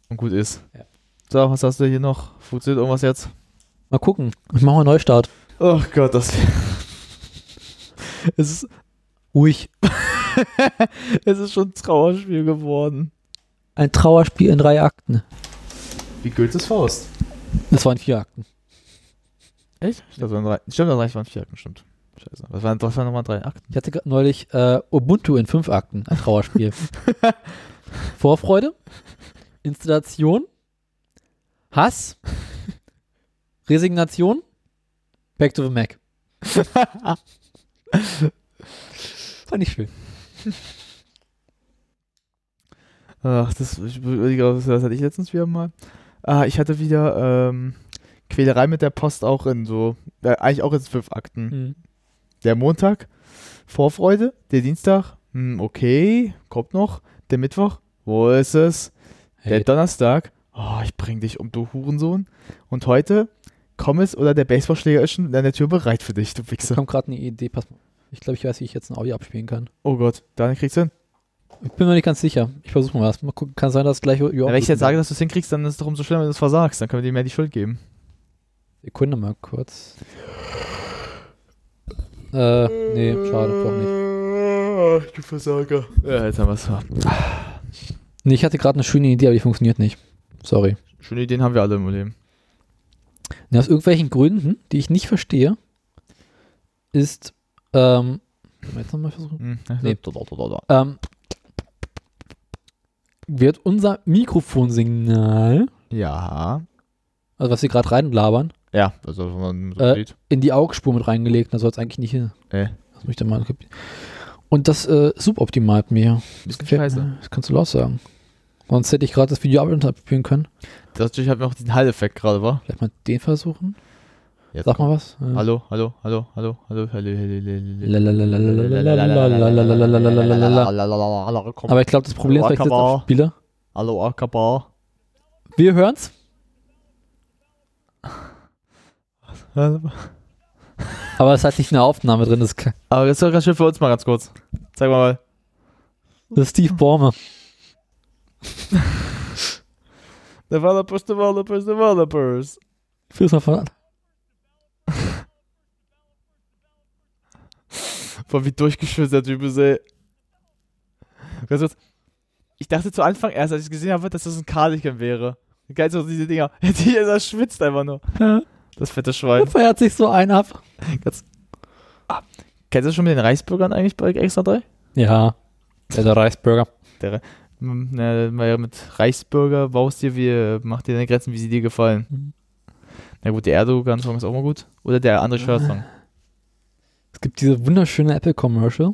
Und gut ist.
Ja.
So, was hast du hier noch? Funktioniert irgendwas jetzt?
Mal gucken. Ich mache mal einen Neustart.
Oh Gott, das
Es ist ruhig.
es ist schon ein Trauerspiel geworden.
Ein Trauerspiel in drei Akten.
Wie Goethes Faust.
Das waren vier Akten.
Echt? Ich glaube, drei, stimmt, das waren vier Akten, stimmt. Scheiße. Was waren, was waren nochmal drei Akten?
Ich hatte grad neulich äh, Ubuntu in fünf Akten, ein Trauerspiel. Vorfreude, Installation, Hass, Resignation, Back to the Mac. Fand ich schön.
Ach, das, ich überlege, was- was hatte ich letztens wieder mal? Ah, ich hatte wieder ähm, Quälerei mit der Post auch in so, äh, eigentlich auch in fünf Akten.
Mhm.
Der Montag, Vorfreude. Der Dienstag, hm, okay, kommt noch. Der Mittwoch, wo ist es? Der
Hey,
Donnerstag, oh, ich bring dich um, du Hurensohn. Und heute, komm es oder der Baseballschläger ist schon an der Tür bereit für dich, du
da
Wichser.
kommt gerade eine Idee. Pass mal. Ich glaube, ich weiß, wie ich jetzt ein Audio abspielen kann.
Oh Gott, Daniel kriegst du hin.
Ich bin mir nicht ganz sicher. Ich versuche mal was. Mal gucken. Kann sein, dass gleich. Ja,
wenn ich jetzt sage, dass du es hinkriegst, dann ist es doch umso schlimmer, wenn du es versagst. Dann können wir dir mehr die Schuld geben.
Sekunde mal kurz. Äh, nee, schade, doch nicht.
Du Versager. Ja, jetzt haben wir es.
Nee, ich hatte gerade eine schöne Idee, aber die funktioniert nicht. Sorry.
Schöne Ideen haben wir alle im Leben.
Nee, aus irgendwelchen Gründen, die ich nicht verstehe, ist, ähm, wollen wir jetzt nochmal versuchen.
Hm.
Nee.
Da, da, da, da, da.
Also, Ähm, wird unser Mikrofonsignal,
Ja.
also was wir gerade reinlabern,
Ja, also wenn man so
Äh.
sieht.
in die Augspur mit reingelegt? Da soll es eigentlich nicht hin.
Äh.
Lass mich da mal. Und das äh, suboptimalt mir.
Bisschen
Das kannst du laut sagen. Sonst hätte ich gerade das Video abspielen können.
Natürlich hat mir auch diesen Hall-Effekt gerade, wa?
Vielleicht mal den versuchen.
Jetzt
Sag mal was. Äh,
Hallo, hallo, hallo, hallo, hallo, hallo, hallo,
Lalalalalalalalalalalalalalala.
hallo,
Aber ich glaube, das Problem ist, weil ich das
Wakabar.
abspiele.
hallo, Akaba.
Wir hören's.
Aber
Aber es hat nicht eine Aufnahme drin. Das ist, ke-
das ist doch ganz schön für uns mal ganz kurz. Zeig mal
das ist Steve Borme.
mal. Developers, Developers, Developers.
Führ's mal von an.
Boah, wie durchgeschwitzt der Typ ist, ey. Ganz kurz. Ich dachte zu Anfang erst, als ich gesehen habe, dass das ein Kardigan wäre. Geil, so diese Dinger. Der schwitzt einfach nur.
Ja.
Das fette
Er
Schwein.
feiert sich so einen ab.
Kennst du schon mit den Reisbürgern eigentlich bei Extra 3?
Ja. Der, der Reisburger.
M- Hm, Na, mal ja mit Reichsbürger baust dir, wie, äh, mach dir deine Grenzen, wie sie dir gefallen.
Mhm.
Na gut, der Erdogan-Song ist auch mal gut. Oder der andere Schörer-Song.
Es gibt diese wunderschöne Apple Commercial.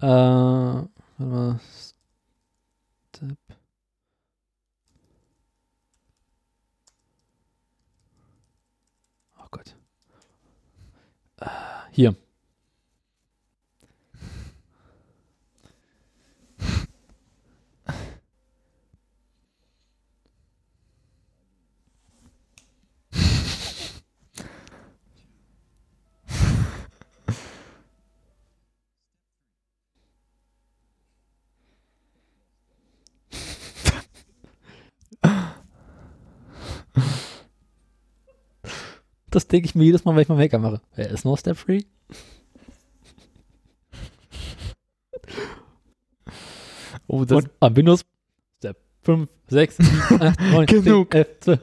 Äh, warte mal. Step. Oh Gott. Äh, hier. Das denke ich mir jedes Mal, wenn ich mal Make-up mache. Wer ist noch Step Free?
Oh, das,
Und am Windows Step 5, 6, 7, 8, 9, 10,
Genug.
11, 12.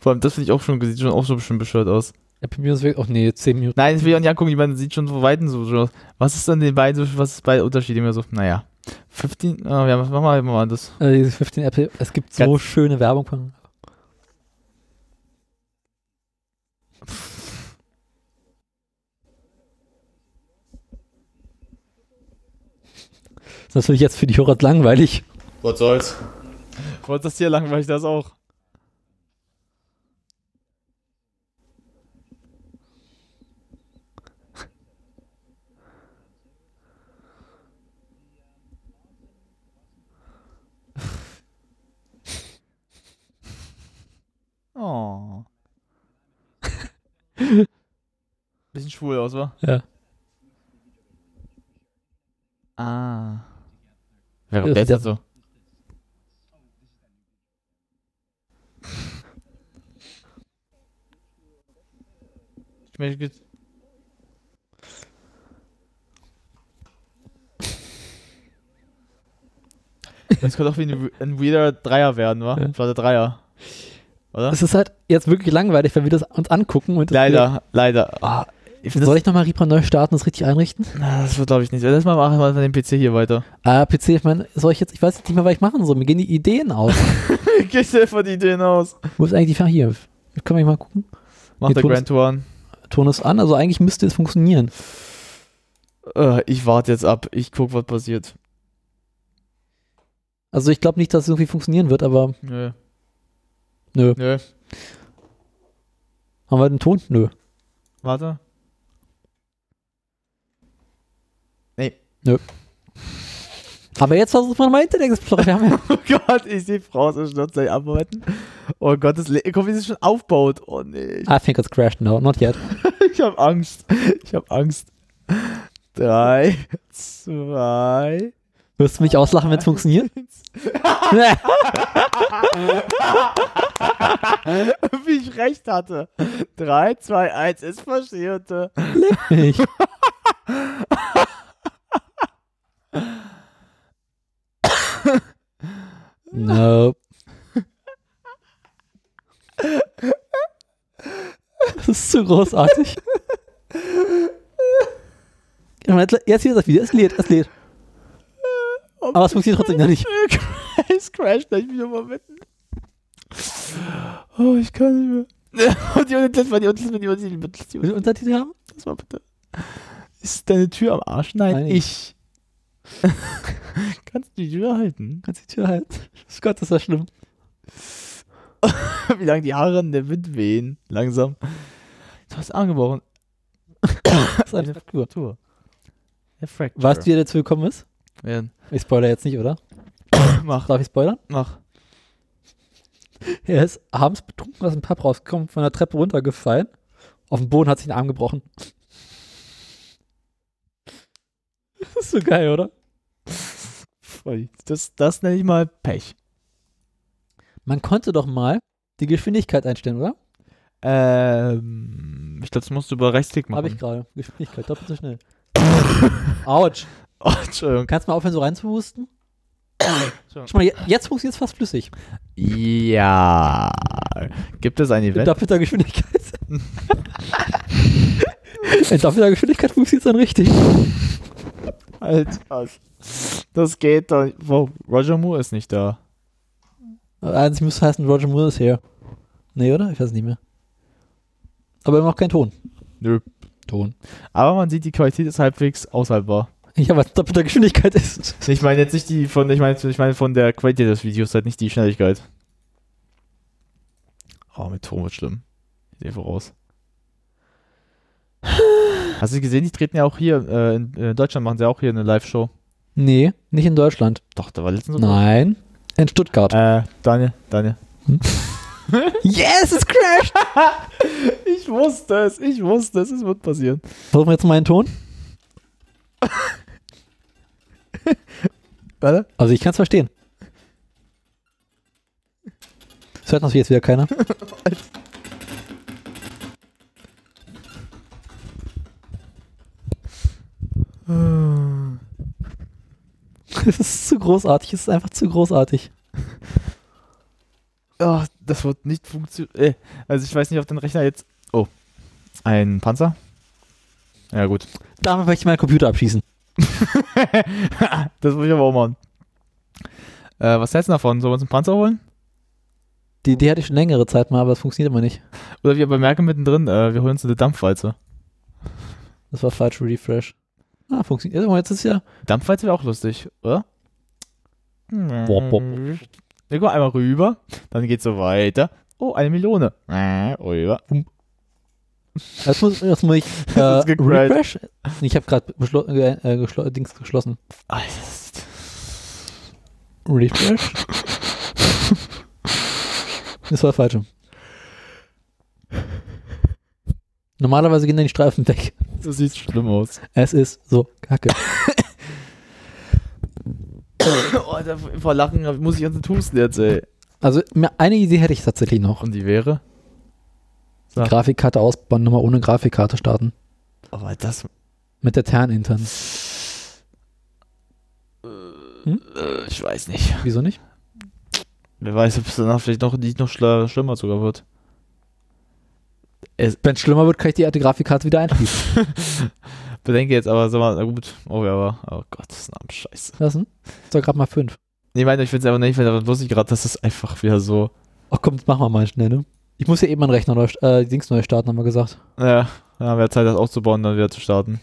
vor allem, das finde ich auch schon, sieht schon auch so bestimmt bescheuert aus.
Apple Minus weg. Oh nee, 10 Minuten.
Nein, das will ich auch nicht angucken, die beiden sieht schon von Weitem so schon aus. Was ist an den beiden, so- was ist bei Unterschied? Immer so, naja. 15, oh, ja, mach mal, mach mal das.
Äh, diese 15 Apple. Es gibt so
Ganz-
schöne Werbung von. Das ist natürlich jetzt für die Hörer langweilig.
Was soll's? Wollt das hier langweilig, das auch. Oh. Bisschen schwul aus, wa?
Ja.
Ah. Wer
kommt
kommt
jetzt
jetzt
dazu?
so? Das könnte auch wie ein, ein weirder Dreier werden, wa?
Ja.
Flotte Dreier. Oder?
Es ist halt jetzt wirklich langweilig, wenn wir das uns angucken. Und das
Leider, leider. Ah, ich find
soll
das,
ich nochmal Reaper neu starten, das richtig einrichten?
na, das wird, glaube ich, nicht. Das mal machen wir den PC hier weiter.
Ah, PC, ich meine, soll ich jetzt, ich weiß jetzt nicht mehr, was ich machen soll. Mir gehen die Ideen aus.
Ich gehe schnell von Ideen aus.
Wo ist eigentlich, ah, hier, können wir mal gucken.
Mach
Wir
der
tun's.
Grand Tour an.
Ton ist an, also eigentlich müsste es funktionieren.
Äh, ich warte jetzt ab. Ich guck, was passiert.
Also ich glaube nicht, dass es irgendwie funktionieren wird, aber
Nö.
nö.
Nö.
Haben wir den Ton? Nö.
Warte.
Aber jetzt versuchen wir mal Internet Explorer. Wir haben ja
Oh Gott, ich sehe Frau aus dem Schnurz gleich abarbeiten. Oh Gott, das Le Guck, wie sie es schon aufbaut. Oh nee, ich,
I think it's crashed now, not yet.
ich hab Angst. Ich hab Angst. Drei, zwei,
Wirst du mich auslachen, wenn es funktioniert? Nee.
wie ich recht hatte. Drei, zwei, eins, es passierte.
Ich. Nope. Das ist zu großartig. Ich meine, Jetzt hier das Video, es lädt, es lädt.
Oh,
Aber es funktioniert trotzdem noch nicht.
Es crasht gleich wieder mal mitten. Oh, ich kann nicht mehr. Und die Unit, das war die Unit, das war die Unit, die Unit, die
Will
Unit,
ich Untertitel haben?
das war bitte. Ist deine Tür am Arsch? Nein,
Nein.
ich. Kannst du die Tür halten?
Kannst die Tür halten. Oh Gott, das ist ja schlimm.
Wie lange die Haare in der Wind wehen. Langsam. Du hast angebrochen.
Das ist einfach cool.
Tour. Der Fracture.
Weißt du, wie er dazu gekommen ist?
Ja,
Ich spoiler jetzt nicht, oder?
mach,
Darf ich spoilern?
mach.
Er ist abends betrunken aus dem Pub rausgekommen, von der Treppe runtergefallen. Auf dem Boden hat sich den Arm gebrochen. Das ist so geil, oder?
Voll. Das, das nenne ich mal Pech.
Man konnte doch mal die Geschwindigkeit einstellen, oder?
Ähm, ich glaube, das musst du über Rechtsklick machen.
Habe ich gerade. Geschwindigkeit, doppelt so schnell. Autsch.
Oh, Entschuldigung.
Kannst du mal aufhören, so reinzuhusten? Schau mal, je- jetzt funktioniert es fast flüssig.
Ja. Gibt es ein
In
Event?
doppelter Geschwindigkeit. In doppelter Geschwindigkeit funktioniert es dann richtig.
Alter. Das geht doch. nicht. Wow, Roger Moore ist nicht da.
Eins Also, müsste heißen, Roger Moore ist hier. Nee, oder? Ich weiß nicht mehr. Aber immer noch kein Ton.
Nö.
Ton.
Aber man sieht, die Qualität ist halbwegs aushaltbar.
Ja, was doppelter Geschwindigkeit ist.
Ich meine jetzt nicht die von, ich meine, ich meine von der Qualität des Videos, halt nicht die Schnelligkeit. Oh, mit Ton wird schlimm. Ich sehe voraus. Hast du gesehen, die treten ja auch hier, äh, in, äh, Deutschland machen sie auch hier eine Live-Show.
Nee, nicht in Deutschland.
Doch, da war letztens so.
Nein. In Stuttgart.
Äh, Daniel, Daniel.
Yes, es crashed!
Ich wusste es, ich wusste es, es wird passieren.
Versuchen wir jetzt mal einen Ton?
Warte.
Also ich kann es verstehen. Das hört natürlich jetzt wieder keiner. Es ist zu großartig, es ist einfach zu großartig.
Oh, das wird nicht funktionieren. Äh, also ich weiß nicht, ob dein Rechner jetzt. Oh. Ein Panzer? Ja, gut.
Damit möchte ich meinen Computer abschießen.
Das muss ich aber auch machen. Äh, was hältst du davon? Sollen wir uns einen Panzer holen?
Die Idee hatte ich schon längere Zeit mal, aber es funktioniert immer nicht.
Oder wir bemerken mittendrin, äh, wir holen uns eine Dampfwalze.
Das war falsch Refresh. Ah, funktioniert. Also Jetzt ist ja.
Dampfwalze wäre auch lustig, oder?
Wop, wop.
Wir gucken einmal rüber, dann geht's so weiter. Oh, eine Melone. Äh, Rüber.
Jetzt muss, jetzt muss ich. Äh,
Das ist gegrindet.
Refresh? Ich habe gerade beschlo- äh, äh, geschlo- Dings geschlossen.
Alter, das ist-
Refresh? das war falsch. Normalerweise gehen dann die Streifen weg.
Das sieht schlimm aus.
Es ist so kacke.
oh, da, vor Lachen muss ich uns Tusten jetzt, ey.
Also mir- eine Idee hätte ich tatsächlich noch.
Und die wäre? Ja.
Grafikkarte ausbauen, nochmal ohne Grafikkarte starten.
Aber das.
Mit der Tern intern.
Äh, ich weiß nicht.
Wieso nicht?
Wer weiß, ob es danach vielleicht noch, nicht noch schla- schlimmer sogar wird.
Wenn es schlimmer wird, kann ich die alte Grafikkarte wieder einschließen
Bedenke jetzt aber, sag mal, na gut. Oh, wer war? Oh Gott, das ist ein Scheiße.
lassen. Ist doch gerade mal fünf.
Nee, meine, ich finde es einfach nicht, weil das lustig gerade, das ist einfach wieder so.
Ach komm, das machen wir mal schnell, ne? Ich muss ja eben meinen Rechner neu, st- äh, Dings neu starten, haben wir gesagt.
Naja, dann haben wir Zeit, das aufzubauen und dann wieder zu starten.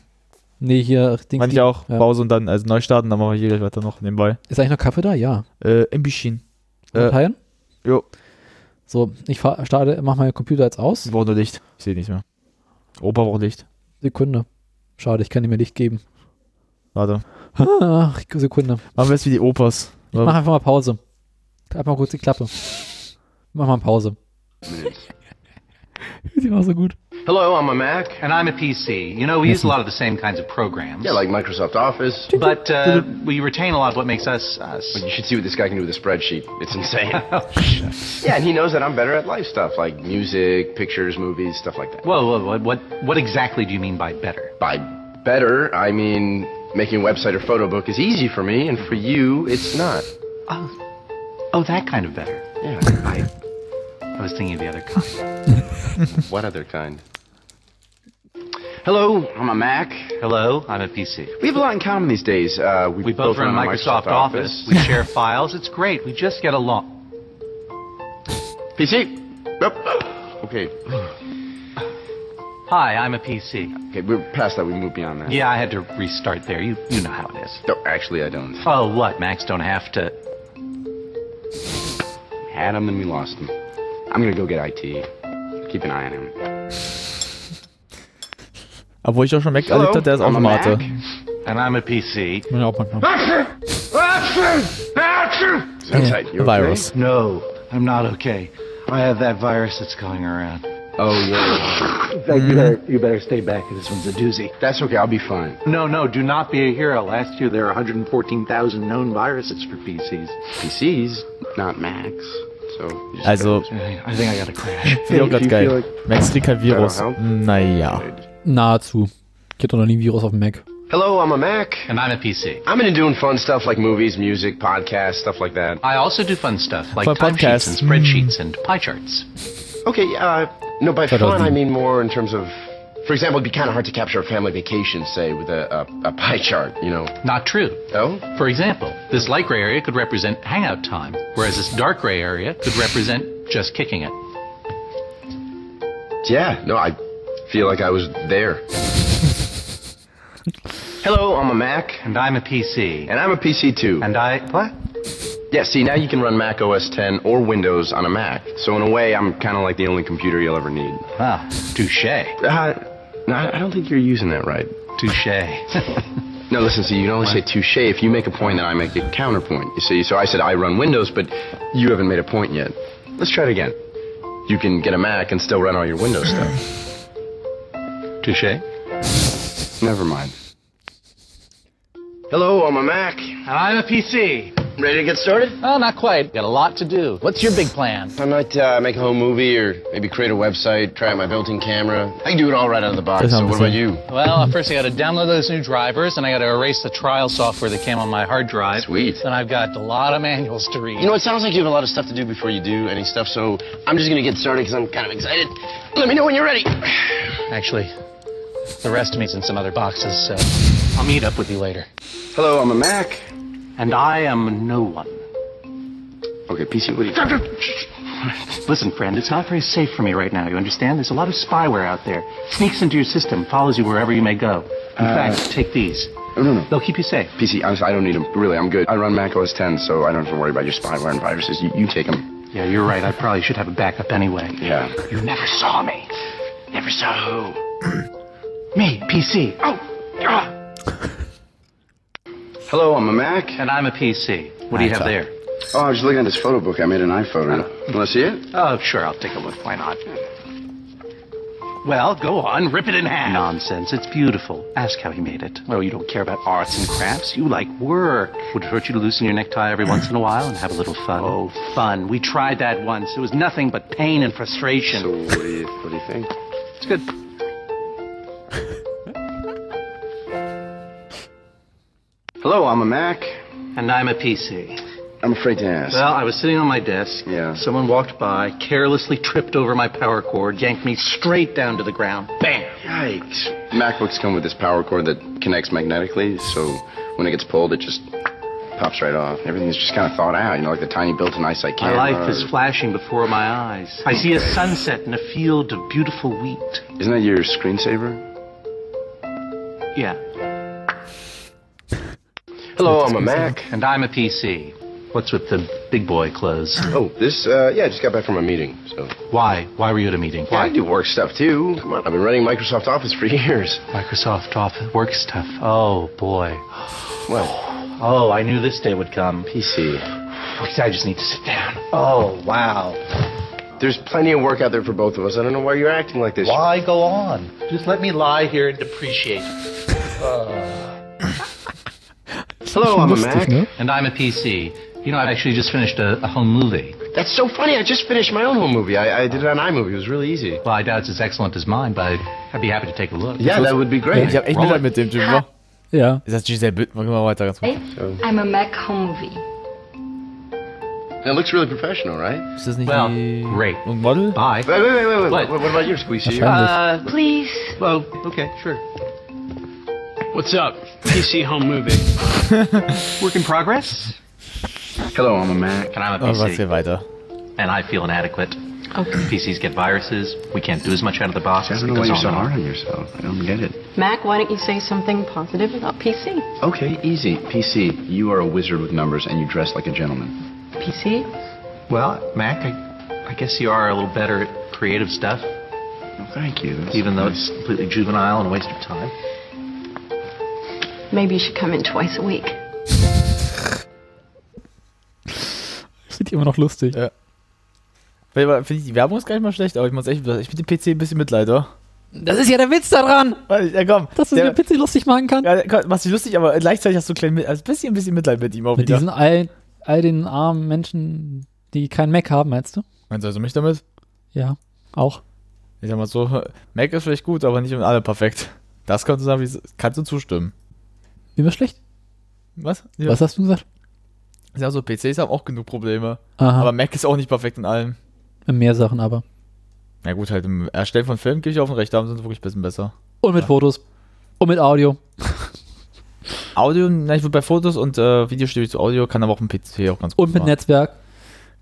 Nee, hier, Dings.
Meine ich
die-
auch,
ja.
Pause und dann, also neu starten, dann machen wir hier gleich weiter noch nebenbei.
Ist eigentlich noch Kaffee da? Ja.
Äh, Imbishin. Äh,
Dateien?
jo.
So, ich fahr, starte, mach meinen Computer jetzt aus.
Sie brauchen nur Licht. Ich sehe nichts mehr. Opa braucht Licht.
Sekunde. Schade, ich kann dir mehr Licht geben.
Warte.
Ach, Sekunde.
Machen wir jetzt wie die Opas.
Ich mach einfach mal Pause. Halt mal kurz die Klappe. Mach mal Pause. Die war so gut.
Hello, I'm a Mac.
and I'm a PC. You know, we use a lot of the same kinds of programs.
Yeah, like Microsoft Office.
but uh, we retain a lot of what makes us us. Oh,
You should see what this guy can do with a spreadsheet. It's insane. yeah, and he knows that I'm better at life stuff, like music, pictures, movies, stuff like that.
Whoa, whoa, whoa, what, what exactly do you mean by better?
By better, I mean making a website or photo book is easy for me, and for you, it's not.
Oh, oh, that kind of better.
Yeah,
I, I was thinking of the other kind.
what other kind? Hello, I'm a Mac.
Hello, I'm a PC.
We have a lot in common these days. Uh,
We both run Microsoft, Office. We share files. It's great. We just get along.
PC. Nope. Okay.
Hi, I'm a PC.
Okay, we're past that. We moved beyond that.
Yeah, I had to restart there. You, you know how it is.
No, actually, I don't.
Oh, what? Macs don't have to.
Had him, then we lost him. I'm gonna go get IT. Keep an eye on him.
Obwohl ich auch schon Mac erlebt habe, der ist auch
I'm a
schon Mate.
Mac.
And I'm a Ah, PC.
Bin ja auch manchmal.
Inside, you okay?
Virus.
No, I'm not okay. I have that virus that's going around.
Oh yeah.
You better, you better stay back. This one's a doozy.
That's okay. I'll be fine.
No, no, do not be a hero. Last year there were 114,000 known viruses for PCs.
PCs, not Macs. So. you just
Also,
I think I got a crash.
finde ich auch
Do
gerade
you feel
geil.
like-
Max kriegt kein Virus. Hm,
Hello?
Naja.
Nahezu. Ich hätte doch noch nie ein Virus auf dem Mac.
Hello, I'm a Mac.
And I'm a PC.
I'm into doing fun stuff like movies, music, podcasts, stuff like that.
I also do fun stuff like
For
timesheets and
podcasts. Hmm.
spreadsheets and pie charts.
Okay. Uh, no, by
That was
fun I
the-
mean more in terms of. For example, it'd be kind of hard to capture a family vacation, say, with a, a, a pie chart, you know.
Not true.
Oh?
For example, this light gray area could represent hangout time, whereas this dark gray area could represent just kicking it.
Yeah, no, I feel like I was there. Hello, I'm a Mac,
And I'm a PC.
and I'm a PC too.
And I. What?
Yeah, see, now you can run Mac OS 10 or Windows on a Mac. So in a way, I'm kind of like the only computer you'll ever need.
Ah, touche.
Uh, no, I I don't think you're using that right.
Touche.
No, listen, see, you can only say touche if you make a point and I make a counterpoint. You see, so I said I run Windows, but you haven't made a point yet. Let's try it again. You can get a Mac and still run all your Windows stuff.
touche.
Never mind. Hello, I'm a Mac.
I'm a PC.
Ready to get started?
Well, Oh, not quite. Got a lot to do. What's your big plan?
I might uh, make a home movie or maybe create a website, try out my built-in camera. I can do it all right out of the box.
That
So
sounds
what about
good.
you?
Well, first I got to download those new drivers, and I got to erase the trial software that came on my hard drive.
Sweet.
Then I've got a lot of manuals to read.
You know, it sounds like you have a lot of stuff to do before you do any stuff, so I'm just gonna get started because I'm kind of excited. Let me know when you're ready.
Actually, the rest of me's in some other boxes, so I'll meet up with you later.
Hello, I'm a Mac.
And I am no one.
Okay, PC, what do you?
Listen, friend, it's not very safe for me right now. You understand? There's a lot of spyware out there. Sneaks into your system, follows you wherever you may go. In fact, take these.
No, no, no.
They'll keep you safe.
PC, honestly, I don't need them. Really, I'm good. I run Mac OS 10, so I don't have to worry about your spyware and viruses. You, you take them.
Yeah, you're right. I probably should have a backup anyway.
Yeah.
You never saw me. Never saw who. me, PC. Oh,
Hello, I'm a Mac.
and I'm a PC. What do you have there?
Oh, I was just looking at this photo book I made an iPhoto. Want to see it?
Oh, sure, I'll take a look. Why not? Well, go on, rip it in half. Nonsense, it's beautiful. Ask how he made it. Oh, you don't care about arts and crafts. You like work. Would it hurt you to loosen your necktie every once in a while and have a little fun? Oh, fun. We tried that once. It was nothing but pain and frustration.
So what do you what do you think?
it's good.
Hello, I'm a Mac.
And I'm a PC.
I'm afraid to ask.
Well, I was sitting on my desk.
Yeah.
Someone walked by, carelessly tripped over my power cord, yanked me straight down to the ground. Bam!
Yikes. MacBooks come with this power cord that connects magnetically, so when it gets pulled, it just pops right off. Everything's just kind of thought out, you know, like the tiny built-in eyesight
My
camera.
life is
or-
flashing before my eyes. I see a sunset in a field of beautiful wheat.
Isn't that your screensaver?
Yeah.
Hello, I'm a Mac.
And I'm a PC. What's with the big boy clothes?
Oh, this, uh, yeah, I just got back from a meeting, so.
Why? Why were you at a meeting?
Yeah, I do work stuff too. Come on, I've been running Microsoft Office for years.
Microsoft Office work stuff. Oh boy.
Well,
Oh, I knew this day would come.
PC.
I just need to sit down. Oh wow.
There's plenty of work out there for both of us. I don't know why you're acting like this.
Why go on? Just let me lie here and depreciate.
Uh.
Hello, I'm a Mac.
And I'm a PC. You know, I actually just finished a, a home movie.
That's so funny. I just finished my own home movie. I, I did it on iMovie. It was really easy.
Well, I doubt it's as excellent as mine, but I'd be happy to take a look.
Yeah, that would be great.
Ich hab echt Mitleid mit dem Typen. wa?
Ja.
Ist das Giselle Bütt? Machen wir mal weiter ganz kurz.
I'm a Mac home movie.
It looks really professional, right?
Ist das nicht
Well,
die-
great.
ein Model?
Bye.
Wait, wait, wait, wait. wait.
What?
What? what about yours, Squeezy?
Uh,
Please.
well, okay, sure.
What's up? PC Home Movie.
Work in progress?
Hello, I'm a Mac.
And I'm a
Oh, was
PC.
hier weiter?
and I feel inadequate. PCs get viruses. We can't do as much out of the box.
I
as
don't know why you're so hard on yourself. I don't get it.
Mac, why don't you say something positive about PC?
Okay, easy. PC, you are a wizard with numbers and you dress like a gentleman.
PC?
Well, Mac, I, I guess you are a little better at creative stuff,
Well, thank you. That's
even though
nice.
it's completely juvenile and a waste of time.
Maybe you should come in twice a week.
Ich finde die immer noch lustig.
Ja. Finde ich die Werbung ist gar nicht mal schlecht, aber ich muss echt, ich bin dem PC ein bisschen Mitleid, oder?
Das ist ja der Witz daran,
Warte, ja komm.
dass du
der,
den Pizzi lustig machen kannst.
ja, komm, machst dich lustig, aber gleichzeitig hast du ein klein, mit- also ein bisschen, ein bisschen Mitleid mit ihm auch
Mit
wieder.
diesen all, all den armen Menschen, die keinen Mac haben, meinst du?
Meinst du also mich damit?
Ja, auch.
Ich sag mal so, Mac ist vielleicht gut, aber nicht in alle perfekt. Das kannst du sagen, wie es- kannst du zustimmen.
Mir war schlecht.
Was?
Was hast du gesagt?
Ich sag so, PCs haben auch genug Probleme.
Aha.
Aber Mac ist auch nicht perfekt in allem.
In mehr Sachen aber.
Na gut, halt im Erstellen von Filmen gebe ich auf den Recht, da sind sie wirklich ein bisschen besser.
Und mit Fotos. Und mit Audio.
Audio, na, ich würde bei Fotos und äh, Video stimme ich zu Audio, kann aber auch im PC auch ganz gut
Und mit
machen.
Netzwerk.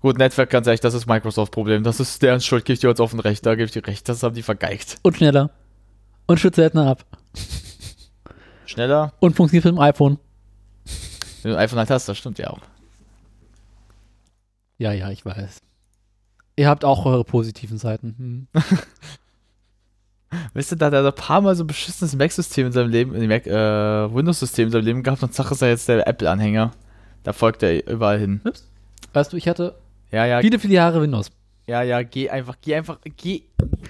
Gut, Netzwerk, ganz ehrlich, das ist Microsoft-Problem. Das ist deren Schuld, gebe ich dir jetzt auf den Recht, da gebe ich dir recht, das haben die vergeigt.
Und schneller. Und schützt seltener ab.
Schneller,
Und funktioniert mit dem iPhone.
wenn du ein iPhone halt hast, das stimmt ja auch.
Ja, ja, ich weiß. Ihr habt auch eure positiven Seiten. Hm.
Wisst ihr, da hat er ein paar Mal so ein beschissenes Mac-System in seinem Leben, in Mac, äh, Windows-System in seinem Leben gehabt und Sache ist er jetzt der Apple-Anhänger. Da folgt er überall hin.
Ups. Weißt du, ich hatte
Ja, ja,
viele, viele Jahre Windows.
ja, ja, geh einfach, geh einfach, geh,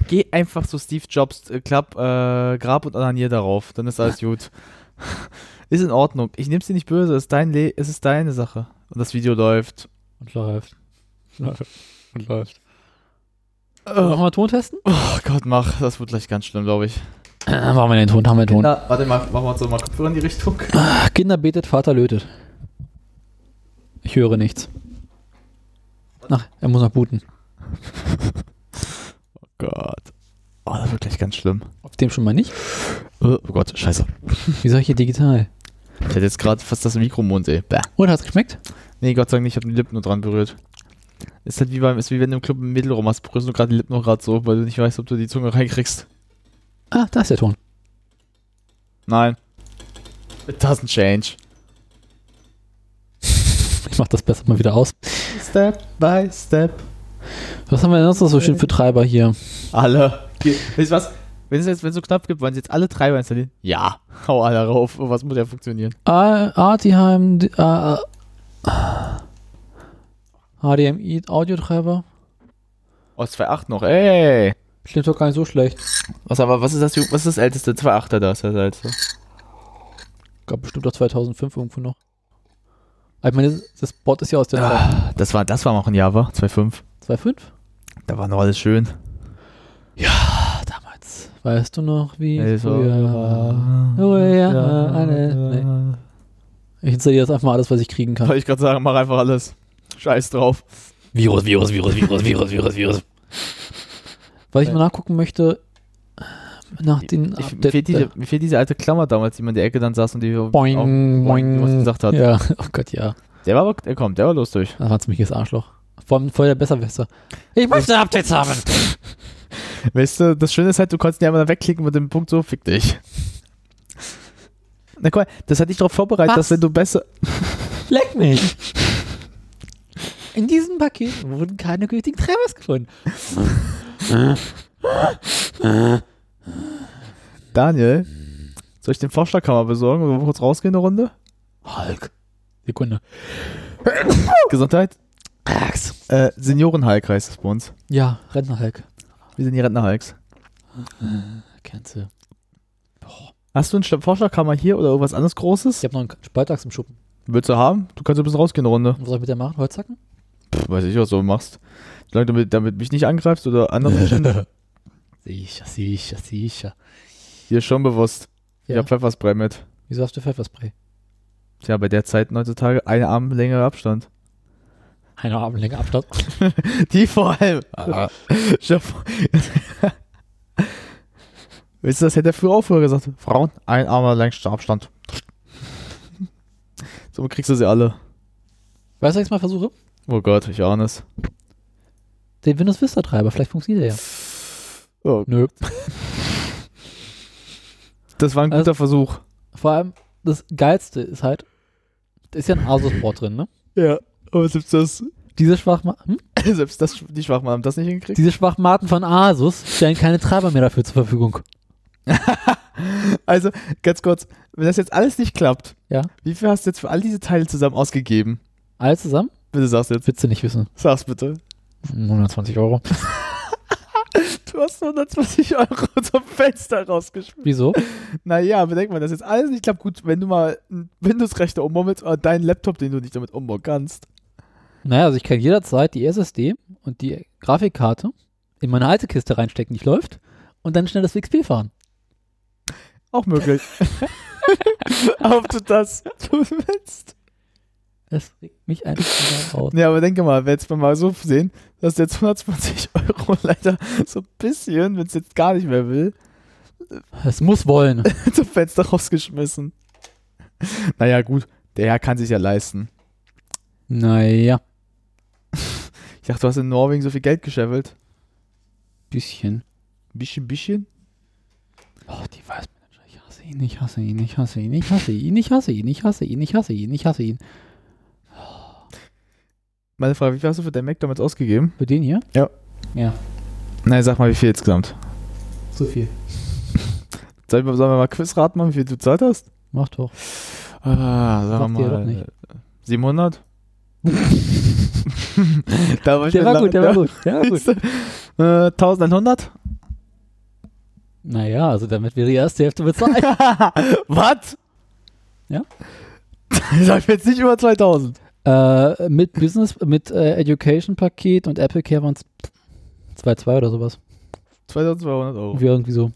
geh einfach so Steve Jobs äh, Club, äh, Grab und Ananier darauf, dann ist alles gut. ist in Ordnung. Ich nehm's dir nicht böse, es ist dein Le es ist deine Sache. Und das Video läuft.
Und läuft. Läuft. Und läuft. Wollen wir mal Ton testen?
Äh.
Äh,
Oh Gott, mach, das wird gleich ganz schlimm, glaube ich.
machen wir den Ton, haben wir den Ton. Ah.
Na, warte mal, machen wir uns doch mal Kopfhörer in die Richtung.
Kinder betet, Vater lötet. Ich höre nichts. Ach, er muss noch booten.
Gott. Oh, das wird gleich ganz schlimm.
Auf dem schon mal nicht.
Oh Gott, scheiße.
Wie soll ich hier digital?
Ich hätte jetzt gerade fast das Mikro im Mund, ey. Bäh.
Und Oh, hat's geschmeckt?
Nee, Gott sei Dank nicht, ich habe die Lippen nur dran berührt. Ist halt wie beim, ist wie wenn du im Club ein Mädel rum hast, berührst du gerade die Lippen noch gerade so, weil du nicht weißt, ob du die Zunge reinkriegst.
Ah, da ist der Ton.
Nein. It doesn't change.
Ich mach das besser mal wieder aus.
Step by step.
Was haben wir denn sonst noch so schön für Treiber hier?
Alle. Ge- Weißt du was? Wenn es jetzt, wenn es so knapp gibt, wollen sie jetzt alle Treiber installieren? Ja. Hau alle rauf. Oh, Was muss ja funktionieren?
Ah, Artiheim, d- ah, ah. HDMI Audiotreiber.
Oh, 2.8 noch. Ey.
Klingt doch gar nicht so schlecht.
Was aber, was ist das, Ju- was ist das älteste? 2,8er da ist das älteste.
Gab bestimmt auch 2005 irgendwo noch. Aber Ich meine, das- das Board ist ja aus der Zeit.
Das war, das war noch ein Java, 2,5.
2005?
Da war noch alles schön.
Ah, damals. Weißt du noch, wie
Also,
früher war? Oh, ja, alles. Nee. Ich installiere jetzt einfach mal alles, was ich kriegen kann.
Wollte ich gerade sagen, mach einfach alles. Scheiß drauf.
Virus, Virus, Virus, Virus, Virus, Virus, Virus. Weil ich mal nachgucken möchte, nach den
Ich, mir, fehlt diese, mir fehlt diese alte Klammer damals, die man in der Ecke dann saß und die wir
Boing,
auch-
boing.
Oh, was gesagt hat.
Ja, oh Gott, ja.
Der war aber, der kommt, der war lustig.
Das war ein ziemliches Arschloch. Vor allem voll der Besserwisser. Ich möchte Updates haben.
Weißt du, das Schöne ist halt, du konntest ihn einmal wegklicken mit dem Punkt so, fick dich. Na guck mal, das hat dich darauf vorbereitet,
Was?
dass wenn du besser.
Leck mich. In diesem Paket wurden keine gültigen Treibers gefunden.
Daniel, soll ich den Vorschlagkammer besorgen? Wollen wir kurz rausgehen eine Runde?
Hulk. Sekunde.
Gesundheit?
Rax.
Äh, Seniorenhulk heißt es bei uns.
Ja, Rentner-Hulk.
Wir sind die Rentnerhulks.
Kennst du.
Hast du einen Sch- Vorschlagkammer hier oder irgendwas anderes Großes?
Ich habe noch einen Spaltax im Schuppen.
Willst du haben? Du kannst ein bisschen rausgehen eine Runde.
Was soll ich mit der machen? Holzhacken?
Pff, weiß ich, was du machst. Solange du mit, damit mich nicht angreifst oder andere Menschen.
Sicher, sicher, sicher.
Dir ist schon bewusst. Ich
Ja.
hab Pfefferspray mit.
Wieso hast du Pfefferspray?
Tja, bei der Zeit heutzutage eine Armlänge Abstand.
Eine Armlänge Abstand.
Die vor allem. Stell dir vor- Weißt du, das hätte er früher auch früher gesagt. Frauen, ein Armer längster Abstand. So kriegst du sie alle.
weißt du, was ich mal versuche?
Oh Gott, ich ahne es.
Den Windows Vista Treiber. Vielleicht funktioniert der ja.
Oh,
Nö.
das war ein guter
Also-
Versuch.
Vor allem, das Geilste ist halt, da ist ja ein Asus-Board drin, ne?
Ja, aber selbst das,
Diese Schwachmaten, hm?
selbst das, die Schwachmaten haben das nicht hingekriegt.
Diese Schwachmaten von Asus stellen keine Treiber mehr dafür zur Verfügung.
Also, ganz kurz, wenn das jetzt alles nicht klappt,
Ja.
wie viel hast du jetzt für all diese Teile zusammen ausgegeben?
Alle zusammen?
Bitte sag's jetzt.
Willst du nicht wissen.
Sag's bitte.
120 Euro.
Du hast 120 Euro zum Fenster rausgeschmissen.
Wieso?
Naja, bedenk mal, das jetzt alles nicht klappt. Gut, wenn du mal einen Windows-Rechner umbaumst oder deinen Laptop, den du nicht damit umbauen kannst.
Naja, also ich kann jederzeit die SSD und die Grafikkarte in meine alte Kiste reinstecken, die ich läuft, und dann schnell das WXP fahren.
Auch möglich. Aber Ob du das tun willst.
Das regt mich einfach mal aus.
Ja, aber denke mal, wenn jetzt mal so sehen, dass jetzt 120 Euro leider so ein bisschen, wenn es jetzt gar nicht mehr will,
Es muss wollen.
zum Fenster rausgeschmissen. Naja, gut, der Herr kann sich ja leisten.
Naja,
Ich dachte, du hast in Norwegen so viel Geld gescheffelt.
bisschen.
Bisschen, bisschen?
Oh, die weiß Manager. Ich hasse ihn, ich hasse ihn, ich hasse ihn, ich hasse ihn, ich hasse ihn, ich hasse ihn, ich hasse ihn, ich hasse ihn.
Meine Frage, wie viel hast du für dein Mac damals ausgegeben?
Für den hier?
Ja.
Ja.
Nein, sag mal, wie viel insgesamt?
Zu viel.
Sollen wir, sollen wir mal Quizrat machen, wie viel du bezahlt hast?
Mach doch.
Ah, sagen
Sagt ihr
wir
doch
mal.
nicht.
700? da war ich
Der
schon
war
lange-
gut, der war gut, der war gut.
Äh, 1100?
Naja, also damit wäre die erste Hälfte bezahlt.
Was?
Ja.
Sag mir jetzt nicht über 2000.
äh, mit Business, mit äh, Education-Paket und Apple Care waren es 2,2 oder sowas.
2200 Euro.
Wie irgendwie so.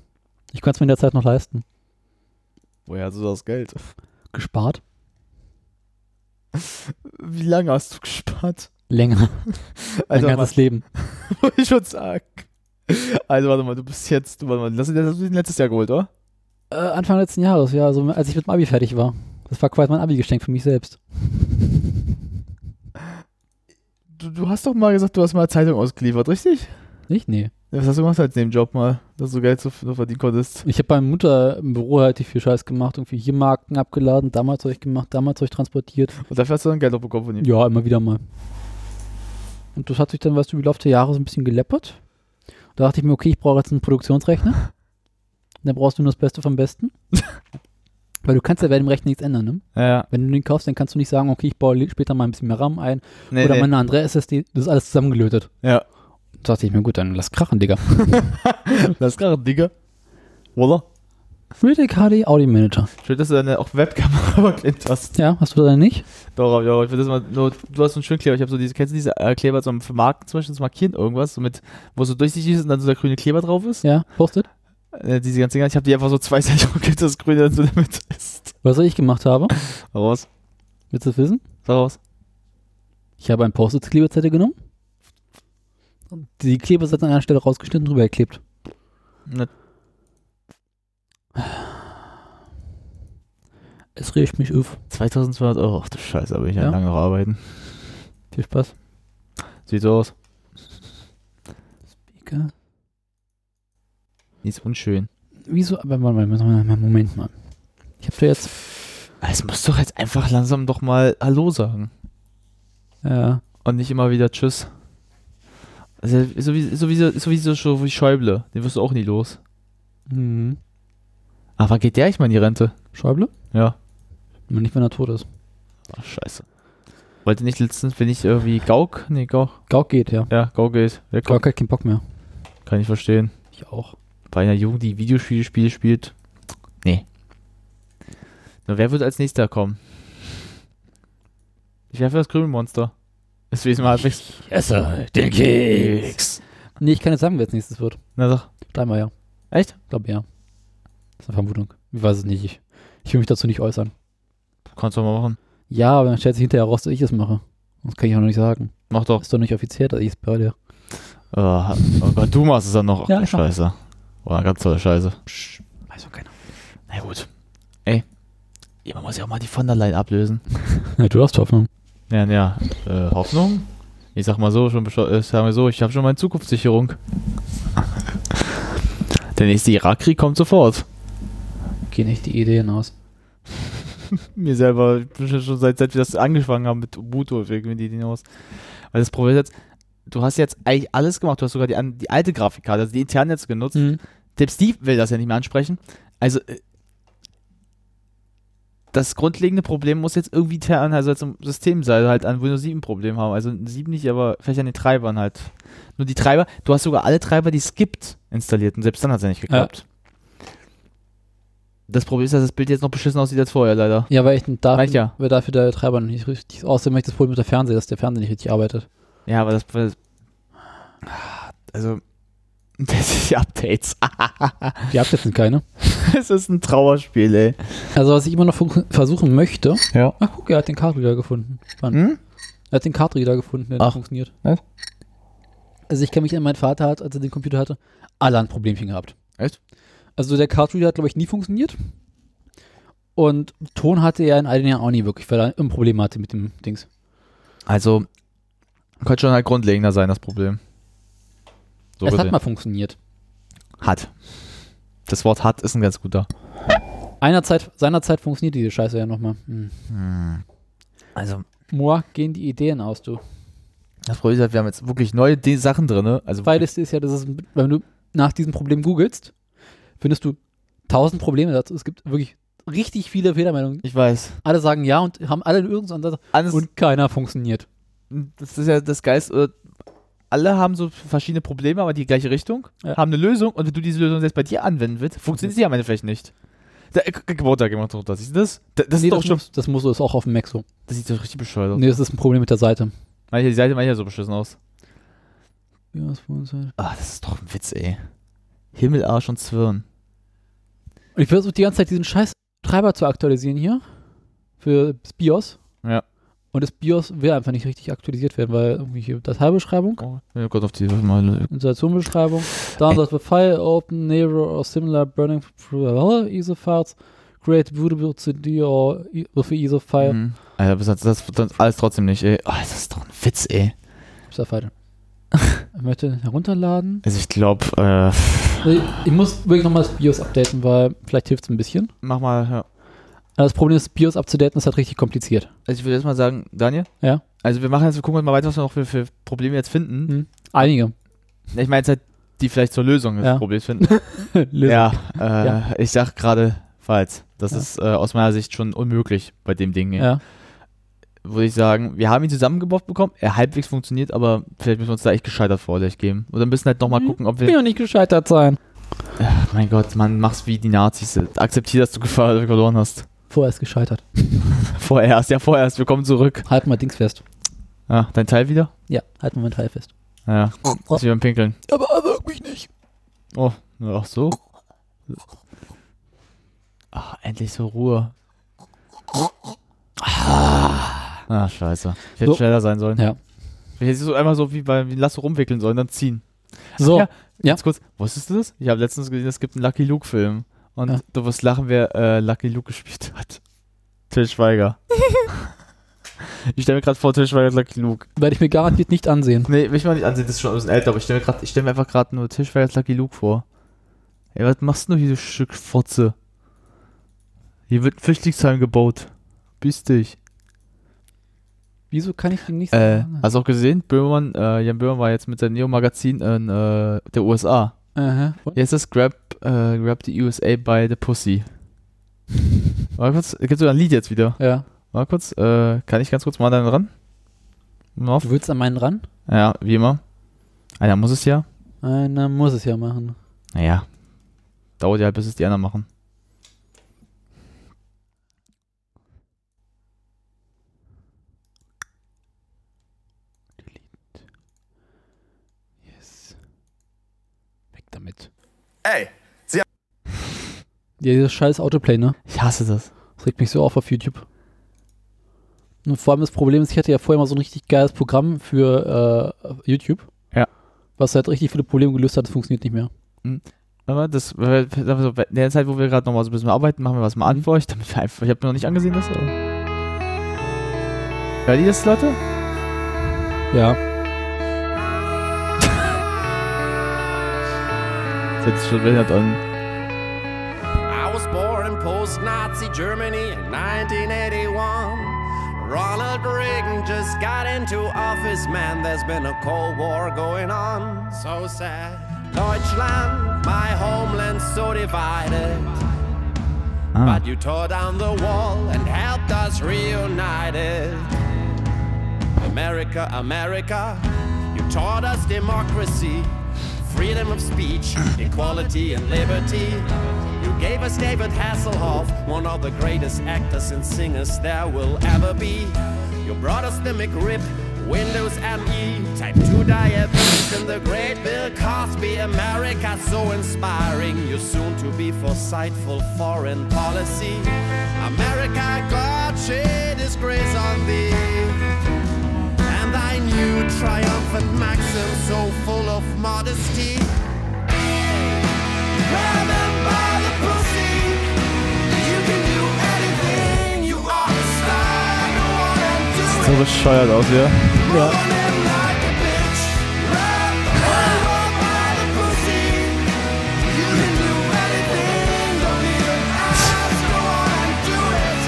Ich konnte es mir in der Zeit noch leisten.
Woher hast du das Geld?
Gespart?
Wie lange hast du gespart?
Länger. Mein
Also,
ganzes Leben.
wollte ich schon sagen. Also, warte mal, du bist jetzt, du, warte mal, das hast du den letztes Jahr geholt, oder?
Äh, Anfang letzten Jahres, ja, also als ich mit dem Abi fertig war. Das war quasi mein Abi-Geschenk für mich selbst.
Du, du hast doch mal gesagt, du hast mal Zeitung ausgeliefert, richtig?
Nicht? Nee.
Ja, Was hast du gemacht als Nebenjob mal, dass du Geld so, so verdienen konntest?
Ich habe bei meiner Mutter im Büro halt die viel Scheiß gemacht. Irgendwie hier Marken abgeladen, damals Zeug gemacht, damals Zeug transportiert.
Und dafür hast du dann Geld auch bekommen von ihm.
Ja, immer wieder mal. Und das hat sich dann, weißt du, im Laufe der Jahre so ein bisschen geleppert. Da dachte ich mir, okay, ich brauche jetzt einen Produktionsrechner. Und dann brauchst du nur das Beste vom Besten. Weil du kannst ja bei dem Rechner nichts ändern, ne?
Ja, ja.
Wenn du den kaufst, dann kannst du nicht sagen, okay, ich baue li- später mal ein bisschen mehr RAM ein
Nee,
oder
nee.
mal eine andere SSD. Das ist alles zusammengelötet.
ja.
Und dachte ich mir, gut, dann lass krachen, Digga.
Lass gerade, Digga. Voila.
Rüdig HD Audio Manager.
Schön, dass du deine auch Webkamera verklemmt hast.
Ja, hast du da nicht?
Doch, hab ich auch. Ich will das mal, nur, du hast so einen schönen Kleber. Ich habe so diese, kennst du diese äh, Kleber zum Marken, zum Beispiel zum Markieren irgendwas, so mit, wo so durchsichtig ist und dann so der grüne Kleber drauf ist?
Ja, postet.
Äh, diese ganzen Dinger. Ich habe die einfach so zweiseitig umgekippt, dass das grüne dann so in der Mitte ist.
Was ich gemacht habe,
Hau Raus.
willst du es wissen?
Sag raus.
Ich habe ein Post-it-Klebezettel genommen, die Klebesätze an einer Stelle rausgeschnitten und drüber geklebt.
Na,
Es riecht mich auf.
2200 Euro. Ach du Scheiße, aber ich ja.
Ja.
lange noch arbeiten.
Viel Spaß.
Sieht so aus.
Egal.
Ist unschön.
Wieso? Aber warte mal, warte mal, warte mal, Moment mal. Ich habe da jetzt.
Es muss doch jetzt einfach langsam doch mal Hallo sagen.
Ja.
Und nicht immer wieder Tschüss. Also, so wie, so wie, so, so wie, so, so wie Schäuble. Den wirst du auch nie los.
Mhm.
Aber Ah, wann geht der eigentlich mal in die Rente?
Schäuble?
Ja.
Immer nicht, wenn er tot ist.
Ach, scheiße. Wollte nicht letztens, wenn ich irgendwie Gauk? Nee, Gauk.
Gauk geht, ja.
Ja, Gauk geht. Wer
Gauk
kommt?
hat keinen Bock mehr.
Kann ich verstehen.
Ich auch.
Bei einer Jugend, die Videospiele Spiele spielt. Nee. Na, wer wird als nächster kommen? Ich werfe das Krümelmonster. Ist wie es mal halbwegs.
Esse den Keks. Nee, ich kann jetzt sagen, wer als nächstes wird.
Na sag.
Dreimal ja.
Echt?
Glaube ja. Das ist eine Vermutung. Ich weiß es nicht. Ich, ich will mich dazu nicht äußern.
Kannst du mal machen.
Ja, aber dann stellt sich hinterher raus, dass ich es mache. Das kann ich auch noch nicht sagen.
Mach doch.
Ist doch nicht offiziell, dass ich es bei dir.
Äh, oh Gott, du machst es dann noch. Ach,
Ja,
du
ich mach.
Scheiße. Boah, ganz tolle Scheiße.
Weiß doch keiner.
Na gut. Ey. Ja, man muss ja auch mal die von der Leyen ablösen.
Ja, du hast Hoffnung.
Ja, ja. Äh, Hoffnung? Ich sag mal so, schon bescheu- äh, sagen wir so, ich habe schon meine Zukunftssicherung. Der nächste Irakkrieg kommt sofort.
Geh nicht die Idee hinaus.
mir selber, ich bin schon- schon seit, seit wir das angefangen haben mit Ubuntu, irgendwie die Dinos. Weil das Problem ist jetzt, du hast jetzt eigentlich alles gemacht, du hast sogar die, an- die alte Grafikkarte, also die interne jetzt genutzt.
Mhm.
Selbst Steve will das ja nicht mehr ansprechen. Also, äh, das grundlegende Problem muss jetzt irgendwie intern, also jetzt im System sein, also halt an Windows 7 Problem haben. Also 7 nicht, aber vielleicht an den Treibern halt. Nur die Treiber, du hast sogar alle Treiber, die es gibt, installiert und selbst dann hat es ja nicht geklappt. Das Problem ist, dass das Bild jetzt noch beschissen aussieht als vorher, leider.
Ja, weil ich darf,
Mach ich ja.
weil dafür der Treiber noch nicht richtig. Außerdem habe ich das Problem mit der Fernseher, dass der Fernseher nicht richtig arbeitet.
Ja, aber das. das also. Das ist ja Updates.
Die Updates sind keine.
Es ist ein Trauerspiel, ey.
Also, was ich immer noch fun- versuchen möchte.
Ja.
Ach, guck, er hat den Kartreader gefunden. Spannend.
Hm?
Er hat den Kartreader gefunden, der
Ach.
nicht funktioniert.
Was?
Also, ich kann mich an mein Vater hat, als er den Computer hatte, alle ein Problemchen gehabt.
Echt?
Also, der Kartreader hat, glaube ich, nie funktioniert. Und Ton hatte er in all den Jahren auch nie wirklich, weil er ein Problem hatte mit dem Dings.
Also. Könnte schon halt grundlegender sein, das Problem. So
es
gesehen.
hat mal funktioniert.
hat. Das Wort hat ist ein ganz guter.
Einerzeit, seinerzeit funktioniert diese Scheiße ja nochmal. Hm.
Also.
Moa, gehen die Ideen aus, du.
Das Problem ist halt, wir haben jetzt wirklich neue De Sachen drin, ne? Also.
Weil das ist ja, das ist, wenn du nach diesem Problem googelst, findest du tausend Probleme dazu. Es gibt wirklich richtig viele Fehlermeldungen.
ich weiß.
Alle sagen ja und haben alle irgendeinen Ansatz
Alles,
und keiner funktioniert.
Hm, das ist ja das Geilste. äh, Alle haben so verschiedene Probleme, aber die gleiche Richtung,
Ja.
haben eine Lösung und wenn du diese Lösung selbst bei dir anwenden willst, funktioniert sie am Ende vielleicht nicht. Da, äh, Geburtstag gemacht drunter. Siehst du das? Da, das
nee,
ist doch
das,
schon.
muss, das muss ist auch auf dem Mac so.
Das sieht doch richtig bescheuert aus.
Nee, das ist ein Problem mit der Seite.
Manche, die Seite manchmal so beschissen aus.
Ja, das muss sein.
Ah, das ist doch ein Witz, ey. Himmel, Arsch und Zwirn.
Und ich versuche die ganze Zeit diesen scheiß Treiber zu aktualisieren hier. Für das BIOS.
Ja.
Und das BIOS will einfach nicht richtig aktualisiert werden, weil irgendwie hier Dateibeschreibung,
Oh, oh Gott, auf die warte mal.
Installationsbeschreibung, Download the file, open, neighbor or similar burning ISO files, create bootable CD or i- with the ISO file.
Mhm. Alter, bis jetzt- das wird dann alles trotzdem nicht, ey. Ah, das ist doch ein Witz, ey.
Ist der Fall. Ich möchte herunterladen.
Also ich glaube, äh,
Also ich- Ich muss wirklich nochmal das BIOS updaten, weil vielleicht hilft es ein bisschen.
mach mal, ja.
Aber das Problem ist, BIOS abzudaten ist halt richtig kompliziert.
Also ich würde jetzt mal sagen, Daniel?
Ja.
Also wir machen jetzt, wir gucken mal weiter, was wir noch für, für Probleme jetzt finden.
Mhm. Einige.
Ich meine jetzt halt, die vielleicht zur Lösung des
Ja.
Problems finden. ja, äh, ich sag gerade falls. Das
Ja.
ist äh, aus meiner Sicht schon unmöglich bei dem Ding. ey.
Ja.
würde ich sagen, wir haben ihn zusammengebaut bekommen. Er halbwegs funktioniert, aber vielleicht müssen wir uns da echt gescheitert Vorsicht geben. Oder müssen halt nochmal gucken, ob
Will
wir.
Mhm. ja nicht gescheitert sein.
Ach, mein Gott, Mann, mach's wie die Nazis. Akzeptier, dass du gefahr- verloren hast.
Vorerst gescheitert.
Vorerst, ja, vorerst. Wir kommen zurück.
Halt mal Dings fest.
Ah, dein Teil wieder?
Ja, halt mal mein Teil fest.
Ja. Muss ich beim Pinkeln.
Oh, Aber erwürg mich nicht.
Oh, ach so. Ach, endlich so Ruhe. Ah, scheiße. Ich hätte
So.
schneller sein sollen.
Ja.
Ich hätte so einmal so wie bei wie Lasso rumwickeln sollen, dann ziehen.
So,
Ja,
ja.
Ganz kurz, wusstest du das? Ich habe letztens gesehen, es gibt einen Lucky Luke-Film. Und
Ja.
du wirst lachen, wer äh, Lucky Luke gespielt hat. Till Schweiger. ich stelle mir gerade vor, Till Schweiger ist Lucky Luke.
werde ich mir garantiert nicht ansehen.
Nee, will ich mal nicht ansehen, das ist schon ein bisschen älter, aber ich stelle mir, grad- ich stell mir einfach gerade nur Till Schweiger als Lucky Luke vor. Ey, was machst du hier, du Stück Fotze? Hier wird ein Flüchtlingsheim gebaut. Biss dich.
Wieso kann ich den nicht
Äh,
sehen?
hast du auch gesehen? Böhmermann, äh, Jan Böhmermann war jetzt mit seinem Neo-Magazin in äh, der USA.
Aha.
Jetzt ist Grab, äh, Grab the USA by the Pussy. Mal kurz, gibt sogar ein Lied jetzt wieder.
Ja.
Mal kurz, äh, kann ich ganz kurz mal dann ran? Mal auf.
Du willst an meinen ran?
Ja, wie immer. Einer muss es ja.
Einer muss es ja machen.
Naja. Dauert ja, halt, bis es die anderen machen.
Yes. Weg damit.
Ey,
Ja, dieses scheiß Autoplay, ne?
Ich hasse das.
Das regt mich so auf auf YouTube. Und vor allem das Problem ist, ich hatte ja vorher mal so ein richtig geiles Programm für äh, YouTube.
Ja.
Was halt richtig viele Probleme gelöst hat, das funktioniert nicht mehr.
Aber das, äh, also in der Zeit, wo wir gerade nochmal so ein bisschen arbeiten, machen wir was
Mhm.
mal an für euch, damit wir einfach, ich habe mir noch nicht angesehen, das. aber- Hört ihr das, Leute?
Ja.
Setzt sich schon erinnert an.
I was born in post-Nazi Germany in 1981. Ronald Reagan just got into office, man. There's been a Cold War going on. So sad. Deutschland, my homeland, so divided.
Ah.
But you tore down the wall and helped us reunite it. America, America, you taught us democracy, freedom of speech, equality, and liberty. You gave us David Hasselhoff, one of the greatest actors and singers there will ever be. You brought us the McRib, Windows ME, type 2 diabetes, and the great Bill Cosby. America so inspiring, you soon to be foresightful foreign policy. America, God shed his grace on thee. And thy new triumphant maxim so full of modesty. Grab him by the pussy. You can do anything. You are a star. Go on and do
So
it.
bescheuert aus, ja.
Roll on him like a bitch. Grab the whole world by the pussy. You can do anything. Don't need an ass. Go on and do it.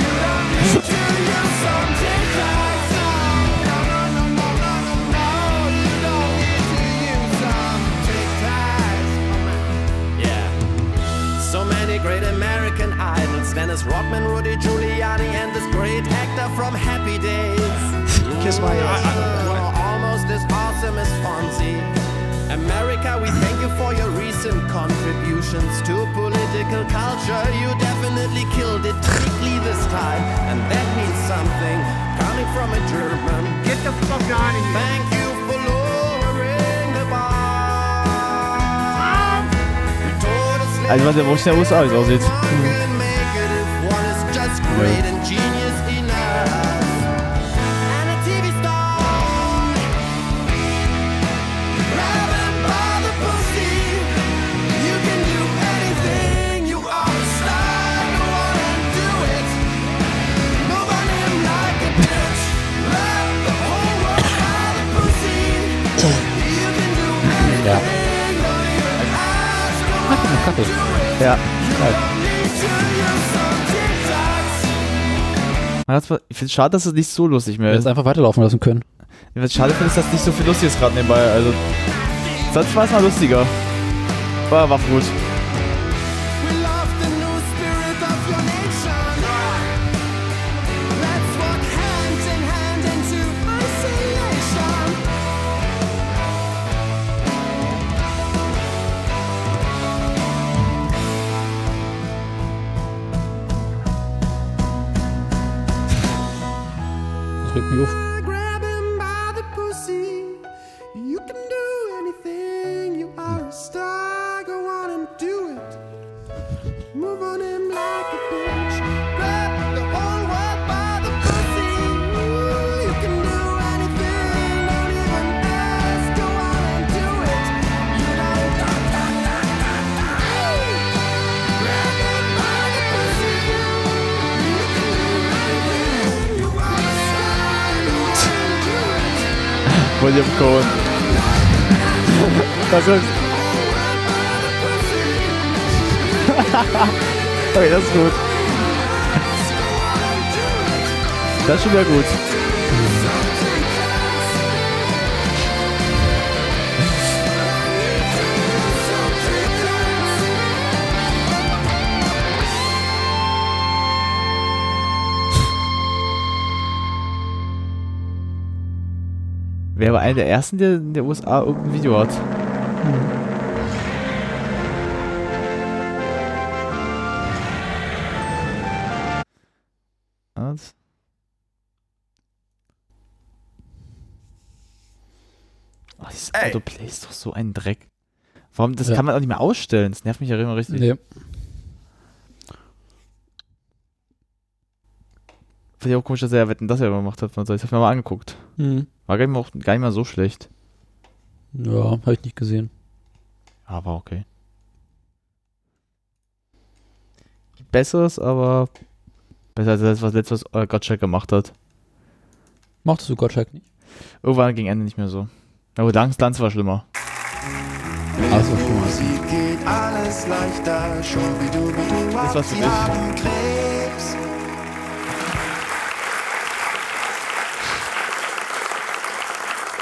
You don't need to use some dick like some. No, no, no, no, no, no, no. You don't need to use some dick like some. Yeah. So many great American idols Dennis Rodman, Rudy Giuliani, and this great actor from Happy Days. Kiss my ass. Almost as awesome as Fonzie. America, we thank you for your recent contributions to political culture. You definitely killed it quickly this time, and that means something coming from a German. Get the fuck out of here. Thank you for lowering the bar. You told us
Also warte, wo ich in der USA jetzt aussieht.
Ja. Ach, ich hab noch Kaffee.
Ja. Man hat's ver- Ich finde es schade, dass es nicht so lustig mehr
Wir
ist.
hätten es einfach weiterlaufen lassen können.
Ich find's schade finde, dass nicht so viel lustig ist gerade nebenbei. Also, sonst war es mal lustiger. War, war gut.
Let's walk hand in
regt mich auf.
Grab him by the pussy. You can do anything. You are a star. Go on and do it. Move on him like a bitch. Grab the whole world by the pussy. Ooh, you can do anything. Don't even ask. Go on and do it. You don't. Grab him by the pussy. You can do anything. You are a star. Go on and do it.
William Cohen. Das ist. Okay, das ist gut. Das ist schon wieder gut. Wer war einer der ersten, der in der USA irgendein Video hat? Was? Oh, dieses Autoplay ist doch so ein Dreck. Warum, das
Ja.
kann man auch nicht mehr ausstellen. Das nervt mich ja immer richtig.
Nee.
Finde ich auch komisch, dass er ja Wetten, dass er gemacht hat. Ich hab's mir mal angeguckt.
Hm.
War gar nicht, mal, auch, gar nicht mal so schlecht.
Ja, habe ich nicht gesehen.
Aber Ah, okay. Besseres, aber besser als das, was letztes was äh, Gottschalk gemacht hat.
Machtest du Gottschalk nicht?
Irgendwann gegen Ende nicht mehr so. Aber Dank Lanz war schlimmer.
Also, schon mal.
Musik geht alles leichter. Schubidubidu,
Das war's für
sie
dich.
haben Krebs.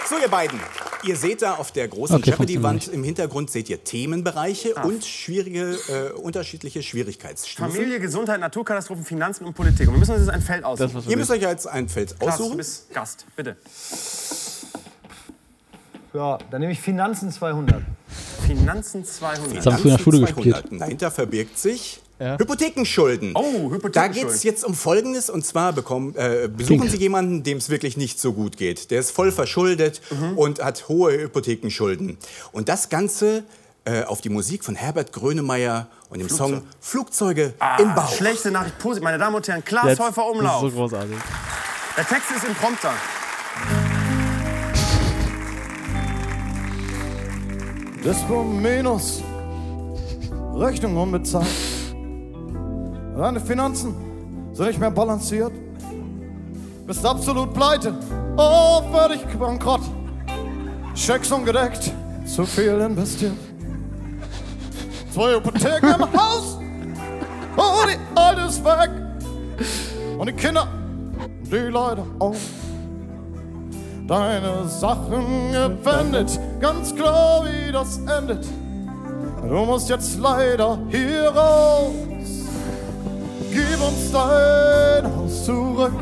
So, ihr beiden. Ihr seht da auf der großen
Okay,
Jeopardy-Wand
funktioniert.
im Hintergrund seht ihr Themenbereiche und schwierige, äh, unterschiedliche Schwierigkeitsstufen.
Familie, Gesundheit, Naturkatastrophen, Finanzen und Politik. Und wir müssen uns jetzt ein Feld aussuchen.
was
Ihr müsst euch jetzt ein Feld
Lars, du
aussuchen.
bist Gast, bitte.
Ja, dann nehme ich Finanzen 200.
Finanzen 200.
Das haben wir früher in der Schule gespielt.
200. Dahinter verbirgt sich Hypothekenschulden.
Oh, Hypothekenschulden.
Da geht es jetzt um Folgendes. Und zwar bekommen, äh, besuchen
Klingt.
Sie jemanden, dem es wirklich nicht so gut geht. Der ist voll verschuldet
Mhm.
und hat hohe Hypothekenschulden. Und das Ganze äh, auf die Musik von Herbert Grönemeyer und dem Song Flugzeuge im Bau.
Ah, Schlechte Nachricht, positiv. Meine Damen und Herren,
Jetzt-
Klaas Häufer
Das
Umlauf.
ist so großartig.
Der Text ist im Prompter.
Das war Minus. Rechnung unbezahlt. Deine Finanzen sind nicht mehr balanciert. Bist absolut pleite. Oh, völlig bankrott. Schecks ungedeckt. Zu viel investiert. Zwei Hypotheken im Haus. Oh, die alte ist weg. Und die Kinder, die leider auch deine Sachen gewendet, ganz klar wie das endet. Du musst jetzt leider hier raus. Gib uns dein Haus zurück.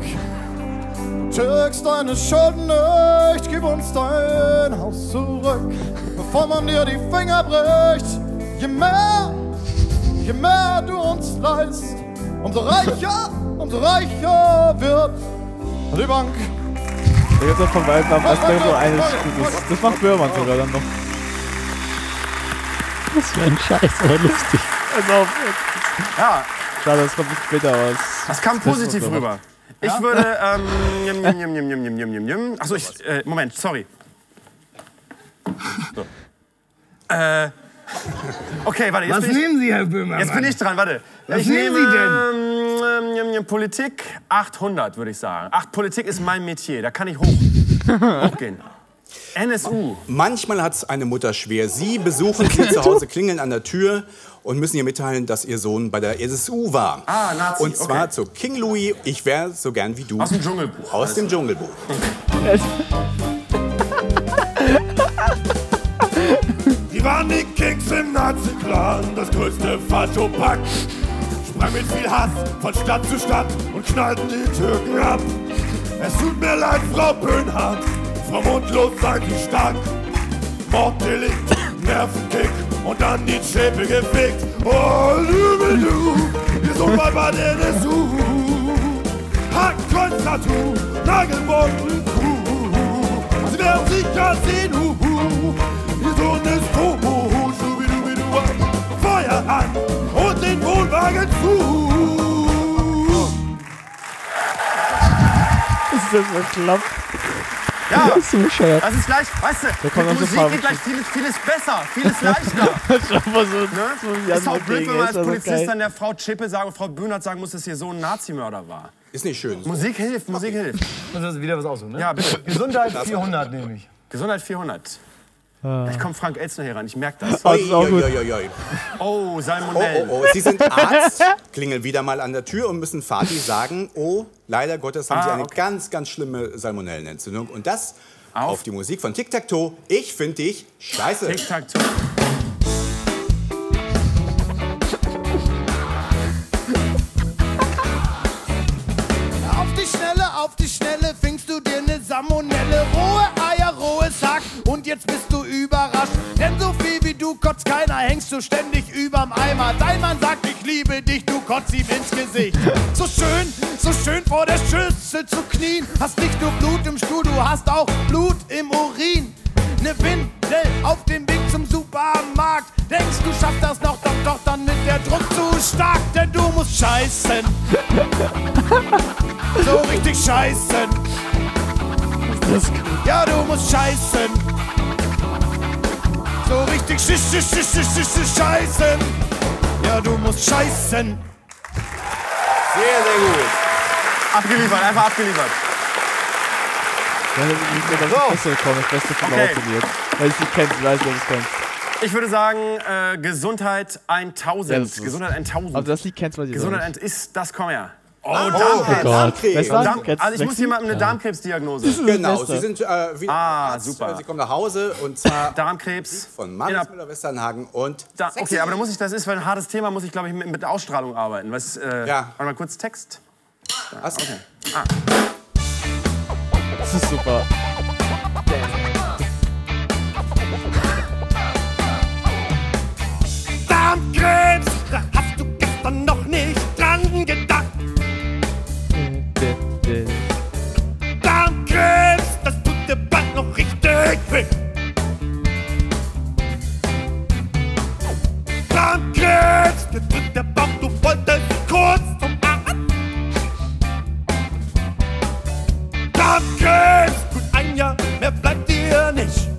Tilgst deine Schulden nicht, gib uns dein Haus zurück. Bevor man dir die Finger bricht, je mehr, je mehr du uns leist, umso reicher, umso reicher wird die Bank.
Da gibt's auch von beiden Namen
erst mal so eines
Gutes. Das macht Böhrmann sogar dann noch.
Das war ein Scheiß, aber lustig.
Ja,
Schade, das kommt nicht später, aber es
das kam positiv
Das ist
rüber. Ich würde. Ähm, jim, jim, jim, jim, jim, jim, jim, jim, jim. Achso, ich. Äh, Moment, sorry. So. Äh. Okay, warte, jetzt bin ich.
Sie, Herr Böhmer?
Jetzt bin ich dran, warte. Was ich
nehmen
nehme,
Sie
denn? Ähm, ähm, ähm, Politik 800, würde ich sagen. Ach, Politik ist mein Metier, da kann ich hoch. hochgehen. NSU.
Manchmal hat es eine Mutter schwer. Sie besuchen sie zu Hause, klingeln an der Tür und müssen ihr mitteilen, dass ihr Sohn bei der SSU war.
Ah, Nazi,
Und zwar
okay.
zu King Louis, ich wäre so gern wie du.
Aus dem Dschungelbuch.
Aus dem Dschungelbuch.
Die waren die Kings im Nazi-Clan, das größte Faschopack. Sprang mit viel Hass von Stadt zu Stadt und knallten die Türken ab. Es tut mir leid, Frau Böhnhardt, Frau Mundlos seid ihr stark. Morddelikt, Nervenkick und dann die Schäpe gefickt. Oh, liebe du, wir sind mal bei der NSU. Hakenkreuz
Tattoo, Nagelboden, Kuh. Sie werden sich ja sehen, hu, hu. Ihr Sohn ist Tobo, Schubidubidu, Feuer an und den Wohnwagen zu.
Ist das so schlapp? Ja,
Das ist so bescheuert.
Das ist leicht, weißt du,
Da kommt dann so
mit Musik
Farbe-
geht gleich vieles, vieles besser, vieles leichter.
Schon mal so- so ein
ne? Ist auch
Jan-Ding,
blöd, wenn man
ist
als
Also
aber
Polizist
geil.
dann der Frau Chippe sagen und Frau Bühnert sagen muss, dass ihr Sohn ein Nazimörder war.
Ist nicht schön.
Musik hilft, Musik hilft.
Muss das wieder was aussuchen, ne?
Ja, bitte.
Gesundheit 400 nehme ich.
Gesundheit 400.
Ah.
Ich komme Frank Elzner hier ran, ich merke das.
Oh, das ist auch gut. Oi, oi, oi, oi.
Oh,
Oh,
Salmonellen.
oh, oh. Sie sind Arzt, klingeln wieder mal an der Tür und müssen Fatih sagen, oh, leider Gottes haben
Ah,
Sie eine ganz, ganz schlimme Salmonellenentzündung. Und das auf, die Musik von Tic-Tac-Toe. Ich finde dich scheiße.
Tic-Tac-Toe.
Auf die Schnelle, auf die Schnelle fingst du dir ne Salmonelle. Rohe Eier, rohes Hack und jetzt bist du überrascht. Denn so viel wie du kotzt keiner, hängst du ständig überm Eimer. Dein Mann sagt, ich liebe dich, du kotzt ihm ins Gesicht. So schön, so schön vor der Schüssel zu knien. Hast nicht nur Blut im Stuhl, du hast auch Blut im Urin. Ne Windel auf dem Weg zum Supermarkt. Denkst du schaffst das noch, doch, doch, dann mit der Druck zu stark, denn du musst scheißen. So richtig scheißen. Ja, du musst scheißen. So richtig sch sch sch sch sch sch scheißen. Ja, du musst scheißen.
Sehr, sehr gut.
Abgeliefert, einfach abgeliefert.
Ja, das ist mir ganz so. gekommen, das Beste von
Okay.
okay. jetzt. Weil ich nicht kenne, ich weiß, dass ich kenne.
Ich würde sagen, äh, Gesundheit 1000.
Ja, das ist-
Gesundheit 1000.
Aber Also das Lied kennst du, was ich
Gesundheit 1000 ist, das komm her. Oh,
Oh,
Darmkrebs.
oh Gott. Darmkrebs. Weißt du was?
Darm,
Kennst du
also ich muss
Sexy?
jemandem eine
Ja.
Darmkrebsdiagnose.
Genau, Sie sind äh, wieder
Ah,
Arzt.
super.
Sie kommen nach Hause und zwar
Darmkrebs
von Marius Müller-Westernhagen und
da,
Sexy.
okay, aber da muss ich, das ist weil ein hartes Thema, muss ich glaube ich mit, mit Ausstrahlung arbeiten. Was, äh,
Ja.
Warte mal kurz Text.
Was?
Okay. Ah.
Das ist super.
Darmkrebs, da hast du gestern noch nicht dran gedacht. Darmkrebs, das tut dir bald noch richtig weh. Darmkrebs, dir tut der Bauch, du wolltest kurz zum Arzt. Darmkrebs, gut ein Jahr, mehr bleibt dir nicht.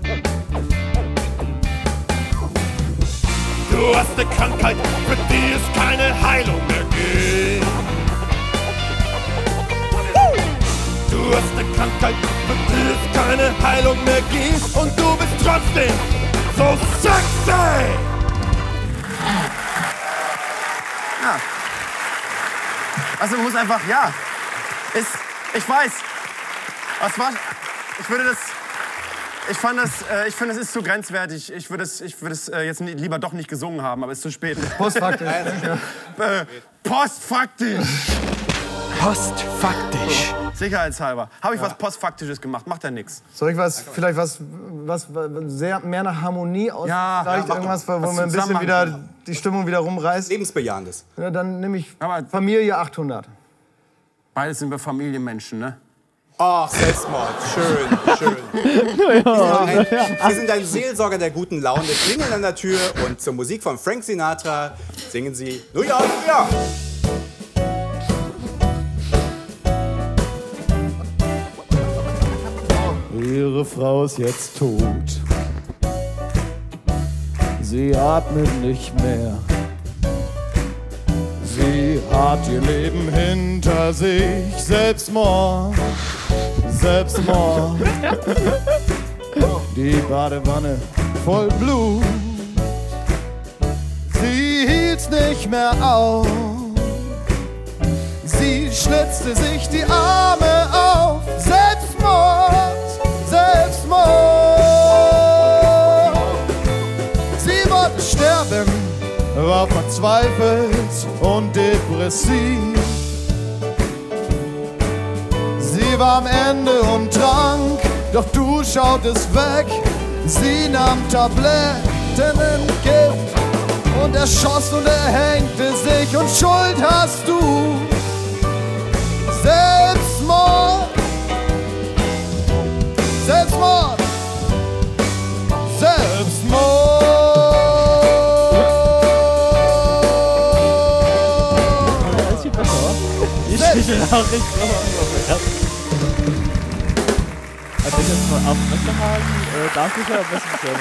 Du hast eine Krankheit, für die es keine Heilung mehr gibt. Du hast eine Krankheit, für die es keine Heilung mehr gibt. Und du bist trotzdem so sexy!
Ja. Also man muss einfach, ja. Ist, ich weiß. Was war. Ich würde das. Ich fand das, äh, ich finde, es ist zu grenzwertig. Ich würde es, ich würde es äh, jetzt nie, lieber doch nicht gesungen haben, aber es ist zu spät.
Postfaktisch.
äh, postfaktisch. Postfaktisch. Sicherheitshalber. Habe ich was postfaktisches gemacht? Macht ja nichts.
Soll ich was, vielleicht was, was, was sehr mehr nach Harmonie aus?
Ja,
vielleicht
Ah, ja, mach
irgendwas,
doch.
wo
Was
man ein bisschen
Zusammenhang
wieder
bringen.
die Stimmung wieder rumreißt?
Lebensbejahendes.
Ja, dann nehme ich Familie 800.
Beides sind wir Familienmenschen, ne?
Ach, Selbstmord. Oh, Schön, schön. Sie, sind ein, Sie sind ein Seelsorger der guten Laune, klingeln an der Tür und zur Musik von Frank Sinatra singen sie New York, New York.
Ihre Frau ist jetzt tot. Sie atmet nicht mehr. Sie hat ihr Leben hinter sich. Selbstmord. Selbstmord. Die Badewanne voll Blut. Sie hielt's nicht mehr auf. Sie schlitzte sich die Arme auf. Selbstmord, Selbstmord. Sie wollte sterben, war verzweifelt und depressiv. Sie war am Ende und trank, doch du schautest weg. Sie nahm Tabletten in Gift und erschoss und erhängte sich und Schuld hast du. Selbstmord.
schlechte Nachricht.
Also ich jetzt mal ab Westerhagen, äh, darf ich ja am besten selber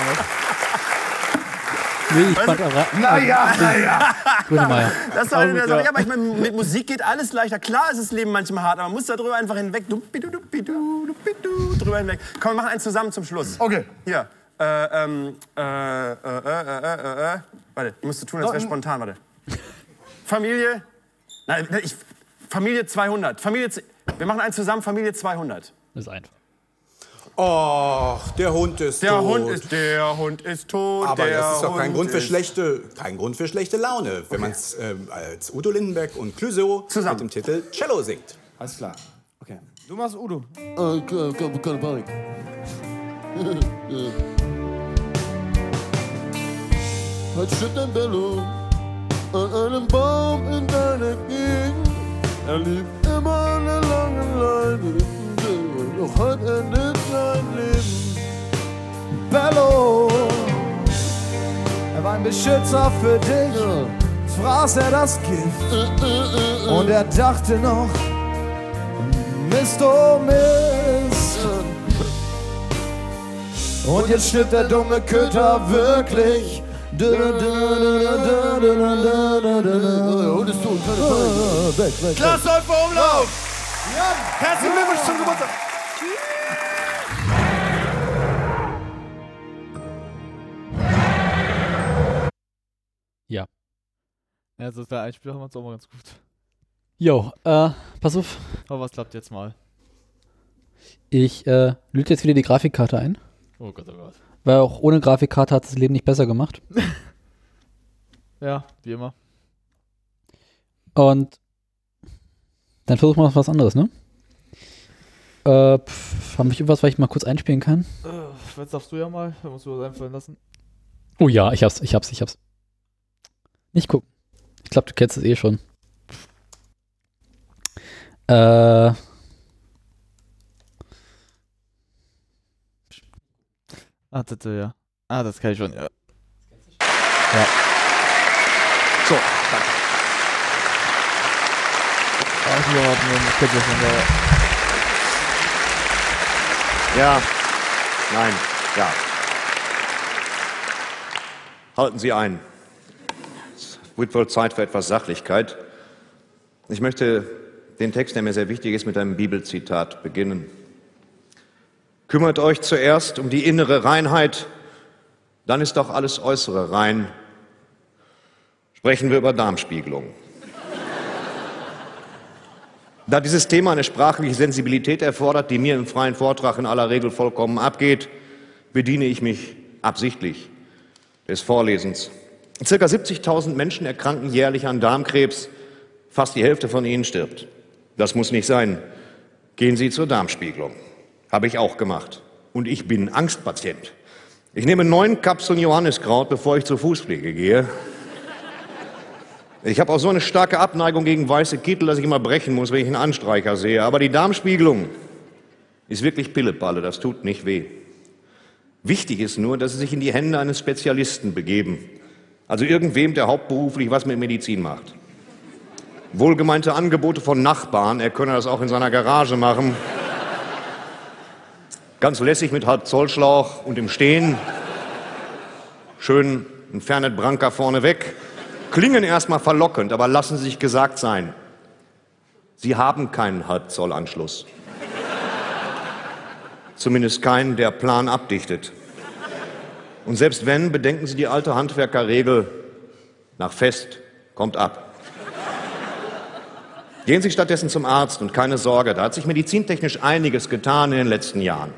Nee, ich fand aber.
Naja, naja.
Grünemeyer.
Das war wieder so. Ja, aber ich meine, mit Musik geht alles leichter. Klar ist das Leben manchmal hart, aber man muss da drüber einfach hinweg. Duppidu, duppidu, duppidu, drüber hinweg. Komm, wir machen eins zusammen zum Schluss. Okay. Hier. Äh, ähm, äh, äh, äh, äh, äh, äh. Warte, ich musste tun, als wäre
Oh,
spontan. Warte. Familie. Nein, ne, ich, Familie 200. Familie. z- Wir machen eins zusammen, Familie 200.
Das ist einfach.
Och, der Hund ist
Der
tot.
Hund ist, der Hund ist tot.
Aber
der
das ist doch kein
Hund
Grund, für
ist-
schlechte, kein Grund für schlechte Laune, wenn man es ähm, als Udo Lindenberg und Clüso Zusammen. mit dem Titel Cello singt. Alles klar.
Du machst Udo.
Äh, ke- ke- keine Panik. Heute steht ein Bello an einem Baum in deiner Gegend. Er liebt immer eine lange Leine. Doch heute endet sein Leben.
Bello. Er war ein Beschützer für dich. Es Fraß er das Gift. Und er dachte noch, Mist, oh Mist. Und jetzt stirbt der dumme Köter wirklich.
Der Hund ist tot, keine
Ah,
Panik. Weg, weg, weg.
Klaas Läufer Umlauf! Herzlichen Glückwunsch zum Geburtstag!
Ja.
Ja, so der Einspieler haben wir uns auch mal ganz gut.
Jo, äh, pass auf.
Aber was klappt jetzt mal?
Ich äh, löte jetzt wieder die Grafikkarte ein.
Oh Gott, oh Gott.
Weil auch ohne Grafikkarte hat das Leben nicht besser gemacht.
Ja, wie immer.
Und dann versuchen wir noch was anderes, ne? Äh, pff, haben wir irgendwas, was ich mal kurz einspielen kann?
Äh, jetzt darfst du ja mal, da musst du was einfallen lassen.
Oh ja, ich hab's, ich hab's, ich hab's. Nicht gucken. Ich glaube, du kennst es eh schon. Äh.
Ah, das, äh, ja. Ah, das kann ich schon, ja.
So, danke.
Ach, hier warten wir, das könnte ja schon der.
Ja, nein, ja. Halten Sie ein. Es wird wohl Zeit für etwas Sachlichkeit. Ich möchte den Text, der mir sehr wichtig ist, mit einem Bibelzitat beginnen. Kümmert euch zuerst um die innere Reinheit, dann ist auch alles Äußere rein. Sprechen wir über Darmspiegelung. Da dieses Thema eine sprachliche Sensibilität erfordert, die mir im freien Vortrag in aller Regel vollkommen abgeht, bediene ich mich absichtlich des Vorlesens. Circa 70.000 Menschen erkranken jährlich an Darmkrebs. Fast die Hälfte von ihnen stirbt. Das muss nicht sein. Gehen Sie zur Darmspiegelung. Habe ich auch gemacht. Und ich bin Angstpatient. Ich nehme neun Kapseln Johanniskraut, bevor ich zur Fußpflege gehe. Ich habe auch so eine starke Abneigung gegen weiße Kittel, dass ich immer brechen muss, wenn ich einen Anstreicher sehe. Aber die Darmspiegelung ist wirklich Pillepalle, das tut nicht weh. Wichtig ist nur, dass Sie sich in die Hände eines Spezialisten begeben. Also irgendwem, der hauptberuflich was mit Medizin macht. Wohlgemeinte Angebote von Nachbarn, er könne das auch in seiner Garage machen. Ganz lässig mit halb Zollschlauch und im Stehen. Schön ein Fernet Branca vorne weg. Klingen erstmal verlockend, aber lassen Sie sich gesagt sein. Sie haben keinen Halbzollanschluss. Zumindest keinen, der Plan abdichtet. Und selbst wenn, bedenken Sie die alte Handwerkerregel, nach Fest kommt ab. Gehen Sie stattdessen zum Arzt und keine Sorge, da hat sich medizintechnisch einiges getan in den letzten Jahren.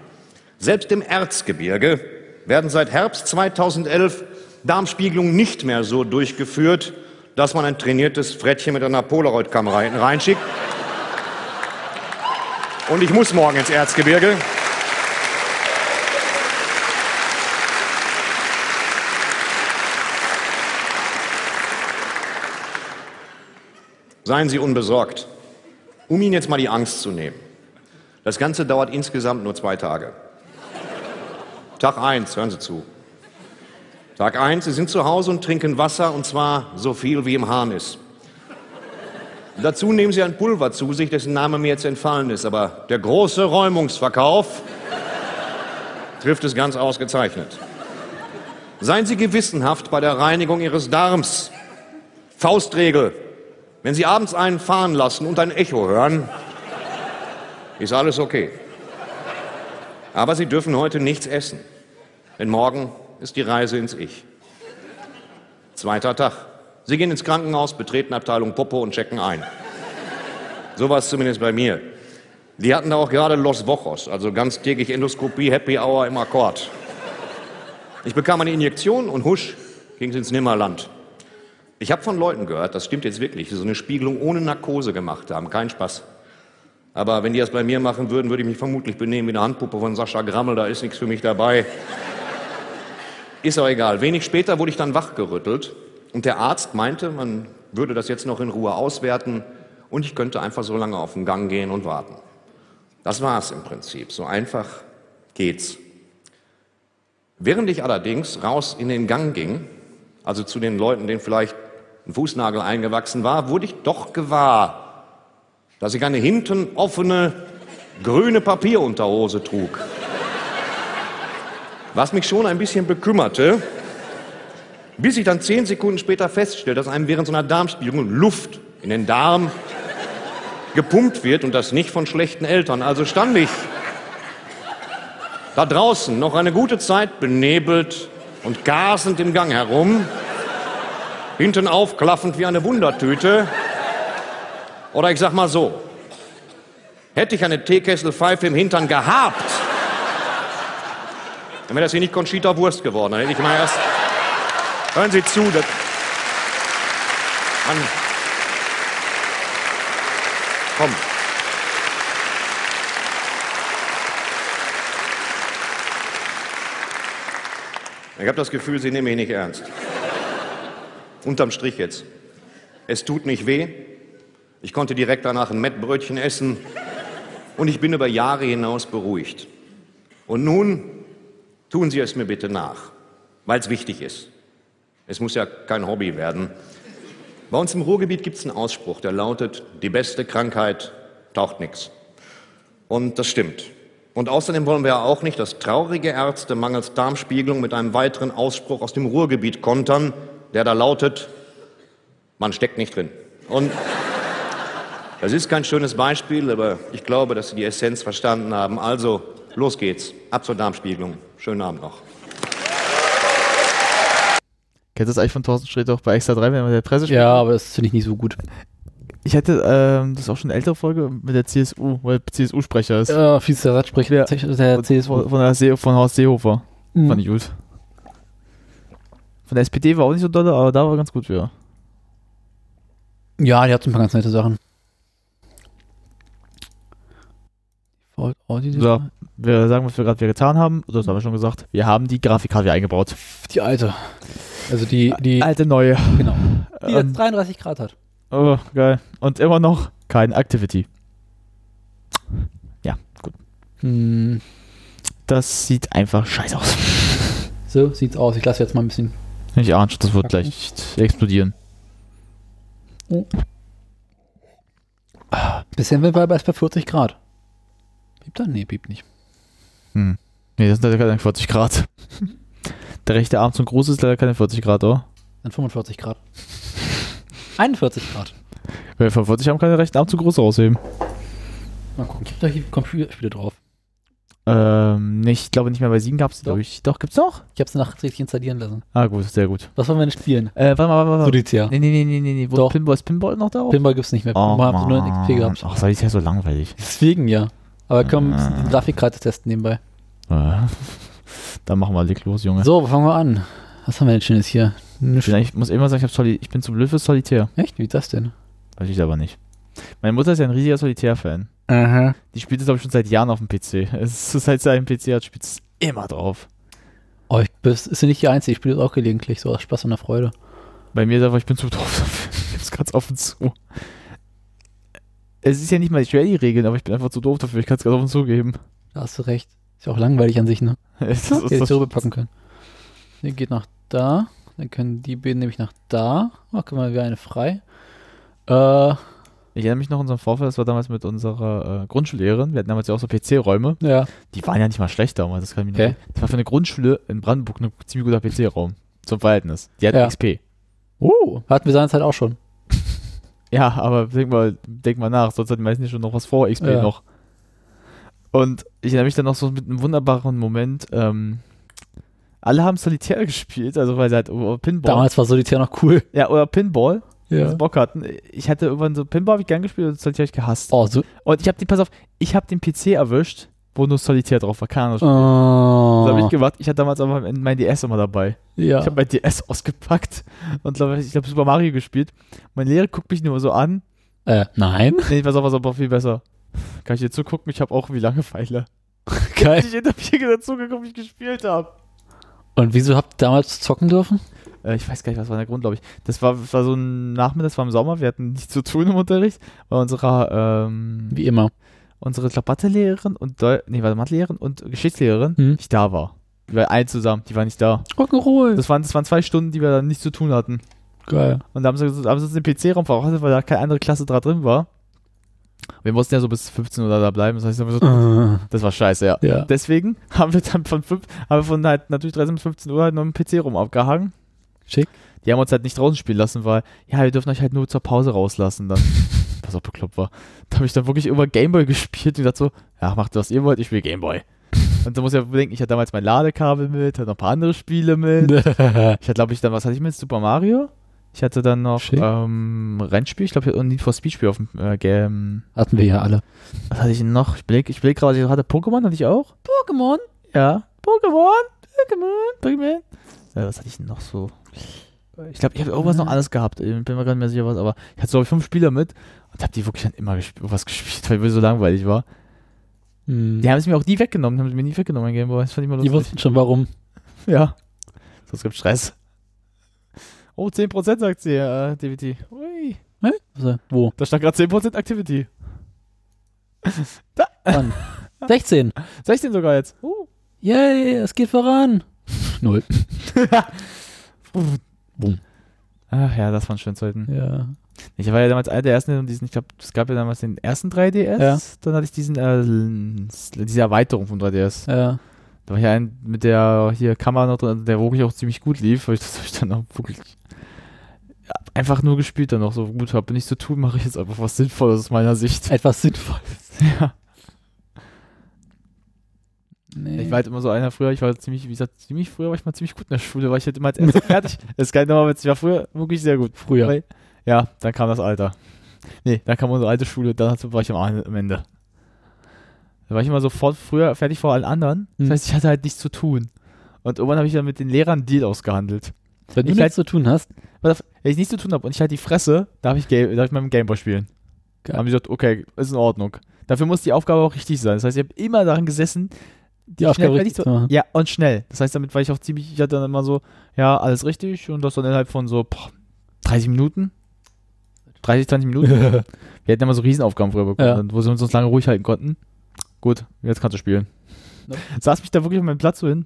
Selbst im Erzgebirge werden seit Herbst 2011 Darmspiegelungen nicht mehr so durchgeführt, dass man ein trainiertes Frettchen mit einer Polaroid-Kamera hinten reinschickt. Und ich muss morgen ins Erzgebirge. Seien Sie unbesorgt, um Ihnen jetzt mal die Angst zu nehmen. Das Ganze dauert insgesamt nur zwei Tage. Tag eins, hören Sie zu. Tag eins, Sie sind zu Hause und trinken Wasser und zwar so viel wie im Hahn ist. Dazu nehmen Sie ein Pulver zu sich, dessen Name mir jetzt entfallen ist, aber der große Räumungsverkauf trifft es ganz ausgezeichnet. Seien Sie gewissenhaft bei der Reinigung Ihres Darms. Faustregel. Wenn Sie abends einen fahren lassen und ein Echo hören, ist alles okay. Aber Sie dürfen heute nichts essen, denn morgen ist die Reise ins Ich. Zweiter Tag. Sie gehen ins Krankenhaus, betreten Abteilung Popo und checken ein. So war es zumindest bei mir. Die hatten da auch gerade Los Wochos, also ganztägig Endoskopie, Happy Hour im Akkord. Ich bekam eine Injektion und husch, ging's ins Nimmerland. Ich habe von Leuten gehört, das stimmt jetzt wirklich, die so eine Spiegelung ohne Narkose gemacht haben. Kein Spaß. Aber wenn die das bei mir machen würden, würde ich mich vermutlich benehmen wie eine Handpuppe von Sascha Grammel, da ist nichts für mich dabei. Ist auch egal. Wenig später wurde ich dann wachgerüttelt und der Arzt meinte, man würde das jetzt noch in Ruhe auswerten und ich könnte einfach so lange auf den Gang gehen und warten. Das war es im Prinzip. So einfach geht's. Während ich allerdings raus in den Gang ging, also zu den Leuten, denen vielleicht ein Fußnagel eingewachsen war, wurde ich doch gewahr, dass ich eine hinten offene grüne Papierunterhose trug. Was mich schon ein bisschen bekümmerte, bis ich dann zehn Sekunden später feststellte, dass einem während so einer Darmspiegelung Luft in den Darm gepumpt wird und das nicht von schlechten Eltern. Also stand ich da draußen noch eine gute Zeit benebelt und gasend im Gang herum, hinten aufklaffend wie eine Wundertüte. Oder ich sag mal so, hätte ich eine Teekesselpfeife im Hintern gehabt, dann wäre das hier nicht Conchita Wurst geworden. Dann hätte ich mal erst... Hören Sie zu, das... Mann. Komm. Ich habe das Gefühl, Sie nehmen mich nicht ernst. Unterm Strich jetzt. Es tut nicht weh. Ich konnte direkt danach ein Mettbrötchen essen. Und ich bin über Jahre hinaus beruhigt. Und nun tun Sie es mir bitte nach, weil es wichtig ist. Es muss ja kein Hobby werden. Bei uns im Ruhrgebiet gibt es einen Ausspruch, der lautet, die beste Krankheit taucht nichts. Und das stimmt. Und außerdem wollen wir ja auch nicht, dass traurige Ärzte mangels Darmspiegelung mit einem weiteren Ausspruch aus dem Ruhrgebiet kontern, der da lautet, man steckt nicht drin. Und das ist kein schönes Beispiel, aber ich glaube, dass Sie die Essenz verstanden haben. Also, los geht's. Ab zur Darmspiegelung. Schönen Abend noch.
Kennst du das eigentlich von Thorsten Sträter auch bei Extra 3, wenn er mit der Presse
Ja, aber das finde ich nicht so gut.
Ich hatte, ähm, das ist auch schon eine ältere Folge mit der CSU, weil der CSU-Sprecher ist.
Ja, Vizerat spricht der, der CSU.
Von, von, der See, von Horst Seehofer.
Mhm.
Fand ich gut. Von der SPD war auch nicht so dolle, aber da war ganz gut wieder.
Ja, die hat so ein paar ganz nette Sachen. Volt Audi-
So, wir sagen, was wir gerade wieder getan haben. Oder Das haben wir schon gesagt. Wir haben die Grafikkarte wieder eingebaut.
Die alte. Also die, die
alte neue.
Genau. Die
Ähm,
jetzt 33 Grad hat.
Oh, geil. Und immer noch kein Activity. Ja, gut.
Hm,
Das sieht einfach scheiße aus.
so sieht's aus. Ich lasse jetzt mal ein bisschen.
Ich ahne schon, das wird gleich explodieren.
Bisher sind wir bei erst bei 40 Grad. Piept er? Nee, piept nicht.
Hm. Nee, das sind leider keine 40 Grad. Der rechte Arm zum Gruß ist leider keine 40 Grad, oder?
Dann 45 Grad. 41 Grad.
Wenn wir von 40 haben, kann der rechte Arm zum Gruß rausheben.
Mal gucken, gibt doch hier Computerspiele drauf.
Ähm, nee, ich glaube nicht mehr bei 7 gab es, glaube ich. Doch, gibt's noch?
Ich hab's nachträglich installieren lassen.
Ah, gut, sehr gut.
Was wollen wir denn spielen?
Äh, warte mal, warte mal. warte mal.
Solitär.
Nee, nee, nee, nee, nee, nee. Wo
Doch.
Pinball, ist Pinball noch da? auch?
Pinball gibt's nicht mehr. Pinball haben sie nur in
Oh, Mann.
XP gehabt.
Ach, Solitär ist ja so langweilig.
Deswegen ja. Aber können wir ein
Ah.
bisschen die Grafikkarte testen nebenbei.
Äh, Dann machen wir leg los, Junge.
So, wo fangen wir an? Was haben wir denn Schönes hier?
Ich, bin, eigentlich- ich muss immer sagen, ich, hab Soli ich bin zu blöd für Solitär.
Echt? Wie das denn?
Weiß ich aber nicht. Meine Mutter ist ja ein riesiger Solitär-Fan.
Aha.
Die spielt es, glaube ich, schon seit Jahren auf dem PC. Es ist, seit sie einen PC hat, spielt es immer drauf.
Oh, ich bist, ist ja nicht die Einzige. Ich spiele das auch gelegentlich so aus Spaß und der Freude.
Bei mir ist einfach, ich bin zu doof dafür. Ich gebe es ganz offen zu. Es ist ja nicht mal schwer, die Regeln, aber ich bin einfach zu doof dafür. Ich kann es ganz offen zugeben.
Da hast du recht. Ist ja auch langweilig an sich, ne?
Es ist-
Hätte ich
das-
so rüberpacken können. Der geht nach da. Dann können die beiden nämlich nach da. Oh, guck mal, wir eine frei. Äh,
Ich erinnere mich noch an unseren Vorfall, das war damals mit unserer äh, Grundschullehrerin. Wir hatten damals ja auch so PC-Räume.
Ja.
Die waren ja nicht mal schlecht damals. Das, kann ich mich
Okay.
noch- das war für eine Grundschule in Brandenburg ein ziemlich guter PC-Raum. Zum Verhältnis. Die hatten
Ja.
XP.
Oh, hatten wir seinerzeit auch schon.
Ja, aber denk mal, denk mal nach, sonst hat die meisten ja schon noch was vor, XP
Ja.
noch. Und ich erinnere mich dann noch so mit einem wunderbaren Moment. Ähm, alle haben Solitär gespielt, also weil sie halt oder Pinball.
Damals war Solitär noch cool.
Ja, oder Pinball,
Ja.
wenn sie Bock hatten. Ich hatte irgendwann so Pinball habe ich gern gespielt und Solitär habe ich gehasst.
Oh, so-
Und ich habe den, pass auf, ich habe den PC erwischt, wo nur Solitär drauf war, keine Ahnung.
Oh.
Das habe ich gemacht. Ich hatte damals aber am Ende mein DS immer dabei.
Ja.
Ich habe mein DS ausgepackt und glaub, ich habe Super Mario gespielt. Mein Lehrer guckt mich nur so an.
Äh, nein.
Nee, pass auf, pass auf, war viel besser. Kann ich dir zugucken? Ich habe auch wie lange Pfeile.
Geil.
Ich hab nicht hinter mir zugeguckt, wie ich gespielt habe.
Und wieso habt ihr damals zocken dürfen?
Äh, ich weiß gar nicht, was war der Grund, glaube ich. Das war, das war so ein Nachmittag, das war im Sommer, wir hatten nichts zu tun im Unterricht, weil unsere, ähm,
Wie immer.
unsere ich glaub, Mathelehrerin und Deu nee, warte, Mathelehrerin und Geschichtslehrerin nicht da war. Die war alle zusammen, die war nicht da.
Mhm. Rock'n'Roll.
Das waren, das waren zwei Stunden, die wir dann nichts zu tun hatten.
Geil.
Und da haben sie, haben sie uns den PC-Raum verrottet, weil da keine andere Klasse da drin war. Wir mussten ja so bis 15 Uhr da bleiben. Das heißt, wir
Ah.
so, das war scheiße, ja.
Ja.
Deswegen haben wir dann von, fünf, haben wir von halt natürlich 13 bis 15 Uhr halt noch im PC rum abgehangen.
Schick.
Die haben uns halt nicht draußen spielen lassen, weil, ja, wir dürfen euch halt nur zur Pause rauslassen dann. Was auch bekloppt war. Da habe ich dann wirklich immer Gameboy gespielt und gesagt so, ja, macht was ihr wollt, ich spiele Gameboy. Und da muss ich ja bedenken, ich hatte damals mein Ladekabel mit, hatte noch ein paar andere Spiele mit. ich hatte, glaube ich, dann, was hatte ich mit? Super Mario? Ich hatte dann noch ähm, Rennspiel, ich glaube, ich hatte auch ein Need for Speed Spiel auf dem äh, Game.
Hatten wir ja alle.
Was hatte ich denn noch? Ich blick, ich blick gerade, was ich noch hatte. Pokémon hatte ich auch?
Pokémon?
Ja. Pokémon?
Pokémon? Pokémon?
Äh, was hatte ich denn noch so? Ich glaube, ich habe irgendwas noch alles gehabt. Ich bin mir gar nicht mehr sicher, was, aber ich hatte so glaub ich, fünf Spieler mit und habe die wirklich dann immer gesp was gespielt, weil mir so langweilig war. Die haben es mir auch nie weggenommen, haben sie mir nie weggenommen, mein Gameboy. Das fand ich immer
Die
lustig.
wussten schon warum.
Ja. Sonst gibt Stress. Oh, 10% sagt sie, äh, DVT. Ui.
Hä? Was, äh, Wo?
Oh, Da stand gerade 10% Activity. Da.
Wann? 16.
16 sogar jetzt. Oh.
Yay, es geht voran. Null. Boom.
Ach ja, das waren schöne Zeiten.
Ja.
Ich war ja damals einer der ersten, die diesen, ich glaube, es gab ja damals den ersten 3DS.
Ja.
Dann hatte ich diesen, äh, diese Erweiterung vom 3DS.
Ja.
Da war ja ein mit der hier Kamera noch drin, der wirklich auch ziemlich gut lief, weil ich das hab ich dann auch wirklich hab einfach nur gespielt dann noch so gut habe nichts zu tun, mache ich jetzt einfach was Sinnvolles aus meiner Sicht.
Etwas Sinnvolles.
Ja. Ich war halt immer so einer früher, ich war ziemlich, wie gesagt, ziemlich früher war ich mal ziemlich gut in der Schule, war ich halt immer als erster fertig. Das ist kein normaler Witz, ich war früher wirklich sehr gut.
Früher.
Weil, ja, dann kam das Alter. Nee, dann kam unsere alte Schule, dann hat- war ich am A- am Ende. Da war ich immer sofort früher fertig vor allen anderen. Das heißt, ich hatte halt nichts zu tun. Und irgendwann habe ich dann mit den Lehrern einen Deal ausgehandelt.
Wenn du
ich
nichts zu tun hast.
Pass auf, wenn ich nichts zu tun habe und ich halt die Fresse, darf ich, Game, darf ich meinem Gameboy spielen. Dann haben die gesagt, okay, ist in Ordnung. Dafür muss die Aufgabe auch richtig sein. Das heißt, ich habe immer daran gesessen,
Die Aufgabe
schnell fertig
richtig zu machen.
Ja, und schnell. Das heißt, damit war ich auch ziemlich, ich hatte dann immer so, ja, alles richtig und das dann innerhalb von so boah, 30 Minuten. 30, 20 Minuten. Wir hatten immer so Riesenaufgaben früher bekommen,
Ja.
dann, wo sie uns sonst lange ruhig halten konnten. Gut, jetzt kannst du spielen.
Nope.
Ne? Saß mich da wirklich auf meinem Platz so hin.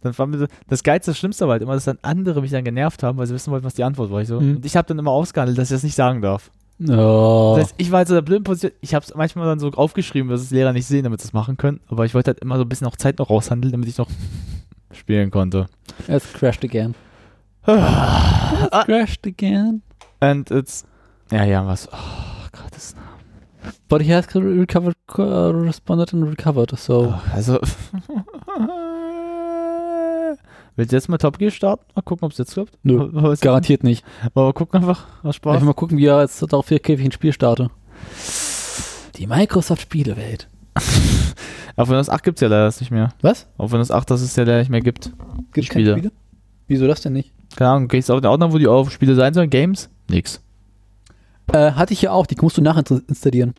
Dann war mir so- das Geilste, das Schlimmste war halt immer, dass dann andere mich dann genervt haben, weil sie wissen wollten, was die Antwort war. Ich so.
Mhm.
Und ich habe dann immer ausgehandelt, dass ich das nicht sagen darf.
Oh.
Das heißt, ich war halt so in der blöden Position. Ich habe es manchmal dann so aufgeschrieben, dass es Lehrer nicht sehen, damit sie es machen können. Aber ich wollte halt immer so ein bisschen noch Zeit noch raushandeln, damit ich noch spielen konnte.
Es crashed again.
It's
Oh, crashed again.
And it's. Ja, ja, was. Oh, Gottes Namen.
But he has co- recovered, co- uh, responded and recovered, so.
also. Willst du jetzt mal Top Gear starten? Mal gucken, ob es jetzt klappt.
Nö,
Was-
garantiert nicht.
Mal gucken einfach, was Spaß.
Einfach mal gucken, wie er jetzt darauf hier käfig ein Spiel starte. Die Microsoft-Spielewelt.
Auf Windows 8 gibt es ja leider das nicht mehr.
Was?
Auf Windows 8, dass es ja leider nicht mehr gibt.
Gibt keine Spiele? Wieso das denn nicht?
Keine Ahnung, gehst du auf den Ordner, wo die auf Spiele sein sollen? Games? Nix.
Äh, hatte ich ja auch, die musst du nachinstallieren.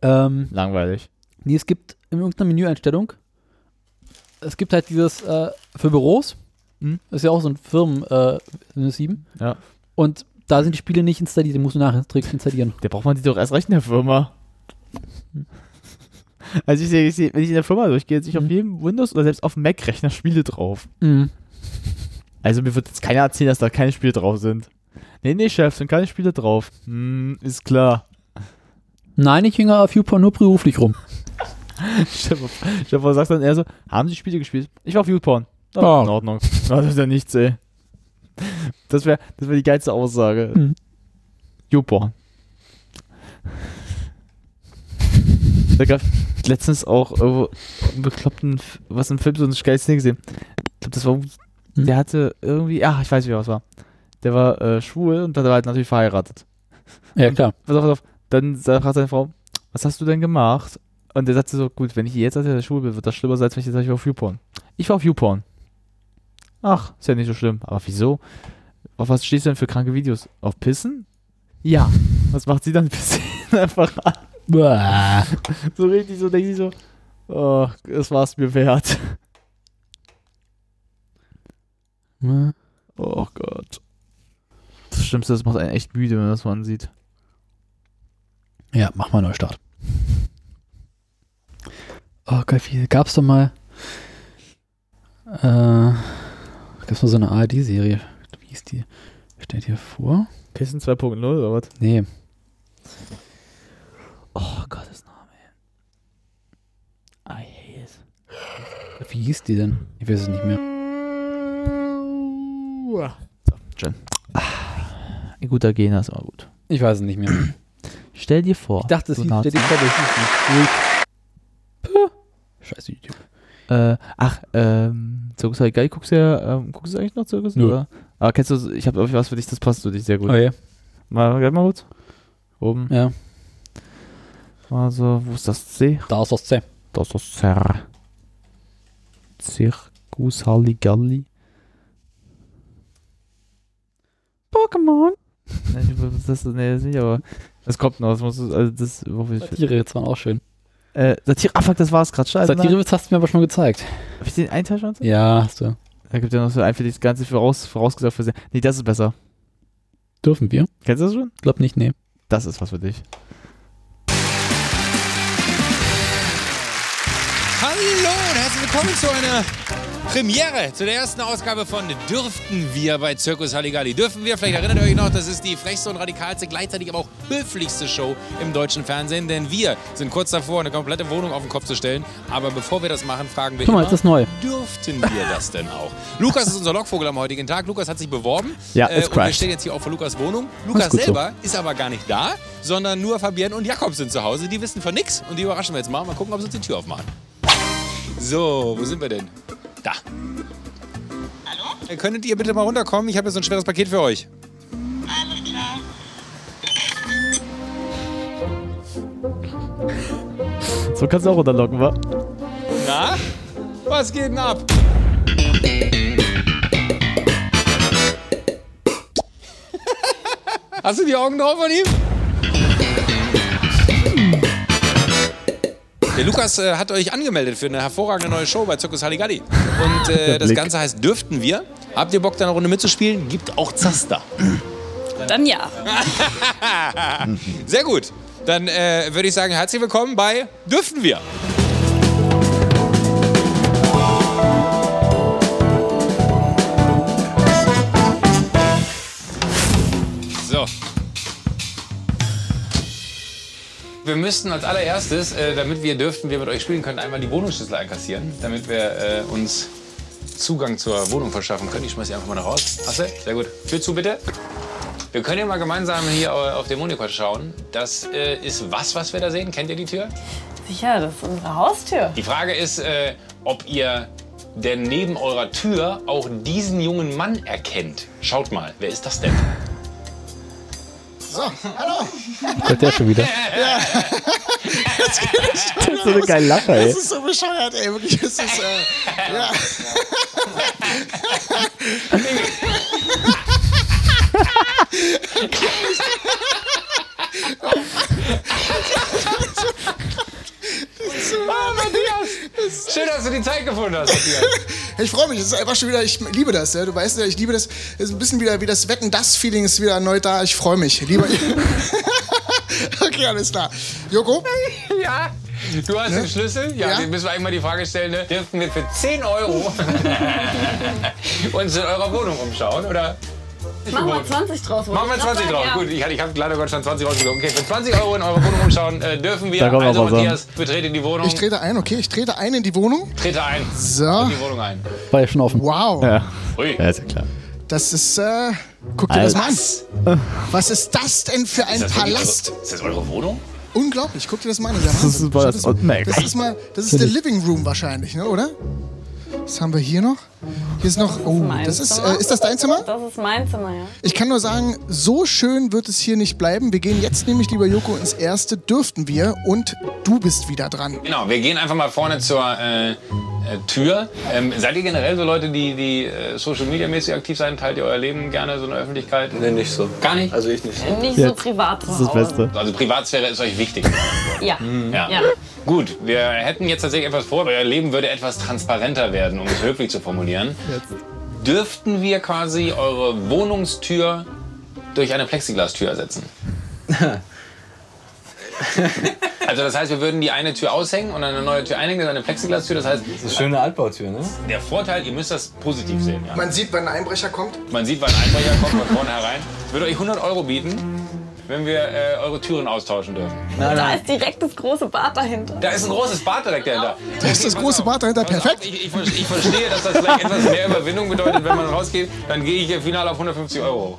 Ähm,
Langweilig.
Nee, es gibt in irgendeiner Menüeinstellung, es gibt halt dieses äh, für Büros,
Mhm.
das ist ja auch so ein Firmen äh, Windows 7.
Ja.
Und da sind die Spiele nicht installiert, die musst du nachträglich installieren.
Da braucht man die doch erst recht in der Firma. Also ich sehe, ich sehe wenn ich in der Firma durchgehe, sehe ich auf jedem Windows oder selbst auf dem Mac-Rechner Spiele drauf.
Mhm.
Also mir wird jetzt keiner erzählen, dass da keine Spiele drauf sind. Nee, nee, Chef, sind keine Spiele drauf. Hm, ist klar.
Nein, ich hänge auf YouPorn nur beruflich rum.
Stefan sagt dann eher so, haben Sie Spiele gespielt? Ich war auf YouPorn. Das
Ah.
ist in Ordnung. Das ist ja nichts, ey. Das wäre das wär die geilste Aussage.
Mhm.
YouPorn. Da gab letztens auch irgendwo einen bekloppten, F- was im Film, so ein geiles Ding gesehen. Ich glaube, das war, irgendwie-
Hm?
der hatte irgendwie, ach, ich weiß nicht, was war. Der war äh, schwul und dann war halt natürlich verheiratet.
Ja, klar.
Pass auf, pass auf. Dann sagt- fragt seine Frau, was hast du denn gemacht? Und der sagt so, gut, wenn ich jetzt als der Schule bin, wird das schlimmer sein, als wenn ich jetzt sage, ich war auf YouPorn. Ich war auf YouPorn. Ach, ist ja nicht so schlimm. Aber wieso? Auf was stehst du denn für kranke Videos? Auf Pissen? Ja. Was macht sie dann? Pisst ihn einfach an. so richtig, so denkt sie so, oh, das war's mir wert. Oh Gott. Das Schlimmste, das macht einen echt müde, wenn man das mal sieht.
Ja, mach mal Neustart. Oh Gott, wie gab's doch mal. Äh, gab's mal so eine ARD-Serie. Wie hieß die? Stellt dir vor?
Pissen 2.0 oder was?
Nee.
Oh Gottes Name. I hate it.
Wie hieß die denn? Ich weiß es nicht mehr.
Schön. Ein guter Gegner ist immer Ah, gut.
Ich weiß es nicht mehr.
Stell dir vor.
Ich dachte, es
du
hieß,
Nazi.
stell dir vor, das hieß nicht. Scheiße, YouTube.
Äh, ach, ähm, Zirkus Haikai, guckst du ja, ähm, guckst du eigentlich noch Zirkus?
Nö.
Oder? Aber kennst du, ich habe was für dich, das passt zu dich sehr gut.
Oh je.
Mal, greif mal kurz. Oben.
Ja.
Also, wo ist das C?
Da ist das C.
Da ist das C. Zirkus Halligalli. Pokémon. Nein, das, das, nee, das nicht, aber das kommt noch. Das muss, also das, worauf ich-
Satire, jetzt waren auch schön.
Äh, Satire, ah fuck, das war's gerade. Scheiße.
Satirewitz hast du mir aber schon gezeigt.
Hab ich den einen Teil schon?
Ja, hast du.
Da gibt ja noch so einfach das Ganze voraus, vorausgesagt. Für nee, das ist besser.
Dürfen wir?
Kennst du das schon?
Glaub nicht, nee.
Das ist was für dich.
Hallo und herzlich willkommen zu einer Premiere, zu der ersten Ausgabe von Dürften wir bei Zirkus Halligalli. Dürfen wir, vielleicht erinnert ihr euch noch, das ist die frechste und radikalste, gleichzeitig aber auch höflichste Show im deutschen Fernsehen, denn wir sind kurz davor, eine komplette Wohnung auf den Kopf zu stellen. Aber bevor wir das machen, fragen wir
Guck mal,
immer,
das ist neu.
dürften wir das denn auch? Lukas ist unser Lockvogel am heutigen Tag. Lukas hat sich beworben.
Ja,
äh,
it's
und wir
crashed.
stehen jetzt hier auch vor Lukas Wohnung. Lukas
gut so.
selber ist aber gar nicht da, sondern nur Fabienne und Jakob sind zu Hause. Die wissen von nichts und die überraschen wir jetzt mal. Mal gucken, ob sie uns die Tür aufmachen. So, wo sind wir denn? Da. Hallo? Könntet ihr bitte mal runterkommen? Ich habe hier so ein schweres Paket für euch.
So kannst du auch runterlocken, wa?
Na? Was geht denn ab? Hast du die Augen drauf von ihm? Der Lukas äh, hat euch angemeldet für eine hervorragende neue Show bei Zirkus Halligalli. Und äh,
Der
das
Blick.
Ganze heißt Dürften wir. Habt ihr Bock, da eine Runde mitzuspielen? Gibt auch Zaster.
Dann ja.
Sehr gut. Dann äh, würde ich sagen, herzlich willkommen bei Dürften wir. So. Wir müssten als allererstes, äh, damit wir dürften, wir mit euch spielen können, einmal die Wohnungsschlüssel einkassieren, damit wir äh, uns Zugang zur Wohnung verschaffen können. Ich schmeiß die einfach mal da raus. Hasse? Sehr gut. Tür zu, bitte. Wir können ja mal gemeinsam hier au- auf den Monitor schauen. Das äh, ist was, was wir da sehen? Kennt ihr die Tür?
Sicher, das ist unsere Haustür.
Die Frage ist, äh, ob ihr denn neben eurer Tür auch diesen jungen Mann erkennt. Schaut mal, wer ist das denn?
So, hallo.
Seid der schon wieder?
Ja. Das
ist so eine geile Lache, ey.
Das ist so bescheuert, ey. Wirklich, das ist, äh, ja.
Schön, dass du die Zeit gefunden hast, Matthias.
Ich freue mich, das ist einfach schon wieder, ich liebe das, ja. du weißt ja, ich liebe das, das ist ein bisschen wieder, wie das Wetten, das Feeling ist wieder erneut da, ich freue mich, lieber. okay, alles klar. Joko?
Ja. Du hast den Schlüssel? Ja, den müssen wir eigentlich mal die Frage stellen, ne? dürften wir für 10 Euro uns in eurer Wohnung umschauen? Oder nicht
Mach mal
geboten.
20 draus. wollte
Machen wir
ich grad
20 drauf.
sagen,
Gut, ich, ich habe leider Gott schon 20 rausgezogen. Okay, für 20 Euro in eure Wohnung umschauen äh, dürfen wir.
Da kommt noch
Also
was an.
Matthias, betrete die Wohnung.
Ich trete ein, okay? Ich trete ein in die Wohnung.
Trete ein.
So.
In die Wohnung ein.
War ja schon offen.
Wow.
Ja.
Ui.
Ja, ist ja klar.
Das ist, äh, guck dir das mal an.
Was?
Was ist das denn für ein
Ist das wirklich
Palast?
Eure, ist das eure Wohnung?
Unglaublich, guck dir das mal an. Ja,
Das ist
Wahnsinn.
ein Palast.
Schau das mal.
Oh,
das ist mal, das ist der Living Room wahrscheinlich, ne, oder? Was haben wir hier noch? Hier ist noch, oh,
Mein
das ist,
Zimmer.
äh, ist das dein Zimmer?
Das ist mein Zimmer, ja.
Ich kann nur sagen, so schön wird es hier nicht bleiben. Wir gehen jetzt nämlich, lieber Joko, ins erste dürften wir und du bist wieder dran.
Genau, wir gehen einfach mal vorne zur äh, äh, Tür. Ähm, seid ihr generell so Leute, die, die äh, Social Media mäßig aktiv sein? Teilt ihr euer Leben gerne so in der Öffentlichkeit? Nee, nicht so. Gar nicht? Also ich nicht.
Äh, Nicht so privat zu Hause.
Also Privatsphäre ist euch wichtig.
Ja.
Ja.
ja.
Gut, wir hätten jetzt tatsächlich etwas vor, euer Leben würde etwas transparenter werden, um es höflich zu formulieren. Dürften wir quasi eure Wohnungstür durch eine Plexiglas-Tür ersetzen? Also das heißt, wir würden die eine Tür aushängen und eine neue Tür einhängen, das ist eine Plexiglas-Tür. Das heißt, das ist eine schöne Altbautür, ne? Der Vorteil, ihr müsst das positiv sehen. Ja.
Man sieht, wenn ein Einbrecher kommt.
Man sieht, wann ein Einbrecher kommt von vorne herein. Ich würde euch 100 Euro bieten, wenn wir äh, eure Türen austauschen dürfen.
Da ist direkt das große Bad dahinter.
Da ist ein großes Bad direkt dahinter.
Da ist das große Bad dahinter, perfekt.
Ich, ich, ver- ich verstehe, dass das vielleicht etwas mehr Überwindung bedeutet, wenn man rausgeht. Dann gehe ich hier final auf 150 Euro.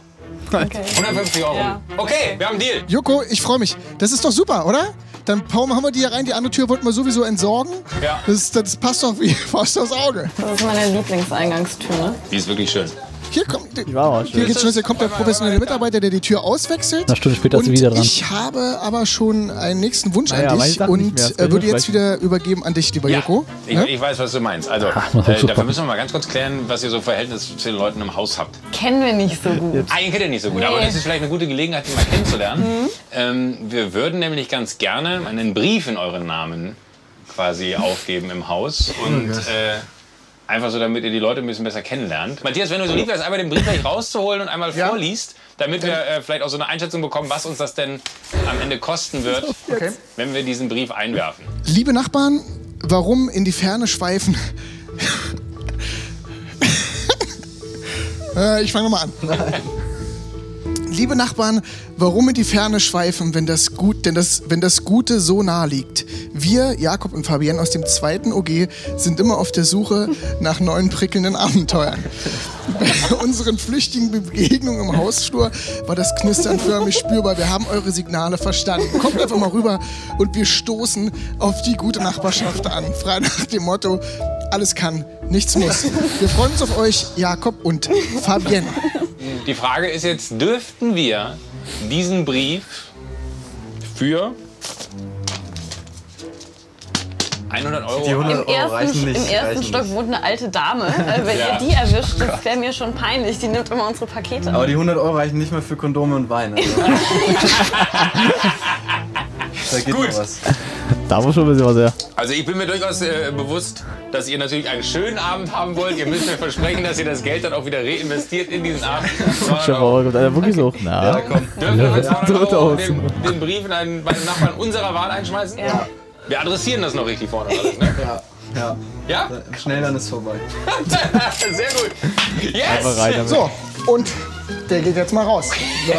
150 Euro.
Ja.
Okay, wir haben einen Deal.
Joko, ich freue mich. Das ist doch super, oder? Dann Paum, haben wir die hier rein. Die andere Tür wollten wir sowieso entsorgen.
Ja.
Das, das passt doch wie Faust aufs Auge.
Das ist meine Lieblingseingangstür. ne?
Die ist wirklich schön.
Hier kommt,
Wow,
hier geht's schon, hier kommt der professionelle Mitarbeiter, der die Tür auswechselt.
Eine Stunde später ist
Und
sie wieder dran.
ich habe aber schon einen nächsten Wunsch
Naja,
an
meine
dich
Sachen nicht
und
mehr, das
äh,
kann
würde
ich
jetzt wieder übergeben an dich, lieber Joko.
Ich,
Ne?
ich weiß, was du meinst. Also,
muss
äh, dafür
aufpacken.
müssen wir mal ganz kurz klären, was ihr so Verhältnis zu den Leuten im Haus habt.
Kennen wir nicht so gut.
Eigentlich kennt ihr nicht so gut,
Nee.
aber das ist vielleicht eine gute Gelegenheit, die mal kennenzulernen. Ähm, wir würden nämlich ganz gerne einen Brief in euren Namen quasi aufgeben im Haus. Und äh, einfach so, damit ihr die Leute ein bisschen besser kennenlernt. Matthias, wenn du so lieb wärst, einmal den Brief gleich rauszuholen und einmal vorliest, damit wir äh, vielleicht auch so eine Einschätzung bekommen, was uns das denn am Ende kosten wird, wenn wir diesen Brief einwerfen.
Liebe Nachbarn, warum in die Ferne schweifen? äh, ich fange nochmal an. Liebe Nachbarn, warum in die Ferne schweifen, wenn das, Gut, denn das, wenn das Gute so nah liegt? Wir, Jakob und Fabienne aus dem zweiten OG, sind immer auf der Suche nach neuen prickelnden Abenteuern. Bei unseren flüchtigen Begegnungen im Hausflur war das Knistern förmlich spürbar. Wir haben eure Signale verstanden. Kommt einfach mal rüber und wir stoßen auf die gute Nachbarschaft an. Frei nach dem Motto, alles kann, nichts muss. Wir freuen uns auf euch, Jakob und Fabienne.
Die Frage ist jetzt, dürften wir diesen Brief für 100 Euro
Die 100
Im ersten, im ersten Stock wohnt eine alte Dame. Äh, wenn
Ja.
ihr die erwischt, das wäre mir schon peinlich. Die nimmt immer unsere Pakete.
Aber die 100 Euro reichen nicht mehr für Kondome und Wein. Also. da geht Gut. was.
Da muss schon ein bisschen was her.
Also ich bin mir durchaus äh, bewusst, dass ihr natürlich einen schönen Abend haben wollt. Ihr müsst mir versprechen, dass ihr das Geld dann auch wieder reinvestiert in diesen Abend.
Schon mal, kommt einer wirklich so. Na,
genau. Ja, komm. Dürfen wir mit 200
Dritte
Euro
aus.
den, den Brief in einen, bei einem Nachbarn unserer Wahl einschmeißen? Ja. Wir adressieren das noch richtig vorne alles, ne? Ja.
Ja.
Ja?
Schnell, dann ist vorbei.
Sehr gut.
Einfach rein damit.
So, und der geht jetzt mal raus. So.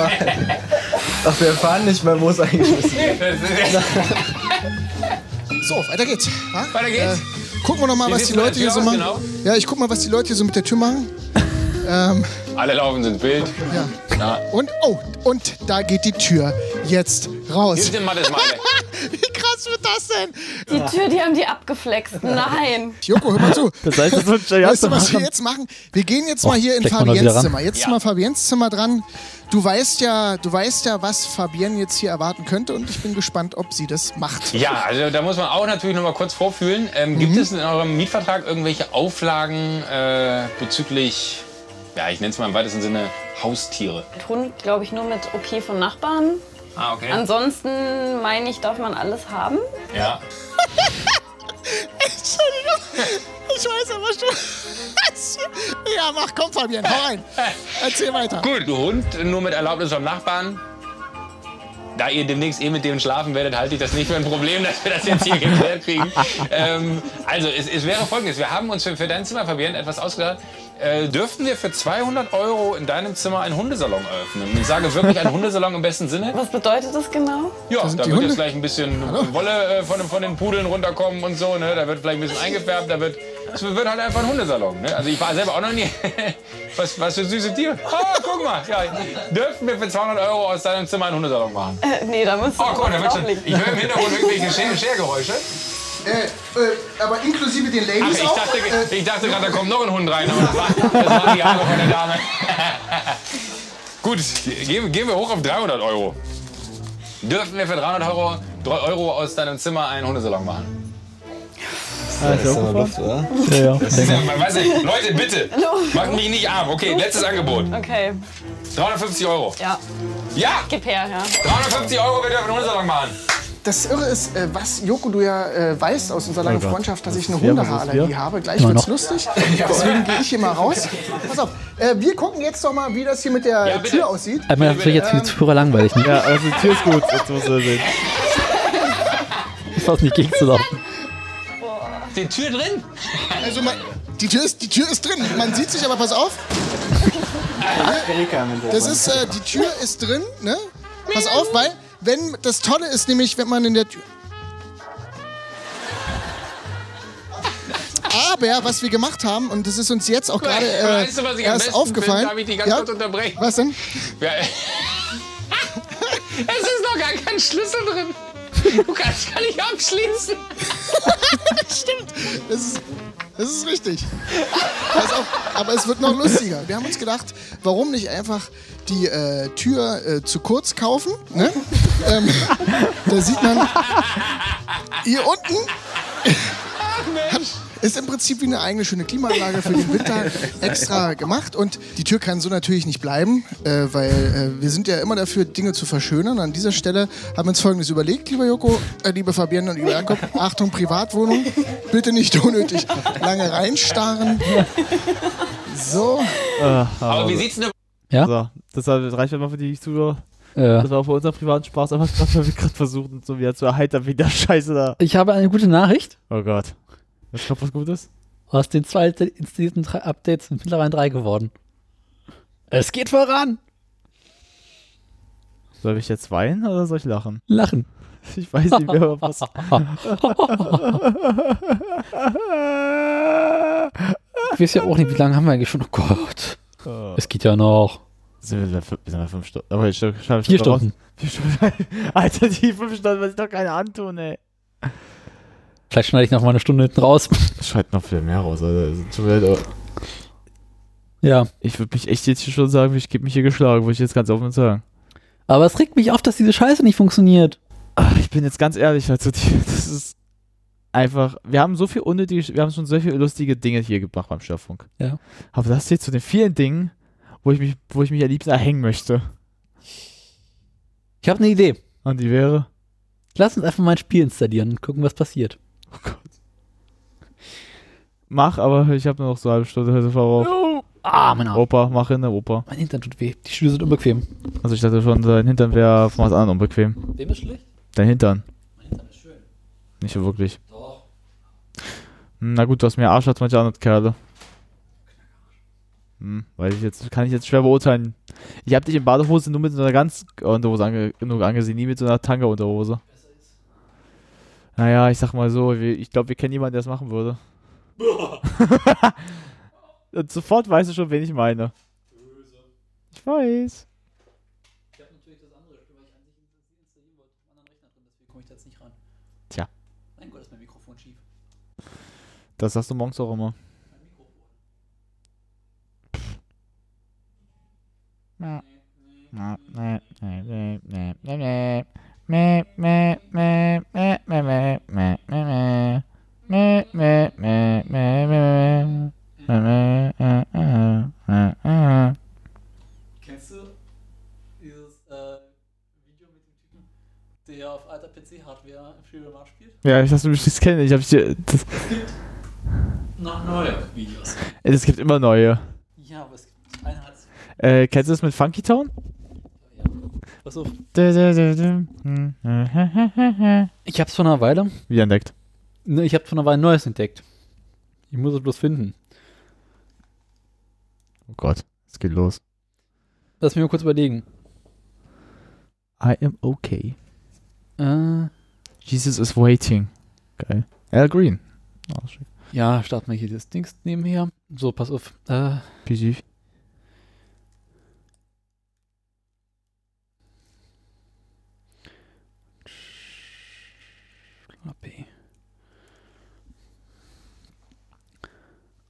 Ach, wir erfahren nicht mehr, wo es eingeschmissen
So, weiter geht's. Ha?
Weiter geht's.
Äh, gucken wir noch mal,
Wie
was
sieht's mit
die
der
Leute hier
Tür
so
aus,
machen.
genau?
Ja, ich guck mal, was die Leute hier so mit der Tür machen. ähm,
Alle laufen sind wild.
Ja.
Na,
und, oh, und da geht die Tür jetzt raus.
Gib dem mal das mal weg.
Wie krass wird das denn?
Die Tür, die haben die abgeflext. Nein.
Joko, hör mal zu.
Das heißt, das wird schon
Weißt du, was wir
machen.
jetzt machen? Wir gehen jetzt
Oh,
mal hier in
steckt man da wieder
Fabiens
ran?
Zimmer. Jetzt
Ja.
mal Fabiens Zimmer dran. Du weißt ja, du weißt ja, was Fabienne jetzt hier erwarten könnte und ich bin gespannt, ob sie das macht.
Ja, also da muss man auch natürlich noch mal kurz vorfühlen. Ähm, Gibt es in eurem Mietvertrag irgendwelche Auflagen äh, bezüglich, ja, ich nenne es mal im weitesten Sinne Haustiere?
Mit Hund, glaube ich, nur mit okay von Nachbarn.
Ah, okay.
Ansonsten meine ich, darf man alles haben.
ja.
Entschuldigung, ich weiß aber schon. Ja, mach, komm, Fabian, hau rein. Erzähl weiter.
Gut, Hund nur mit Erlaubnis vom Nachbarn. Da ihr demnächst eh mit dem schlafen werdet, halte ich das nicht für ein Problem, dass wir das jetzt hier geklärt kriegen. ähm, also, es, es wäre folgendes. Wir haben uns für, für dein Zimmer, Fabian, etwas ausgedacht, Äh, dürften wir für 200 Euro in deinem Zimmer einen Hundesalon eröffnen? Und ich sage wirklich einen Hundesalon im besten Sinne.
Was bedeutet das genau?
Ja,
sind
da
die
wird
Hunde.
jetzt gleich ein bisschen Wolle äh, von, den- von den Pudeln runterkommen und so. Ne? Da wird vielleicht ein bisschen eingefärbt. Da wird, es wird halt einfach ein Hundesalon. Ne? Also ich war selber auch noch nie. was, was für süße Tiere. Ah, guck mal. Ja, dürften wir für 200 Euro aus deinem Zimmer einen Hundesalon machen?
Äh, nee, da musst du
Oh, guck mal, da wird schon,
drauflegen.
ich höre im Hintergrund irgendwelche Scher Schergeräusche.
Äh, äh, aber inklusive den
Ach,
Ladies
ich
auch? Äh,
dachte, ich dachte gerade, da kommt noch ein Hund rein. Aber das war, das war die Haare von der Dame. Gut, gehen, gehen wir hoch auf 300 Euro. Dürfen wir für 300 Euro, 3 Euro aus deinem Zimmer einen Hundesalon machen?
Ah, ist ja
noch
hochgefahren?
Luft, oder?
Ja, ja.
Das ist ja, man weiß nicht. Leute, bitte, macht mich nicht arm. Okay, letztes Angebot.
Okay,
350 Euro.
ja.
Ja!
Gib her, ja.
350 Euro, wir dürfen einen Hundesalon machen.
Das Irre ist, äh, was Joko, du ja äh, weißt aus unserer langen
Oh Gott.
Freundschaft, dass ich
Das
eine
ist wir, was ist
Hundehaarallergie
wir?
habe. Gleich
Immer
wird's
noch.
lustig. Deswegen gehe ich hier mal raus. Pass auf, äh, wir gucken jetzt doch mal, wie das hier mit der Tür aussieht.
Äh,
Aber das wird jetzt für die Zuhörer langweilig, ne? Ja, also die Tür ist gut, jetzt muss er sehen. Ich fass nicht gegen zu laufen.
Ähm, Die Tür drin?
Also man, die, Tür ist, die Tür ist drin. Man sieht sich, aber pass auf. Das ist, äh, die Tür ist drin, ne? Pass auf, weil, wenn, das Tolle ist nämlich, wenn man in der Tür... Aber was wir gemacht haben, und das ist uns jetzt auch gerade äh,
Weißt du, was ich am
erst
besten finde?
aufgefallen.
Darf ich dich ganz kurz unterbrechen?
Was denn?
Ja. Es ist noch gar kein Schlüssel drin. Du kannst gar nicht abschließen.
Stimmt. Das ist, das ist richtig. Pass auf, aber es wird noch lustiger. Wir haben uns gedacht, warum nicht einfach die äh, Tür äh, zu kurz kaufen? Ne? ähm, da sieht man, hier unten ist im Prinzip wie eine eigene schöne Klimaanlage für den Winter extra gemacht. Und die Tür kann so natürlich nicht bleiben, äh, weil äh, wir sind ja immer dafür, Dinge zu verschönern. An dieser Stelle haben wir uns Folgendes überlegt, lieber Joko, äh, liebe Fabienne und lieber Jakob. Achtung, Privatwohnung, bitte nicht unnötig lange reinstarren. So.
Aber wie sieht's denn
Ja?
Äh, So, das war- das reicht einfach für die Zuhörer.
Ja.
Das war auch für unseren privaten Spaß, einfach gerade, weil wir gerade versucht uns so wieder zu erheitern, wie der Scheiße da.
Ich habe eine gute Nachricht.
Oh Galt. Das kommt was Gutes?
Aus den zwei installierten drei Updates sind mittlerweile drei geworden. Es geht voran!
Soll ich jetzt weinen oder soll ich lachen?
Lachen.
Ich weiß nicht mehr, was.
Ich weiß ja auch nicht, wie lange haben wir eigentlich schon? Oh Gott.
Oh.
Es geht ja noch.
Sind wir, sind wir sind wir fünf Stunden? Aber ich schau, schau,
Vier
schau raus.
Stunden.
Vier Stunden. Alter, die fünf Stunden, was ich doch keine antun, ey.
Vielleicht schneide ich noch mal eine Stunde hinten raus.
Schreibt noch viel mehr raus, Alter. Tut mir leid, aber
Ja.
Ich würde mich echt jetzt schon sagen, ich gebe mich hier geschlagen, würde ich jetzt ganz offen sagen.
Aber es regt mich auf, dass diese Scheiße nicht funktioniert.
Ach, ich bin jetzt ganz ehrlich halt zu dir. Das ist einfach. Wir haben so viel unnötige, wir haben schon so viele lustige Dinge hier gemacht beim Störfunk.
Ja.
Aber das zählt zu den vielen Dingen, wo ich mich, wo ich mich am liebsten erhängen möchte.
Ich habe eine Idee.
Und die wäre?
Lass uns einfach mal ein Spiel installieren und gucken, was passiert.
Oh Mach, aber ich habe nur noch so eine halbe Stunde Hilfe vorauf.
Ah, mein Arm.
Opa, mach hin, ne, Opa.
Mein Hintern tut weh. Die Stühle sind unbequem.
Also ich dachte schon, dein Hintern wäre von was anderem unbequem.
Wem ist schlecht?
Dein Hintern. Mein Hintern ist schön. Nicht so wirklich. Doch. Na gut, du hast mehr Arsch als manche andere Kerle. Hm, weiß ich jetzt, kann ich jetzt schwer beurteilen. Ich habe dich in Badehose nur mit so einer ganz äh, Unterhose ange genug angesehen, nie mit so einer Tanga-Unterhose. Naja, ich sag mal so, wir- ich glaube, wir kennen jemanden, der es machen würde. Und sofort weißt du schon, wen ich meine. Ich weiß.
Komme ich da jetzt nicht ran?
Tja.
Mein Gott, ist mein Mikrofon schief.
Das sagst du morgens auch immer. Na, na, na, na, na, na, na, na. Meh, meh, meh, meh, meh, meh, meh, meh, meh. Meh, meh, meh, meh, meh, meh, meh, meh, äh, äh, äh, äh.
Kennst du dieses äh, Video mit dem Typen, der auf alter PC-Hardware im Spiel March spielt?
Ja, ich dachte, du das kennen. Ich hab's dir. Das,
Noch neue Videos.
Ey, Äh, es gibt immer neue.
Ja, aber es gibt einen Hals.
Äh, kennst du das mit Funky Town?
Pass auf.
Da, da, da, da. Hm, äh, hä, hä, hä, hä.
Ich hab's vor einer Weile.
Wieder entdeckt.
Ne, ich hab vor einer Weile ein neues entdeckt. Ich muss es bloß finden.
Oh Gott, es geht los.
Lass mich mal kurz überlegen.
I am okay.
Äh,
Jesus is waiting. Geil. Al Green. Oh, shit.
ja, starten wir hier das Dings nebenher. So, pass auf. Äh,
Busy.
Schlappi.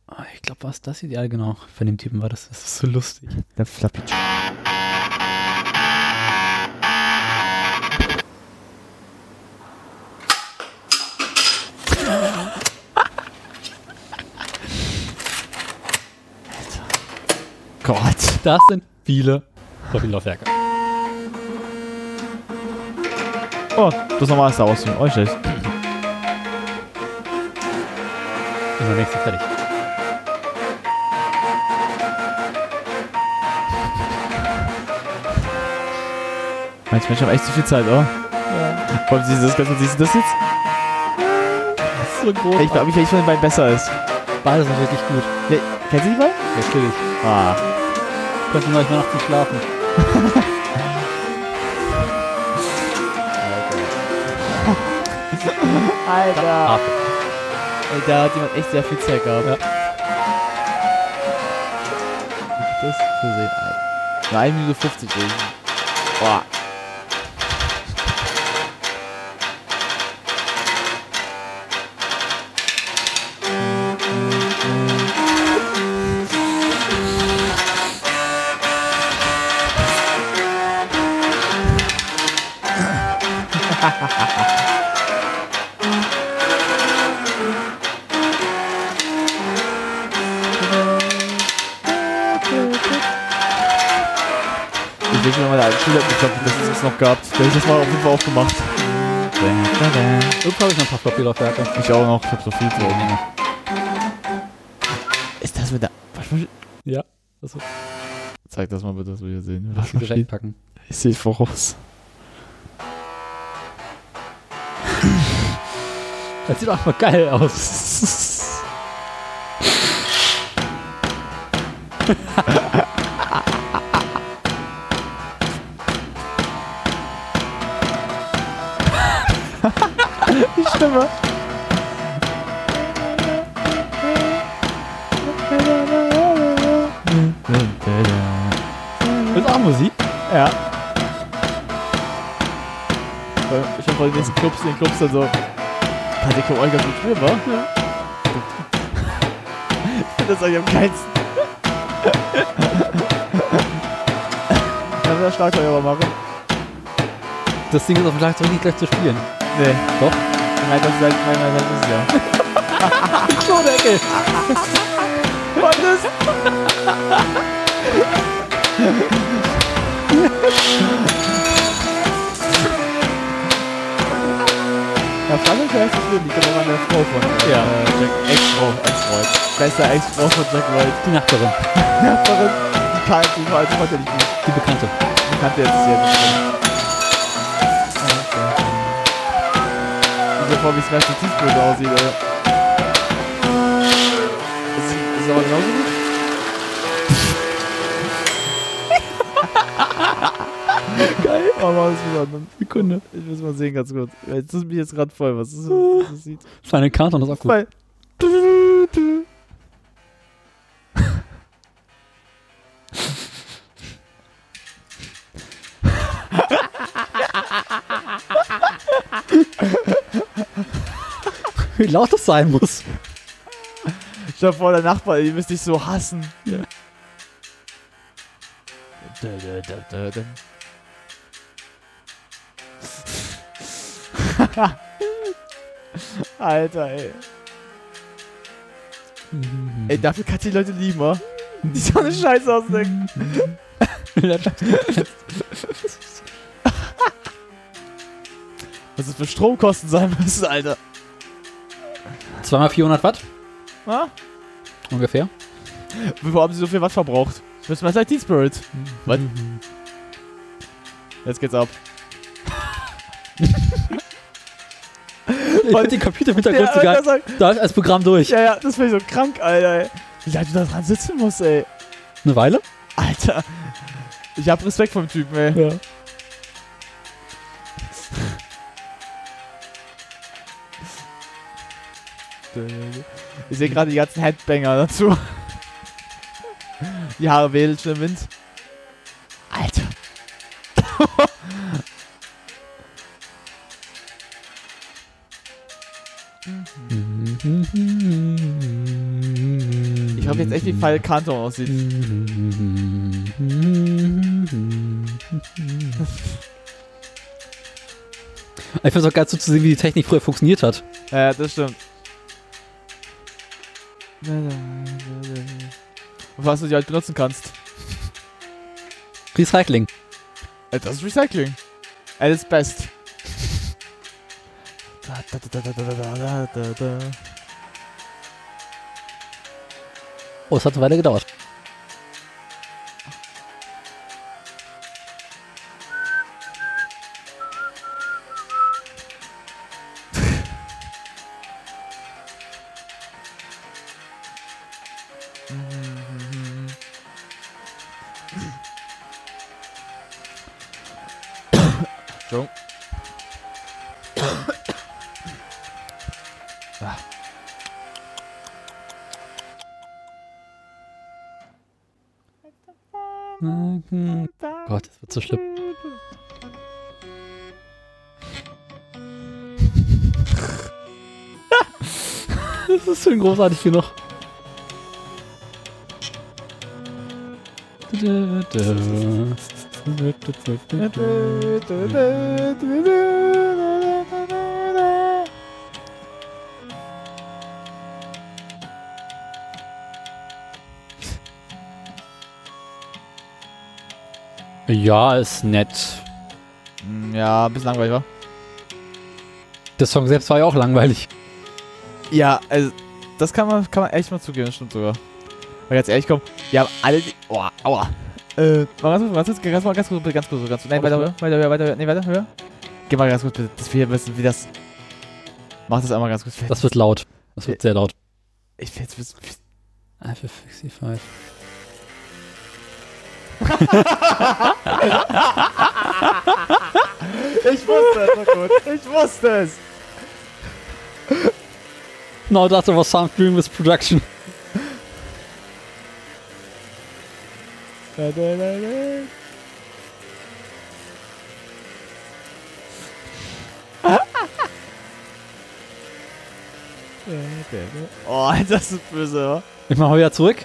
Ah, Ich glaube, war es das ideal genau. Von dem Typen war das. Das ist so lustig.
Der Flappy. Gott.
Das sind viele Profillaufwerke.
Oh, das normale Star Wars Team. Oh, schlecht.
Ist der nächste fertig.
Manche Menschen haben echt zu viel Zeit, oder?
Ja.
Komm, siehst du das, Gott, siehst du das jetzt?
Das ist so groß.
Ich glaube, ich weiß, wenn Wein besser ist.
Beide sind wirklich gut.
Ja, kennst du die Wein?
Natürlich.
Ah.
Konnte nur manchmal nachts nicht schlafen.
Alter. Ey, da hat jemand echt sehr viel Zeit gehabt. Ja. Das für sehen. Eine 1 Minute 50 gewesen. Boah. Ich will schon mal einen Schüler bekommen, das ist es noch gehabt. Da hab ich das mal auf jeden Fall aufgemacht.
Irgendwo habe ich noch ein paar Floppy-Laufwerke.
Ich auch noch, ich hab so viel zu oben.
Ah,
Ist das mit der Waschmaschine?
Ja.
also-
Das ist
Zeig das mal bitte, dass wir hier sehen.
die direkt packen.
Ich sehe voraus.
Das sieht doch einfach geil aus.
Die Stimme.
Ist auch Musik?
Ja. Weil Ich hab vor den nächsten Clubs, den Clubs dann so. Kann der Club Olga gut spielen, wa? Ja. Ich finde das eigentlich am geilsten. Kann der Schlagzeug aber machen?
Das Ding ist auf dem Schlagzeug nicht gleich zu spielen.
Nee.
Doch?
Nein, das ist halt, nein, nein, das ist ja.
Klodeckel!
Was ist? Ja, Frank ist ja erst schlimm, die kommt an der Frau von
Ja.
äh, Jack, Ex-Frau, Ex-Freund. Schwester Ex-Frau von Jack White.
Die Nachbarin,
Die Nachbarin, die kann die war also heute nicht gut.
die Bekannte.
Die kannte jetzt sehr nicht mehr. Ich vor, wie es nach der Tiefbrille aussieht, ey. Ist, ist aber genauso gut? Geil. Oh, war das wieder eine Sekunde. Ich muss mal sehen, ganz kurz. Jetzt ist mich jetzt gerade voll, was
Ah.
ist was das sieht.
Final Countdown ist auch gut.
Weil. Du, du,
Wie laut das sein muss.
du. Stell dir vor, der Nachbar, ihr müsst dich so hassen.
Ja.
Da, da, da, da, da. Alter, ey. Ey, dafür kannst du die Leute lieben, wa? Die so eine Scheiße ausdenken. Was das für Stromkosten sein müssen, Alter.
Zweimal 400 Watt
Ha?
ungefähr.
Wieso haben sie so viel Watt verbraucht? Ich weiß mal, Teen Spirit.
Hm.
Was?
Mhm.
Jetzt geht's ab.
Ich hab den Computer im Hintergrund
Ja,
sogar.
das sagt-
Da ist das Programm durch.
Ja, ja, das finde ich so krank, Alter. Ey. Wie lange du da dran sitzen musst, ey.
Eine Weile?
Alter. Ich hab Respekt vom Typen, ey.
Ja.
Ich sehe gerade die ganzen Headbanger dazu. Die Haare wedeln schon im Wind. Alter. Ich hoffe jetzt echt, wie Fall Kanton aussieht.
Ich finde es auch geil so zu sehen, wie die Technik früher funktioniert hat.
Ja, das stimmt. Und was du die halt benutzen kannst.
Recycling.
Äh, Das ist Recycling. At its best. Da, da, da, da, da, da, da, da, da.
Oh, es hat eine Weile gedauert.
Entschuldigung. Ah.
Ah. Gott, das wird so schlimm. das ist schon großartig genug. Ja, ist nett.
Hm, Ja, ein bisschen langweilig, wa?
Der Song selbst war ja auch langweilig.
Ja, also, das kann man, kann man echt mal zugeben, das stimmt sogar. Weil ganz ehrlich, komm, wir haben alle die. Oh, aua. Äh, mal ganz kurz, ganz kurz, ganz kurz, ganz kurz, bitte, ganz kurz, ganz kurz. Nein, weiter, höher, weiter, höher, weiter, höher, nee, weiter, höher. Geh mal ganz kurz, bitte, dass wir wissen, wie das. Mach das einmal ganz kurz. Äh,
Das wird laut. Das wird sehr laut.
Ich will jetzt wissen. wie-
Alpha 65.
ich wusste es, oh Gott, ich wusste es.
No, that was some dream with production.
Da, da, da, da. Oh, Alter, das ist böse, wa?
Ich mache wieder zurück.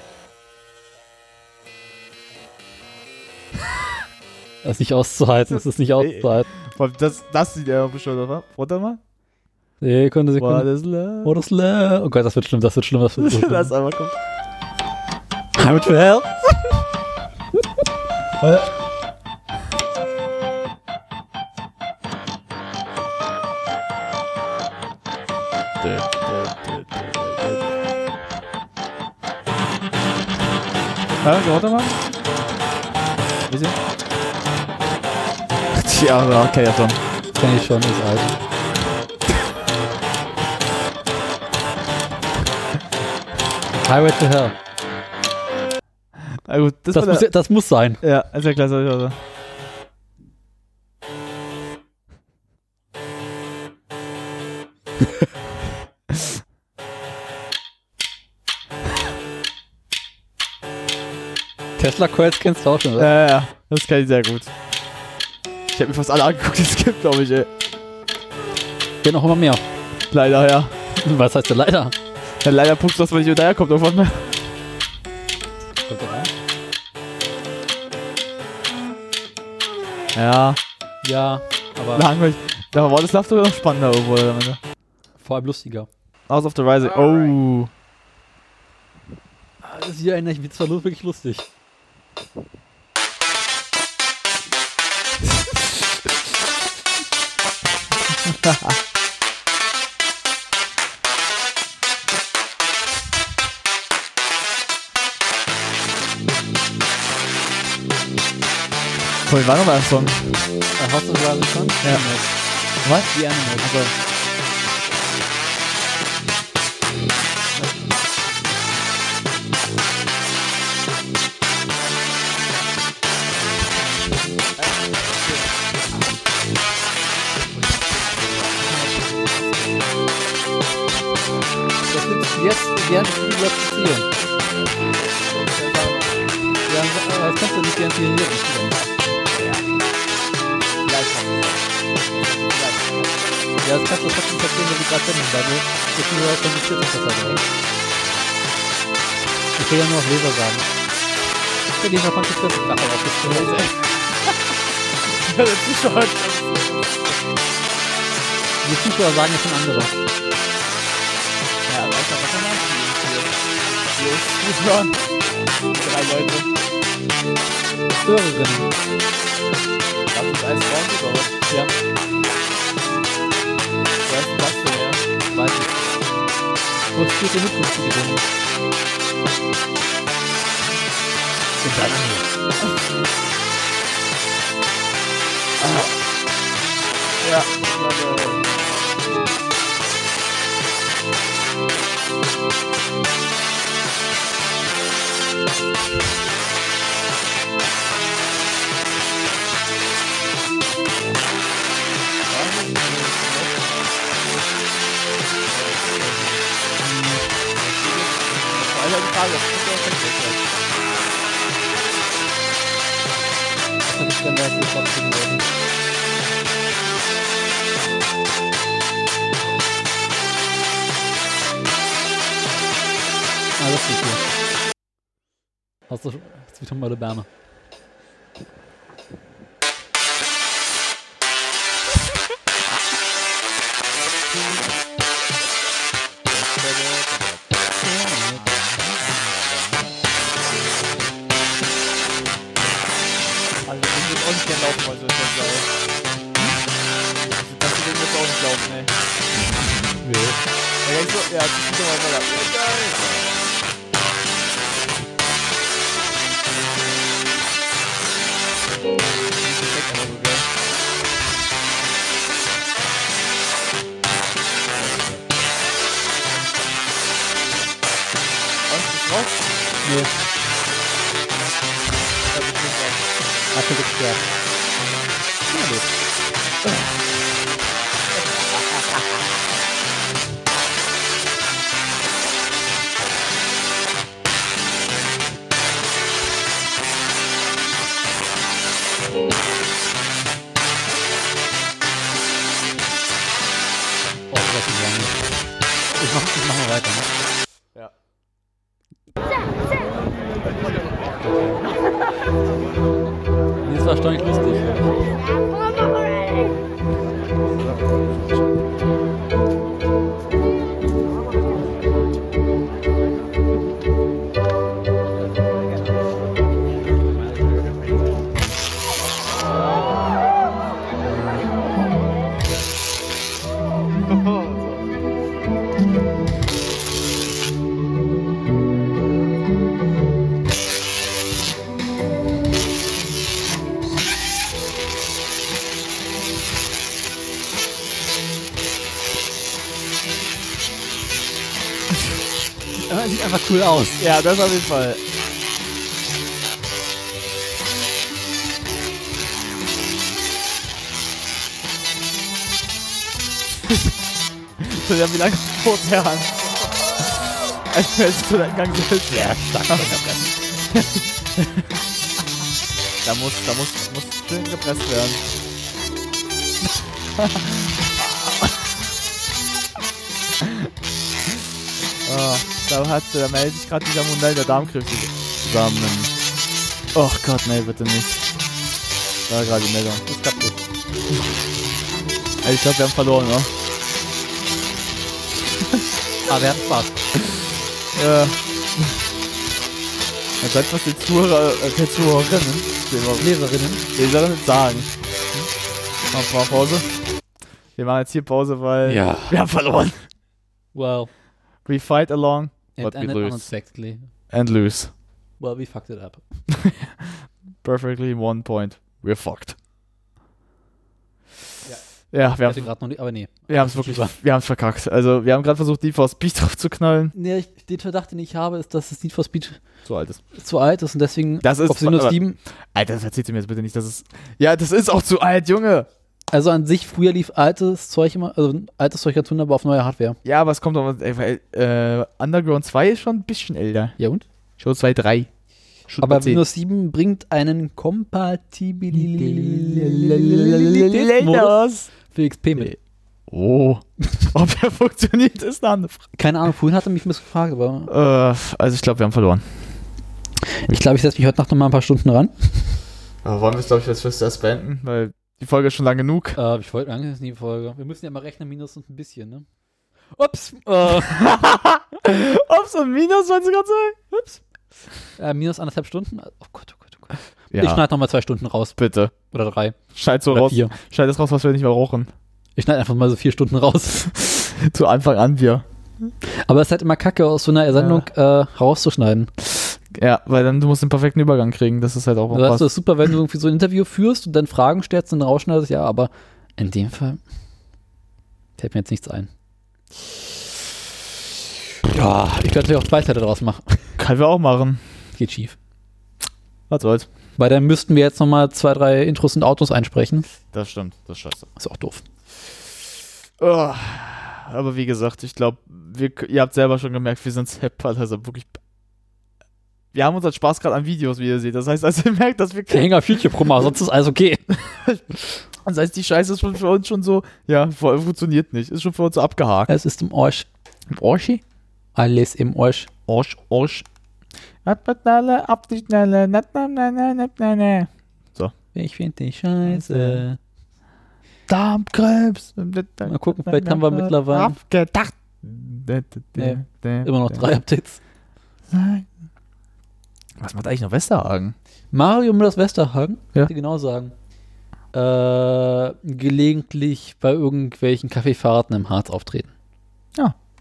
Das ist nicht auszuhalten, das ist nicht auszuhalten.
Vor allem Das, das sieht ja bestimmt, oder? Warte mal.
Sekunde, Sekunde.
What is love?
What is love? Oh Gott, das wird schlimm, das wird schlimm, das wird so schlimm.
Lass einmal kommen.
How to help?
Hä, warte mal. Wir sind. Tja, ja, okay, ja schon.
Kenn ich schon, ist alt. Highway to Hell.
Na gut, das,
Das
war
muss,
der-
ja- das muss sein.
Ja, ist ja klasse. Also.
Tesla Coils kennst du auch schon, oder?
Ja, ja, das kann ich sehr gut. Ich habe mir fast alle angeguckt, die es gibt, glaube ich, ey.
Gehen noch immer mehr.
Leider, ja.
Was heißt denn leider?
Ja, leider puckst du, dass man nicht hinterherkommt irgendwann mehr. Ja.
Ja, aber
Langweilig. Da war das Laughter noch spannender irgendwo. oder?
vor allem lustiger.
House of the Rising. Oh.
Ah, Das hier erinnere ich mich zwar nur wirklich lustig.
Voll war nochmal ein Song.
Hast du gerade schon?
Ja. Was?
Die Animals. gern Spielblock spielen. Ja, aber das kannst du nicht gern spielen hier spielen. Ja, das kannst du trotzdem verstehen, wenn du gerade finden, weil du das nur auf deine Schritte verfolgst. eh Ich will ja nur auf Leber sagen. Ich bin lieber von der Schritte gerade aufgestellt.
Das ist schon
Die Zuschauer sagen es schon andere.
Ja, aber ich hab was anderes hier. Hier ist Drei Leute.
Hörerinnen.
Das ist alles rausgebaut. Ja. Was ist das denn, ja? Weiß ich.
Wo steht der Mitglied zu gewinnen? Sind alle
Ja, ich glaube. Das ist eine Frage. Das ist ja schon
Das hab ich dann mehr viel Spaß geworden. Ah, das ist gut. Hast du hast wieder mal eine Bärme.
Also, wir sind auch nicht gern laufen, also ist das geil. Das Ding wird auch nicht laufen, ey.
Nö.
Ja, ich so, ja, das ist doch mal voll ab. Ja, geil.
Nö. Hast du gestört.
uh,
Na gut. Oh, das ist lange. Ich mach, ich mach mal weiter, ne? Nee, das war erstaunlich lustig. Aber sieht einfach cool aus.
Ja, das auf jeden Fall. so, ja, wie lange vorher an?
Also,
Als wäre es zu deinem Gang selbst. Ja, stark. da muss, da muss, muss schön gepresst werden. Ah, da hat, da meldet sich gerade dieser Mundal der Darmkrebs zusammen. Och Gott, nee, bitte nicht. Da war gerade die Meldung. Ist kaputt. Ich glaube, wir haben verloren, ne?
Aber wir hatten Spaß.
Ja. Dann sollte was den Zuhörer, äh, den Zuhörerinnen, den-
Leserinnen.
Leserinnen sagen. Machen wir mal Pause. Wir machen jetzt hier Pause, weil
Ja.
wir haben verloren.
Wow.
We fight along,
It
but we
ended
lose.
unexpectedly.
And lose.
Well, we fucked it up.
Perfectly one point. We're fucked.
Ja,
Ja, wir
Hatte
haben
grad noch nicht, aber nee.
wir haben es wirklich, wir haben es verkackt. Also wir haben gerade versucht, Need for Speed drauf zu knallen.
Nee, ich, den Verdacht, den ich habe, ist, dass das Need for Speed
Zu alt ist.
zu alt ist und deswegen
Das ist
auf Windows
aber-
7.
Alter, das erzählst du mir jetzt bitte nicht, dass es. Ja, das ist auch zu alt, Junge.
Also an sich, früher lief altes Zeug immer, also altes Zeug ganz wunderbar auf neue Hardware.
Ja, aber es kommt aber. Ey, weil, äh, Underground 2 ist schon ein bisschen älter.
Ja und?
Schon 2, 3. Schon
Aber
mal zehn.
Windows 7 bringt einen Kompatibilitätsmodus
Modus.
für XP mit.
Oh. Ob er funktioniert, ist eine andere Frage.
Keine Ahnung, vorhin hat er mich missgefragt, aber
Äh, also ich glaube, wir haben verloren.
ich glaube, ich setze mich heute Nacht noch mal ein paar Stunden ran.
Aber wollen wir es, glaube ich, als First erst beenden, weil die Folge ist schon lang genug.
Äh, ich wollte eigentlich nie Folge. Wir müssen ja mal rechnen, minus und ein bisschen, ne? Ups. Äh,
Ups und Minus, wolltest du gerade sagen?
Ups. äh, minus anderthalb Stunden. Oh Gott, oh Gott, oh Gott.
Ja.
Ich schneide noch mal zwei Stunden raus.
Bitte.
Oder drei.
Schneid so
Oder
raus.
vier.
Schneid das raus, was wir nicht mehr rauchen.
Ich schneide einfach mal so vier Stunden raus.
Zu Anfang an wir.
Aber es ist halt immer kacke, aus so einer Sendung äh, rauszuschneiden.
Ja, weil dann du musst den perfekten Übergang kriegen. Das ist halt auch
Also weißt du,
was.
das ist super, wenn du irgendwie so ein Interview führst und dann Fragen stellst und dann rausschneidest, ja, aber in dem Fall fällt mir jetzt nichts ein. Ja, ich werde natürlich auch zwei Teile daraus machen.
Können wir auch machen.
Geht schief.
Was soll's.
Weil dann müssten wir jetzt nochmal zwei, drei Intros und Autos einsprechen.
Das stimmt, das ist scheiße.
Ist auch doof.
Oh, aber wie gesagt, ich glaube, ihr habt selber schon gemerkt, wir sind Seppert, also wirklich. Wir haben unseren Spaß gerade an Videos, wie ihr seht. Das heißt, also ihr merkt, dass wir.
Der Hänger Future Pro mal, sonst ist alles okay.
Das heißt, die Scheiße ist schon für uns schon so, ja, fu- funktioniert nicht. Ist schon für uns so abgehakt.
Es ist im Arsch.
Im Orschi?
Alles im Arsch.
Arsch, Arsch.
ab die Schnelle. Na, na, na, na, na, na, na.
So.
Ich finde dich scheiße.
Darmkrebs.
Mal gucken, vielleicht haben wir mittlerweile-
Abgedacht.
Nee, immer noch drei Updates.
Was macht eigentlich noch Westerhagen?
Mario Müllers Westerhagen,
Ja.
ja. genau sagen. Äh, gelegentlich bei irgendwelchen Kaffeefahrten im Harz auftreten.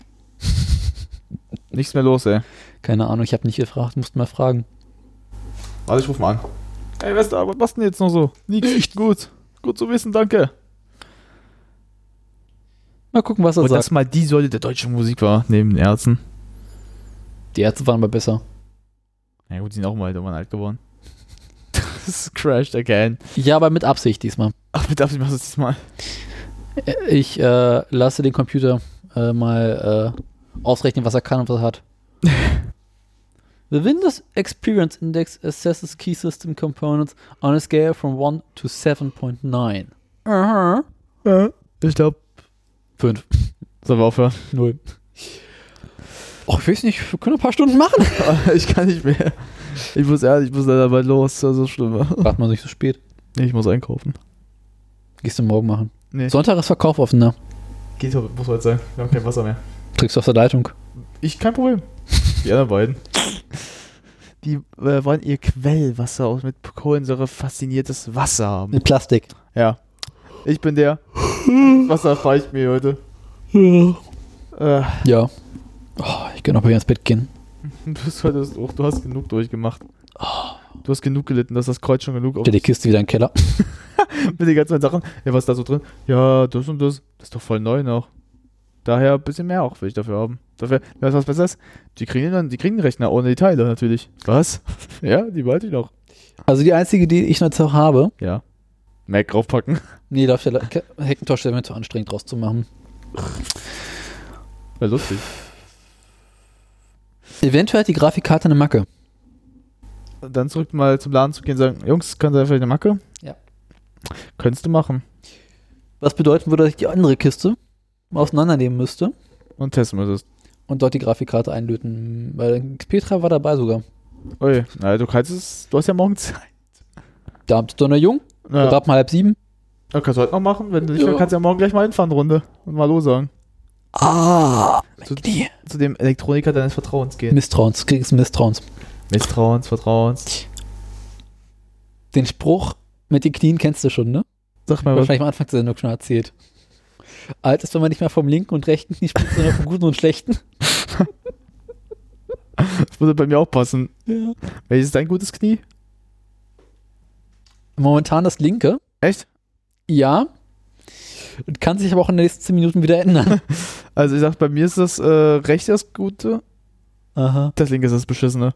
Nichts mehr los, ey.
Keine Ahnung, ich habe nicht gefragt, musst mal fragen.
Warte, Also, ich ruf mal an. Ey, Westerhagen, was machst du denn jetzt noch so? Nichts. Gut. Gut zu wissen, danke.
Mal gucken, was er
Und
sagt.
das mal die Säule der deutschen Musik war, neben den Ärzten.
Die Ärzte waren aber besser.
Ja gut, die sind auch mal irgendwann alt geworden. Das ist crashed again.
Ja, aber mit Absicht diesmal.
Ach, bitte, ich mach's das diesmal.
Ä- Ich äh, lasse den Computer äh, mal äh, ausrechnen, was er kann und was er hat. The Windows Experience Index assesses key system components on a scale from 1 to 7.9. Aha.
Ja, ich glaube.
5.
Sollen wir aufhören?
Null. Oh, ich weiß nicht, wir können ein paar Stunden machen.
Ah, ich kann nicht mehr. Ich muss ehrlich, ich muss leider bald los. Das ist schlimm.
Warte mal nicht so spät.
Nee, ich muss einkaufen.
Gehst du morgen machen.
Nee.
Sonntag ist Verkauf offener.
Geht, muss heute sein. Wir haben kein Wasser mehr.
Trinkst du aus der Leitung.
Ich, kein Problem. Die anderen beiden. Die äh, wollen ihr Quellwasser aus mit Kohlensäure fasziniertes Wasser haben.
Mit Plastik.
Ja. Ich bin der. Wasser reicht mir heute. Äh,
Ja. Oh, ich kann auch bei ihr ins Bett gehen.
Du, bist heute auch, du hast genug durchgemacht. Du hast genug gelitten, dass das Kreuz schon genug auf
Stell die Kiste wieder in den Keller.
mit den ganzen Sachen. Ja, was ist da so drin? Ja, das und das. Das ist doch voll neu noch. Daher ein bisschen mehr auch will ich dafür haben. Dafür, weißt du was Besseres? Die kriegen dann, die kriegen den Rechner ohne die Teile natürlich. Was? ja, die wollte ich noch.
Also die einzige, die ich noch habe.
Ja. Mac draufpacken.
Nee, darf der Le- Ke- Hackintosh wäre mir zu anstrengend draus zu machen.
Wäre lustig.
Eventuell hat die Grafikkarte eine Macke.
Und Dann zurück mal zum Laden zu gehen und sagen, Jungs, könnt ihr vielleicht eine Macke?
Ja.
Könntest du machen.
Was bedeuten würde, dass ich die andere Kiste mal auseinandernehmen müsste
Und testen müsstest.
und dort die Grafikkarte einlöten. Weil Petra war dabei sogar.
Ui, na, du kannst es, du hast ja morgen Zeit.
Da habt ihr doch noch jung.
Ja.
Da habt ihr halb sieben.
Ja, kannst du heute noch machen. Wenn du nicht,
Ja.
dann kannst du ja morgen gleich mal hinfahren, Runde. Und mal Hallo sagen.
Ah,
Zu, zu dem Elektroniker deines Vertrauens gehen.
Misstrauens, Krieg des Misstrauens.
Misstrauens, Vertrauens.
Den Spruch mit den Knien kennst du schon, ne?
Sag mal was.
Wahrscheinlich am Anfang der Sendung schon erzählt. Alt ist, wenn man nicht mehr vom linken und rechten Knie spricht, sondern vom guten und schlechten.
Das würde bei mir auch passen.
Ja.
Welches ist dein gutes Knie?
Momentan das linke.
Echt?
Ja. Und kann sich aber auch in den nächsten 10 Minuten wieder ändern.
Also ich sag, bei mir ist das äh, rechte das Gute,
Aha.
das linke ist das Beschissene.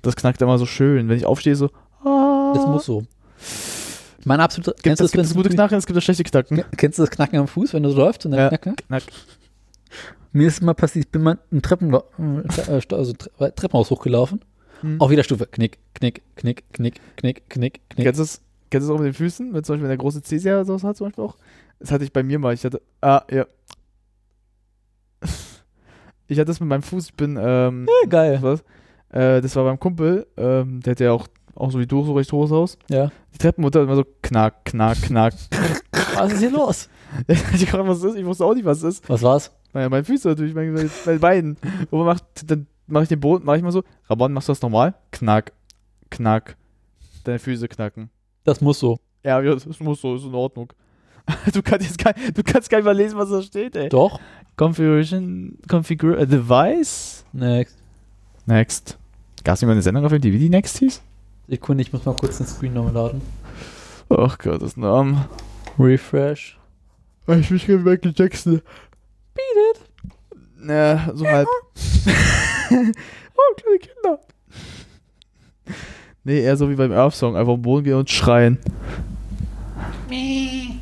Das knackt immer so schön. Wenn ich aufstehe, so,
Das muss so. Mein absoluter. Kennst du das,
gibt es
wenn-
gute Knacken, es gibt das schlechte Knacken.
Kennst du das Knacken am Fuß, wenn du so läufst und dann knack,
knack?
Mir ist mal passiert, ich bin mal ein Treppen, äh, St- also Tre- Treppenhaus hochgelaufen.
Hm.
Auf jeder Stufe. Knick, knick, knick, knick, knick, knick, knick.
Kennst du es kennst du es auch mit den Füßen? Wenn zum Beispiel der große Cäsier oder sowas hat, zum Beispiel auch. Das hatte ich bei mir mal. Ich hatte. Ah, ja. Ich hatte das mit meinem Fuß. Ich bin. Ähm,
geil.
Was? Äh, das war beim Kumpel. Ähm, der hat ja auch, auch so wie du so recht hohes Haus.
Ja.
Die Treppenmutter hat immer so knack, knack, knack.
Was ist hier los?
ich frage, was ist? Ich wusste auch nicht, was es ist.
Was war's?
Naja, meine Füße natürlich, meine, meine- meine Beinen. Und man macht, dann mache ich den Boden, mache ich mal so. Ramon, machst du das normal? Knack, knack. Deine Füße knacken.
Das muss so.
Ja, ja, das muss so, ist in Ordnung. Du kannst jetzt gar, du kannst gar nicht mal lesen, was da steht, ey.
Doch.
Configuration, Configure, äh, Device.
Next.
Next. Gab es nicht mal eine Sendung auf MTV, die Next hieß?
Sekunde, ich muss mal kurz den Screen nochmal laden.
Ach Gott, das Name.
Refresh.
Ich bin schon Michael Jackson.
Beat it.
Na, so halb.
Oh, kleine Kinder.
Nee, eher so wie beim Earth Song, einfach am Boden gehen und schreien.
Weißt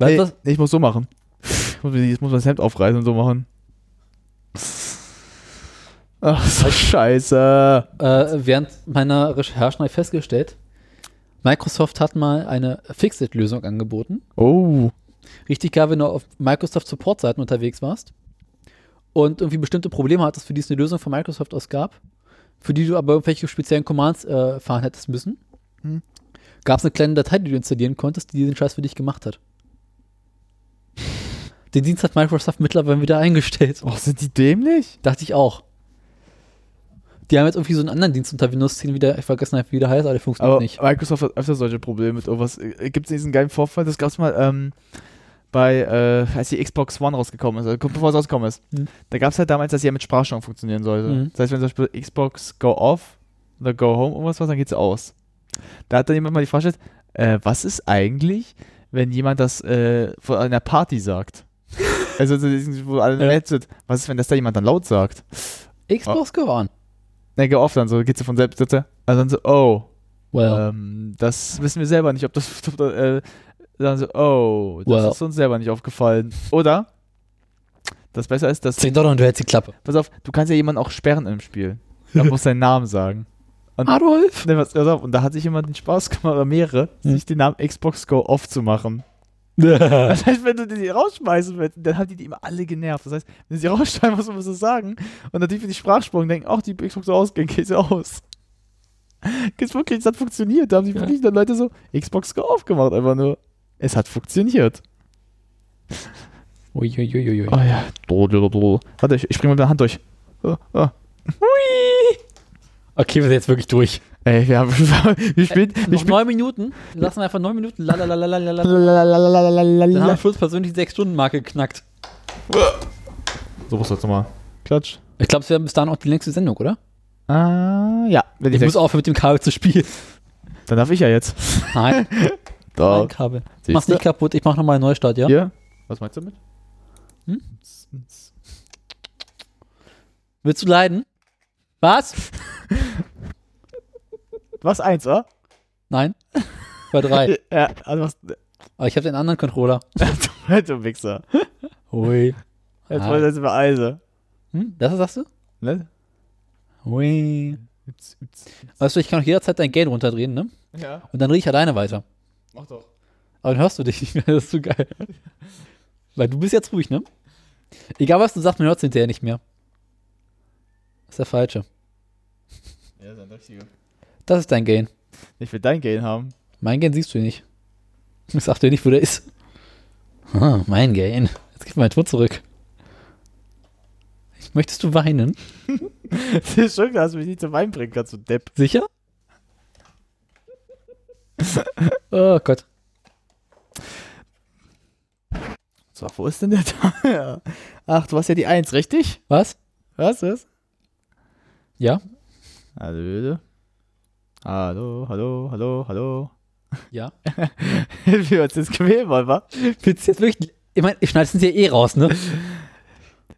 Nee,
du was?
nee, ich muss so machen. Ich muss, mir die- ich muss mir das Hemd aufreißen und so machen. Ach, so scheiße.
Halt. Äh, während meiner Recherchen habe ich festgestellt, Microsoft hat mal eine Fixed-Lösung angeboten.
Oh.
Richtig geil, wenn du auf Microsoft Support-Seiten unterwegs warst und irgendwie bestimmte Probleme hattest, für die es eine Lösung von Microsoft aus gab, für die du aber irgendwelche speziellen Commands äh, fahren hättest müssen,
Hm.
gab es eine kleine Datei, die du installieren konntest, die den Scheiß für dich gemacht hat. Den Dienst hat Microsoft mittlerweile wieder eingestellt.
Oh, sind die dämlich?
Dachte ich auch. Die haben jetzt irgendwie so einen anderen Dienst unter Windows 10 wieder, ich vergessen habe, wie der heißt, aber der funktioniert
Aber
nicht.
Microsoft hat öfter solche Probleme mit irgendwas. Gibt es diesen geilen Vorfall? Das gab es mal ähm, bei, äh, als die Xbox One rausgekommen ist, also kurz bevor es rausgekommen ist.
Mhm.
Da gab es halt damals, dass sie ja mit Sprachsteuerung funktionieren sollte.
Mhm.
Das heißt, wenn zum Beispiel Xbox Go Off oder Go Home irgendwas war, dann geht's aus. Da hat dann jemand mal die Frage gestellt, äh, was ist eigentlich, wenn jemand das äh, vor einer Party sagt? also, so diesen- wo alle nett sind. Was ist, wenn das da jemand dann laut sagt?
Xbox Go On.
Ne, geh off dann so, geht's ja von selbst. Also dann so, oh.
Well.
Ähm, das wissen wir selber nicht, ob das. Ob das äh, dann so, oh, das
Well.
ist uns selber nicht aufgefallen. Oder? Das besser ist, dass.
10 Dollar und du hältst die Klappe.
Pass auf, du kannst ja jemanden auch sperren im Spiel. Da musst du seinen Namen sagen. Und,
Adolf? Hm.
Ne, was, pass auf, und da hat sich jemand den Spaß gemacht, oder mehrere, sich den Namen Xbox Go off zu machen. Also, Das heißt, wenn du die rausschmeißen willst, dann haben die die immer alle genervt. Das heißt, wenn sie rausschreiben, was musst du sagen? Und natürlich für die Sprachsprung denken, ach, die Xbox aus, dann geht sie aus. Das, wirklich, das hat funktioniert. Da haben die wirklich dann Leute so Xbox Go aufgemacht, einfach nur. Es hat funktioniert.
Uiuiuiui.
Oh ja. Warte, ich, ich springe mit der Hand durch. Oh, oh.
Okay, wir sind jetzt wirklich durch.
Ey, wir haben wie spät,
Äh,
wie
noch
spät,
neun Minuten. Wir lassen einfach neun Minuten. Lalalalalala. Dann haben wir
Lalalala.
schlusspersönlich die 6-Stunden-Marke geknackt.
So muss das nochmal. Klatsch.
Ich glaube, es wäre bis dahin auch die längste Sendung, oder?
Ah, ja. Wenn die
Ich muss
sechs-
aufhören, mit dem Kabel zu spielen.
Dann darf ich ja jetzt.
Nein.
Doch.
Mein Kabel.
Siehste?
Mach's nicht kaputt, ich mach nochmal einen Neustart, ja?
Hier? Was meinst du damit?
Willst du leiden? Was?
Was eins, oder?
Nein. Bei drei.
ja, also was.
Aber ich habe den anderen Controller.
du, du Wichser.
Hui.
Jetzt
Ah.
wollen wir jetzt über Eise.
Hm? Das sagst du?
Ne?
Hui. Weißt du, ich kann auch jederzeit dein Gain runterdrehen, ne?
Ja.
Und dann riech ich alleine weiter.
Mach doch.
Aber dann hörst du dich nicht mehr, das ist so geil. Weil du bist jetzt ruhig, ne? Egal was du sagst, man hört es hinterher nicht mehr. Das ist der falsche.
Ja, dann richtige.
Das ist dein Gain.
Ich will dein Gain haben.
Mein Gain siehst du nicht. Ich sag dir nicht, wo der ist. Ah, mein Gain. Jetzt gib meinen Ton zurück. Möchtest du weinen?
das ist schon klar, dass du mich nicht zum Wein bringen kannst, du Depp.
Sicher? oh Gott.
So, wo ist denn der da? Ja. Ach, du hast ja die Eins, richtig?
Was?
Was, was?
Ja?
Hallo, Also, hallo, hallo, hallo, hallo.
Ja?
Wie wir uns jetzt quälen wollen, wa?
Willst du jetzt wirklich. Ich meine, ich schneide es ja eh raus, ne?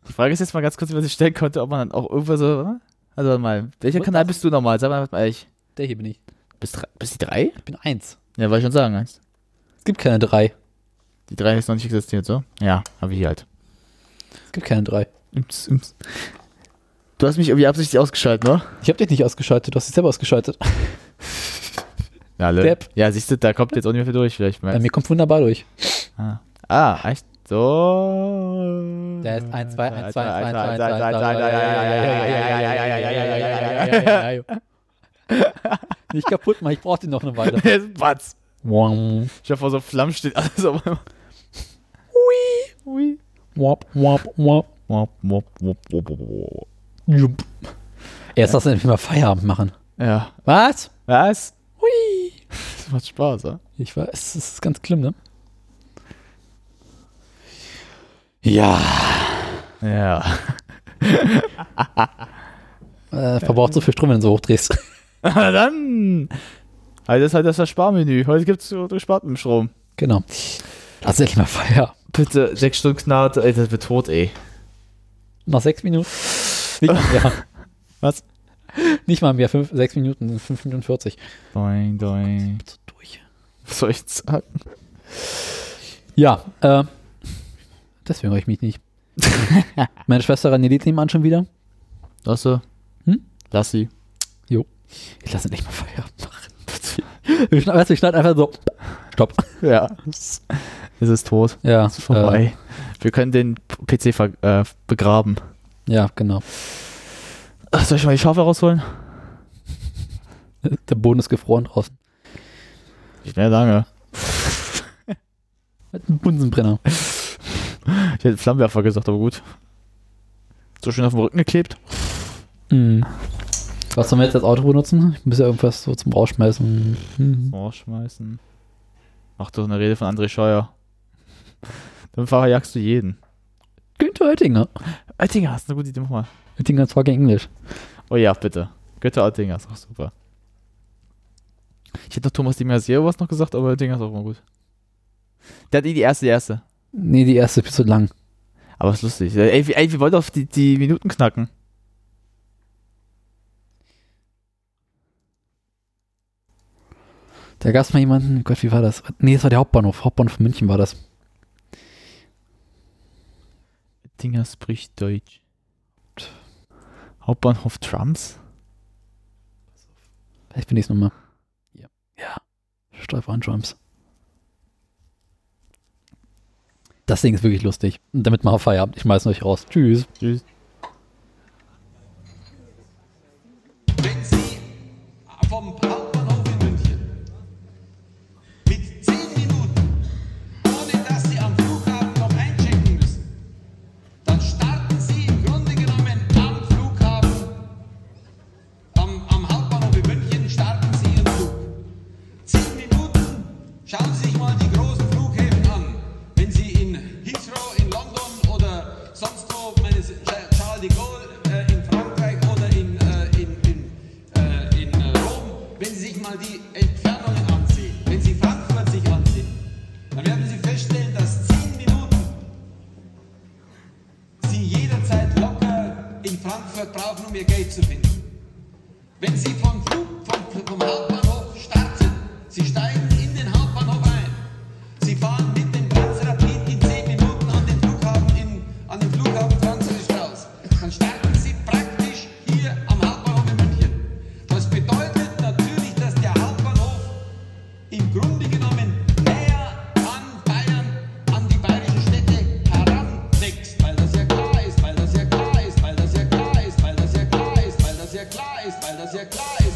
Die Frage ist jetzt mal ganz kurz, was ich stellen konnte, ob man dann auch irgendwas so. Also warte mal, welcher Kanal bist du nochmal? Sag mal, was mal ich.
Der hier bin ich.
Bist, drei- bist die drei?
Ich bin eins.
Ja, wollte ich schon sagen, eins.
Es gibt keine drei.
Die drei ist noch nicht existiert, so? Ja, habe ich hier halt.
Es gibt keine drei.
Imps, imps. Du hast mich irgendwie absichtlich ausgeschaltet, ne?
Ich habe dich nicht ausgeschaltet, du hast dich selber ausgeschaltet.
Ja, Leute.
Depp.
Ja, siehst du, da kommt jetzt auch nicht mehr viel durch, vielleicht
Bei
mal.
mir kommt wunderbar durch.
Ah. ah, echt? So.
Da ist 1, 2, 1, 2, 1, 2, 1, 2, 1, 2, 1, 2, 1, 2, Nicht kaputt machen, ich brauche den noch eine Weile.
Der ist ein Batz.
Wong.
Ich hab vor so Flammen steht alles auf einmal. Ui.
Wop, wop, wop.
Wop, wop, wop, wop, wop, wop.
Jupp. Erst lass endlich mal Feierabend machen.
Ja.
Was?
Was?
Hui.
Das macht Spaß, oder?
Ich weiß, es ist ganz schlimm, ne? Ja.
Ja.
Äh, verbraucht so viel Strom, wenn du so hochdrehst.
Na dann. Also das ist halt das Sparmenü. Heute gibt's so gespart mit dem Strom.
Genau. Lass endlich mal Feier.
Bitte, sechs Stunden Gnade, ey, das wird tot, ey.
Noch sechs Minuten. Nicht mal, ja.
Was?
Nicht mal mehr, fünf, sechs Minuten, fünf Minuten 40.
Doin, doin. So durch. Was soll ich jetzt sagen?
Ja, äh, deswegen höre ich mich nicht. Meine Schwester ran ihr Lied nebenan schon wieder.
Lass sie.
Hm?
Lass sie.
Jo. Ich lasse nicht mal Feierabend machen. Wir schneiden, weißt du, ich schneide einfach so. Stopp.
Ja. Es ist tot.
Ja. äh.
Es ist vorbei. Wir können den PC ver äh, begraben.
Ja, genau.
Ach, Soll ich mal die Schafe rausholen?
Der Boden ist gefroren draußen.
Schnell lange.
Mit einem Bunsenbrenner.
Ich hätte Flammenwerfer gesagt, aber gut. So schön auf dem Rücken geklebt.
Hm. Was sollen wir jetzt als Auto benutzen? Ich muss ja irgendwas so zum Rausschmeißen. Hm.
Rausschmeißen. Ach, du eine Rede von André Scheuer. Dann verjagst du jeden.
Günther Oettinger.
Oettinger, hast du eine gute Idee, mach mal.
Oettinger Talking English.
Oh ja, bitte. Götter Oettinger ist auch super. Ich hätte noch Thomas de Maizière was noch gesagt, aber Oettinger ist auch immer gut. Der hat eh die erste, die erste.
Nee, die erste ist viel zu lang.
Aber ist lustig. Ey, wir- ey wir wollten auf die, die Minuten knacken.
Da gab es mal jemanden, Gott, wie war das? Nee, das war der Hauptbahnhof. Hauptbahnhof von München war das.
Oettinger spricht Deutsch. Hauptbahnhof Trumps?
Vielleicht bin ich es nochmal. Ja. Ja. Steif an Drums. Das Ding ist wirklich lustig. Und damit machen wir Feierabend. Ich schmeiß euch raus. Tschüss.
Tschüss.
Wenn Sie vom Hauptbahnhof in München mit 10 Minuten, ohne dass Sie am Flughafen noch einchecken müssen, dann starten Sie im Grunde genommen am Flughafen, am, am Hauptbahnhof in München starten Sie Ihren Flug. 10 Minuten, schauen Sie sich mal die großen Flughäfen an. Wenn Sie in Heathrow in London oder sonst wo, meine Charles de Gaulle äh, in Frankreich oder in, äh, in, in äh, in äh, Rom, wenn Sie sich mal die Entfernungen ansehen, wenn Sie Frankfurt sich ansehen, dann werden Sie feststellen, dass 10 Minuten Sie jederzeit locker in Frankfurt brauchen, um Ihr Geld zu finden. Wenn Sie vom Flug, vom, vom Hauptbahnhof starten, Sie steigen in den Hauptbahnhof ein, Sie fahren mit dem Transrapid in 10 Minuten an den Flughafen, in, an den Flughafen Franz Josef Strauß, dann starten Sie praktisch hier am Hauptbahnhof in München. Das bedeutet natürlich, dass der Hauptbahnhof im Grunde genommen näher an Bayern, an die bayerischen Städte heranwächst, weil das ja klar ist, weil das ja klar ist, weil das ja klar ist, weil das ja klar ist, weil das ja klar ist, weil das ja klar ist, weil das ja klar ist.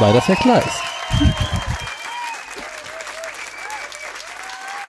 bei der Vergleich.